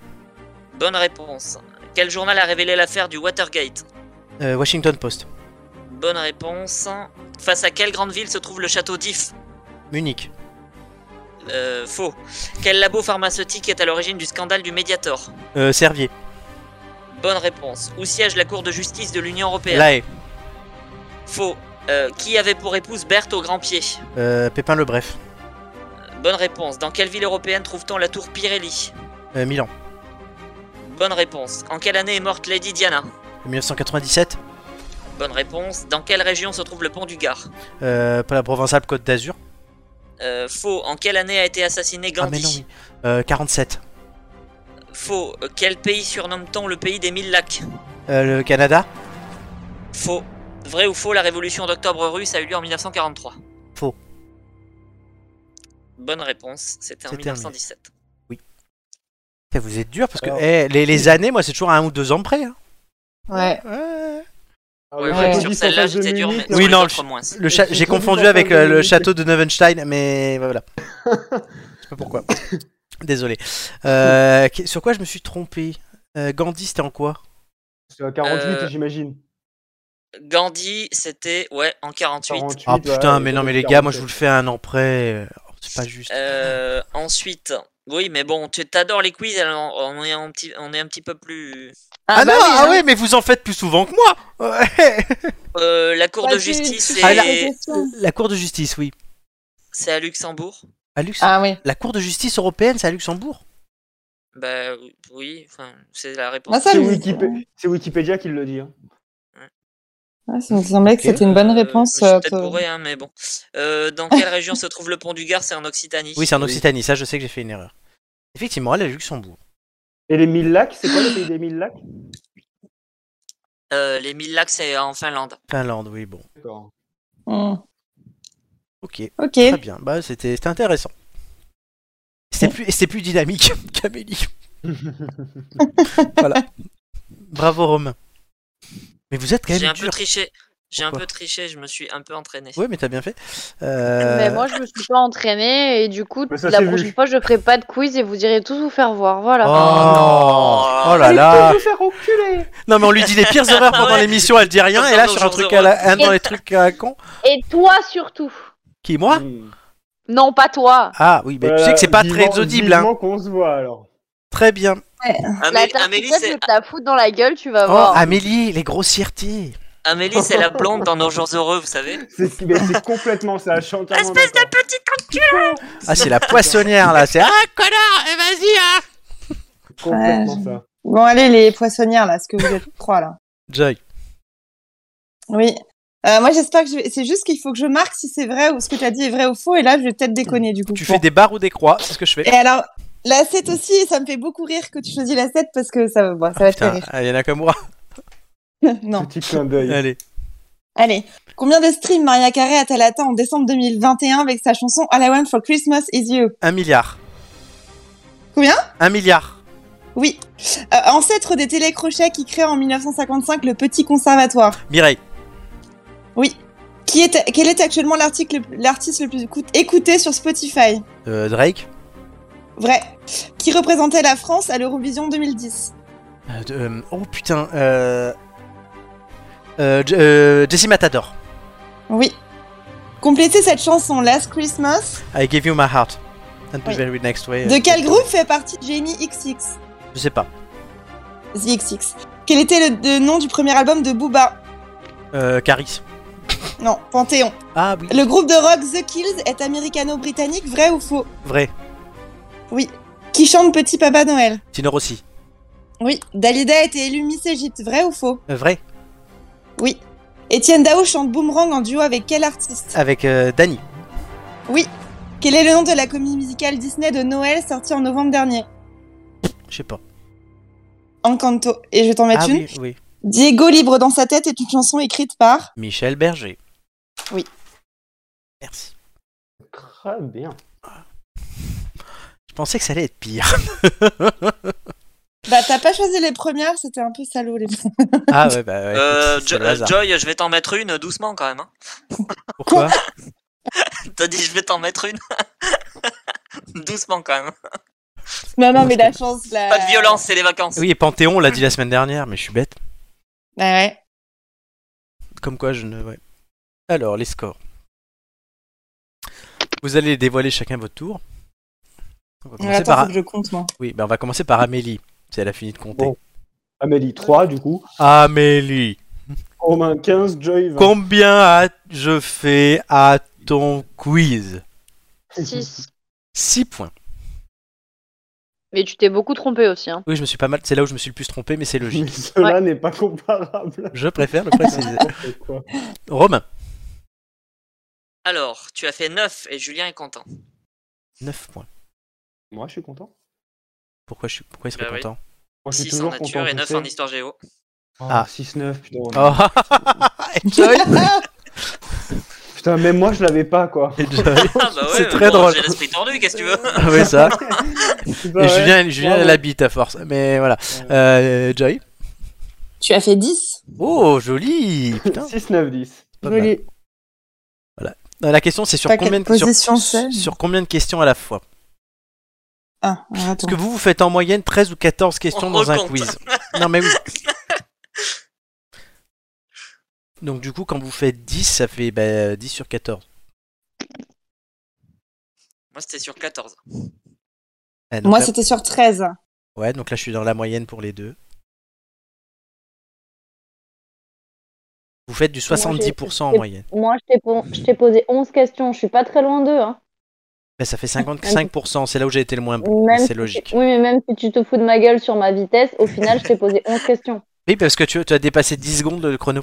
[SPEAKER 4] Bonne réponse. Quel journal a révélé l'affaire du Watergate
[SPEAKER 1] Euh, Washington Post.
[SPEAKER 4] Bonne réponse. Face à quelle grande ville se trouve le château d'If
[SPEAKER 1] Munich.
[SPEAKER 4] Euh, Faux. Quel labo pharmaceutique est à l'origine du scandale du Mediator
[SPEAKER 1] Euh, Servier.
[SPEAKER 4] Bonne réponse. Où siège la Cour de justice de l'Union européenne
[SPEAKER 1] Lae.
[SPEAKER 4] Faux. Euh, qui avait pour épouse Berthe au grand pied Euh,
[SPEAKER 1] Euh, Pépin le Bref.
[SPEAKER 4] Bonne réponse. Dans quelle ville européenne trouve-t-on la tour Pirelli
[SPEAKER 1] Euh, Milan.
[SPEAKER 4] Bonne réponse. En quelle année est morte Lady Diana
[SPEAKER 1] 1997.
[SPEAKER 4] Bonne réponse. Dans quelle région se trouve le pont du Gard
[SPEAKER 1] Euh, pas la Provençale Côte d'Azur.
[SPEAKER 4] Euh, Faux. En quelle année a été assassiné
[SPEAKER 1] Ah mais
[SPEAKER 4] Gandhi
[SPEAKER 1] non oui. Euh, 47.
[SPEAKER 4] Faux. Euh, Quel pays surnomme-t-on le pays des mille lacs
[SPEAKER 1] Euh, le Canada.
[SPEAKER 4] Faux. Vrai ou faux, la révolution d'octobre russe a eu lieu en 1943
[SPEAKER 1] Faux.
[SPEAKER 4] Bonne réponse. C'était en
[SPEAKER 1] C'est terminé.
[SPEAKER 4] 1917.
[SPEAKER 1] Putain, Vous êtes dur parce que
[SPEAKER 5] Alors-
[SPEAKER 1] eh, les, les années, moi c'est toujours un ou deux ans près. hein.
[SPEAKER 15] Ouais.
[SPEAKER 1] Ouais.
[SPEAKER 5] Ah,
[SPEAKER 4] Ouais,
[SPEAKER 5] le
[SPEAKER 4] ouais,
[SPEAKER 5] château
[SPEAKER 4] sur
[SPEAKER 5] d'If en
[SPEAKER 4] celle-là,
[SPEAKER 5] face de
[SPEAKER 4] j'étais dur, mais
[SPEAKER 5] Munich,
[SPEAKER 4] sur
[SPEAKER 1] Oui,
[SPEAKER 4] les
[SPEAKER 1] non,
[SPEAKER 4] autres,
[SPEAKER 1] le-
[SPEAKER 4] moins.
[SPEAKER 1] Le cha-
[SPEAKER 5] C'est
[SPEAKER 1] J'ai
[SPEAKER 5] toujours
[SPEAKER 1] confondu
[SPEAKER 5] pas
[SPEAKER 1] avec
[SPEAKER 5] mal de
[SPEAKER 1] euh, le
[SPEAKER 5] minutes.
[SPEAKER 1] château de Neuenstein, mais bah,
[SPEAKER 5] [LAUGHS]
[SPEAKER 1] voilà. je sais pas pourquoi. Désolé. Euh, qu- sur quoi je me suis trompé Euh, Gandhi, c'était en quoi
[SPEAKER 5] C'est à 48,
[SPEAKER 4] Euh,
[SPEAKER 5] j'imagine.
[SPEAKER 4] Gandhi, c'était ouais en 48.
[SPEAKER 5] 48.
[SPEAKER 1] Ah putain,
[SPEAKER 5] ouais,
[SPEAKER 1] mais
[SPEAKER 5] et
[SPEAKER 1] non, mais les
[SPEAKER 5] 47.
[SPEAKER 1] gars, moi je vous le fais à un an près. Oh, C'est pas juste.
[SPEAKER 4] Euh, ensuite, oui, mais bon, tu t'adores les quiz, alors on est un petit, on est un petit peu plus.
[SPEAKER 1] Ah,
[SPEAKER 2] bah
[SPEAKER 1] non,
[SPEAKER 2] oui,
[SPEAKER 1] ah
[SPEAKER 2] hein.
[SPEAKER 1] ouais, mais vous en faites plus souvent que moi. Ouais.
[SPEAKER 4] Euh, la Cour
[SPEAKER 2] Bah,
[SPEAKER 4] de
[SPEAKER 2] tu- tu
[SPEAKER 4] justice,
[SPEAKER 2] fais
[SPEAKER 1] Ah,
[SPEAKER 2] la
[SPEAKER 4] c'est
[SPEAKER 2] question.
[SPEAKER 1] La Cour de justice, oui.
[SPEAKER 4] c'est à Luxembourg.
[SPEAKER 1] À Lux-
[SPEAKER 2] Ah oui.
[SPEAKER 1] La Cour de justice européenne, c'est à Luxembourg
[SPEAKER 4] Bah oui, enfin, c'est la réponse. Euh,
[SPEAKER 2] Ah, ça,
[SPEAKER 5] C'est
[SPEAKER 2] lui-
[SPEAKER 5] Wikipé- c'est Wikipédia qui le dit. hein.
[SPEAKER 2] Ouais, ça me semblait que
[SPEAKER 1] Ok.
[SPEAKER 2] c'était une bonne réponse.
[SPEAKER 4] Je suis
[SPEAKER 2] euh,
[SPEAKER 4] peut-être
[SPEAKER 2] toi.
[SPEAKER 4] bourré, hein, mais bon. Euh, dans quelle région se trouve le pont du Gard C'est en Occitanie.
[SPEAKER 1] Oui, c'est en Occitanie, ça je sais que j'ai fait une erreur. Effectivement, elle est à Luxembourg.
[SPEAKER 5] Et les mille lacs, c'est quoi le pays des mille lacs
[SPEAKER 4] Euh, les mille lacs, c'est en Finlande.
[SPEAKER 1] Finlande, oui, bon.
[SPEAKER 5] D'accord.
[SPEAKER 2] Hmm.
[SPEAKER 1] Ok,
[SPEAKER 2] Ok.
[SPEAKER 1] très bien. Bah, c'était c'était intéressant. C'était plus, et c'était plus dynamique [LAUGHS] qu'Amélie. voilà. Bravo Romain. Mais vous êtes quand
[SPEAKER 4] J'ai
[SPEAKER 1] même
[SPEAKER 4] un peu
[SPEAKER 1] dur.
[SPEAKER 4] triché. J'ai un
[SPEAKER 1] Pourquoi
[SPEAKER 4] peu triché, je me suis un peu entraîné.
[SPEAKER 1] Oui, mais t'as bien fait. Euh,
[SPEAKER 8] Mais moi, je me suis pas entraînée et du coup,
[SPEAKER 5] Mais ça
[SPEAKER 8] la
[SPEAKER 5] s'est
[SPEAKER 8] prochaine
[SPEAKER 5] vu.
[SPEAKER 8] fois, je ferai pas de quiz et vous irez tous vous faire voir.
[SPEAKER 1] Oh,
[SPEAKER 8] Voilà.
[SPEAKER 4] non.
[SPEAKER 1] oh là là
[SPEAKER 5] Allez, te faire enculer
[SPEAKER 1] Non mais on lui dit les pires horreurs pendant
[SPEAKER 4] [LAUGHS] Ouais.
[SPEAKER 1] l'émission, elle dit rien,
[SPEAKER 4] Comme
[SPEAKER 1] et là
[SPEAKER 4] dans
[SPEAKER 1] sur un
[SPEAKER 4] nos
[SPEAKER 1] truc
[SPEAKER 4] jours
[SPEAKER 1] à la- un dans
[SPEAKER 8] heureux.
[SPEAKER 1] les trucs à la con.
[SPEAKER 8] Et toi surtout.
[SPEAKER 1] Qui moi
[SPEAKER 5] Mmh.
[SPEAKER 8] Non, pas toi.
[SPEAKER 1] Ah oui, mais tu sais
[SPEAKER 5] Voilà,
[SPEAKER 1] que c'est pas très
[SPEAKER 5] vivement-
[SPEAKER 1] audible, hein.
[SPEAKER 5] vivement qu'on se voit alors.
[SPEAKER 1] Très bien.
[SPEAKER 8] La
[SPEAKER 4] Amé- Amélie,
[SPEAKER 8] tartiflette, je
[SPEAKER 4] c'est
[SPEAKER 8] vais te la foutre dans la gueule, tu vas
[SPEAKER 2] Ah,
[SPEAKER 1] Oh,
[SPEAKER 8] voir.
[SPEAKER 1] Amélie, les grossièretés.
[SPEAKER 4] Amélie, c'est la blonde dans Nos jours heureux, vous savez.
[SPEAKER 5] C'est mais c'est complètement ça, je suis entièrement
[SPEAKER 4] Espèce
[SPEAKER 5] d'accord.
[SPEAKER 4] Petite
[SPEAKER 1] Ah, c'est la poissonnière là, c'est ah connard, eh, vas-y hein.
[SPEAKER 5] Complètement ça.
[SPEAKER 2] Bon, allez, les poissonnières, là, ce que vous êtes trois, là.
[SPEAKER 1] Joy.
[SPEAKER 2] Oui. Euh, moi, j'espère que je vais... C'est juste qu'il faut que je marque si c'est vrai ou ce que tu as dit est vrai ou faux. Et là, je vais peut-être déconner, du coup.
[SPEAKER 1] Tu
[SPEAKER 2] Bon.
[SPEAKER 1] fais des barres ou des croix, c'est ce que je fais.
[SPEAKER 2] Et alors, la 7 aussi, et ça me fait beaucoup rire que tu choisis la 7 parce que ça, bon, ça va te faire
[SPEAKER 1] Ah, Putain,
[SPEAKER 2] rire.
[SPEAKER 1] allez, Nakamura.
[SPEAKER 2] [LAUGHS] non.
[SPEAKER 5] Petit clin d'œil.
[SPEAKER 1] Allez.
[SPEAKER 2] Allez. Combien de streams Maria Carey a-t-elle atteint en décembre 2021 avec sa chanson All I Want for Christmas is You
[SPEAKER 1] Un milliard.
[SPEAKER 2] Combien
[SPEAKER 1] Un milliard.
[SPEAKER 2] Oui. Euh, ancêtre des télécrochets qui créent en 1955 le Petit Conservatoire.
[SPEAKER 1] Mireille.
[SPEAKER 2] Oui. Qui est, quel est actuellement l'article- l'artiste le plus écout- écouté sur Spotify
[SPEAKER 1] Euh, Drake.
[SPEAKER 2] Vrai. Qui représentait la France à l'Eurovision 2010
[SPEAKER 1] Euh, de- euh, oh putain. Euh... Euh, J- euh, Jesse Matador.
[SPEAKER 2] Oui. Complétez cette chanson Last Christmas.
[SPEAKER 1] I give you my heart. And the
[SPEAKER 2] Oui.
[SPEAKER 1] very next way.
[SPEAKER 2] De
[SPEAKER 1] euh,
[SPEAKER 2] quel groupe fait partie Jamie XX
[SPEAKER 1] Je sais pas.
[SPEAKER 2] The XX. Quel était le, le nom du premier album de Booba
[SPEAKER 1] Euh, Caris.
[SPEAKER 2] Non, Panthéon.
[SPEAKER 1] Ah oui.
[SPEAKER 2] Le groupe de rock The Kills est américano-britannique, vrai ou faux
[SPEAKER 1] Vrai.
[SPEAKER 2] Oui. Qui chante Petit Papa Noël
[SPEAKER 1] Tino Rossi.
[SPEAKER 2] Oui. Dalida a été élue Miss Égypte, vrai ou faux
[SPEAKER 1] Euh, vrai.
[SPEAKER 2] Oui. Étienne Dao chante Boomerang en duo avec quel artiste
[SPEAKER 1] Avec euh, Danny.
[SPEAKER 2] Oui. Quel est le nom de la comédie musicale Disney de Noël sortie en novembre dernier
[SPEAKER 1] Je sais pas.
[SPEAKER 2] Encanto. Et je vais t'en mettre
[SPEAKER 1] ah
[SPEAKER 2] une.
[SPEAKER 1] oui, oui.
[SPEAKER 2] Diego libre dans sa tête est une chanson écrite par.
[SPEAKER 1] Michel Berger.
[SPEAKER 2] Oui.
[SPEAKER 1] Merci.
[SPEAKER 5] Très bien.
[SPEAKER 1] Je pensais que ça allait être pire.
[SPEAKER 2] Bah t'as pas choisi les premières, c'était un peu salaud les.
[SPEAKER 1] Ah ouais, bah ouais. écoute,
[SPEAKER 4] Euh,
[SPEAKER 1] c'est
[SPEAKER 4] Jo-
[SPEAKER 1] le
[SPEAKER 4] euh,
[SPEAKER 1] hasard.
[SPEAKER 4] Joy, je vais t'en mettre une doucement quand même. hein. [LAUGHS]
[SPEAKER 1] Pourquoi
[SPEAKER 4] T'as dit je vais t'en mettre une [LAUGHS] doucement quand même.
[SPEAKER 2] [LAUGHS]
[SPEAKER 4] hein.
[SPEAKER 2] Non non
[SPEAKER 1] Parce
[SPEAKER 2] mais
[SPEAKER 1] que-
[SPEAKER 2] la chance la.
[SPEAKER 4] Pas de violence, c'est les vacances.
[SPEAKER 1] Oui, et Panthéon, on l'a dit la semaine dernière, mais je suis bête.
[SPEAKER 2] Ah ouais.
[SPEAKER 1] Comme quoi, je ne. ouais. Alors, les scores. Vous allez dévoiler chacun votre tour. On va
[SPEAKER 2] Ouais,
[SPEAKER 1] commencer
[SPEAKER 2] attends,
[SPEAKER 1] par,
[SPEAKER 2] faut que je compte moi.
[SPEAKER 1] oui, ben on va commencer par Amélie, si elle a fini de compter.
[SPEAKER 5] Bon. Amélie 3 du coup.
[SPEAKER 1] Amélie,
[SPEAKER 5] Romain 15, Joy 20.
[SPEAKER 1] combien as- je fais à ton quiz
[SPEAKER 8] Six.
[SPEAKER 1] 6 points.
[SPEAKER 8] Mais tu t'es beaucoup trompé aussi. Hein.
[SPEAKER 1] Oui, je me suis pas mal. C'est là où je me suis le plus trompé, mais c'est
[SPEAKER 5] Mais [LAUGHS]
[SPEAKER 1] logique.
[SPEAKER 5] Cela n'est pas comparable.
[SPEAKER 1] Je préfère le préciser.
[SPEAKER 5] C'est quoi
[SPEAKER 1] Romain,
[SPEAKER 4] Alors, tu as fait 9 et Julien est content.
[SPEAKER 1] 9 points.
[SPEAKER 5] Moi je suis content.
[SPEAKER 1] Pourquoi, je suis... Pourquoi il serait
[SPEAKER 4] Bah oui.
[SPEAKER 1] content
[SPEAKER 5] Moi je suis
[SPEAKER 4] 6 en
[SPEAKER 5] toujours content.
[SPEAKER 4] nature et
[SPEAKER 5] tu
[SPEAKER 4] 9
[SPEAKER 5] sais.
[SPEAKER 4] en histoire géo.
[SPEAKER 5] Oh,
[SPEAKER 1] Ah.
[SPEAKER 5] 6-9, putain.
[SPEAKER 2] Oh.
[SPEAKER 1] [LAUGHS] Oh, [LAUGHS] Joy,
[SPEAKER 5] Putain, même moi je l'avais pas quoi.
[SPEAKER 1] Joy.
[SPEAKER 4] Ah bah ouais,
[SPEAKER 1] C'est
[SPEAKER 4] mais
[SPEAKER 1] très
[SPEAKER 4] bon,
[SPEAKER 1] drôle.
[SPEAKER 4] J'ai l'esprit tordu, qu'est-ce que tu veux
[SPEAKER 1] Ah ouais, ça.
[SPEAKER 2] Bah
[SPEAKER 5] C'est pas
[SPEAKER 1] Et
[SPEAKER 5] vrai.
[SPEAKER 1] Julien, Julien
[SPEAKER 5] Bravo.
[SPEAKER 1] elle habite à force. Mais voilà. Euh, Joy.
[SPEAKER 2] Tu as fait 10
[SPEAKER 1] Oh, joli Putain,
[SPEAKER 5] 6-9-10.
[SPEAKER 1] pas mal. Euh, La question, c'est sur
[SPEAKER 2] T'as
[SPEAKER 1] combien,
[SPEAKER 2] quelle
[SPEAKER 1] de, sur,
[SPEAKER 2] position c'est
[SPEAKER 1] sur combien de questions à la fois
[SPEAKER 2] Ah,
[SPEAKER 1] Parce
[SPEAKER 2] attends.
[SPEAKER 1] que vous, vous faites en moyenne 13 ou 14 questions
[SPEAKER 4] On
[SPEAKER 1] dans un
[SPEAKER 4] recompte. [LAUGHS]
[SPEAKER 1] quiz. Non, mais oui. Donc, du coup, quand vous faites 10, ça fait bah, 10 sur 14.
[SPEAKER 4] Moi c'était sur 14.
[SPEAKER 1] Ah, donc
[SPEAKER 2] Moi
[SPEAKER 1] là-
[SPEAKER 2] c'était sur 13.
[SPEAKER 1] Ouais, donc là, je suis dans la moyenne pour les deux. Vous faites du
[SPEAKER 8] j'ai-
[SPEAKER 1] 70% en
[SPEAKER 8] j'ai-
[SPEAKER 1] moyenne.
[SPEAKER 8] Moi, je t'ai, pon- je t'ai posé 11 questions. Je suis pas très loin d'eux. Hein.
[SPEAKER 1] Ben, ça fait 55%, c'est là où j'ai été le moins bon.
[SPEAKER 3] Même
[SPEAKER 1] mais
[SPEAKER 3] si-
[SPEAKER 1] C'est logique.
[SPEAKER 3] Oui, mais même si tu te fous de ma gueule sur ma vitesse, au final, je t'ai posé 11 questions.
[SPEAKER 1] Oui, parce que tu, tu as dépassé 10 secondes le chrono.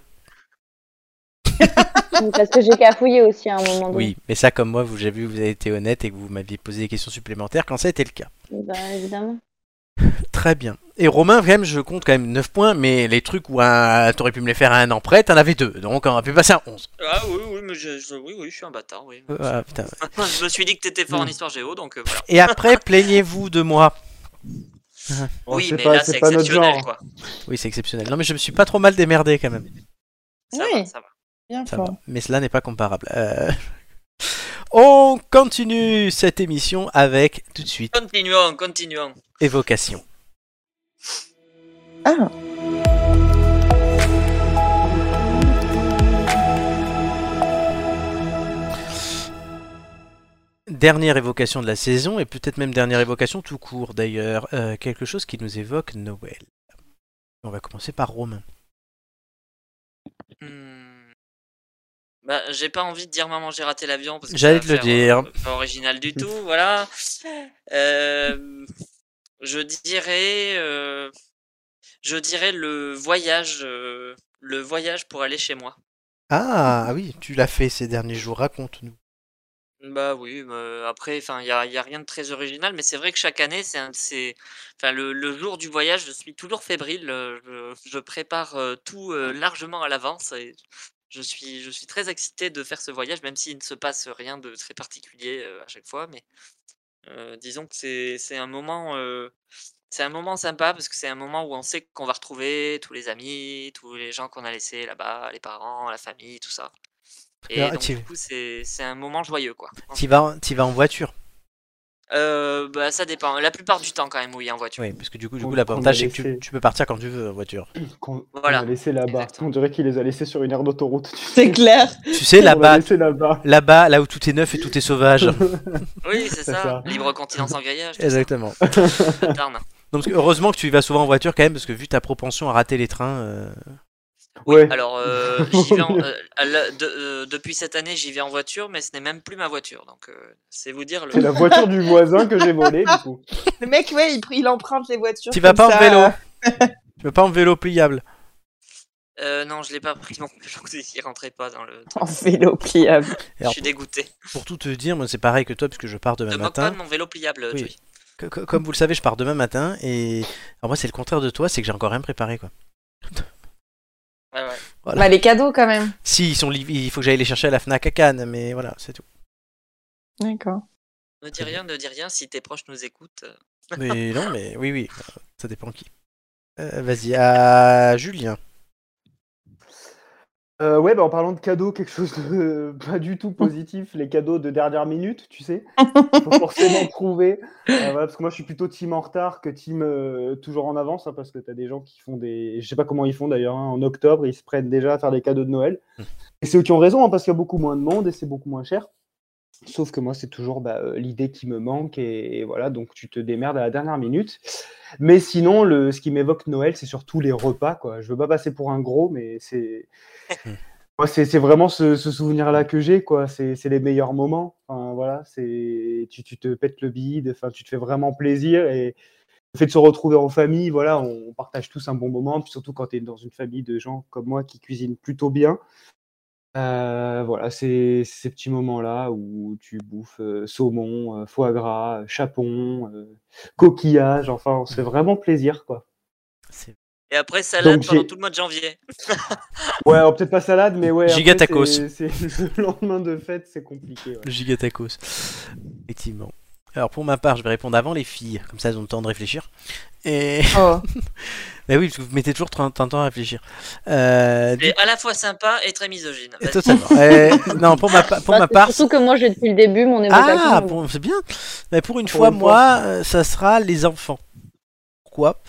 [SPEAKER 3] Parce que j'ai cafouillé aussi à un moment donné.
[SPEAKER 1] Oui, mais ça, comme moi, vous- j'ai vu que vous avez été honnête et que vous m'aviez posé des questions supplémentaires quand ça a été le cas.
[SPEAKER 3] Bah, évidemment.
[SPEAKER 1] Très bien. Et Romain, quand même, je compte quand même 9 points, mais les trucs où un... t'aurais pu me les faire à un an près, t'en avais deux, donc on aurait pu passer à 11.
[SPEAKER 4] Ah oui, oui, mais je, je- oui, oui, je suis un bâtard, oui.
[SPEAKER 1] Ah, putain.
[SPEAKER 4] [LAUGHS] je me suis dit que t'étais fort en histoire géo, donc euh, voilà.
[SPEAKER 1] Et après, plaignez-vous de moi.
[SPEAKER 4] Oui, mais là, c'est exceptionnel, quoi.
[SPEAKER 1] Oui, c'est exceptionnel. Non, mais je me suis pas trop mal démerdé quand même.
[SPEAKER 4] Ça va, ça va.
[SPEAKER 2] Bien
[SPEAKER 1] Ça va. Mais cela n'est pas comparable. Euh, [LAUGHS] On continue cette émission avec tout de suite
[SPEAKER 4] Continuons, continuons.
[SPEAKER 1] évocation.
[SPEAKER 2] Ah.
[SPEAKER 1] Dernière évocation de la saison, et peut-être même dernière évocation tout court d'ailleurs, Euh, quelque chose qui nous évoque Noël. On va commencer par Romain.
[SPEAKER 4] Mmh. Bah, j'ai pas envie de dire maman, j'ai raté l'avion. parce que
[SPEAKER 1] J'allais
[SPEAKER 4] ça
[SPEAKER 1] te
[SPEAKER 4] va
[SPEAKER 1] le
[SPEAKER 4] faire,
[SPEAKER 1] dire.
[SPEAKER 4] euh, Pas original du tout, voilà. Euh, je dirais. euh, je dirais le voyage. euh, le voyage pour aller chez moi.
[SPEAKER 1] Ah, ah oui, tu l'as fait ces derniers jours, raconte-nous.
[SPEAKER 4] Bah oui, bah, après, enfin, il y a, y a rien de très original, mais c'est vrai que chaque année, c'est, un- c'est, enfin, le, le jour du voyage, je suis toujours fébrile. euh, Je, je prépare euh, tout euh, largement à l'avance et je suis, je suis très excité de faire ce voyage, même s'il ne se passe rien de très particulier euh, à chaque fois. Mais euh, disons que c'est, c'est un moment, euh, c'est un moment sympa parce que c'est un moment où on sait qu'on va retrouver tous les amis, tous les gens qu'on a laissés là-bas, les parents, la famille, tout ça. Et
[SPEAKER 1] Alors,
[SPEAKER 4] donc,
[SPEAKER 1] tu-
[SPEAKER 4] du coup, c'est, c'est un moment joyeux, quoi.
[SPEAKER 1] T'y vas, en- t'y vas en voiture.
[SPEAKER 4] Euh, bah, ça dépend. La plupart du temps, quand même, oui, en voiture.
[SPEAKER 1] Oui, parce que du coup, du
[SPEAKER 5] Qu'on-
[SPEAKER 1] coup
[SPEAKER 5] qu'on a
[SPEAKER 1] l'avantage c'est que tu,
[SPEAKER 5] laissé.
[SPEAKER 1] tu peux partir quand tu veux en
[SPEAKER 5] [LAUGHS]
[SPEAKER 1] voiture.
[SPEAKER 5] Qu'on
[SPEAKER 4] Voilà.
[SPEAKER 5] on a laissé là-bas. On dirait qu'il les a laissés sur une aire d'autoroute. tu sais.
[SPEAKER 2] C'est clair.
[SPEAKER 1] Tu sais,
[SPEAKER 5] On l'a
[SPEAKER 1] là-bas,
[SPEAKER 5] laissé là-bas.
[SPEAKER 1] là-bas, là où tout est neuf et tout est sauvage.
[SPEAKER 4] Oui, c'est ça.
[SPEAKER 5] ça.
[SPEAKER 4] Libre continent sans grillage. tout ça.
[SPEAKER 1] Exactement.
[SPEAKER 4] Le Tarn.
[SPEAKER 1] [LAUGHS] Donc heureusement que tu y vas souvent en voiture quand même, parce que vu ta propension à rater les trains, euh,
[SPEAKER 4] Oui,
[SPEAKER 5] Ouais.
[SPEAKER 4] alors, euh, j'y vais en- euh, à la- de- euh, depuis cette année, j'y vais en voiture, mais ce n'est même plus ma voiture. Donc, euh, c'est vous dire le.
[SPEAKER 5] C'est la voiture du voisin que j'ai volée, du coup.
[SPEAKER 2] Le mec, ouais, il, il emprunte les voitures.
[SPEAKER 1] tu vas
[SPEAKER 2] comme
[SPEAKER 1] pas
[SPEAKER 2] ça,
[SPEAKER 1] en vélo.
[SPEAKER 2] euh,
[SPEAKER 1] tu vas pas en vélo pliable.
[SPEAKER 4] Euh, non, je l'ai pas pris [LAUGHS] non plus. donc Il rentrait pas dans le.
[SPEAKER 2] En vélo pliable.
[SPEAKER 1] Alors,
[SPEAKER 4] Je suis dégoûté.
[SPEAKER 1] Pour tout te dire, moi c'est pareil que toi, puisque je pars demain
[SPEAKER 4] Ne moque pas
[SPEAKER 1] matin.
[SPEAKER 4] de mon vélo pliable,
[SPEAKER 1] Oui.
[SPEAKER 4] Joey.
[SPEAKER 1] Co- co- Comme vous le savez, je pars demain matin et alors moi c'est le contraire de toi, c'est que j'ai encore rien préparé quoi.
[SPEAKER 4] Ouais, ouais.
[SPEAKER 1] Voilà.
[SPEAKER 2] Bah, les cadeaux quand même.
[SPEAKER 1] Si ils sont, li- il faut que j'aille les chercher à la Fnac à Cannes, mais voilà, c'est tout.
[SPEAKER 2] D'accord.
[SPEAKER 4] Ne dis rien, ne dis rien. Si tes proches nous écoutent, euh,
[SPEAKER 1] Mais non, mais oui, oui, ça dépend qui. Euh, Vas-y, à Julien.
[SPEAKER 5] Euh, ouais, bah, en parlant de cadeaux, quelque chose de euh, pas du tout positif, les cadeaux de dernière minute, tu sais. Faut forcément prouver. Euh, voilà, parce que moi, je suis plutôt team en retard que team euh, toujours en avance, hein, parce que tu as des gens qui font des. Je sais pas comment ils font d'ailleurs, hein, en octobre, ils se prennent déjà à faire des cadeaux de Noël. Et c'est eux qui ont raison, hein, parce qu'il y a beaucoup moins de monde et c'est beaucoup moins cher. Sauf que moi, c'est toujours bah, euh, l'idée qui me manque, et, et voilà, donc tu te démerdes à la dernière minute. Mais sinon, le, ce qui m'évoque Noël, c'est surtout les repas, quoi. Je veux pas passer pour un gros, mais c'est. Moi, c'est c'est vraiment ce, ce souvenir-là que j'ai, quoi. C'est c'est les meilleurs moments. Enfin, voilà, c'est tu, tu te pètes le bide, enfin, tu te fais vraiment plaisir et le fait de se retrouver en famille, voilà, on, partage tous un bon moment. Puis surtout quand tu es dans une famille de gens comme moi qui cuisinent plutôt bien. Euh, voilà, c'est c'est ces petits moments-là où tu bouffes euh, saumon, euh, foie gras, euh, chapon, euh, coquillage. Enfin, on se fait vraiment plaisir, quoi.
[SPEAKER 1] C'est-
[SPEAKER 4] et après salade
[SPEAKER 5] Donc,
[SPEAKER 4] pendant
[SPEAKER 5] j'ai-
[SPEAKER 4] tout le mois de janvier.
[SPEAKER 5] Ouais, alors, peut-être pas salade, mais ouais.
[SPEAKER 1] Giga
[SPEAKER 5] après,
[SPEAKER 1] tacos.
[SPEAKER 5] c'est- c'est- [LAUGHS] Le lendemain de fête, c'est compliqué. ouais.
[SPEAKER 1] Le gigatacos. Effectivement. Alors pour ma part, je vais répondre avant les filles, comme ça elles ont le temps de réfléchir. Et [LAUGHS]
[SPEAKER 2] Oh.
[SPEAKER 1] bah oui, parce que vous mettez toujours 30 ans à réfléchir. Euh, du-
[SPEAKER 4] Et à la fois sympa et très misogyne. Vas-y.
[SPEAKER 1] Totalement. Euh, non, pour ma, pa- pour
[SPEAKER 3] Parce
[SPEAKER 1] ma
[SPEAKER 3] que
[SPEAKER 1] part,
[SPEAKER 3] Bah, Surtout que moi, j'ai depuis le début mon évocation.
[SPEAKER 1] Ah, bon, c'est bien. Mais pour une
[SPEAKER 5] Pour
[SPEAKER 1] fois,
[SPEAKER 5] une
[SPEAKER 1] moi, euh, ça sera les enfants. Pourquoi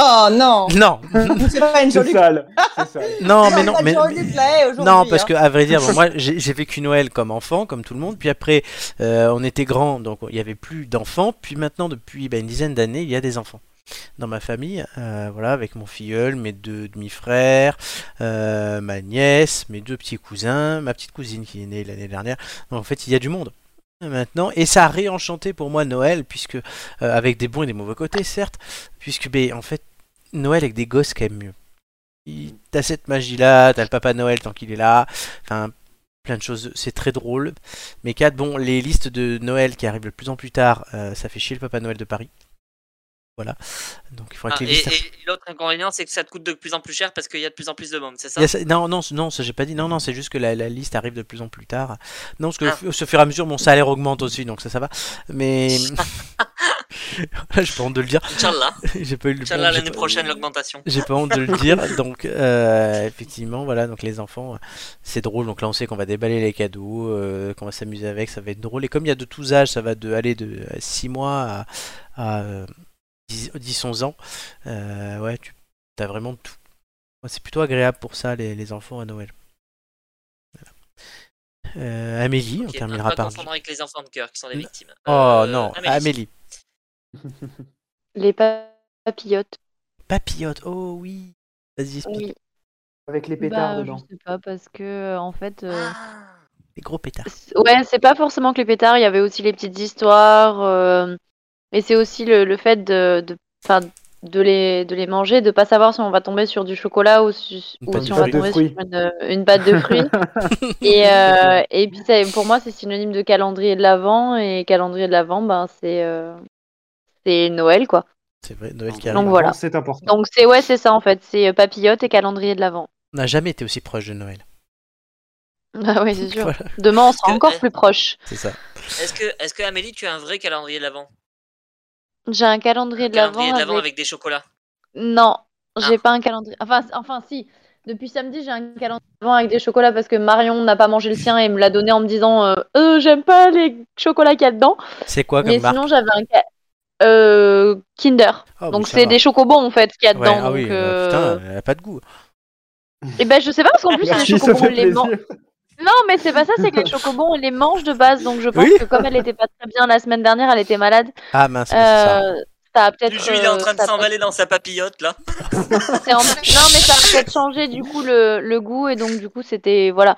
[SPEAKER 2] Oh non.
[SPEAKER 1] Non,
[SPEAKER 2] [LAUGHS] C'est pas une
[SPEAKER 5] C'est
[SPEAKER 2] jolie.
[SPEAKER 5] sale. C'est sale.
[SPEAKER 1] non, mais non, mais
[SPEAKER 2] là est aujourd'hui.
[SPEAKER 1] non, parce
[SPEAKER 2] hein.
[SPEAKER 1] que à vrai
[SPEAKER 2] [LAUGHS]
[SPEAKER 1] dire, bon, moi, j'ai j'ai vécu Noël comme enfant, comme tout le monde. Puis après, euh, on était grand, donc il n'y avait plus d'enfants. Puis maintenant, depuis ben, une dizaine d'années, il y a des enfants dans ma famille. euh, voilà, avec mon filleul, mes deux demi-frères, euh, ma nièce, mes deux petits cousins, ma petite cousine qui est née l'année dernière. Donc, en fait, il y a du monde. maintenant et ça a réenchanté pour moi Noël puisque euh, avec des bons et des mauvais côtés certes puisque ben, en fait Noël avec des gosses quand même mieux Il- t'as cette magie là t'as le papa Noël tant qu'il est là enfin plein de choses c'est très drôle mais 4 bon les listes de Noël qui arrivent de plus en plus tard euh, ça fait chier le papa Noël de Paris voilà donc il faudra
[SPEAKER 4] Ah,
[SPEAKER 1] que les
[SPEAKER 4] et
[SPEAKER 1] listes
[SPEAKER 4] et l'autre inconvénient, c'est que ça te coûte de plus en plus cher parce qu'il y a de plus en plus de membres, c'est ça
[SPEAKER 1] Il y a ça- non, non, c- non, ça j'ai pas dit. Non, non, c'est juste que la, la liste arrive de plus en plus tard. Non, parce que
[SPEAKER 4] Ah.
[SPEAKER 1] au f- au fur et à mesure, mon salaire augmente aussi, donc ça, ça va.
[SPEAKER 4] [LAUGHS]
[SPEAKER 1] Mais [LAUGHS] Voilà, j'ai pas honte de le dire. [LAUGHS]
[SPEAKER 4] Inch'Allah.
[SPEAKER 1] J'ai pas eu le
[SPEAKER 4] Inch'Allah,
[SPEAKER 1] j'ai
[SPEAKER 4] l'année
[SPEAKER 1] pas-
[SPEAKER 4] prochaine, l'augmentation.
[SPEAKER 1] J'ai pas honte de le dire. Donc, euh, effectivement, voilà. Donc les enfants, euh, c'est drôle. Donc là, on sait qu'on va déballer les cadeaux, euh, qu'on va s'amuser avec. Ça va être drôle. Et comme il y a de tous âges, ça va de aller de 6 mois à, euh, à 10-11 ans. euh, ouais, tu as vraiment tout. Moi, C'est plutôt agréable pour ça, les, les enfants à Noël. Voilà. Euh, Amélie, on
[SPEAKER 4] Ok,
[SPEAKER 1] terminera
[SPEAKER 4] pas
[SPEAKER 1] par.
[SPEAKER 4] confondre avec les enfants de cœur qui sont des
[SPEAKER 1] N-
[SPEAKER 4] victimes.
[SPEAKER 1] Oh
[SPEAKER 4] Euh,
[SPEAKER 1] non, Amélie.
[SPEAKER 3] Les pa- papillotes.
[SPEAKER 1] Papillote, oh oui. Vas-y, explique.
[SPEAKER 3] Oui.
[SPEAKER 5] Avec les pétards
[SPEAKER 3] Bah,
[SPEAKER 5] dedans.
[SPEAKER 3] Je sais pas, parce que, euh, en fait. euh,
[SPEAKER 1] Les gros pétards.
[SPEAKER 3] Ouais, c'est pas forcément que les pétards, il y avait aussi les petites histoires, euh, mais c'est aussi le, le fait de, de, 'fin, de, les, de les manger, de pas savoir si on va tomber sur du chocolat ou, su- ou
[SPEAKER 1] pâte
[SPEAKER 3] si
[SPEAKER 1] de
[SPEAKER 3] on va
[SPEAKER 1] fruits.
[SPEAKER 3] tomber sur
[SPEAKER 1] Fruits.
[SPEAKER 3] une, euh, une pâte de fruits. et, euh, et puis ça- pour moi, c'est synonyme de calendrier de l'Avent, et calendrier de l'Avent, ben, c'est euh, c'est Noël, quoi.
[SPEAKER 1] C'est vrai, Noël qui
[SPEAKER 3] Donc
[SPEAKER 1] arrive.
[SPEAKER 3] voilà.
[SPEAKER 5] C'est important.
[SPEAKER 3] Donc c'est ouais, c'est ça en fait, c'est euh, papillote et calendrier de l'Avent. [LAUGHS]
[SPEAKER 1] On n'a jamais été aussi proche de Noël.
[SPEAKER 3] Ah ouais, c'est
[SPEAKER 1] [LAUGHS]
[SPEAKER 3] sûr.
[SPEAKER 1] Voilà.
[SPEAKER 3] Demain, on sera
[SPEAKER 4] Que-
[SPEAKER 3] encore plus proche.
[SPEAKER 1] C'est ça.
[SPEAKER 4] Est-ce que, est-ce que Amélie, tu as un vrai calendrier de l'avant
[SPEAKER 3] J'ai un calendrier de l'Avent
[SPEAKER 4] Calendrier de l'avant
[SPEAKER 3] avec-
[SPEAKER 4] avec Ah. des chocolats.
[SPEAKER 3] Non, j'ai pas un calendrier. Enfin, c- enfin, si. Depuis samedi, j'ai un calendrier avant avec des chocolats parce que Marion n'a pas mangé le sien et me l'a donné en me disant euh, Euh, j'aime pas les chocolats qu'il y a dedans.
[SPEAKER 1] C'est quoi comme
[SPEAKER 3] Mais
[SPEAKER 1] marque
[SPEAKER 3] sinon, j'avais un ca- euh, Kinder.
[SPEAKER 1] Ah oui,
[SPEAKER 3] donc
[SPEAKER 1] ça
[SPEAKER 3] c'est
[SPEAKER 1] va.
[SPEAKER 3] des chocobons en fait qu'il y a
[SPEAKER 1] Ouais,
[SPEAKER 3] dedans.
[SPEAKER 1] ah oui,
[SPEAKER 3] donc,
[SPEAKER 1] euh,
[SPEAKER 3] euh,
[SPEAKER 1] putain, elle a pas de goût.
[SPEAKER 3] Et ben je sais pas parce qu'en plus les
[SPEAKER 5] Merci, ça
[SPEAKER 3] chocobons
[SPEAKER 5] fait
[SPEAKER 3] on les
[SPEAKER 5] plaisir.
[SPEAKER 3] mange. Non mais c'est pas ça, c'est que les chocobons on les mange de base. Donc je pense
[SPEAKER 1] Oui.
[SPEAKER 3] que comme elle était pas très bien la semaine dernière, elle était malade.
[SPEAKER 1] Ah mince, oui, c'est ça.
[SPEAKER 3] euh, ça a peut-être.
[SPEAKER 4] Juju, il est en
[SPEAKER 3] euh,
[SPEAKER 4] train de
[SPEAKER 3] ça a peut-être-
[SPEAKER 4] s'emballer dans sa papillote là.
[SPEAKER 3] C'est en- Non, mais ça a peut-être changé du coup le, le goût et donc du coup c'était voilà.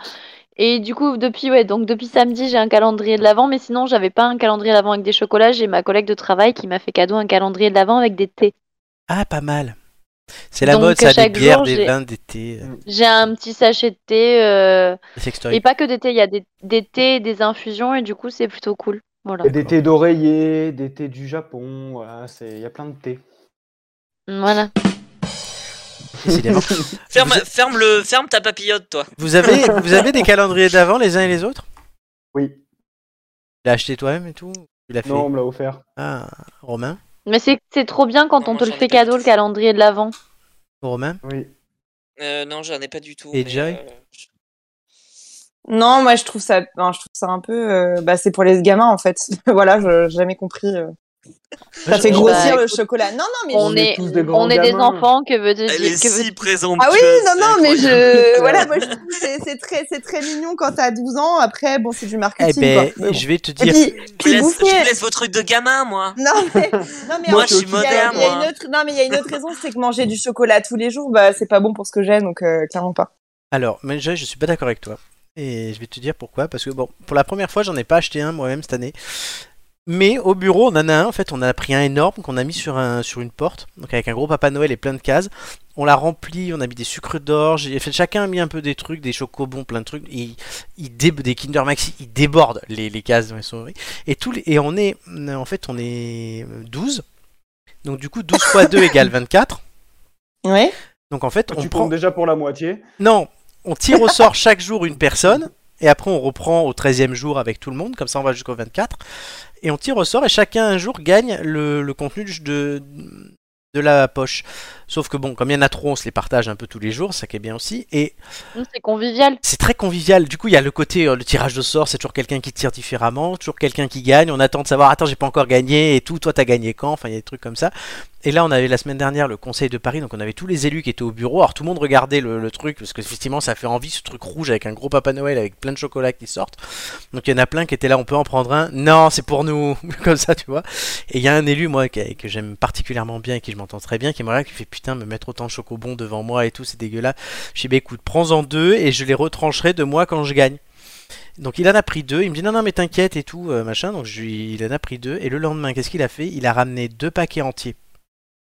[SPEAKER 3] Et du coup depuis ouais donc depuis samedi j'ai un calendrier de l'avant mais sinon j'avais pas un calendrier de l'avant avec des chocolats j'ai ma collègue de travail qui m'a fait cadeau un calendrier de l'avant avec des thés.
[SPEAKER 1] Ah, pas mal. C'est la
[SPEAKER 3] Donc,
[SPEAKER 1] mode, ça, des
[SPEAKER 3] chaque
[SPEAKER 1] bières,
[SPEAKER 3] jour,
[SPEAKER 1] des
[SPEAKER 3] j'ai-
[SPEAKER 1] vins, des thés, euh,
[SPEAKER 3] J'ai un petit sachet de thé euh,
[SPEAKER 1] des sextoys.
[SPEAKER 3] et pas que des thés il y a des, des thés des infusions et du coup c'est plutôt cool voilà.
[SPEAKER 5] Il y a des thés d'oreiller, des thés du Japon, voilà, c'est- il y a plein de thés.
[SPEAKER 3] Voilà. [LAUGHS]
[SPEAKER 1] Décidément.
[SPEAKER 4] Ferme,
[SPEAKER 1] Vous a-
[SPEAKER 4] ferme, le, ferme ta papillote, toi.
[SPEAKER 1] Vous avez, vous avez des calendriers d'avant les uns et les autres
[SPEAKER 5] Oui.
[SPEAKER 1] Tu l'as acheté toi-même et tout Tu l'as fait
[SPEAKER 5] Non, on me l'a offert.
[SPEAKER 1] Ah, Romain
[SPEAKER 3] Mais c'est c'est trop bien quand
[SPEAKER 4] Non,
[SPEAKER 3] on te
[SPEAKER 4] moi,
[SPEAKER 3] le
[SPEAKER 4] j'en ai
[SPEAKER 3] fait
[SPEAKER 4] pas du
[SPEAKER 3] cadeau le
[SPEAKER 4] tout.
[SPEAKER 3] calendrier de l'avant.
[SPEAKER 1] Romain
[SPEAKER 5] Oui.
[SPEAKER 4] Euh, non, j'en ai pas du tout.
[SPEAKER 1] Et
[SPEAKER 4] mais,
[SPEAKER 1] Joy
[SPEAKER 4] euh, je-
[SPEAKER 2] Non, moi je trouve ça, non, je trouve ça un peu, euh, bah c'est pour les gamins en fait. [LAUGHS] voilà, je- j'ai jamais compris. euh. Ça fait
[SPEAKER 3] Bah,
[SPEAKER 2] grossir le
[SPEAKER 3] écoute,
[SPEAKER 2] chocolat. Non, non, mais
[SPEAKER 3] on
[SPEAKER 2] je-
[SPEAKER 3] est-
[SPEAKER 5] tous des grands
[SPEAKER 3] On est des
[SPEAKER 5] gamins.
[SPEAKER 3] enfants que veut dire
[SPEAKER 4] Elle est
[SPEAKER 3] que veut-
[SPEAKER 4] si présente.
[SPEAKER 2] Ah oui, non, non, mais je, [LAUGHS] voilà,
[SPEAKER 4] [LAUGHS]
[SPEAKER 2] moi je trouve que c'est c'est très, c'est très mignon quand t'as 12 ans. Après, bon, c'est du
[SPEAKER 1] Eh
[SPEAKER 2] marketing.
[SPEAKER 1] ben,
[SPEAKER 2] quoi. Mais bon.
[SPEAKER 1] je vais te
[SPEAKER 3] Ah,
[SPEAKER 2] Et
[SPEAKER 1] dire.
[SPEAKER 2] puis,
[SPEAKER 4] Je vous
[SPEAKER 2] puis
[SPEAKER 4] laisse, je vous
[SPEAKER 2] bouffer.
[SPEAKER 4] laisse vos trucs de gamin, moi.
[SPEAKER 2] [LAUGHS] Non mais, non, mais
[SPEAKER 4] Moi,
[SPEAKER 2] en fait,
[SPEAKER 4] je suis
[SPEAKER 2] il y a-
[SPEAKER 4] moderne,
[SPEAKER 2] il y a
[SPEAKER 4] moi.
[SPEAKER 2] une autre- Non mais il y a une autre raison, c'est que manger du chocolat tous les jours, bah c'est pas bon pour ce que j'ai, donc euh, clairement pas.
[SPEAKER 1] Alors, mais Joy, je suis pas d'accord avec toi. Et je vais te dire pourquoi. Parce que, bon, pour la première fois, j'en ai pas acheté un moi-même cette année. Mais au bureau, on en a un. En fait, on a pris un énorme qu'on a mis sur, un, sur une porte. Donc, avec un gros Papa Noël et plein de cases. On l'a rempli, on a mis des sucres d'orge. et- en fait, Chacun a mis un peu des trucs, des chocobons, plein de trucs. Et, il- il dé- des Kinder Maxi, ils débordent les, les cases dans les sonneries. Et, tous les- et on est, en fait, on est 12. Donc, du coup, 12 x 2 égale 24.
[SPEAKER 2] Oui.
[SPEAKER 1] Donc, en fait, on
[SPEAKER 5] Ah, tu
[SPEAKER 1] prend.
[SPEAKER 5] comptes déjà pour la moitié.
[SPEAKER 1] Non, on tire au sort chaque jour une personne, et après on reprend au 13e jour avec tout le monde, comme ça on va jusqu'au 24. Et on tire au sort, et chacun un jour gagne le, le contenu du- de, de la poche. Sauf que bon, comme il y en a trop, on se les partage un peu tous les jours, ça qui est bien aussi. Et
[SPEAKER 3] c'est convivial.
[SPEAKER 1] c'est très convivial. Du coup, il y a le côté, euh, le tirage de sort, c'est toujours quelqu'un qui tire différemment, toujours quelqu'un qui gagne. On attend de savoir, attends, j'ai pas encore gagné et tout, toi t'as gagné quand Enfin, il y a des trucs comme ça. Et là, on avait la semaine dernière le conseil de Paris, donc on avait tous les élus qui étaient au bureau. Alors tout le monde regardait le, le truc, parce que effectivement, ça fait envie ce truc rouge avec un gros Papa Noël avec plein de chocolats qui sortent. Donc il y en a plein qui étaient là, on peut en prendre un. Non, c'est pour nous, [LAUGHS] comme ça, tu vois. Et il y a un élu, moi, qui- que j'aime particulièrement bien et qui je m'entends très bien, qui me regarde, qui fait putain, me mettre autant de chocobons devant moi et tout, c'est dégueulasse. Je dis, bah écoute, prends-en deux et je les retrancherai de moi quand je gagne. Donc il en a pris deux. Il me dit non, non, mais t'inquiète et tout, euh, machin. Donc je lui- il en a pris deux. Et le lendemain, qu'est-ce qu'il a fait Il a ramené deux paquets entiers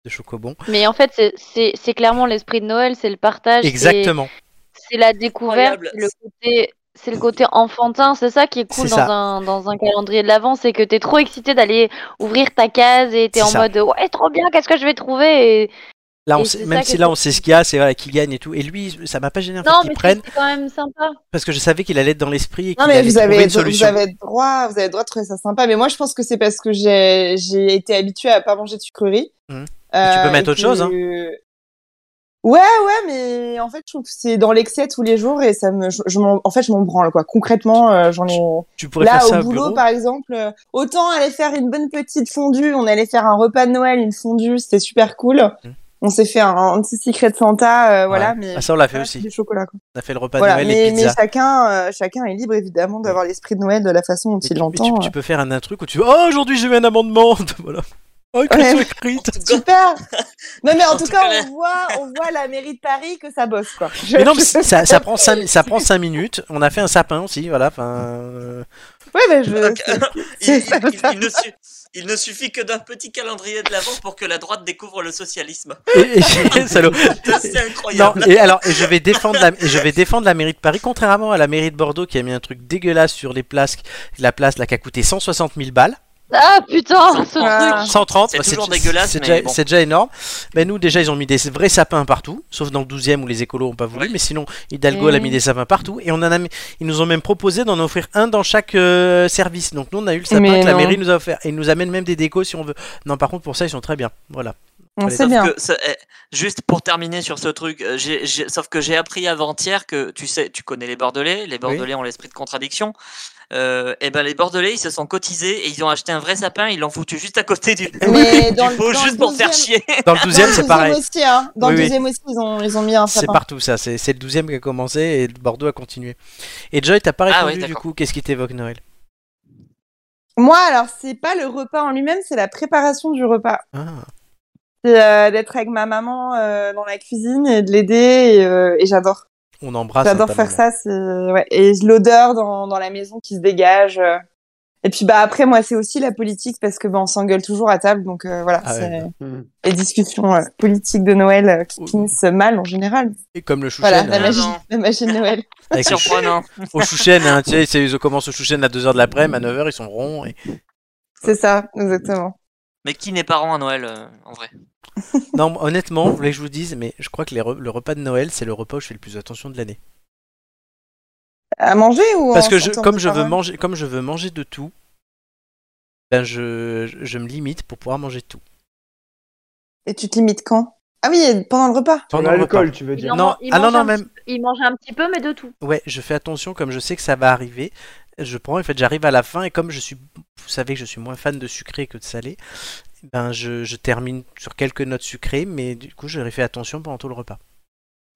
[SPEAKER 1] de chocobons.
[SPEAKER 8] Mais en fait, c'est- c'est c'est clairement l'esprit de Noël, c'est le partage. c'est-
[SPEAKER 1] Exactement.
[SPEAKER 8] C'est la découverte,
[SPEAKER 4] Incroyable.
[SPEAKER 8] c'est le côté, c'est le côté enfantin. C'est ça qui est cool
[SPEAKER 1] C'est
[SPEAKER 8] dans
[SPEAKER 1] ça.
[SPEAKER 8] un, dans un calendrier de l'avant, c'est que t'es trop excité d'aller ouvrir ta case et t'es
[SPEAKER 1] C'est
[SPEAKER 8] en
[SPEAKER 1] ça.
[SPEAKER 8] mode ouais trop bien, qu'est-ce que je vais trouver et...
[SPEAKER 1] Là, on
[SPEAKER 8] Et
[SPEAKER 1] sait-
[SPEAKER 8] c'est
[SPEAKER 1] même
[SPEAKER 8] ça
[SPEAKER 1] si
[SPEAKER 8] qui est
[SPEAKER 1] là on sait ce qu'il y a, c'est voilà, qui gagne et tout. Et lui, ça m'a pas gêné en fait,
[SPEAKER 8] Non
[SPEAKER 1] qu'il
[SPEAKER 8] mais
[SPEAKER 1] prenne
[SPEAKER 8] c'est c'est quand même sympa.
[SPEAKER 1] parce que je savais qu'il allait être dans l'esprit et qu'il
[SPEAKER 2] Non, mais
[SPEAKER 1] allait
[SPEAKER 2] vous
[SPEAKER 1] trouver
[SPEAKER 2] avez,
[SPEAKER 1] une
[SPEAKER 2] vous
[SPEAKER 1] solution.
[SPEAKER 2] avez droit, vous avez droit de trouver ça sympa. Mais moi, je pense que c'est parce que j'ai, j'ai été habituée à pas manger de sucreries.
[SPEAKER 1] Mhm.
[SPEAKER 2] Euh,
[SPEAKER 1] tu peux mettre
[SPEAKER 2] et
[SPEAKER 1] autre chose, hein.
[SPEAKER 2] Ouais, ouais, mais en fait, je trouve que c'est dans l'excès tous les jours et ça me, je, je m'en- en fait, je m'en branle, quoi. Concrètement, euh, j'en ai.
[SPEAKER 1] Tu pourrais
[SPEAKER 2] Là,
[SPEAKER 1] faire
[SPEAKER 2] au
[SPEAKER 1] ça au
[SPEAKER 2] boulot,
[SPEAKER 1] bureau.
[SPEAKER 2] par exemple, euh, autant aller faire une bonne petite fondue, on allait faire un repas de Noël, une fondue, c'était super cool. On s'est fait un, un petit secret de Santa, euh, voilà,
[SPEAKER 1] Mmh. Ouais.
[SPEAKER 2] mais
[SPEAKER 1] Ah, ça on l'a fait
[SPEAKER 2] voilà,
[SPEAKER 1] aussi.
[SPEAKER 2] c'est du chocolat. quoi.
[SPEAKER 1] On a fait le repas
[SPEAKER 2] Voilà,
[SPEAKER 1] de Noël
[SPEAKER 2] mais,
[SPEAKER 1] et
[SPEAKER 2] mais
[SPEAKER 1] pizza.
[SPEAKER 2] chacun, euh, chacun est libre évidemment d'avoir l'esprit de Noël de la façon dont
[SPEAKER 1] Mais
[SPEAKER 2] il
[SPEAKER 1] tu- mais tu-
[SPEAKER 2] l'entend. euh.
[SPEAKER 1] tu, peux faire un, un truc où tu oh aujourd'hui j'ai eu un amendement, [LAUGHS] voilà. Oh que
[SPEAKER 2] Ouais.
[SPEAKER 1] tu écris. [LAUGHS]
[SPEAKER 2] Super. Non mais en,
[SPEAKER 4] En
[SPEAKER 2] tout,
[SPEAKER 4] tout
[SPEAKER 2] cas,
[SPEAKER 4] cas, là-
[SPEAKER 2] on voit, on voit la mairie de Paris que ça bosse quoi. Je-
[SPEAKER 1] Mais
[SPEAKER 2] [LAUGHS]
[SPEAKER 1] non, mais
[SPEAKER 2] je-
[SPEAKER 1] ça, ça prend 5 ça prend cinq minutes. On a fait un sapin aussi, voilà. Enfin, euh,
[SPEAKER 2] Ouais, mais je.
[SPEAKER 4] Donc,
[SPEAKER 2] c'est-
[SPEAKER 4] Il,
[SPEAKER 2] c'est-
[SPEAKER 4] il-
[SPEAKER 2] ça-
[SPEAKER 4] il ne su- il ne suffit que d'un petit calendrier de l'avant pour que la droite découvre le socialisme. [LAUGHS]
[SPEAKER 1] et-
[SPEAKER 4] Eh,
[SPEAKER 1] et- salaud.
[SPEAKER 4] Putain, C'est
[SPEAKER 1] Non,
[SPEAKER 4] incroyable.
[SPEAKER 1] et alors, et je vais défendre la, et je vais défendre la mairie de Paris, contrairement à la mairie de Bordeaux qui a mis un truc dégueulasse sur les places, la place là qui a coûté 160 000 balles,
[SPEAKER 8] Ah putain, ce
[SPEAKER 2] Ah.
[SPEAKER 8] truc.
[SPEAKER 1] 130,
[SPEAKER 4] C'est
[SPEAKER 1] bah,
[SPEAKER 4] toujours
[SPEAKER 1] déjà-
[SPEAKER 4] dégueulasse,
[SPEAKER 1] c'est
[SPEAKER 4] mais
[SPEAKER 1] déjà,
[SPEAKER 4] bon.
[SPEAKER 1] c'est déjà énorme. Mais nous déjà ils ont mis des vrais sapins partout, sauf dans le 12e où les écolos ont pas voulu,
[SPEAKER 4] Ouais.
[SPEAKER 1] mais sinon Hidalgo
[SPEAKER 8] Mm.
[SPEAKER 1] elle a mis des sapins partout et on en a mis- ils nous ont même proposé d'en offrir un dans chaque euh, service. Donc nous on a eu le sapin
[SPEAKER 2] Mais
[SPEAKER 1] que la
[SPEAKER 2] non.
[SPEAKER 1] mairie nous a offert et ils nous amènent même des décos si on veut. Non, par contre pour ça ils sont très bien. Voilà.
[SPEAKER 2] On
[SPEAKER 1] Allez,
[SPEAKER 2] sait
[SPEAKER 4] Sauf
[SPEAKER 2] bien.
[SPEAKER 4] que ce- eh, juste pour terminer sur ce truc, euh, j'ai- j'ai- sauf que j'ai appris avant-hier que tu sais, tu connais les Bordelais, les Bordelais ont l'esprit de contradiction. et ben les Bordelais, ils se sont cotisés et ils ont acheté un vrai sapin, ils l'ont foutu juste à côté du,
[SPEAKER 2] Mais
[SPEAKER 1] [LAUGHS]
[SPEAKER 4] du
[SPEAKER 2] dans le-
[SPEAKER 4] pot,
[SPEAKER 2] dans le
[SPEAKER 4] juste pour faire
[SPEAKER 2] 12e
[SPEAKER 4] chier. [LAUGHS]
[SPEAKER 1] Dans le 12e
[SPEAKER 2] [LAUGHS] Dans le
[SPEAKER 1] c'est pareil.
[SPEAKER 2] aussi, hein. Dans
[SPEAKER 1] Oui,
[SPEAKER 2] le
[SPEAKER 1] oui.
[SPEAKER 2] deuxième aussi, ils ont, ils ont mis un
[SPEAKER 1] C'est
[SPEAKER 2] sapin.
[SPEAKER 1] partout ça, c'est c'est le 12 e qui a commencé et Bordeaux a continué. Et Joy, t'as pas
[SPEAKER 4] Ah
[SPEAKER 1] répondu
[SPEAKER 4] oui,
[SPEAKER 1] du
[SPEAKER 4] d'accord.
[SPEAKER 1] coup, qu'est-ce qui t'évoque Noël
[SPEAKER 2] Moi, alors, c'est pas le repas en lui-même, c'est la préparation du repas.
[SPEAKER 1] Ah.
[SPEAKER 2] C'est euh, d'être avec ma maman euh, dans la cuisine et de l'aider, et, euh, et j'adore.
[SPEAKER 1] On embrasse. hein,
[SPEAKER 2] J'adore
[SPEAKER 1] ta
[SPEAKER 2] Bah, faire
[SPEAKER 1] maman.
[SPEAKER 2] ça, c'est ouais. et l'odeur dans, dans la maison qui se dégage. euh. Et puis bah après moi c'est aussi la politique parce que bah, on s'engueule toujours à table donc euh, voilà
[SPEAKER 1] Ah
[SPEAKER 2] c'est
[SPEAKER 1] ouais.
[SPEAKER 5] Hmm.
[SPEAKER 2] les discussions euh, politiques de Noël euh, qui
[SPEAKER 1] Oui.
[SPEAKER 2] finissent mal en général.
[SPEAKER 1] Et comme le chouchen,
[SPEAKER 2] Voilà bah, la
[SPEAKER 4] non.
[SPEAKER 2] magie,
[SPEAKER 4] Ah non.
[SPEAKER 2] la magie de
[SPEAKER 1] [LAUGHS]
[SPEAKER 2] Noël.
[SPEAKER 1] avec
[SPEAKER 2] [LAUGHS]
[SPEAKER 1] le chou-
[SPEAKER 4] Surprenant.
[SPEAKER 1] au chouchen, hein, tu sais, c'est- ils commencent au chouchen à 2h de l'après, à 9h ils sont ronds. et-
[SPEAKER 2] C'est ça exactement.
[SPEAKER 4] Mais qui n'est pas rond à Noël euh, en vrai
[SPEAKER 1] Non, moi, honnêtement, vous voulez que je vous dise, mais je crois que les re- le repas de Noël, c'est le repas où je fais le plus attention de l'année.
[SPEAKER 2] À manger ou
[SPEAKER 1] Parce
[SPEAKER 2] en
[SPEAKER 1] que je,
[SPEAKER 2] sortant
[SPEAKER 1] comme
[SPEAKER 2] de
[SPEAKER 1] je veux
[SPEAKER 2] parole
[SPEAKER 1] manger, comme je veux manger de tout, ben je, je me limite pour pouvoir manger de tout.
[SPEAKER 2] Et tu te limites quand Ah oui et pendant le repas.
[SPEAKER 5] Sur
[SPEAKER 1] Pendant le repas.
[SPEAKER 5] l'alcool, tu veux
[SPEAKER 8] Il
[SPEAKER 5] dire.
[SPEAKER 8] en
[SPEAKER 1] Non,
[SPEAKER 8] man- il
[SPEAKER 1] ah non,
[SPEAKER 8] mange
[SPEAKER 1] non,
[SPEAKER 8] un
[SPEAKER 1] même-
[SPEAKER 8] petit- Il mange un petit peu mais de tout.
[SPEAKER 1] Ouais, je fais attention comme je sais que ça va arriver. Je prends, en fait, j'arrive à la fin et comme je suis, vous savez que je suis moins fan de sucré que de salé, ben je, je termine sur quelques notes sucrées, mais du coup, j'aurais fait attention pendant tout le repas.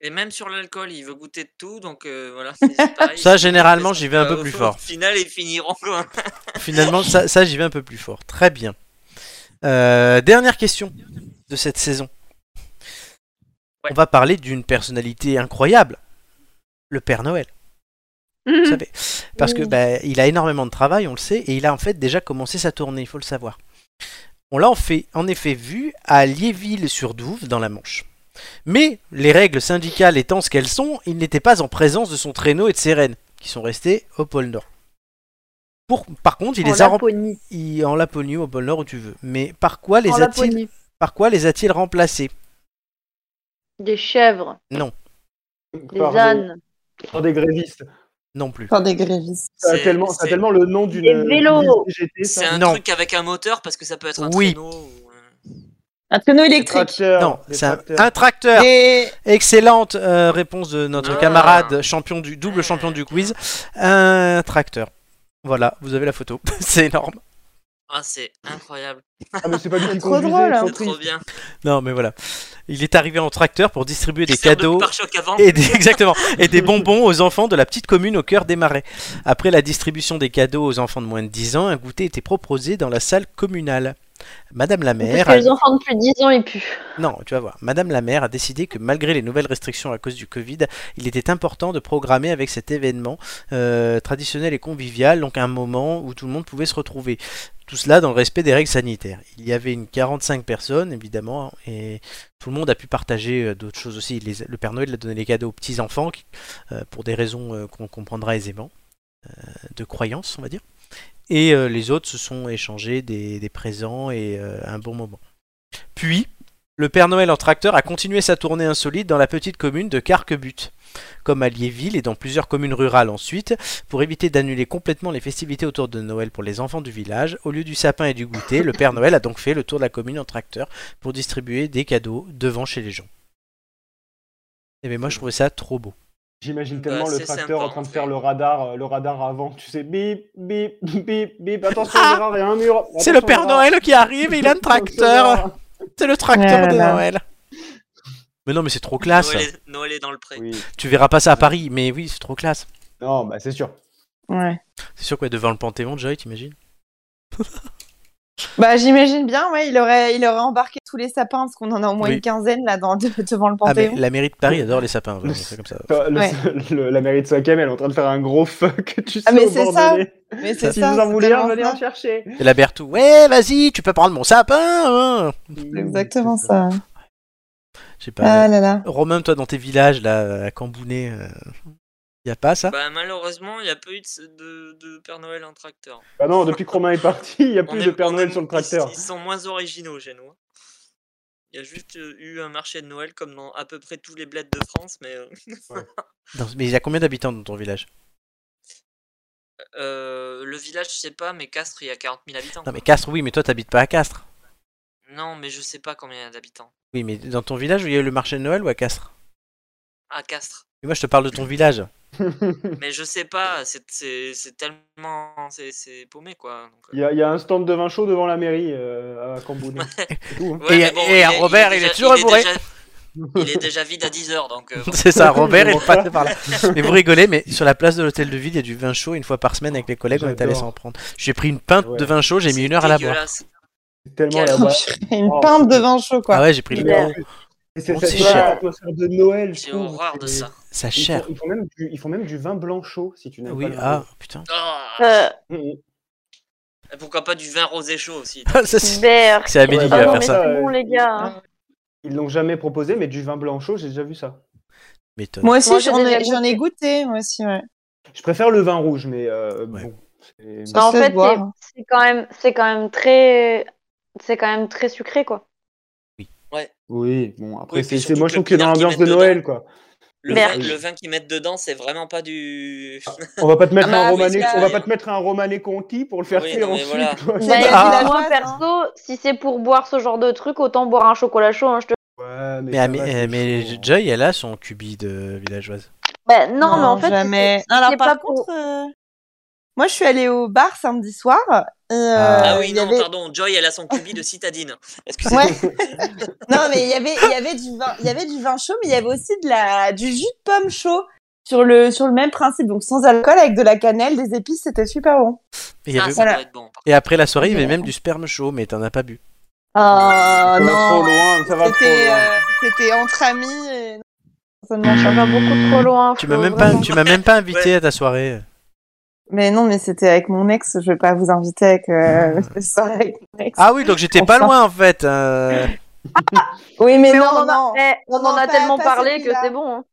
[SPEAKER 4] Et même sur l'alcool, il veut goûter de tout, donc euh,
[SPEAKER 5] [LAUGHS]
[SPEAKER 4] voilà. c'est pareil,
[SPEAKER 1] Ça,
[SPEAKER 4] c'est-
[SPEAKER 1] généralement,
[SPEAKER 4] c'est-
[SPEAKER 1] j'y vais un peu
[SPEAKER 4] euh,
[SPEAKER 1] plus
[SPEAKER 4] au
[SPEAKER 1] fort.
[SPEAKER 4] final, ils finiront quoi.
[SPEAKER 1] Finalement, ça, ça j'y vais un peu plus fort. Très bien. Euh, dernière question de cette saison.
[SPEAKER 4] Ouais.
[SPEAKER 1] On va parler d'une personnalité incroyable, le Père Noël. vous savez. Parce que
[SPEAKER 2] Oui.
[SPEAKER 1] bah, il a énormément de travail, on le sait, et il a en fait déjà commencé sa tournée, il faut le savoir. On l'a en, fait, en effet vu à Liéville-sur-Douve, dans la Manche. Mais les règles syndicales étant ce qu'elles sont, il n'était pas en présence de son traîneau et de ses rennes, qui sont restés au pôle Nord. Pour, par contre, il
[SPEAKER 8] En
[SPEAKER 1] les a rem-
[SPEAKER 8] Laponie.
[SPEAKER 1] il- en Laponie ou au pôle Nord où tu veux. Mais par quoi les
[SPEAKER 8] En
[SPEAKER 1] a-t-il
[SPEAKER 8] Laponie.
[SPEAKER 1] par quoi les a-t-il remplacés
[SPEAKER 8] Des chèvres, des
[SPEAKER 5] Par
[SPEAKER 8] ânes,
[SPEAKER 5] par des grévistes.
[SPEAKER 1] Non plus.
[SPEAKER 2] Par des grévistes.
[SPEAKER 5] Ça a
[SPEAKER 4] C'est-
[SPEAKER 5] tellement, ça a
[SPEAKER 4] c'est-
[SPEAKER 5] tellement le nom d'une.
[SPEAKER 8] Des vélos.
[SPEAKER 5] d'une CGT, ça.
[SPEAKER 4] C'est un
[SPEAKER 1] Non.
[SPEAKER 4] truc avec un moteur parce que ça peut être un
[SPEAKER 1] Oui.
[SPEAKER 4] traîneau. ou, euh,
[SPEAKER 2] Un traîneau
[SPEAKER 5] Des
[SPEAKER 2] électrique.
[SPEAKER 5] tracteurs.
[SPEAKER 1] Non,
[SPEAKER 5] des
[SPEAKER 1] c'est un,
[SPEAKER 5] tracteurs.
[SPEAKER 1] un tracteur.
[SPEAKER 2] Des-
[SPEAKER 1] Excellente euh, réponse de notre
[SPEAKER 4] Ah.
[SPEAKER 1] camarade champion du double champion du quiz. Un tracteur. Voilà, vous avez la photo. [LAUGHS] c'est énorme.
[SPEAKER 4] Ah, c'est incroyable.
[SPEAKER 5] Ah, mais c'est pas lui qui
[SPEAKER 2] Trop
[SPEAKER 5] conduisait,
[SPEAKER 2] drôle, hein.
[SPEAKER 5] trop
[SPEAKER 4] C'est trop
[SPEAKER 5] triste.
[SPEAKER 4] bien.
[SPEAKER 1] Non, mais voilà. Il est arrivé en tracteur pour distribuer des
[SPEAKER 4] Serve de
[SPEAKER 1] cadeaux.
[SPEAKER 4] pare-choc avant.
[SPEAKER 1] Et des, [LAUGHS] exactement, et des bonbons aux enfants de la petite commune au cœur des marais. Après la distribution des cadeaux aux enfants de moins de 10 ans, un goûter était proposé dans la salle communale. Madame la
[SPEAKER 3] Parce
[SPEAKER 1] maire.
[SPEAKER 3] que
[SPEAKER 1] a-
[SPEAKER 3] les enfants de plus de 10 ans, ils puent.
[SPEAKER 1] Non, tu vas voir. Madame la maire a décidé que malgré les nouvelles restrictions à cause du Covid, il était important de programmer avec cet événement euh, traditionnel et convivial, donc un moment où tout le monde pouvait se retrouver. Tout cela dans le respect des règles sanitaires. Il y avait une 45 personnes, évidemment, et tout le monde a pu partager euh, d'autres choses aussi. Les- le Père Noël a donné les cadeaux aux petits-enfants, qui- euh, pour des raisons euh, qu'on comprendra aisément, euh, de croyance, on va dire. Et euh, les autres se sont échangés des, des présents et euh, un bon moment. Puis, le Père Noël en tracteur a continué sa tournée insolite dans la petite commune de Carquebut, comme à Liéville et dans plusieurs communes rurales ensuite, pour éviter d'annuler complètement les festivités autour de Noël pour les enfants du village. Au lieu du sapin et du goûter, le Père Noël a donc fait le tour de la commune en tracteur pour distribuer des cadeaux devant chez les gens. Et mais moi je trouvais ça trop beau.
[SPEAKER 5] J'imagine tellement
[SPEAKER 1] Bah,
[SPEAKER 5] le
[SPEAKER 1] c'est
[SPEAKER 5] tracteur
[SPEAKER 1] sympa,
[SPEAKER 5] en train
[SPEAKER 1] en
[SPEAKER 5] de faire le radar, euh, le radar avant. Tu sais, bip, bip, [LAUGHS] bip, bip. Attention,
[SPEAKER 2] Ah
[SPEAKER 5] il y aura- il y a
[SPEAKER 2] [LAUGHS]
[SPEAKER 5] un mur.
[SPEAKER 1] C'est le
[SPEAKER 5] Attention,
[SPEAKER 1] Père
[SPEAKER 5] il y aura-
[SPEAKER 1] Noël qui arrive et
[SPEAKER 5] [LAUGHS]
[SPEAKER 1] il a un tracteur. C'est le tracteur
[SPEAKER 5] Ah
[SPEAKER 1] de
[SPEAKER 5] là là.
[SPEAKER 1] Noël. Mais non mais c'est trop classe.
[SPEAKER 4] Noël est, Noël est dans le pré.
[SPEAKER 1] Tu verras pas ça à Paris, mais oui c'est trop classe.
[SPEAKER 5] Non, bah c'est sûr.
[SPEAKER 2] Ouais.
[SPEAKER 1] C'est sûr quoi devant le Panthéon, Joy, t'imagines
[SPEAKER 2] Bah, j'imagine bien, ouais, il aurait, il aurait embarqué tous les sapins, parce qu'on en a au moins
[SPEAKER 1] Oui.
[SPEAKER 2] une quinzaine là dans, [LAUGHS] de- devant le
[SPEAKER 1] Ah, mais
[SPEAKER 2] Panthéon.
[SPEAKER 1] la mairie de Paris adore les sapins, vraiment, c'est comme ça.
[SPEAKER 5] Le- [LAUGHS] le- la mairie de 5 elle est en train de faire un gros [LAUGHS] fuck. Tu sais,
[SPEAKER 2] Ah, mais
[SPEAKER 5] au
[SPEAKER 2] c'est
[SPEAKER 5] bord
[SPEAKER 2] ça.
[SPEAKER 5] de l'île.
[SPEAKER 2] Mais c'est
[SPEAKER 5] Si
[SPEAKER 2] ça,
[SPEAKER 5] vous en
[SPEAKER 2] c'est
[SPEAKER 5] voulez
[SPEAKER 2] tellement
[SPEAKER 5] un, venez
[SPEAKER 2] ça.
[SPEAKER 5] en chercher.
[SPEAKER 1] Et la Bertou, ouais, vas-y, tu peux prendre mon sapin hein.
[SPEAKER 2] Exactement ça.
[SPEAKER 1] Je sais pas.
[SPEAKER 5] Euh,
[SPEAKER 2] Ah
[SPEAKER 1] mais-
[SPEAKER 2] là là.
[SPEAKER 1] Romain, toi, dans tes villages, là, à Cambounet, il a pas ça
[SPEAKER 4] Bah, malheureusement, il n'y a pas eu de, de- de Père Noël en tracteur.
[SPEAKER 5] Bah non, depuis que Romain est parti, il n'y a plus
[SPEAKER 4] On
[SPEAKER 5] de
[SPEAKER 4] aime-
[SPEAKER 5] Père
[SPEAKER 4] on
[SPEAKER 5] Noël
[SPEAKER 4] aime-
[SPEAKER 5] sur le tracteur.
[SPEAKER 4] Ils, ils sont moins originaux chez nous. hein. Il y a juste euh, eu un marché de Noël comme dans à peu près tous les bleds de France, mais euh,
[SPEAKER 1] Dans- Mais il y a combien d'habitants dans ton village
[SPEAKER 4] euh, le village, je sais pas, mais Castres, il y a 40 000 habitants.
[SPEAKER 1] Non, mais Castres, oui, mais toi, t'habites pas à Castres.
[SPEAKER 4] Non, mais je sais pas combien il y a d'habitants.
[SPEAKER 1] Oui, mais dans ton village, il y a eu le marché de Noël ou à Castres
[SPEAKER 4] À Ah, Castres.
[SPEAKER 1] Et Moi, je te parle de ton village. [LAUGHS]
[SPEAKER 4] mais je sais pas, c'est- c'est c'est tellement. C'est c'est paumé, quoi. Donc, euh.
[SPEAKER 5] Il y, a- il y a un stand de vin chaud devant la mairie euh, à Cambounet. C'est tout, hein.
[SPEAKER 4] [LAUGHS] Ouais, mais bon, il est-
[SPEAKER 1] Robert, il est toujours bourré.
[SPEAKER 4] déjà- il est déjà vide à 10h, donc. euh, bon.
[SPEAKER 1] C'est
[SPEAKER 5] [LAUGHS]
[SPEAKER 1] ça, Robert, il
[SPEAKER 5] Bon,
[SPEAKER 1] est passé
[SPEAKER 5] voilà.
[SPEAKER 1] par là. Mais vous rigolez, mais sur la place de l'hôtel de ville, il y a du vin chaud une fois par semaine avec les collègues, on est allé
[SPEAKER 5] J'adore.
[SPEAKER 1] s'en prendre. J'ai pris une pinte de vin chaud, j'ai mis une heure à la boire.
[SPEAKER 4] Dégueulasse.
[SPEAKER 5] C'est tellement
[SPEAKER 4] Quel-
[SPEAKER 5] la boîte.
[SPEAKER 2] Une
[SPEAKER 5] Oh,
[SPEAKER 2] pinte de vin chaud, quoi.
[SPEAKER 1] Ah ouais, j'ai pris le
[SPEAKER 5] Mais-
[SPEAKER 1] temps.
[SPEAKER 5] Et c'est
[SPEAKER 1] Oh,
[SPEAKER 5] cette
[SPEAKER 1] c'est
[SPEAKER 5] vraie
[SPEAKER 1] cher.
[SPEAKER 5] atmosphère de Noël, je
[SPEAKER 4] J'ai
[SPEAKER 5] trouve.
[SPEAKER 4] horreur de
[SPEAKER 5] C'est-
[SPEAKER 4] ça.
[SPEAKER 1] Ça
[SPEAKER 5] Ils
[SPEAKER 1] cher.
[SPEAKER 5] font, ils font même du, ils font même du vin blanc chaud, si tu n'aimes
[SPEAKER 1] Oui,
[SPEAKER 5] pas le vin
[SPEAKER 1] ah,
[SPEAKER 5] rouge.
[SPEAKER 1] putain. [LAUGHS]
[SPEAKER 4] Ah,
[SPEAKER 2] Euh.
[SPEAKER 4] et pourquoi pas du vin rosé chaud aussi
[SPEAKER 1] Ah, ça, c'est
[SPEAKER 3] Berk.
[SPEAKER 1] c'est Amélie qui
[SPEAKER 5] Ah
[SPEAKER 1] va
[SPEAKER 5] non,
[SPEAKER 1] faire
[SPEAKER 5] mais
[SPEAKER 1] ça.
[SPEAKER 5] euh,
[SPEAKER 3] Bon, les gars. hein.
[SPEAKER 5] Ils l'ont jamais proposé, mais du vin blanc chaud, j'ai déjà vu ça.
[SPEAKER 1] M'étonne.
[SPEAKER 2] Moi aussi,
[SPEAKER 3] Moi, j'ai
[SPEAKER 2] j'en ai,
[SPEAKER 3] déjà
[SPEAKER 2] j'en ai goûté, moi aussi, ouais.
[SPEAKER 5] Je préfère le vin rouge, mais euh,
[SPEAKER 1] Ouais.
[SPEAKER 5] bon. c'est-
[SPEAKER 3] Bah, en
[SPEAKER 2] Ça se
[SPEAKER 3] fait,
[SPEAKER 2] boit.
[SPEAKER 3] c'est- c'est quand même, c'est quand même très, c'est quand même très sucré, quoi.
[SPEAKER 5] Oui, bon, après,
[SPEAKER 4] Oui,
[SPEAKER 5] c'est,
[SPEAKER 4] puis
[SPEAKER 5] c'est-
[SPEAKER 4] surtout
[SPEAKER 5] moi je
[SPEAKER 4] que
[SPEAKER 5] trouve
[SPEAKER 4] le
[SPEAKER 5] qu'il y a
[SPEAKER 4] pinard
[SPEAKER 5] dans
[SPEAKER 4] qu'ils
[SPEAKER 5] l'ambiance de
[SPEAKER 4] mettent
[SPEAKER 5] Noël, quoi.
[SPEAKER 4] Le,
[SPEAKER 3] Merde.
[SPEAKER 4] vin, le vin qu'ils mettent dedans, c'est vraiment pas du.
[SPEAKER 5] On va pas te mettre
[SPEAKER 2] Ah bah,
[SPEAKER 5] un
[SPEAKER 2] oui,
[SPEAKER 5] Romanée,
[SPEAKER 2] c'est
[SPEAKER 5] on va
[SPEAKER 4] vrai.
[SPEAKER 5] pas te mettre un Romanée Conti pour le faire
[SPEAKER 4] Oui,
[SPEAKER 5] cuire
[SPEAKER 4] non, mais
[SPEAKER 5] ensuite.
[SPEAKER 4] voilà.
[SPEAKER 5] quoi.
[SPEAKER 3] Bah,
[SPEAKER 2] Ah.
[SPEAKER 3] moi, perso, si c'est pour boire ce genre de truc, autant boire un chocolat chaud. hein, je te...
[SPEAKER 5] Ouais, mais,
[SPEAKER 1] Mais,
[SPEAKER 5] ça
[SPEAKER 1] Amé-
[SPEAKER 5] va,
[SPEAKER 1] euh,
[SPEAKER 5] c'est
[SPEAKER 1] mais
[SPEAKER 5] chaud, hein.
[SPEAKER 1] Joy, elle a son cubi de villageoise.
[SPEAKER 3] Bah, non, mais en fait, si
[SPEAKER 2] jamais.
[SPEAKER 3] c'est- si
[SPEAKER 2] Alors
[SPEAKER 3] c'est
[SPEAKER 2] par
[SPEAKER 3] pas pour-
[SPEAKER 2] contre, euh, moi je suis allée au bar samedi soir et euh,
[SPEAKER 1] Ah.
[SPEAKER 4] Ah oui,
[SPEAKER 2] il y
[SPEAKER 4] non,
[SPEAKER 2] avait-
[SPEAKER 4] pardon, Joy, elle a son cubi de citadine. Excusez-moi. Ah,
[SPEAKER 2] Ouais. non mais il y avait il y avait du vin il y avait du vin chaud mais il y avait aussi de la du jus de pomme chaud sur le sur le même principe donc sans alcool avec de la cannelle des épices c'était super bon.
[SPEAKER 1] Et, il y
[SPEAKER 4] Ah,
[SPEAKER 1] avait-
[SPEAKER 4] ça
[SPEAKER 2] Voilà.
[SPEAKER 4] doit être bon.
[SPEAKER 1] et après la soirée, il y avait même du sperme chaud, mais t'en as pas bu.
[SPEAKER 2] Ah
[SPEAKER 5] Ça va trop
[SPEAKER 2] non
[SPEAKER 5] loin, ça va trop
[SPEAKER 2] c'était
[SPEAKER 5] loin.
[SPEAKER 2] euh, c'était entre amis et... ça ne marche
[SPEAKER 3] Ça
[SPEAKER 2] pas.
[SPEAKER 3] va beaucoup trop loin.
[SPEAKER 1] Tu
[SPEAKER 3] Flo,
[SPEAKER 1] m'as même pas,
[SPEAKER 3] vraiment.
[SPEAKER 1] tu m'as même pas invité à ta soirée.
[SPEAKER 2] Mais non mais c'était avec mon ex je vais pas vous inviter avec euh,
[SPEAKER 3] Ah.
[SPEAKER 2] cette soirée avec mon ex.
[SPEAKER 1] Ah oui, donc j'étais pas
[SPEAKER 2] Enfin.
[SPEAKER 1] loin en fait. [LAUGHS] euh.
[SPEAKER 2] oui mais,
[SPEAKER 3] Mais
[SPEAKER 2] non
[SPEAKER 3] on en
[SPEAKER 2] non
[SPEAKER 3] a, eh, on
[SPEAKER 2] Non,
[SPEAKER 3] en a
[SPEAKER 2] pas-
[SPEAKER 3] tellement
[SPEAKER 2] pas
[SPEAKER 3] parlé que
[SPEAKER 2] celui-là.
[SPEAKER 3] c'est bon. hein.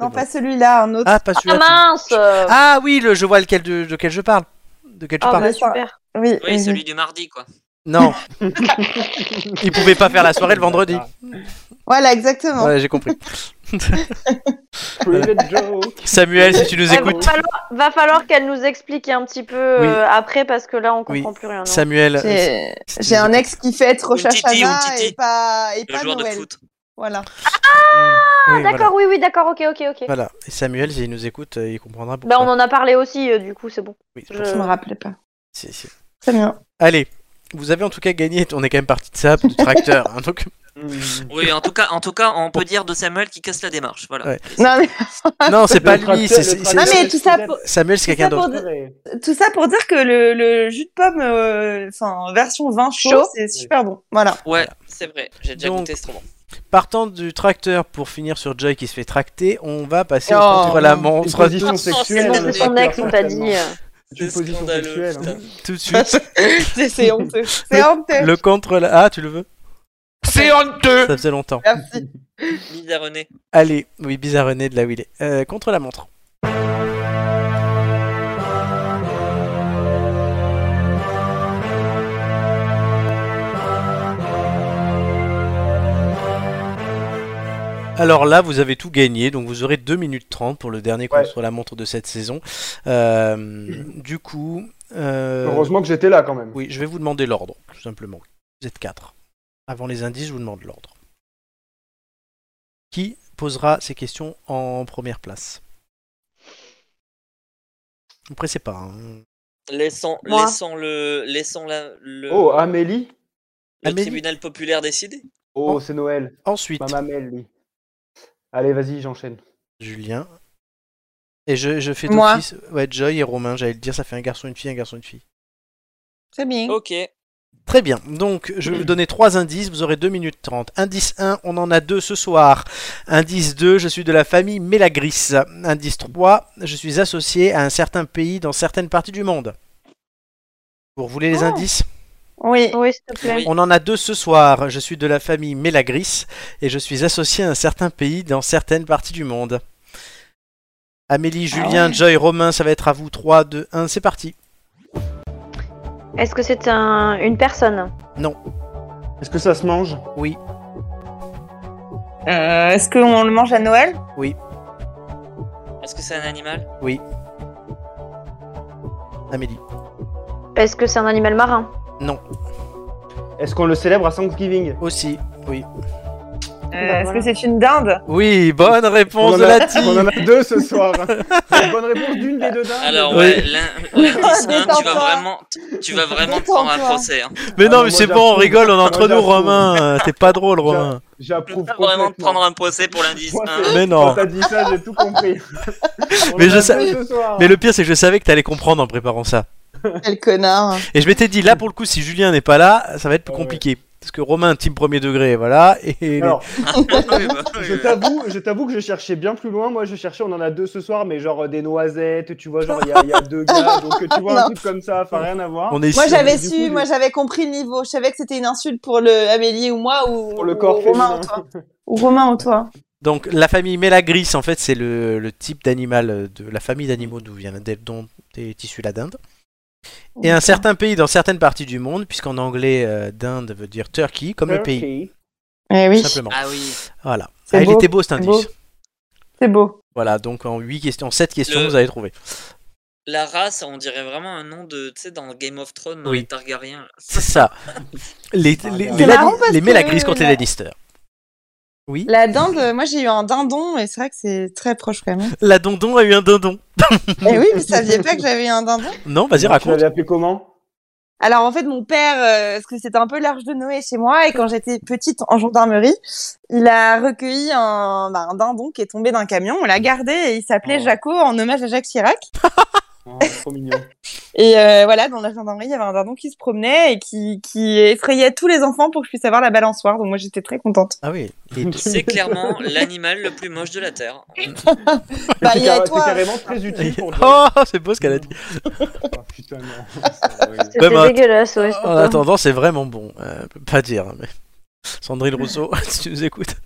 [SPEAKER 2] non pas celui-là un autre.
[SPEAKER 1] Ah pas
[SPEAKER 3] Ah
[SPEAKER 1] celui-là. tu-
[SPEAKER 3] mince Ah,
[SPEAKER 1] Ah oui, le, je vois lequel de, de quel je parle. De quel tu
[SPEAKER 3] bah
[SPEAKER 1] parles
[SPEAKER 2] ça-
[SPEAKER 3] super.
[SPEAKER 2] Oui,
[SPEAKER 4] Oui, celui du mardi, quoi.
[SPEAKER 1] Non.
[SPEAKER 3] [LAUGHS]
[SPEAKER 1] il pouvait pas faire la soirée le vendredi.
[SPEAKER 5] Ah,
[SPEAKER 2] Voilà, exactement.
[SPEAKER 1] Voilà, Ah, j'ai compris.
[SPEAKER 5] Private joke.
[SPEAKER 1] Samuel, si tu nous
[SPEAKER 3] Ouais,
[SPEAKER 1] écoutes,
[SPEAKER 3] va falloir, va falloir qu'elle nous explique un petit peu euh, après parce que là on
[SPEAKER 1] Oui.
[SPEAKER 3] comprend plus rien. non.
[SPEAKER 1] Samuel. euh,
[SPEAKER 2] J'ai
[SPEAKER 1] si tu
[SPEAKER 2] j'ai
[SPEAKER 1] nous
[SPEAKER 2] un
[SPEAKER 1] écoutes.
[SPEAKER 2] ex qui fait être
[SPEAKER 4] Umtiti,
[SPEAKER 2] Shashana
[SPEAKER 4] Umtiti.
[SPEAKER 2] et pas, et
[SPEAKER 4] Le
[SPEAKER 2] pas
[SPEAKER 4] joueur de
[SPEAKER 2] Noël.
[SPEAKER 4] foot.
[SPEAKER 2] Voilà.
[SPEAKER 1] Oui,
[SPEAKER 3] Ah,
[SPEAKER 1] voilà.
[SPEAKER 3] d'accord, oui, oui, d'accord, ok, ok, ok.
[SPEAKER 1] Voilà. Et Samuel, s'il nous écoute, euh, il comprendra.
[SPEAKER 3] Bah,
[SPEAKER 1] pourquoi.
[SPEAKER 3] on en a parlé aussi, euh, du coup, c'est bon.
[SPEAKER 1] Oui,
[SPEAKER 3] je-
[SPEAKER 1] pour ça.
[SPEAKER 2] Je me rappelais pas.
[SPEAKER 1] Si, si.
[SPEAKER 2] Très bien.
[SPEAKER 1] Allez, vous avez en tout cas gagné. On est quand même parti de ça, de tracteur. hein, donc
[SPEAKER 4] Oui, en tout cas, en tout cas, on peut dire de Samuel qui casse la démarche. Voilà.
[SPEAKER 2] Non, mais...
[SPEAKER 4] Ah,
[SPEAKER 1] Non, c'est pas lui, c'est- c'est-
[SPEAKER 2] Non, mais
[SPEAKER 1] c'est-
[SPEAKER 2] tout ça pour-
[SPEAKER 1] Samuel, c'est
[SPEAKER 2] tout
[SPEAKER 1] quelqu'un
[SPEAKER 2] ça pour
[SPEAKER 1] d'autre.
[SPEAKER 2] di- Tout ça pour dire que le, le jus de pomme, euh, enfin, version vin chaud,
[SPEAKER 1] Chaud.
[SPEAKER 2] c'est super bon.
[SPEAKER 4] [LAUGHS]
[SPEAKER 2] Voilà.
[SPEAKER 4] Ouais, c'est vrai. J'ai déjà
[SPEAKER 1] Donc-
[SPEAKER 4] goûté, c'est trop bon.
[SPEAKER 1] Partant du tracteur pour finir sur Joy qui se fait tracter, on va passer au
[SPEAKER 4] Oh,
[SPEAKER 1] contre la
[SPEAKER 4] non.
[SPEAKER 1] montre.
[SPEAKER 4] Une position Oh, c'est sexuelle, bon, c'est
[SPEAKER 5] hein,
[SPEAKER 4] son
[SPEAKER 1] Tout-
[SPEAKER 4] ex, on t'a dit.
[SPEAKER 5] C'est
[SPEAKER 4] scandaleux.
[SPEAKER 5] hein.
[SPEAKER 4] putain. [LAUGHS]
[SPEAKER 1] Tout de suite.
[SPEAKER 2] C'est- c'est honteux. C'est honteux.
[SPEAKER 1] Le, le contre la. Ah, tu le veux
[SPEAKER 4] C'est honteux.
[SPEAKER 1] Ça faisait longtemps.
[SPEAKER 2] Merci.
[SPEAKER 4] Lisa René.
[SPEAKER 1] Allez, oui, bizarre René de là où il est. Euh, contre la montre. Alors là, vous avez tout gagné, donc vous aurez 2 minutes 30 pour le dernier contre la montre de cette saison. Euh, du coup. euh,
[SPEAKER 5] Heureusement que j'étais là quand même.
[SPEAKER 1] Oui, je vais vous demander l'ordre, tout simplement. Vous êtes 4. Avant les indices, je vous demande l'ordre. Qui posera ces questions en première place Ne vous pressez pas. hein.
[SPEAKER 4] Laissons,
[SPEAKER 1] Moi.
[SPEAKER 4] laissons le, laissons la, le,
[SPEAKER 5] Oh, Amélie
[SPEAKER 4] le
[SPEAKER 5] Amélie.
[SPEAKER 4] tribunal populaire décider.
[SPEAKER 5] Oh, c'est Noël.
[SPEAKER 1] Ensuite.
[SPEAKER 5] Maman Mel, lui. Allez, vas-y, j'enchaîne.
[SPEAKER 1] Julien. Et je, je fais
[SPEAKER 5] Moi.
[SPEAKER 1] d'office. Ouais, Joy et Romain, j'allais le dire, ça fait un garçon, une fille, un garçon, une fille.
[SPEAKER 2] Très bien.
[SPEAKER 4] Ok.
[SPEAKER 1] Très bien, donc je vais vous donner trois indices, vous aurez 2 minutes 30. Indice 1, on en a deux ce soir. Indice 2, je suis de la famille Mélagris. Indice 3, je suis associé à un certain pays dans certaines parties du monde. Vous voulez les
[SPEAKER 2] Oh.
[SPEAKER 1] indices
[SPEAKER 2] Oui.
[SPEAKER 4] euh
[SPEAKER 3] Oui, s'il te plaît.
[SPEAKER 1] On en a deux ce soir, je suis de la famille Mélagris et je suis associé à un certain pays dans certaines parties du monde. Amélie, Julien, Joy, Romain, ça va être à vous. 3, 2, 1, c'est parti.
[SPEAKER 3] Est-ce que c'est un- une personne
[SPEAKER 1] Non.
[SPEAKER 5] Est-ce que ça se mange
[SPEAKER 1] Oui.
[SPEAKER 2] Euh, Est-ce qu'on le mange à Noël Euh,
[SPEAKER 1] Oui,
[SPEAKER 4] Est-ce que c'est un animal
[SPEAKER 1] oui. Amélie.
[SPEAKER 3] Est-ce que c'est un animal marin
[SPEAKER 1] Non.
[SPEAKER 5] Est-ce qu'on le célèbre à Thanksgiving
[SPEAKER 1] Aussi, oui.
[SPEAKER 2] Euh, Est-ce que c'est une dinde
[SPEAKER 1] Oui, bonne réponse
[SPEAKER 5] On en
[SPEAKER 1] de
[SPEAKER 5] a-
[SPEAKER 1] la team.
[SPEAKER 5] [LAUGHS] on en a deux ce soir.
[SPEAKER 4] [LAUGHS]
[SPEAKER 5] Bonne réponse d'une des deux dindes.
[SPEAKER 4] Alors
[SPEAKER 1] Oui.
[SPEAKER 2] [LAUGHS]
[SPEAKER 4] ouais, l'in- l'indice un, tu vas
[SPEAKER 5] Détends-toi.
[SPEAKER 4] vraiment, tu vas vraiment te prendre un
[SPEAKER 5] Détends-toi.
[SPEAKER 4] procès. hein.
[SPEAKER 1] Mais
[SPEAKER 5] Ah
[SPEAKER 1] non,
[SPEAKER 5] non,
[SPEAKER 1] mais
[SPEAKER 5] moi,
[SPEAKER 1] c'est bon, on
[SPEAKER 5] j'approuve.
[SPEAKER 1] rigole, on est
[SPEAKER 5] Moi,
[SPEAKER 1] entre nous,
[SPEAKER 5] j'approuve.
[SPEAKER 1] Romain. euh, T'es pas drôle, Romain.
[SPEAKER 5] J'approuve.
[SPEAKER 4] Tu vas vraiment te prendre un procès pour l'indice.
[SPEAKER 5] Moi,
[SPEAKER 4] un. hein. [LAUGHS]
[SPEAKER 5] c'est-
[SPEAKER 1] Mais non.
[SPEAKER 5] Quand t'as dit ça, j'ai tout [LAUGHS] compris. On
[SPEAKER 1] Mais,
[SPEAKER 5] en a
[SPEAKER 1] je sa-
[SPEAKER 5] deux ce soir.
[SPEAKER 1] mais le pire, c'est que je savais que t'allais comprendre en préparant ça.
[SPEAKER 2] Quel connard.
[SPEAKER 1] Et je m'étais dit, là, pour le coup, si Julien n'est pas là, ça va être plus compliqué. Parce que Romain, team premier degré, voilà. Et...
[SPEAKER 5] Alors,
[SPEAKER 4] bah,
[SPEAKER 5] [LAUGHS] je t'avoue, je t'avoue que je cherchais bien plus loin. Moi, je cherchais, on en a deux ce soir, mais genre euh, des noisettes, tu vois, genre il y, a- il y a deux gars, donc euh, tu vois un
[SPEAKER 2] Non.
[SPEAKER 5] truc comme ça, enfin rien à voir.
[SPEAKER 2] moi j'avais
[SPEAKER 5] Du
[SPEAKER 2] su,
[SPEAKER 5] coup, j'ai-
[SPEAKER 2] moi j'avais compris le niveau. Je savais que c'était une insulte pour le Amélie ou moi ou,
[SPEAKER 5] Pour le
[SPEAKER 2] ou
[SPEAKER 5] corps
[SPEAKER 2] Romain
[SPEAKER 5] féminin.
[SPEAKER 2] ou toi. Ou Romain ou toi.
[SPEAKER 1] Donc, la famille Mélagris, en fait, c'est le, le type d'animal, euh, de la famille d'animaux d'où vient, dont est issue la dinde. Et un
[SPEAKER 2] D'accord.
[SPEAKER 1] certain pays dans certaines parties du monde, puisqu'en anglais, euh, dinde veut dire Turkey, comme le pays.
[SPEAKER 2] Eh oui.
[SPEAKER 1] Tout simplement.
[SPEAKER 4] Ah oui.
[SPEAKER 1] Voilà.
[SPEAKER 2] C'est
[SPEAKER 1] Ah, il
[SPEAKER 2] beau,
[SPEAKER 1] était beau cet
[SPEAKER 2] c'est
[SPEAKER 1] indice.
[SPEAKER 2] beau. C'est beau.
[SPEAKER 1] Voilà, donc en 8 questions, en 7 questions,
[SPEAKER 4] Le-
[SPEAKER 1] vous avez trouvé.
[SPEAKER 4] La race, on dirait vraiment un nom de, tu sais, dans Game of Thrones, dans
[SPEAKER 1] Oui.
[SPEAKER 4] les Targaryens. là.
[SPEAKER 1] C'est ça. Les, les, les,
[SPEAKER 2] C'est marrant
[SPEAKER 1] Lani-
[SPEAKER 2] parce
[SPEAKER 1] les
[SPEAKER 2] que
[SPEAKER 1] Mélagris contre les
[SPEAKER 2] la-
[SPEAKER 1] Lannister. Oui.
[SPEAKER 2] La dinde, euh, moi j'ai eu un dindon et c'est vrai que c'est très proche quand même.
[SPEAKER 1] La dondon a eu un dindon.
[SPEAKER 2] Eh oui, vous saviez pas que j'avais eu un dindon
[SPEAKER 1] Non, vas-y,
[SPEAKER 5] Tu
[SPEAKER 1] raconte.
[SPEAKER 5] l'avais appelé comment
[SPEAKER 2] Alors en fait, mon père, euh, parce que c'était un peu l'arche de Noé chez moi, et quand j'étais petite en gendarmerie, il a recueilli un, bah, un dindon qui est tombé d'un camion. On l'a gardé et il s'appelait Jaco en hommage à Jacques Chirac.
[SPEAKER 5] Oh,
[SPEAKER 2] [LAUGHS]
[SPEAKER 5] Trop mignon.
[SPEAKER 2] Et euh, voilà, dans la gendarmerie, il y avait un dindon qui se promenait et qui, qui effrayait tous les enfants pour que je puisse avoir la balançoire. Donc moi, j'étais très contente.
[SPEAKER 1] Ah [LAUGHS] oui.
[SPEAKER 4] C'est
[SPEAKER 5] [LAUGHS]
[SPEAKER 4] clairement l'animal le plus moche de la Terre.
[SPEAKER 2] Bah,
[SPEAKER 5] C'est
[SPEAKER 2] il y a
[SPEAKER 5] carré-
[SPEAKER 2] toi.
[SPEAKER 5] c'est carrément très utile pour
[SPEAKER 1] [LAUGHS]
[SPEAKER 5] Oh,
[SPEAKER 1] Oh, c'est beau ce qu'elle a
[SPEAKER 5] [LAUGHS]
[SPEAKER 1] dit.
[SPEAKER 5] Putain, non.
[SPEAKER 3] C'était
[SPEAKER 1] Même Ah, en-
[SPEAKER 3] dégueulasse, ouais.
[SPEAKER 1] En attendant, c'est vraiment bon. Euh, je peux pas dire, mais. Sandrine Rousseau, [LAUGHS] si tu nous écoutes.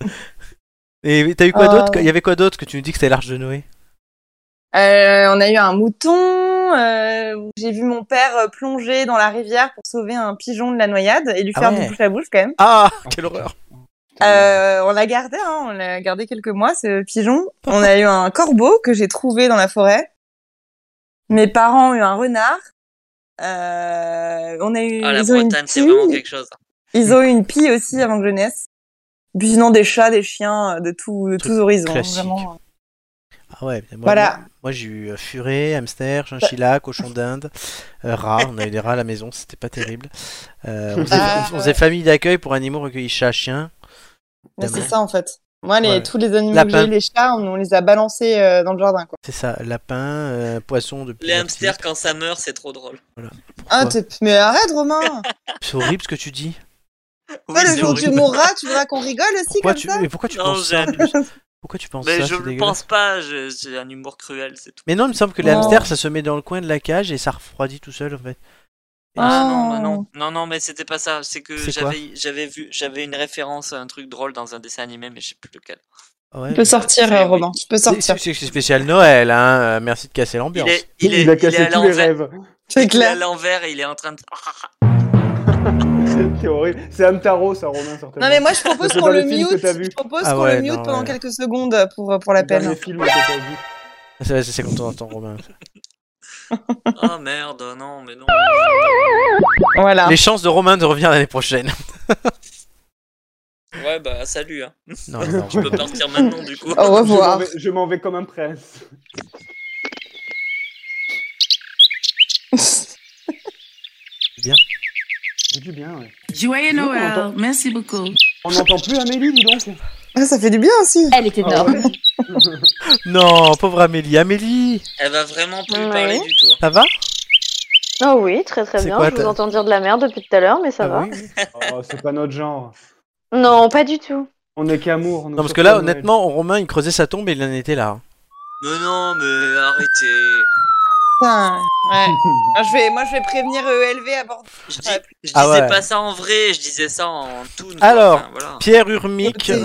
[SPEAKER 1] Et t'as eu quoi
[SPEAKER 2] Euh.
[SPEAKER 1] d'autre que- Il y avait quoi d'autre que tu nous dis que c'était l'arche de Noé
[SPEAKER 2] Euh, on a eu un mouton. euh, où J'ai vu mon père euh, plonger dans la rivière pour sauver un pigeon de la noyade et lui
[SPEAKER 1] Ah
[SPEAKER 2] faire
[SPEAKER 1] ouais.
[SPEAKER 2] du bouche à bouche quand même.
[SPEAKER 1] Ah, quelle horreur
[SPEAKER 2] Euh, on l'a gardé, hein, on l'a gardé quelques mois, ce pigeon. On a eu un corbeau que j'ai trouvé dans la forêt. Mes parents ont eu un renard. Euh, on a eu,
[SPEAKER 4] Ah, la
[SPEAKER 2] ils, ont une
[SPEAKER 4] Bretagne, c'est
[SPEAKER 2] pie.
[SPEAKER 4] vraiment quelque chose.
[SPEAKER 2] ils ont eu une pie aussi avant que je naisse. Puis non, des chats, des chiens, euh, de, tout, de tous horizons.
[SPEAKER 1] classique.
[SPEAKER 2] Vraiment.
[SPEAKER 1] Ah ouais, moi,
[SPEAKER 2] Voilà.
[SPEAKER 1] moi, moi, j'ai eu euh, furet, hamster, chinchilla, cochon d'Inde, euh, rat, on a eu des rats à la maison, c'était pas terrible. Euh, on faisait,
[SPEAKER 2] Ah,
[SPEAKER 1] on faisait famille d'accueil pour animaux recueillis chats, chiens.
[SPEAKER 2] Mais
[SPEAKER 1] Dommage.
[SPEAKER 2] c'est ça en fait. Moi, les,
[SPEAKER 1] Ouais.
[SPEAKER 2] tous les animaux que
[SPEAKER 1] Lapin.
[SPEAKER 2] j'ai, les chats, on, on les a balancés euh, dans le jardin. Quoi.
[SPEAKER 1] C'est ça, lapin, euh, poisson de
[SPEAKER 4] Les
[SPEAKER 1] plusieurs
[SPEAKER 4] hamsters,
[SPEAKER 1] types.
[SPEAKER 4] quand ça meurt, c'est trop drôle.
[SPEAKER 2] Ah,
[SPEAKER 1] Ouais.
[SPEAKER 2] t'es- Mais arrête,
[SPEAKER 1] [LAUGHS]
[SPEAKER 2] Romain
[SPEAKER 1] C'est horrible ce que tu dis.
[SPEAKER 2] Toi, le
[SPEAKER 4] c'est
[SPEAKER 2] jour
[SPEAKER 4] horrible.
[SPEAKER 2] du mourras, tu voudras qu'on rigole aussi
[SPEAKER 1] Pourquoi
[SPEAKER 2] comme
[SPEAKER 1] tu,
[SPEAKER 2] ça
[SPEAKER 1] mais pourquoi tu
[SPEAKER 4] Non,
[SPEAKER 1] penses ça en
[SPEAKER 4] j'aime.
[SPEAKER 1] plus Pourquoi tu penses
[SPEAKER 4] Mais
[SPEAKER 1] ça
[SPEAKER 4] je
[SPEAKER 1] c'est
[SPEAKER 4] le
[SPEAKER 1] dégueulasse.
[SPEAKER 4] pense pas, je- c'est un humour cruel, c'est tout.
[SPEAKER 1] Mais non, il me semble que les
[SPEAKER 2] Oh.
[SPEAKER 1] hamsters, ça se met dans le coin de la cage et ça refroidit tout seul en fait. Et
[SPEAKER 2] Ah.
[SPEAKER 4] non, bah non, non, non, mais c'était pas ça. C'est que
[SPEAKER 1] C'est quoi
[SPEAKER 4] j'avais, j'avais vu, j'avais une référence à un truc drôle dans un dessin animé, mais je sais plus lequel.
[SPEAKER 1] c'est- Ah ouais,
[SPEAKER 2] Tu
[SPEAKER 1] mais-
[SPEAKER 2] peux sortir, euh, Romain, tu peux
[SPEAKER 1] C'est-
[SPEAKER 2] sortir.
[SPEAKER 1] c'est- c'est spécial Noël, hein. euh, Merci de casser
[SPEAKER 4] Il
[SPEAKER 1] l'ambiance.
[SPEAKER 4] est,
[SPEAKER 5] Il,
[SPEAKER 4] il est,
[SPEAKER 5] a
[SPEAKER 4] il est
[SPEAKER 5] cassé
[SPEAKER 4] à
[SPEAKER 5] tous les
[SPEAKER 4] l'envers.
[SPEAKER 5] rêves. [LAUGHS]
[SPEAKER 2] C'est
[SPEAKER 4] Il est à
[SPEAKER 2] clair.
[SPEAKER 4] l'envers et il est en
[SPEAKER 2] [LAUGHS]
[SPEAKER 4] train de.
[SPEAKER 5] C'est horrible. C'est Hamtaro, ça, Romain, certainement.
[SPEAKER 2] Non, mais moi, je propose
[SPEAKER 5] C'est dans
[SPEAKER 2] qu'on le
[SPEAKER 5] les films que
[SPEAKER 2] mute.
[SPEAKER 5] t'as vu.
[SPEAKER 2] Je propose
[SPEAKER 1] Ah
[SPEAKER 2] qu'on
[SPEAKER 1] ouais,
[SPEAKER 2] le mute
[SPEAKER 1] non,
[SPEAKER 2] pendant
[SPEAKER 1] ouais.
[SPEAKER 2] quelques secondes pour, pour la
[SPEAKER 5] Le dernier
[SPEAKER 2] peine.
[SPEAKER 5] film que t'as vu.
[SPEAKER 1] Ah, C'est c'est quand on entend Romain.
[SPEAKER 4] Oh merde, non, mais non.
[SPEAKER 2] Voilà. Ah.
[SPEAKER 1] Les chances de Romain de revenir l'année
[SPEAKER 4] [LAUGHS]
[SPEAKER 1] prochaine.
[SPEAKER 4] Ouais, bah salut. Hein.
[SPEAKER 1] Non, non,
[SPEAKER 4] Je peux partir maintenant du coup.
[SPEAKER 2] Au
[SPEAKER 5] Je m'en
[SPEAKER 2] revoir.
[SPEAKER 5] vais- Je m'en vais comme
[SPEAKER 1] [LAUGHS]
[SPEAKER 5] un prince. C'est du bien, ouais.
[SPEAKER 6] Joyeux Noël. Merci beaucoup.
[SPEAKER 5] On n'entend plus Amélie, dis
[SPEAKER 2] [LAUGHS]
[SPEAKER 5] donc.
[SPEAKER 2] Ah, ça fait du bien
[SPEAKER 1] [LAUGHS]
[SPEAKER 2] aussi.
[SPEAKER 8] Elle est énorme.
[SPEAKER 5] Ah ouais.
[SPEAKER 1] non, pauvre Amélie. Amélie,
[SPEAKER 4] Elle va vraiment plus
[SPEAKER 8] Ouais.
[SPEAKER 4] parler du tout. hein.
[SPEAKER 1] ça va
[SPEAKER 8] Ah oui, très très
[SPEAKER 1] C'est
[SPEAKER 8] bien.
[SPEAKER 1] quoi,
[SPEAKER 8] je
[SPEAKER 1] t'as-
[SPEAKER 8] vous entends dire de la merde depuis tout à l'heure, mais ça
[SPEAKER 1] Ah
[SPEAKER 8] va.
[SPEAKER 1] oui, oui.
[SPEAKER 5] Oh, c'est pas notre genre.
[SPEAKER 8] Non, pas du tout.
[SPEAKER 5] On est qu'amour. nous,
[SPEAKER 1] Non, parce
[SPEAKER 5] sur
[SPEAKER 1] que là,
[SPEAKER 5] Noël.
[SPEAKER 1] honnêtement, Romain, il creusait sa tombe et il en était là.
[SPEAKER 4] Mais non, mais arrêtez.
[SPEAKER 2] Putain, ouais. Moi, je vais, moi, je vais prévenir ELV à bord.
[SPEAKER 4] Je, dis-
[SPEAKER 2] Ouais.
[SPEAKER 4] je
[SPEAKER 1] Ah
[SPEAKER 4] disais
[SPEAKER 1] ouais.
[SPEAKER 4] pas ça en vrai, je disais ça en tout.
[SPEAKER 1] Alors,
[SPEAKER 4] voilà.
[SPEAKER 1] Pierre Urmic,
[SPEAKER 2] Ok.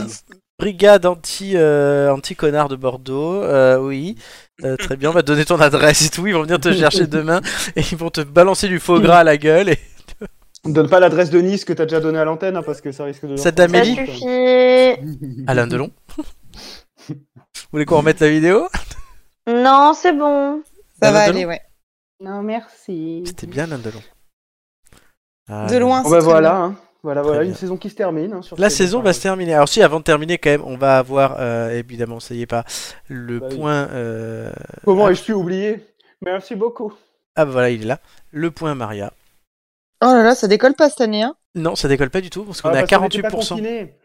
[SPEAKER 1] brigade anti, euh, anti-connard de Bordeaux, euh, oui. Euh, très bien, on va te donner ton adresse et tout, ils vont venir te chercher demain et ils vont te balancer du faux gras à la gueule. Et...
[SPEAKER 5] Donne pas l'adresse de Nice que t'as déjà donnée à l'antenne, hein, parce que ça risque de.
[SPEAKER 1] Celle
[SPEAKER 8] Ça
[SPEAKER 1] d'Amélie
[SPEAKER 5] [LAUGHS]
[SPEAKER 8] suffit.
[SPEAKER 1] Alain Delon Vous voulez qu'on remette la vidéo
[SPEAKER 8] Non, c'est bon.
[SPEAKER 2] Ça
[SPEAKER 1] Ah,
[SPEAKER 2] va
[SPEAKER 1] de
[SPEAKER 2] aller,
[SPEAKER 1] loin
[SPEAKER 2] ouais.
[SPEAKER 5] Non, merci.
[SPEAKER 1] C'était bien Alain Delon. Ah,
[SPEAKER 2] De loin.
[SPEAKER 5] Bon,
[SPEAKER 2] c'est
[SPEAKER 5] bah
[SPEAKER 2] très
[SPEAKER 5] voilà,
[SPEAKER 2] bien.
[SPEAKER 5] hein. voilà,
[SPEAKER 1] Très
[SPEAKER 5] voilà,
[SPEAKER 1] bien.
[SPEAKER 5] une saison qui se termine. hein, sur
[SPEAKER 1] La
[SPEAKER 5] ces
[SPEAKER 1] saison
[SPEAKER 5] bonnes
[SPEAKER 1] va
[SPEAKER 5] paroles.
[SPEAKER 1] se terminer. Alors si, avant de terminer quand même, on va avoir, euh, évidemment, ça y est pas, le
[SPEAKER 5] Bah oui.
[SPEAKER 1] point... euh,
[SPEAKER 5] Comment ai-je pu oublier Merci beaucoup.
[SPEAKER 1] Ah bah voilà, il est là. Le point Maria.
[SPEAKER 2] Oh là là, ça décolle pas cette année. Hein.
[SPEAKER 1] Non, ça décolle pas du tout parce qu'on
[SPEAKER 5] Ah,
[SPEAKER 1] est à
[SPEAKER 5] parce qu'on était pas
[SPEAKER 1] 48%.
[SPEAKER 5] confinés.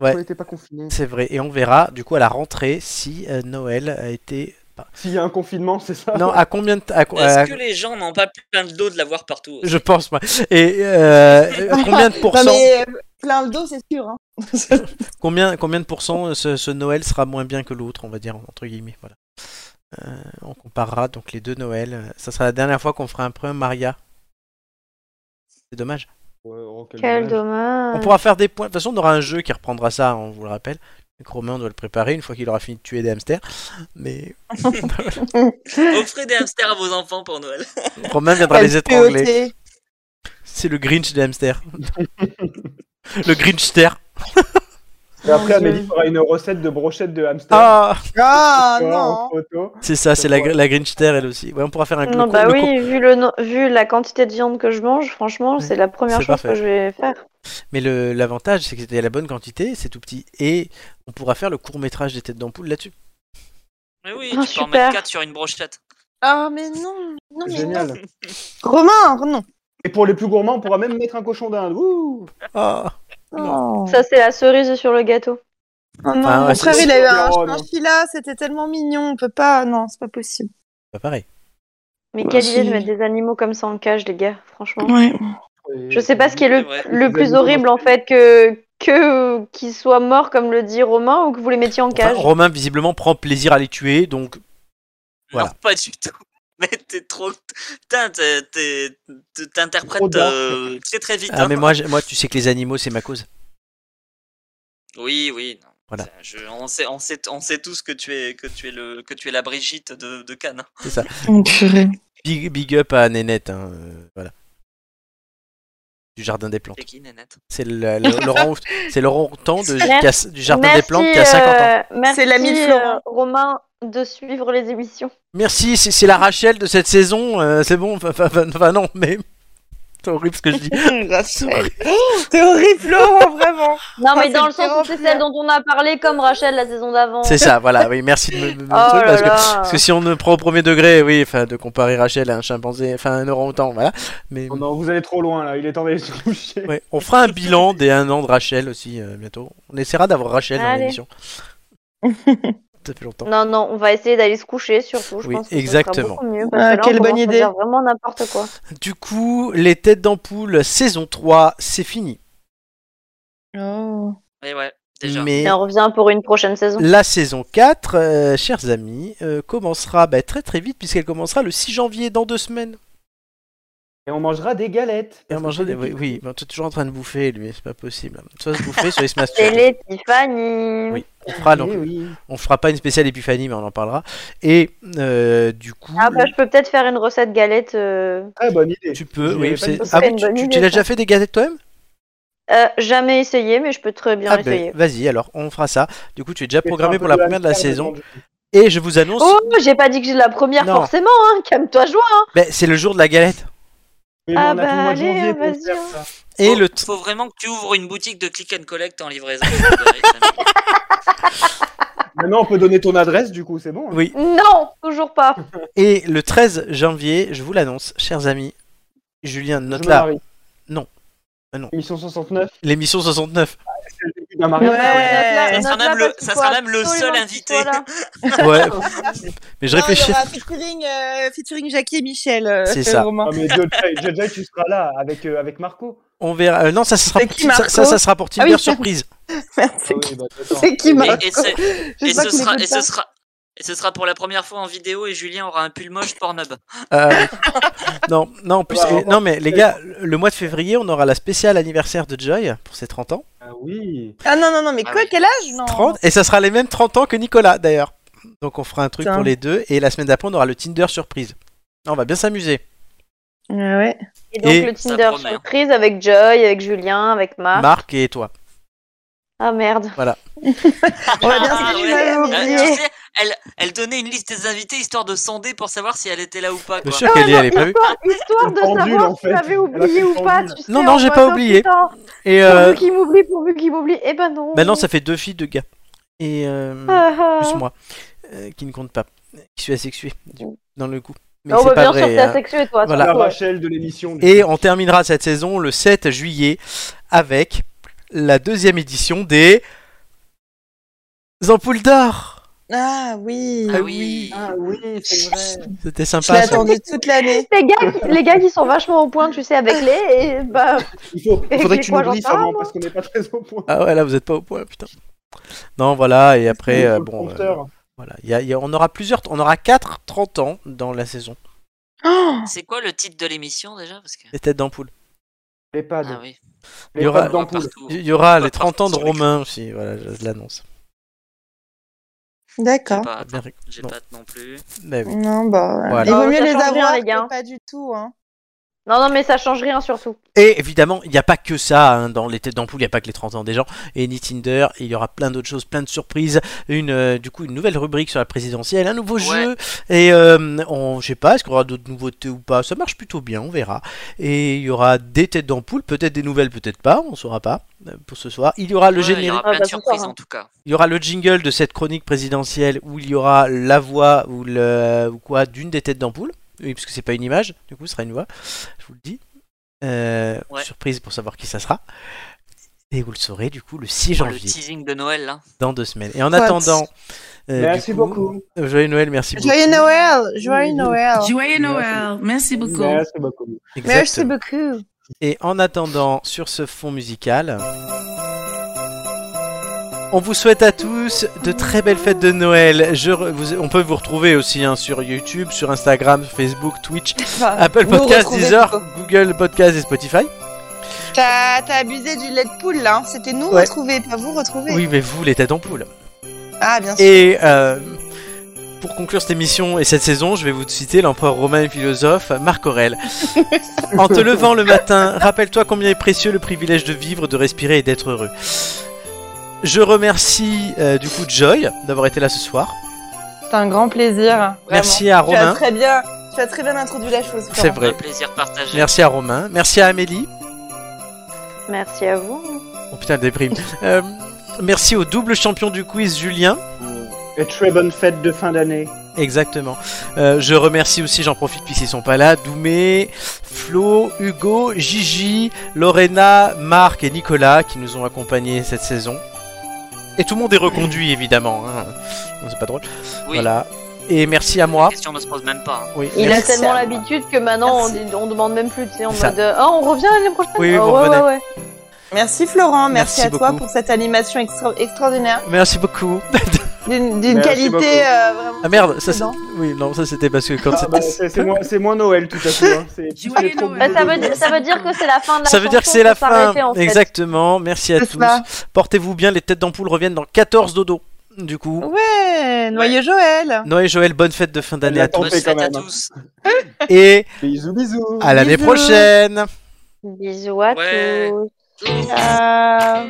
[SPEAKER 1] Ouais.
[SPEAKER 5] On n'était pas confinés.
[SPEAKER 1] C'est vrai, et on verra du coup à la rentrée si euh, Noël a été.
[SPEAKER 5] S'il y a un confinement, c'est ça
[SPEAKER 1] Non, à combien de. à co- à-
[SPEAKER 4] Est-ce que les gens n'ont pas plein le dos de l'avoir partout aussi
[SPEAKER 1] Je pense, moi. Et euh, à combien de
[SPEAKER 2] Non,
[SPEAKER 1] pourcents,
[SPEAKER 2] mais euh, plein le dos, c'est sûr. Hein. [LAUGHS]
[SPEAKER 1] combien, combien de pourcents euh, ce, ce Noël sera moins bien que l'autre, on va dire, entre guillemets. Voilà. Euh, on comparera donc les deux Noëls. Ça sera la dernière fois qu'on fera un point Maria. C'est dommage.
[SPEAKER 5] Ouais, oh, quel
[SPEAKER 8] Quel
[SPEAKER 5] dommage.
[SPEAKER 8] dommage.
[SPEAKER 1] On pourra faire des points. De toute façon, on aura un jeu qui reprendra ça, on vous le rappelle. Donc Romain, on doit le préparer une fois qu'il aura fini de tuer des hamsters. Mais [LAUGHS]
[SPEAKER 4] Offrez des hamsters à vos enfants pour Noël.
[SPEAKER 1] Romain viendra les étrangler.
[SPEAKER 2] LPOT.
[SPEAKER 1] C'est le Grinch des hamsters. [LAUGHS] le Grinchster.
[SPEAKER 5] Et après,
[SPEAKER 8] Mon
[SPEAKER 5] Amélie
[SPEAKER 8] Dieu.
[SPEAKER 5] fera une recette de brochettes de hamster.
[SPEAKER 1] Ah
[SPEAKER 2] Ah
[SPEAKER 5] Tu vois, en
[SPEAKER 2] non.
[SPEAKER 5] photo.
[SPEAKER 1] C'est ça, c'est la, la Grinchster elle aussi. Ouais, on pourra faire un
[SPEAKER 8] Non,
[SPEAKER 1] le-
[SPEAKER 8] bah
[SPEAKER 1] le-
[SPEAKER 8] oui, vu, le no- vu la quantité de viande que je mange, franchement, c'est la première
[SPEAKER 1] C'est
[SPEAKER 8] chose
[SPEAKER 1] parfait.
[SPEAKER 8] que je vais faire.
[SPEAKER 1] Mais le- l'avantage, c'est que c'était la bonne quantité, c'est tout petit. Et on pourra faire le court métrage des têtes d'ampoule là-dessus.
[SPEAKER 4] Mais oui,
[SPEAKER 8] Oh,
[SPEAKER 4] tu peux en mettre
[SPEAKER 8] super.
[SPEAKER 4] 4 sur une brochette.
[SPEAKER 2] Ah mais non. Non mais non.
[SPEAKER 5] Génial.
[SPEAKER 2] Romain, oh, non.
[SPEAKER 5] Et pour les plus gourmands, on pourra même mettre un cochon d'Inde. Ouh
[SPEAKER 1] Ah.
[SPEAKER 2] Non.
[SPEAKER 8] Ça, c'est la cerise sur le gâteau.
[SPEAKER 2] Oh non,
[SPEAKER 1] Ah, ouais,
[SPEAKER 2] mon
[SPEAKER 1] c'est-
[SPEAKER 2] frère, il a eu un
[SPEAKER 5] Oh, non.
[SPEAKER 2] chinchilla, c'était tellement mignon, on peut pas, non, c'est pas possible.
[SPEAKER 1] Pas pareil.
[SPEAKER 8] Mais
[SPEAKER 2] Bah,
[SPEAKER 8] quelle
[SPEAKER 2] si.
[SPEAKER 8] idée de mettre des animaux comme ça en cage, les gars, franchement.
[SPEAKER 2] Ouais.
[SPEAKER 5] Et-
[SPEAKER 8] Je sais pas ce qui est
[SPEAKER 4] C'est
[SPEAKER 8] le,
[SPEAKER 4] vrai.
[SPEAKER 8] le
[SPEAKER 5] Les
[SPEAKER 8] plus
[SPEAKER 5] animaux
[SPEAKER 8] horrible en fait que que qu'ils soient morts comme le dit Romain ou que vous les mettiez en
[SPEAKER 1] Enfin,
[SPEAKER 8] cage.
[SPEAKER 1] Romain, visiblement, prend plaisir à les tuer, donc Voilà.
[SPEAKER 4] Non, pas du tout. Mais t'es trop. Putain, t'es- t'es- t'es-
[SPEAKER 5] Trop
[SPEAKER 4] t'interprètes
[SPEAKER 5] dark.
[SPEAKER 4] euh, très très vite.
[SPEAKER 1] Ah,
[SPEAKER 4] hein.
[SPEAKER 1] mais moi, j'ai- moi, tu sais que les animaux, c'est ma cause.
[SPEAKER 4] Oui, oui. non.
[SPEAKER 1] Voilà.
[SPEAKER 4] Je- on, sait, on, sait, on sait tous que tu es, que tu es, le, que tu es la Brigitte de, de Cannes. hein.
[SPEAKER 2] Oh, Mon [LAUGHS] purée.
[SPEAKER 1] Big, big up à Nénette, hein, euh, voilà. Du jardin des plantes.
[SPEAKER 4] C'est qui, Nénette
[SPEAKER 1] C'est le- le- Laurent, c'est Laurent Houtan de- qui a- du jardin
[SPEAKER 8] Merci,
[SPEAKER 1] des plantes qui a 50 ans.
[SPEAKER 8] euh, merci
[SPEAKER 2] C'est l'ami de
[SPEAKER 8] euh,
[SPEAKER 2] Florent.
[SPEAKER 8] Romain de suivre les émissions.
[SPEAKER 1] Merci, c'est c'est la Rachel de cette saison, euh, c'est bon, enfin, enfin, enfin, enfin, non, mais [LAUGHS] C'est horrible ce que je
[SPEAKER 3] [LAUGHS]
[SPEAKER 1] dis.
[SPEAKER 2] [GASPS] Rachel. C'est horrible, Laurent, vraiment.
[SPEAKER 3] Non, mais
[SPEAKER 2] Oh,
[SPEAKER 3] dans le
[SPEAKER 2] c'est
[SPEAKER 3] sens où c'est celle dont on a parlé, comme Rachel la saison d'avant.
[SPEAKER 1] C'est ça, voilà. Oui, merci de me, me- me-
[SPEAKER 3] Oh là
[SPEAKER 1] parce, que,
[SPEAKER 3] là.
[SPEAKER 1] parce que si on ne prend au premier degré, oui, enfin, de comparer Rachel à un chimpanzé, enfin, un orang-outan, voilà. Mais
[SPEAKER 5] Oh non, vous allez trop loin là, il est temps d'aller se coucher.
[SPEAKER 1] ouais, on fera un bilan des un an de Rachel aussi euh, bientôt. On essaiera d'avoir Rachel dans
[SPEAKER 3] Allez. [LAUGHS]
[SPEAKER 1] l'émission. Ça fait longtemps.
[SPEAKER 3] Non, non, on va essayer d'aller se coucher surtout. Je
[SPEAKER 1] Oui,
[SPEAKER 3] pense que ce
[SPEAKER 1] exactement.
[SPEAKER 3] sera beaucoup mieux, parce
[SPEAKER 1] Ah,
[SPEAKER 3] que là, on
[SPEAKER 1] quelle bonne
[SPEAKER 3] commence à
[SPEAKER 1] idée.
[SPEAKER 3] dire vraiment n'importe quoi.
[SPEAKER 1] Du coup, les têtes d'ampoule saison 3, c'est fini.
[SPEAKER 2] Oh.
[SPEAKER 4] Mais ouais.
[SPEAKER 1] Mais
[SPEAKER 3] Et on revient pour une prochaine saison.
[SPEAKER 1] la saison 4, euh, chers amis, euh, commencera bah, très très vite puisqu'elle commencera le 6 janvier dans deux semaines.
[SPEAKER 5] Et on mangera des galettes.
[SPEAKER 1] Et on mangera des- Oui, oui, mais on est toujours en train de bouffer, lui, c'est pas possible. Soit se bouffer, soit il se
[SPEAKER 3] C'est
[SPEAKER 1] masturbe.
[SPEAKER 3] l'épiphanie.
[SPEAKER 1] Oui, on fera, Ah, donc, euh,
[SPEAKER 3] Eh
[SPEAKER 1] on fera pas une spéciale épiphanie, mais on en parlera. Et euh, du coup,
[SPEAKER 3] Ah bah, je peux peut-être faire une recette galette. euh,
[SPEAKER 5] bonne idée.
[SPEAKER 1] tu peux.
[SPEAKER 3] avais
[SPEAKER 1] Oui,
[SPEAKER 3] pas
[SPEAKER 1] c'est-
[SPEAKER 3] pensé.
[SPEAKER 1] Ah
[SPEAKER 3] C'est
[SPEAKER 1] oui,
[SPEAKER 3] une
[SPEAKER 1] tu,
[SPEAKER 3] bonne
[SPEAKER 1] tu- tu
[SPEAKER 3] idée,
[SPEAKER 1] l'as
[SPEAKER 3] ça.
[SPEAKER 1] déjà fait des gazettes toi-même
[SPEAKER 3] euh, jamais essayé, mais je peux très bien
[SPEAKER 1] Ah
[SPEAKER 3] essayer.
[SPEAKER 1] ben, vas-y, alors on fera ça. Du coup, tu es déjà programmé
[SPEAKER 5] un
[SPEAKER 1] pour
[SPEAKER 5] peu
[SPEAKER 1] la
[SPEAKER 5] de
[SPEAKER 1] première de la
[SPEAKER 5] hamster
[SPEAKER 1] saison. Et je vous annonce,
[SPEAKER 3] Oh, j'ai pas dit que j'ai la première
[SPEAKER 1] Non.
[SPEAKER 3] forcément, hein. Calme-toi, joie. hein.
[SPEAKER 1] ben, c'est le jour de la galette.
[SPEAKER 5] Mais
[SPEAKER 3] Ah
[SPEAKER 5] on a tout le
[SPEAKER 3] bah
[SPEAKER 5] mois de janvier
[SPEAKER 3] allez,
[SPEAKER 5] pour
[SPEAKER 3] vas-y.
[SPEAKER 5] faire
[SPEAKER 3] hein.
[SPEAKER 5] ça.
[SPEAKER 1] Et le
[SPEAKER 4] Faut vraiment que tu ouvres une boutique de click and collect
[SPEAKER 12] [LAUGHS]
[SPEAKER 4] en livraison.
[SPEAKER 5] Maintenant, on peut donner ton adresse, du coup, c'est bon. hein.
[SPEAKER 1] Oui.
[SPEAKER 3] Non, toujours pas.
[SPEAKER 1] Et le 13 janvier, je vous l'annonce, chers amis. Julien,
[SPEAKER 5] Je
[SPEAKER 1] note
[SPEAKER 5] me
[SPEAKER 1] là.
[SPEAKER 5] marie.
[SPEAKER 1] Non. Ah non.
[SPEAKER 5] Émission 69.
[SPEAKER 12] [LAUGHS]
[SPEAKER 1] L'émission 69.
[SPEAKER 5] C'est le début d'un mariage.
[SPEAKER 4] Ça
[SPEAKER 3] Note-la-
[SPEAKER 4] sera
[SPEAKER 3] note-la
[SPEAKER 4] même le-
[SPEAKER 3] parce qu'il
[SPEAKER 4] ça
[SPEAKER 3] faut
[SPEAKER 4] sera même le
[SPEAKER 3] absolument
[SPEAKER 4] seul
[SPEAKER 3] que tu
[SPEAKER 4] invité.
[SPEAKER 3] sois là.
[SPEAKER 1] Ouais. Mais je
[SPEAKER 12] Non, il y
[SPEAKER 1] réfléchis.
[SPEAKER 12] aura featuring, euh, featuring Jackie et Michel. euh,
[SPEAKER 1] C'est
[SPEAKER 12] ce
[SPEAKER 1] ça.
[SPEAKER 12] roman.
[SPEAKER 5] Ah, mais Jojo, Jojo, tu seras là avec, euh, avec Marco.
[SPEAKER 1] On verra. euh, non, ça, ça sera
[SPEAKER 12] C'est
[SPEAKER 1] pour
[SPEAKER 12] qui,
[SPEAKER 1] ça, ça,
[SPEAKER 12] Marco
[SPEAKER 1] ça sera pour
[SPEAKER 12] Ah oui.
[SPEAKER 1] Tinder surprise.
[SPEAKER 5] Ah oui, bah, attends.
[SPEAKER 12] C'est qui, Marco
[SPEAKER 4] Et, et ce,
[SPEAKER 12] Je
[SPEAKER 4] et
[SPEAKER 12] sais pas
[SPEAKER 4] ce
[SPEAKER 12] qu'il
[SPEAKER 4] sera,
[SPEAKER 12] écoute
[SPEAKER 4] et ce
[SPEAKER 12] ça.
[SPEAKER 4] sera. Et ce sera pour la première fois en vidéo et Julien aura un pull moche Pornhub.
[SPEAKER 12] [LAUGHS]
[SPEAKER 1] Euh, non, non, en plus,
[SPEAKER 5] Bah,
[SPEAKER 1] euh,
[SPEAKER 5] on-
[SPEAKER 1] non, mais les gars, le mois de février, on aura la spéciale anniversaire de Joy pour ses 30
[SPEAKER 12] Oh.
[SPEAKER 1] ans.
[SPEAKER 5] Ah oui.
[SPEAKER 12] Ah non, non, non, mais
[SPEAKER 4] Ah
[SPEAKER 12] quoi,
[SPEAKER 4] oui.
[SPEAKER 12] quel âge non.
[SPEAKER 1] 30, et ça sera les mêmes 30 ans que Nicolas d'ailleurs. Donc on fera un truc
[SPEAKER 12] Putain.
[SPEAKER 1] pour les deux et la semaine d'après on aura le Tinder surprise. On va bien s'amuser.
[SPEAKER 2] Ah
[SPEAKER 12] Ouais, ouais.
[SPEAKER 3] Et donc
[SPEAKER 1] Et-
[SPEAKER 3] le
[SPEAKER 4] Ça
[SPEAKER 3] Tinder
[SPEAKER 4] promet, hein.
[SPEAKER 3] surprise avec Joy, avec Julien, avec Marc.
[SPEAKER 1] Marc et toi.
[SPEAKER 3] Ah merde.
[SPEAKER 12] On va bien
[SPEAKER 4] Ah,
[SPEAKER 12] s'amuser,
[SPEAKER 4] ouais.
[SPEAKER 12] j'avais
[SPEAKER 4] Euh,
[SPEAKER 12] oublié.
[SPEAKER 4] tu sais, elle, elle donnait une liste des invités histoire de sonder pour savoir si elle était là ou
[SPEAKER 1] Bien
[SPEAKER 4] pas. quoi.
[SPEAKER 12] Ah.
[SPEAKER 1] sûr qu'elle y est, elle est prévue.
[SPEAKER 3] Histoire, histoire de
[SPEAKER 5] Pendule,
[SPEAKER 3] savoir
[SPEAKER 5] en
[SPEAKER 3] si
[SPEAKER 5] fait.
[SPEAKER 3] j'avais
[SPEAKER 5] Elle a fait
[SPEAKER 3] oublié ou
[SPEAKER 5] pendule.
[SPEAKER 3] pas. Tu sais,
[SPEAKER 1] Non, non,
[SPEAKER 3] on
[SPEAKER 1] j'ai
[SPEAKER 3] va
[SPEAKER 1] pas
[SPEAKER 3] dire,
[SPEAKER 1] oublié.
[SPEAKER 3] putain,
[SPEAKER 1] Et
[SPEAKER 12] [LAUGHS]
[SPEAKER 1] euh,
[SPEAKER 3] Pourvu qu'il m'oublie, pourvu qu'il m'oublie. Eh ben non.
[SPEAKER 1] maintenant ça fait deux filles, deux gars. Et euh,
[SPEAKER 3] Ah, ah.
[SPEAKER 1] plus moi, euh, qui ne compte pas, qui suis asexué du- dans le coup. Mais
[SPEAKER 3] Non,
[SPEAKER 1] c'est
[SPEAKER 3] bah,
[SPEAKER 1] pas
[SPEAKER 3] bien sûr,
[SPEAKER 1] vrai.
[SPEAKER 3] t'es
[SPEAKER 1] hein.
[SPEAKER 3] asexué, toi.
[SPEAKER 1] Voilà.
[SPEAKER 5] La
[SPEAKER 3] surtout, ouais.
[SPEAKER 5] Rachel de l'émission. du
[SPEAKER 1] Et
[SPEAKER 5] coup.
[SPEAKER 1] on terminera cette saison le 7 juillet avec la deuxième édition des Ampoules d'or.
[SPEAKER 12] Ah oui.
[SPEAKER 2] euh,
[SPEAKER 4] Ah oui.
[SPEAKER 5] Ah oui, c'est vrai.
[SPEAKER 1] C'était
[SPEAKER 12] Je
[SPEAKER 1] sympa.
[SPEAKER 12] l'ai
[SPEAKER 1] ça.
[SPEAKER 12] attendu toute l'année.
[SPEAKER 3] [GASPS] Les gars, qui, les gars qui sont vachement au point, tu sais, avec les. Et, bah,
[SPEAKER 5] Il faut,
[SPEAKER 3] Et
[SPEAKER 5] faudrait que tu
[SPEAKER 3] quoi,
[SPEAKER 5] nous briefes
[SPEAKER 3] j'en parle,
[SPEAKER 5] avant parce qu'on n'est pas très au point.
[SPEAKER 1] Ah ouais, là vous êtes pas au point, putain. Non, voilà, et après, euh,
[SPEAKER 5] Faut le
[SPEAKER 1] bon, euh,
[SPEAKER 5] compteur.
[SPEAKER 1] voilà, Il y a- il y a- on aura plusieurs, on aura 4 30 ans dans la saison,
[SPEAKER 4] C'est quoi le titre de l'émission déjà Parce que...
[SPEAKER 1] les têtes d'ampoule.
[SPEAKER 5] Les pads.
[SPEAKER 4] Ah oui.
[SPEAKER 1] il y
[SPEAKER 5] Les
[SPEAKER 1] aura-
[SPEAKER 5] pads d'ampoule.
[SPEAKER 4] Partout.
[SPEAKER 1] Il y aura
[SPEAKER 4] Pas
[SPEAKER 1] les 30 ans de
[SPEAKER 4] partout sur les
[SPEAKER 1] Romain aussi, voilà, je l'annonce.
[SPEAKER 4] J'ai
[SPEAKER 12] D'accord.
[SPEAKER 4] pas,
[SPEAKER 1] Bien ré-
[SPEAKER 4] j'ai
[SPEAKER 1] non. Ah,
[SPEAKER 4] pas non plus.
[SPEAKER 1] Mais oui.
[SPEAKER 12] Non, bah.
[SPEAKER 1] Voilà.
[SPEAKER 12] Il
[SPEAKER 3] Bah,
[SPEAKER 12] vaut mieux
[SPEAKER 3] ça
[SPEAKER 12] les
[SPEAKER 3] change rien,
[SPEAKER 12] avoir
[SPEAKER 3] les gars.
[SPEAKER 12] que pas du tout. Hein.
[SPEAKER 3] Non, non, mais ça change rien, surtout.
[SPEAKER 1] Et évidemment, il n'y a pas que ça hein, dans les têtes d'ampoule, il n'y a pas que les 30 ans des gens, et ni Tinder, il y aura plein d'autres choses, plein de surprises, une, euh, du coup, une nouvelle rubrique sur la présidentielle, un nouveau jeu, et euh, on, je sais pas, est-ce qu'on aura d'autres nouveautés ou pas, ça marche plutôt bien, on verra. Et il y aura des têtes d'ampoule, peut-être des nouvelles, peut-être pas, on saura pas euh, pour ce soir. Il y aura le
[SPEAKER 4] Ouais, Il y
[SPEAKER 1] générique.
[SPEAKER 4] aura
[SPEAKER 3] Ah,
[SPEAKER 4] plein
[SPEAKER 3] bah,
[SPEAKER 4] de
[SPEAKER 3] ce soir,
[SPEAKER 4] surprises
[SPEAKER 3] hein.
[SPEAKER 4] en tout cas.
[SPEAKER 1] Il y aura le jingle de cette chronique présidentielle où il y aura la voix ou, le, ou quoi d'une des têtes d'ampoule. Oui, parce que c'est pas une image, du coup, ce sera une voix. Je vous le dis. Euh,
[SPEAKER 4] Ouais.
[SPEAKER 1] Surprise pour savoir qui ça sera. Et vous le saurez du coup le 6
[SPEAKER 4] Oh, le
[SPEAKER 1] janvier,
[SPEAKER 4] teasing de Noël hein. là.
[SPEAKER 1] dans deux semaines. Et en
[SPEAKER 12] What
[SPEAKER 1] attendant, euh, du
[SPEAKER 5] Merci
[SPEAKER 1] coup,
[SPEAKER 5] beaucoup.
[SPEAKER 1] euh, Joyeux Noël, merci beaucoup.
[SPEAKER 12] Joyeux Noël. Joyeux Noël.
[SPEAKER 2] Oh.
[SPEAKER 6] Joyeux Noël. Merci beaucoup.
[SPEAKER 5] Merci beaucoup.
[SPEAKER 12] Merci
[SPEAKER 1] Exactement.
[SPEAKER 12] beaucoup.
[SPEAKER 1] Et en attendant, sur ce fond musical, on vous souhaite à tous de très belles fêtes de Noël. Je re- vous- on peut vous retrouver aussi hein, sur YouTube, sur Instagram, Facebook, Twitch,
[SPEAKER 12] Enfin,
[SPEAKER 1] Apple
[SPEAKER 12] nous
[SPEAKER 1] Podcasts,
[SPEAKER 12] retrouver
[SPEAKER 1] Deezer,
[SPEAKER 12] plutôt.
[SPEAKER 1] Google Podcasts et Spotify.
[SPEAKER 12] T'as t'as abusé du lait de poule là. hein. C'était nous
[SPEAKER 1] Ouais.
[SPEAKER 12] retrouver, pas vous retrouver.
[SPEAKER 1] Oui, mais vous, les têtes en poule.
[SPEAKER 12] Ah, bien sûr.
[SPEAKER 1] Et euh, pour conclure cette émission et cette saison, je vais vous citer l'empereur romain et philosophe Marc Aurèle. en te levant le matin, rappelle-toi combien est précieux le privilège de vivre, de respirer et d'être heureux. Je remercie euh, du coup Joy d'avoir été là ce soir.
[SPEAKER 12] C'est un grand plaisir.
[SPEAKER 1] Merci à
[SPEAKER 12] Tu as
[SPEAKER 1] Romain.
[SPEAKER 12] très bien, tu
[SPEAKER 2] tu as très bien introduit la chose. Florent.
[SPEAKER 1] C'est vrai.
[SPEAKER 4] plaisir partagé.
[SPEAKER 1] Merci à Romain. Merci à Amélie.
[SPEAKER 3] Merci à vous.
[SPEAKER 1] Oh putain, déprime. Euh, merci au double champion du quiz, Julien.
[SPEAKER 5] Et très bonne fête de fin d'année.
[SPEAKER 1] Exactement. Euh, je remercie aussi, j'en profite puisqu'ils sont pas là, Doumé, Flo, Hugo, Gigi, Lorena, Marc et Nicolas qui nous ont accompagnés cette saison. Et tout le monde est reconduit évidemment. hein. Non, C'est pas drôle.
[SPEAKER 4] Oui.
[SPEAKER 1] Voilà. Et merci à moi.
[SPEAKER 4] La question ne se pose même pas. hein.
[SPEAKER 1] Oui,
[SPEAKER 3] Il a
[SPEAKER 1] merci.
[SPEAKER 3] tellement l'habitude que maintenant on, dit- on demande même plus, tu sais, en
[SPEAKER 1] Ça.
[SPEAKER 3] mode euh, Ah, on revient l'année prochaine.
[SPEAKER 1] Oui, oui,
[SPEAKER 3] Ah,
[SPEAKER 1] vous
[SPEAKER 3] ouais,
[SPEAKER 1] revenez.
[SPEAKER 3] ouais, ouais.
[SPEAKER 2] Merci Florent,
[SPEAKER 1] Merci
[SPEAKER 2] merci, à toi
[SPEAKER 1] beaucoup.
[SPEAKER 2] pour cette animation extra- extraordinaire,
[SPEAKER 1] Merci beaucoup.
[SPEAKER 2] d'une d'une
[SPEAKER 5] Merci
[SPEAKER 2] qualité
[SPEAKER 5] beaucoup.
[SPEAKER 2] euh, vraiment.
[SPEAKER 1] Ah merde, ça c'est-
[SPEAKER 2] Non.
[SPEAKER 1] Oui, non, ça c'était parce que quand
[SPEAKER 5] Ah, bah,
[SPEAKER 1] c'était.
[SPEAKER 5] c'est c'est moins, c'est moins Noël tout à coup. hein. C'est tous les problèmes
[SPEAKER 3] Bah,
[SPEAKER 5] de
[SPEAKER 3] ça,
[SPEAKER 5] Noël.
[SPEAKER 3] veut dire, ça veut dire que c'est la fin de la
[SPEAKER 1] Ça veut dire que
[SPEAKER 3] chanson,
[SPEAKER 1] c'est la
[SPEAKER 3] faut s'arrêter,
[SPEAKER 1] fin.
[SPEAKER 3] en fait.
[SPEAKER 1] Exactement. Merci à
[SPEAKER 2] C'est
[SPEAKER 1] tous.
[SPEAKER 2] ça.
[SPEAKER 1] Portez-vous bien. Les têtes d'ampoule reviennent dans 14 dodo. Du coup.
[SPEAKER 2] Ouais, noyeux Joël.
[SPEAKER 1] Noël et Joël, bonne fête de fin d'année à
[SPEAKER 5] Bonne
[SPEAKER 1] tous.
[SPEAKER 4] Bonne
[SPEAKER 5] fait
[SPEAKER 4] fête
[SPEAKER 5] quand
[SPEAKER 4] à
[SPEAKER 5] même.
[SPEAKER 4] tous.
[SPEAKER 1] Et
[SPEAKER 5] Bisous, bisous.
[SPEAKER 1] à l'année
[SPEAKER 2] Bisous.
[SPEAKER 1] prochaine.
[SPEAKER 3] Bisous à
[SPEAKER 4] Ouais.
[SPEAKER 3] tous.
[SPEAKER 2] Ciao.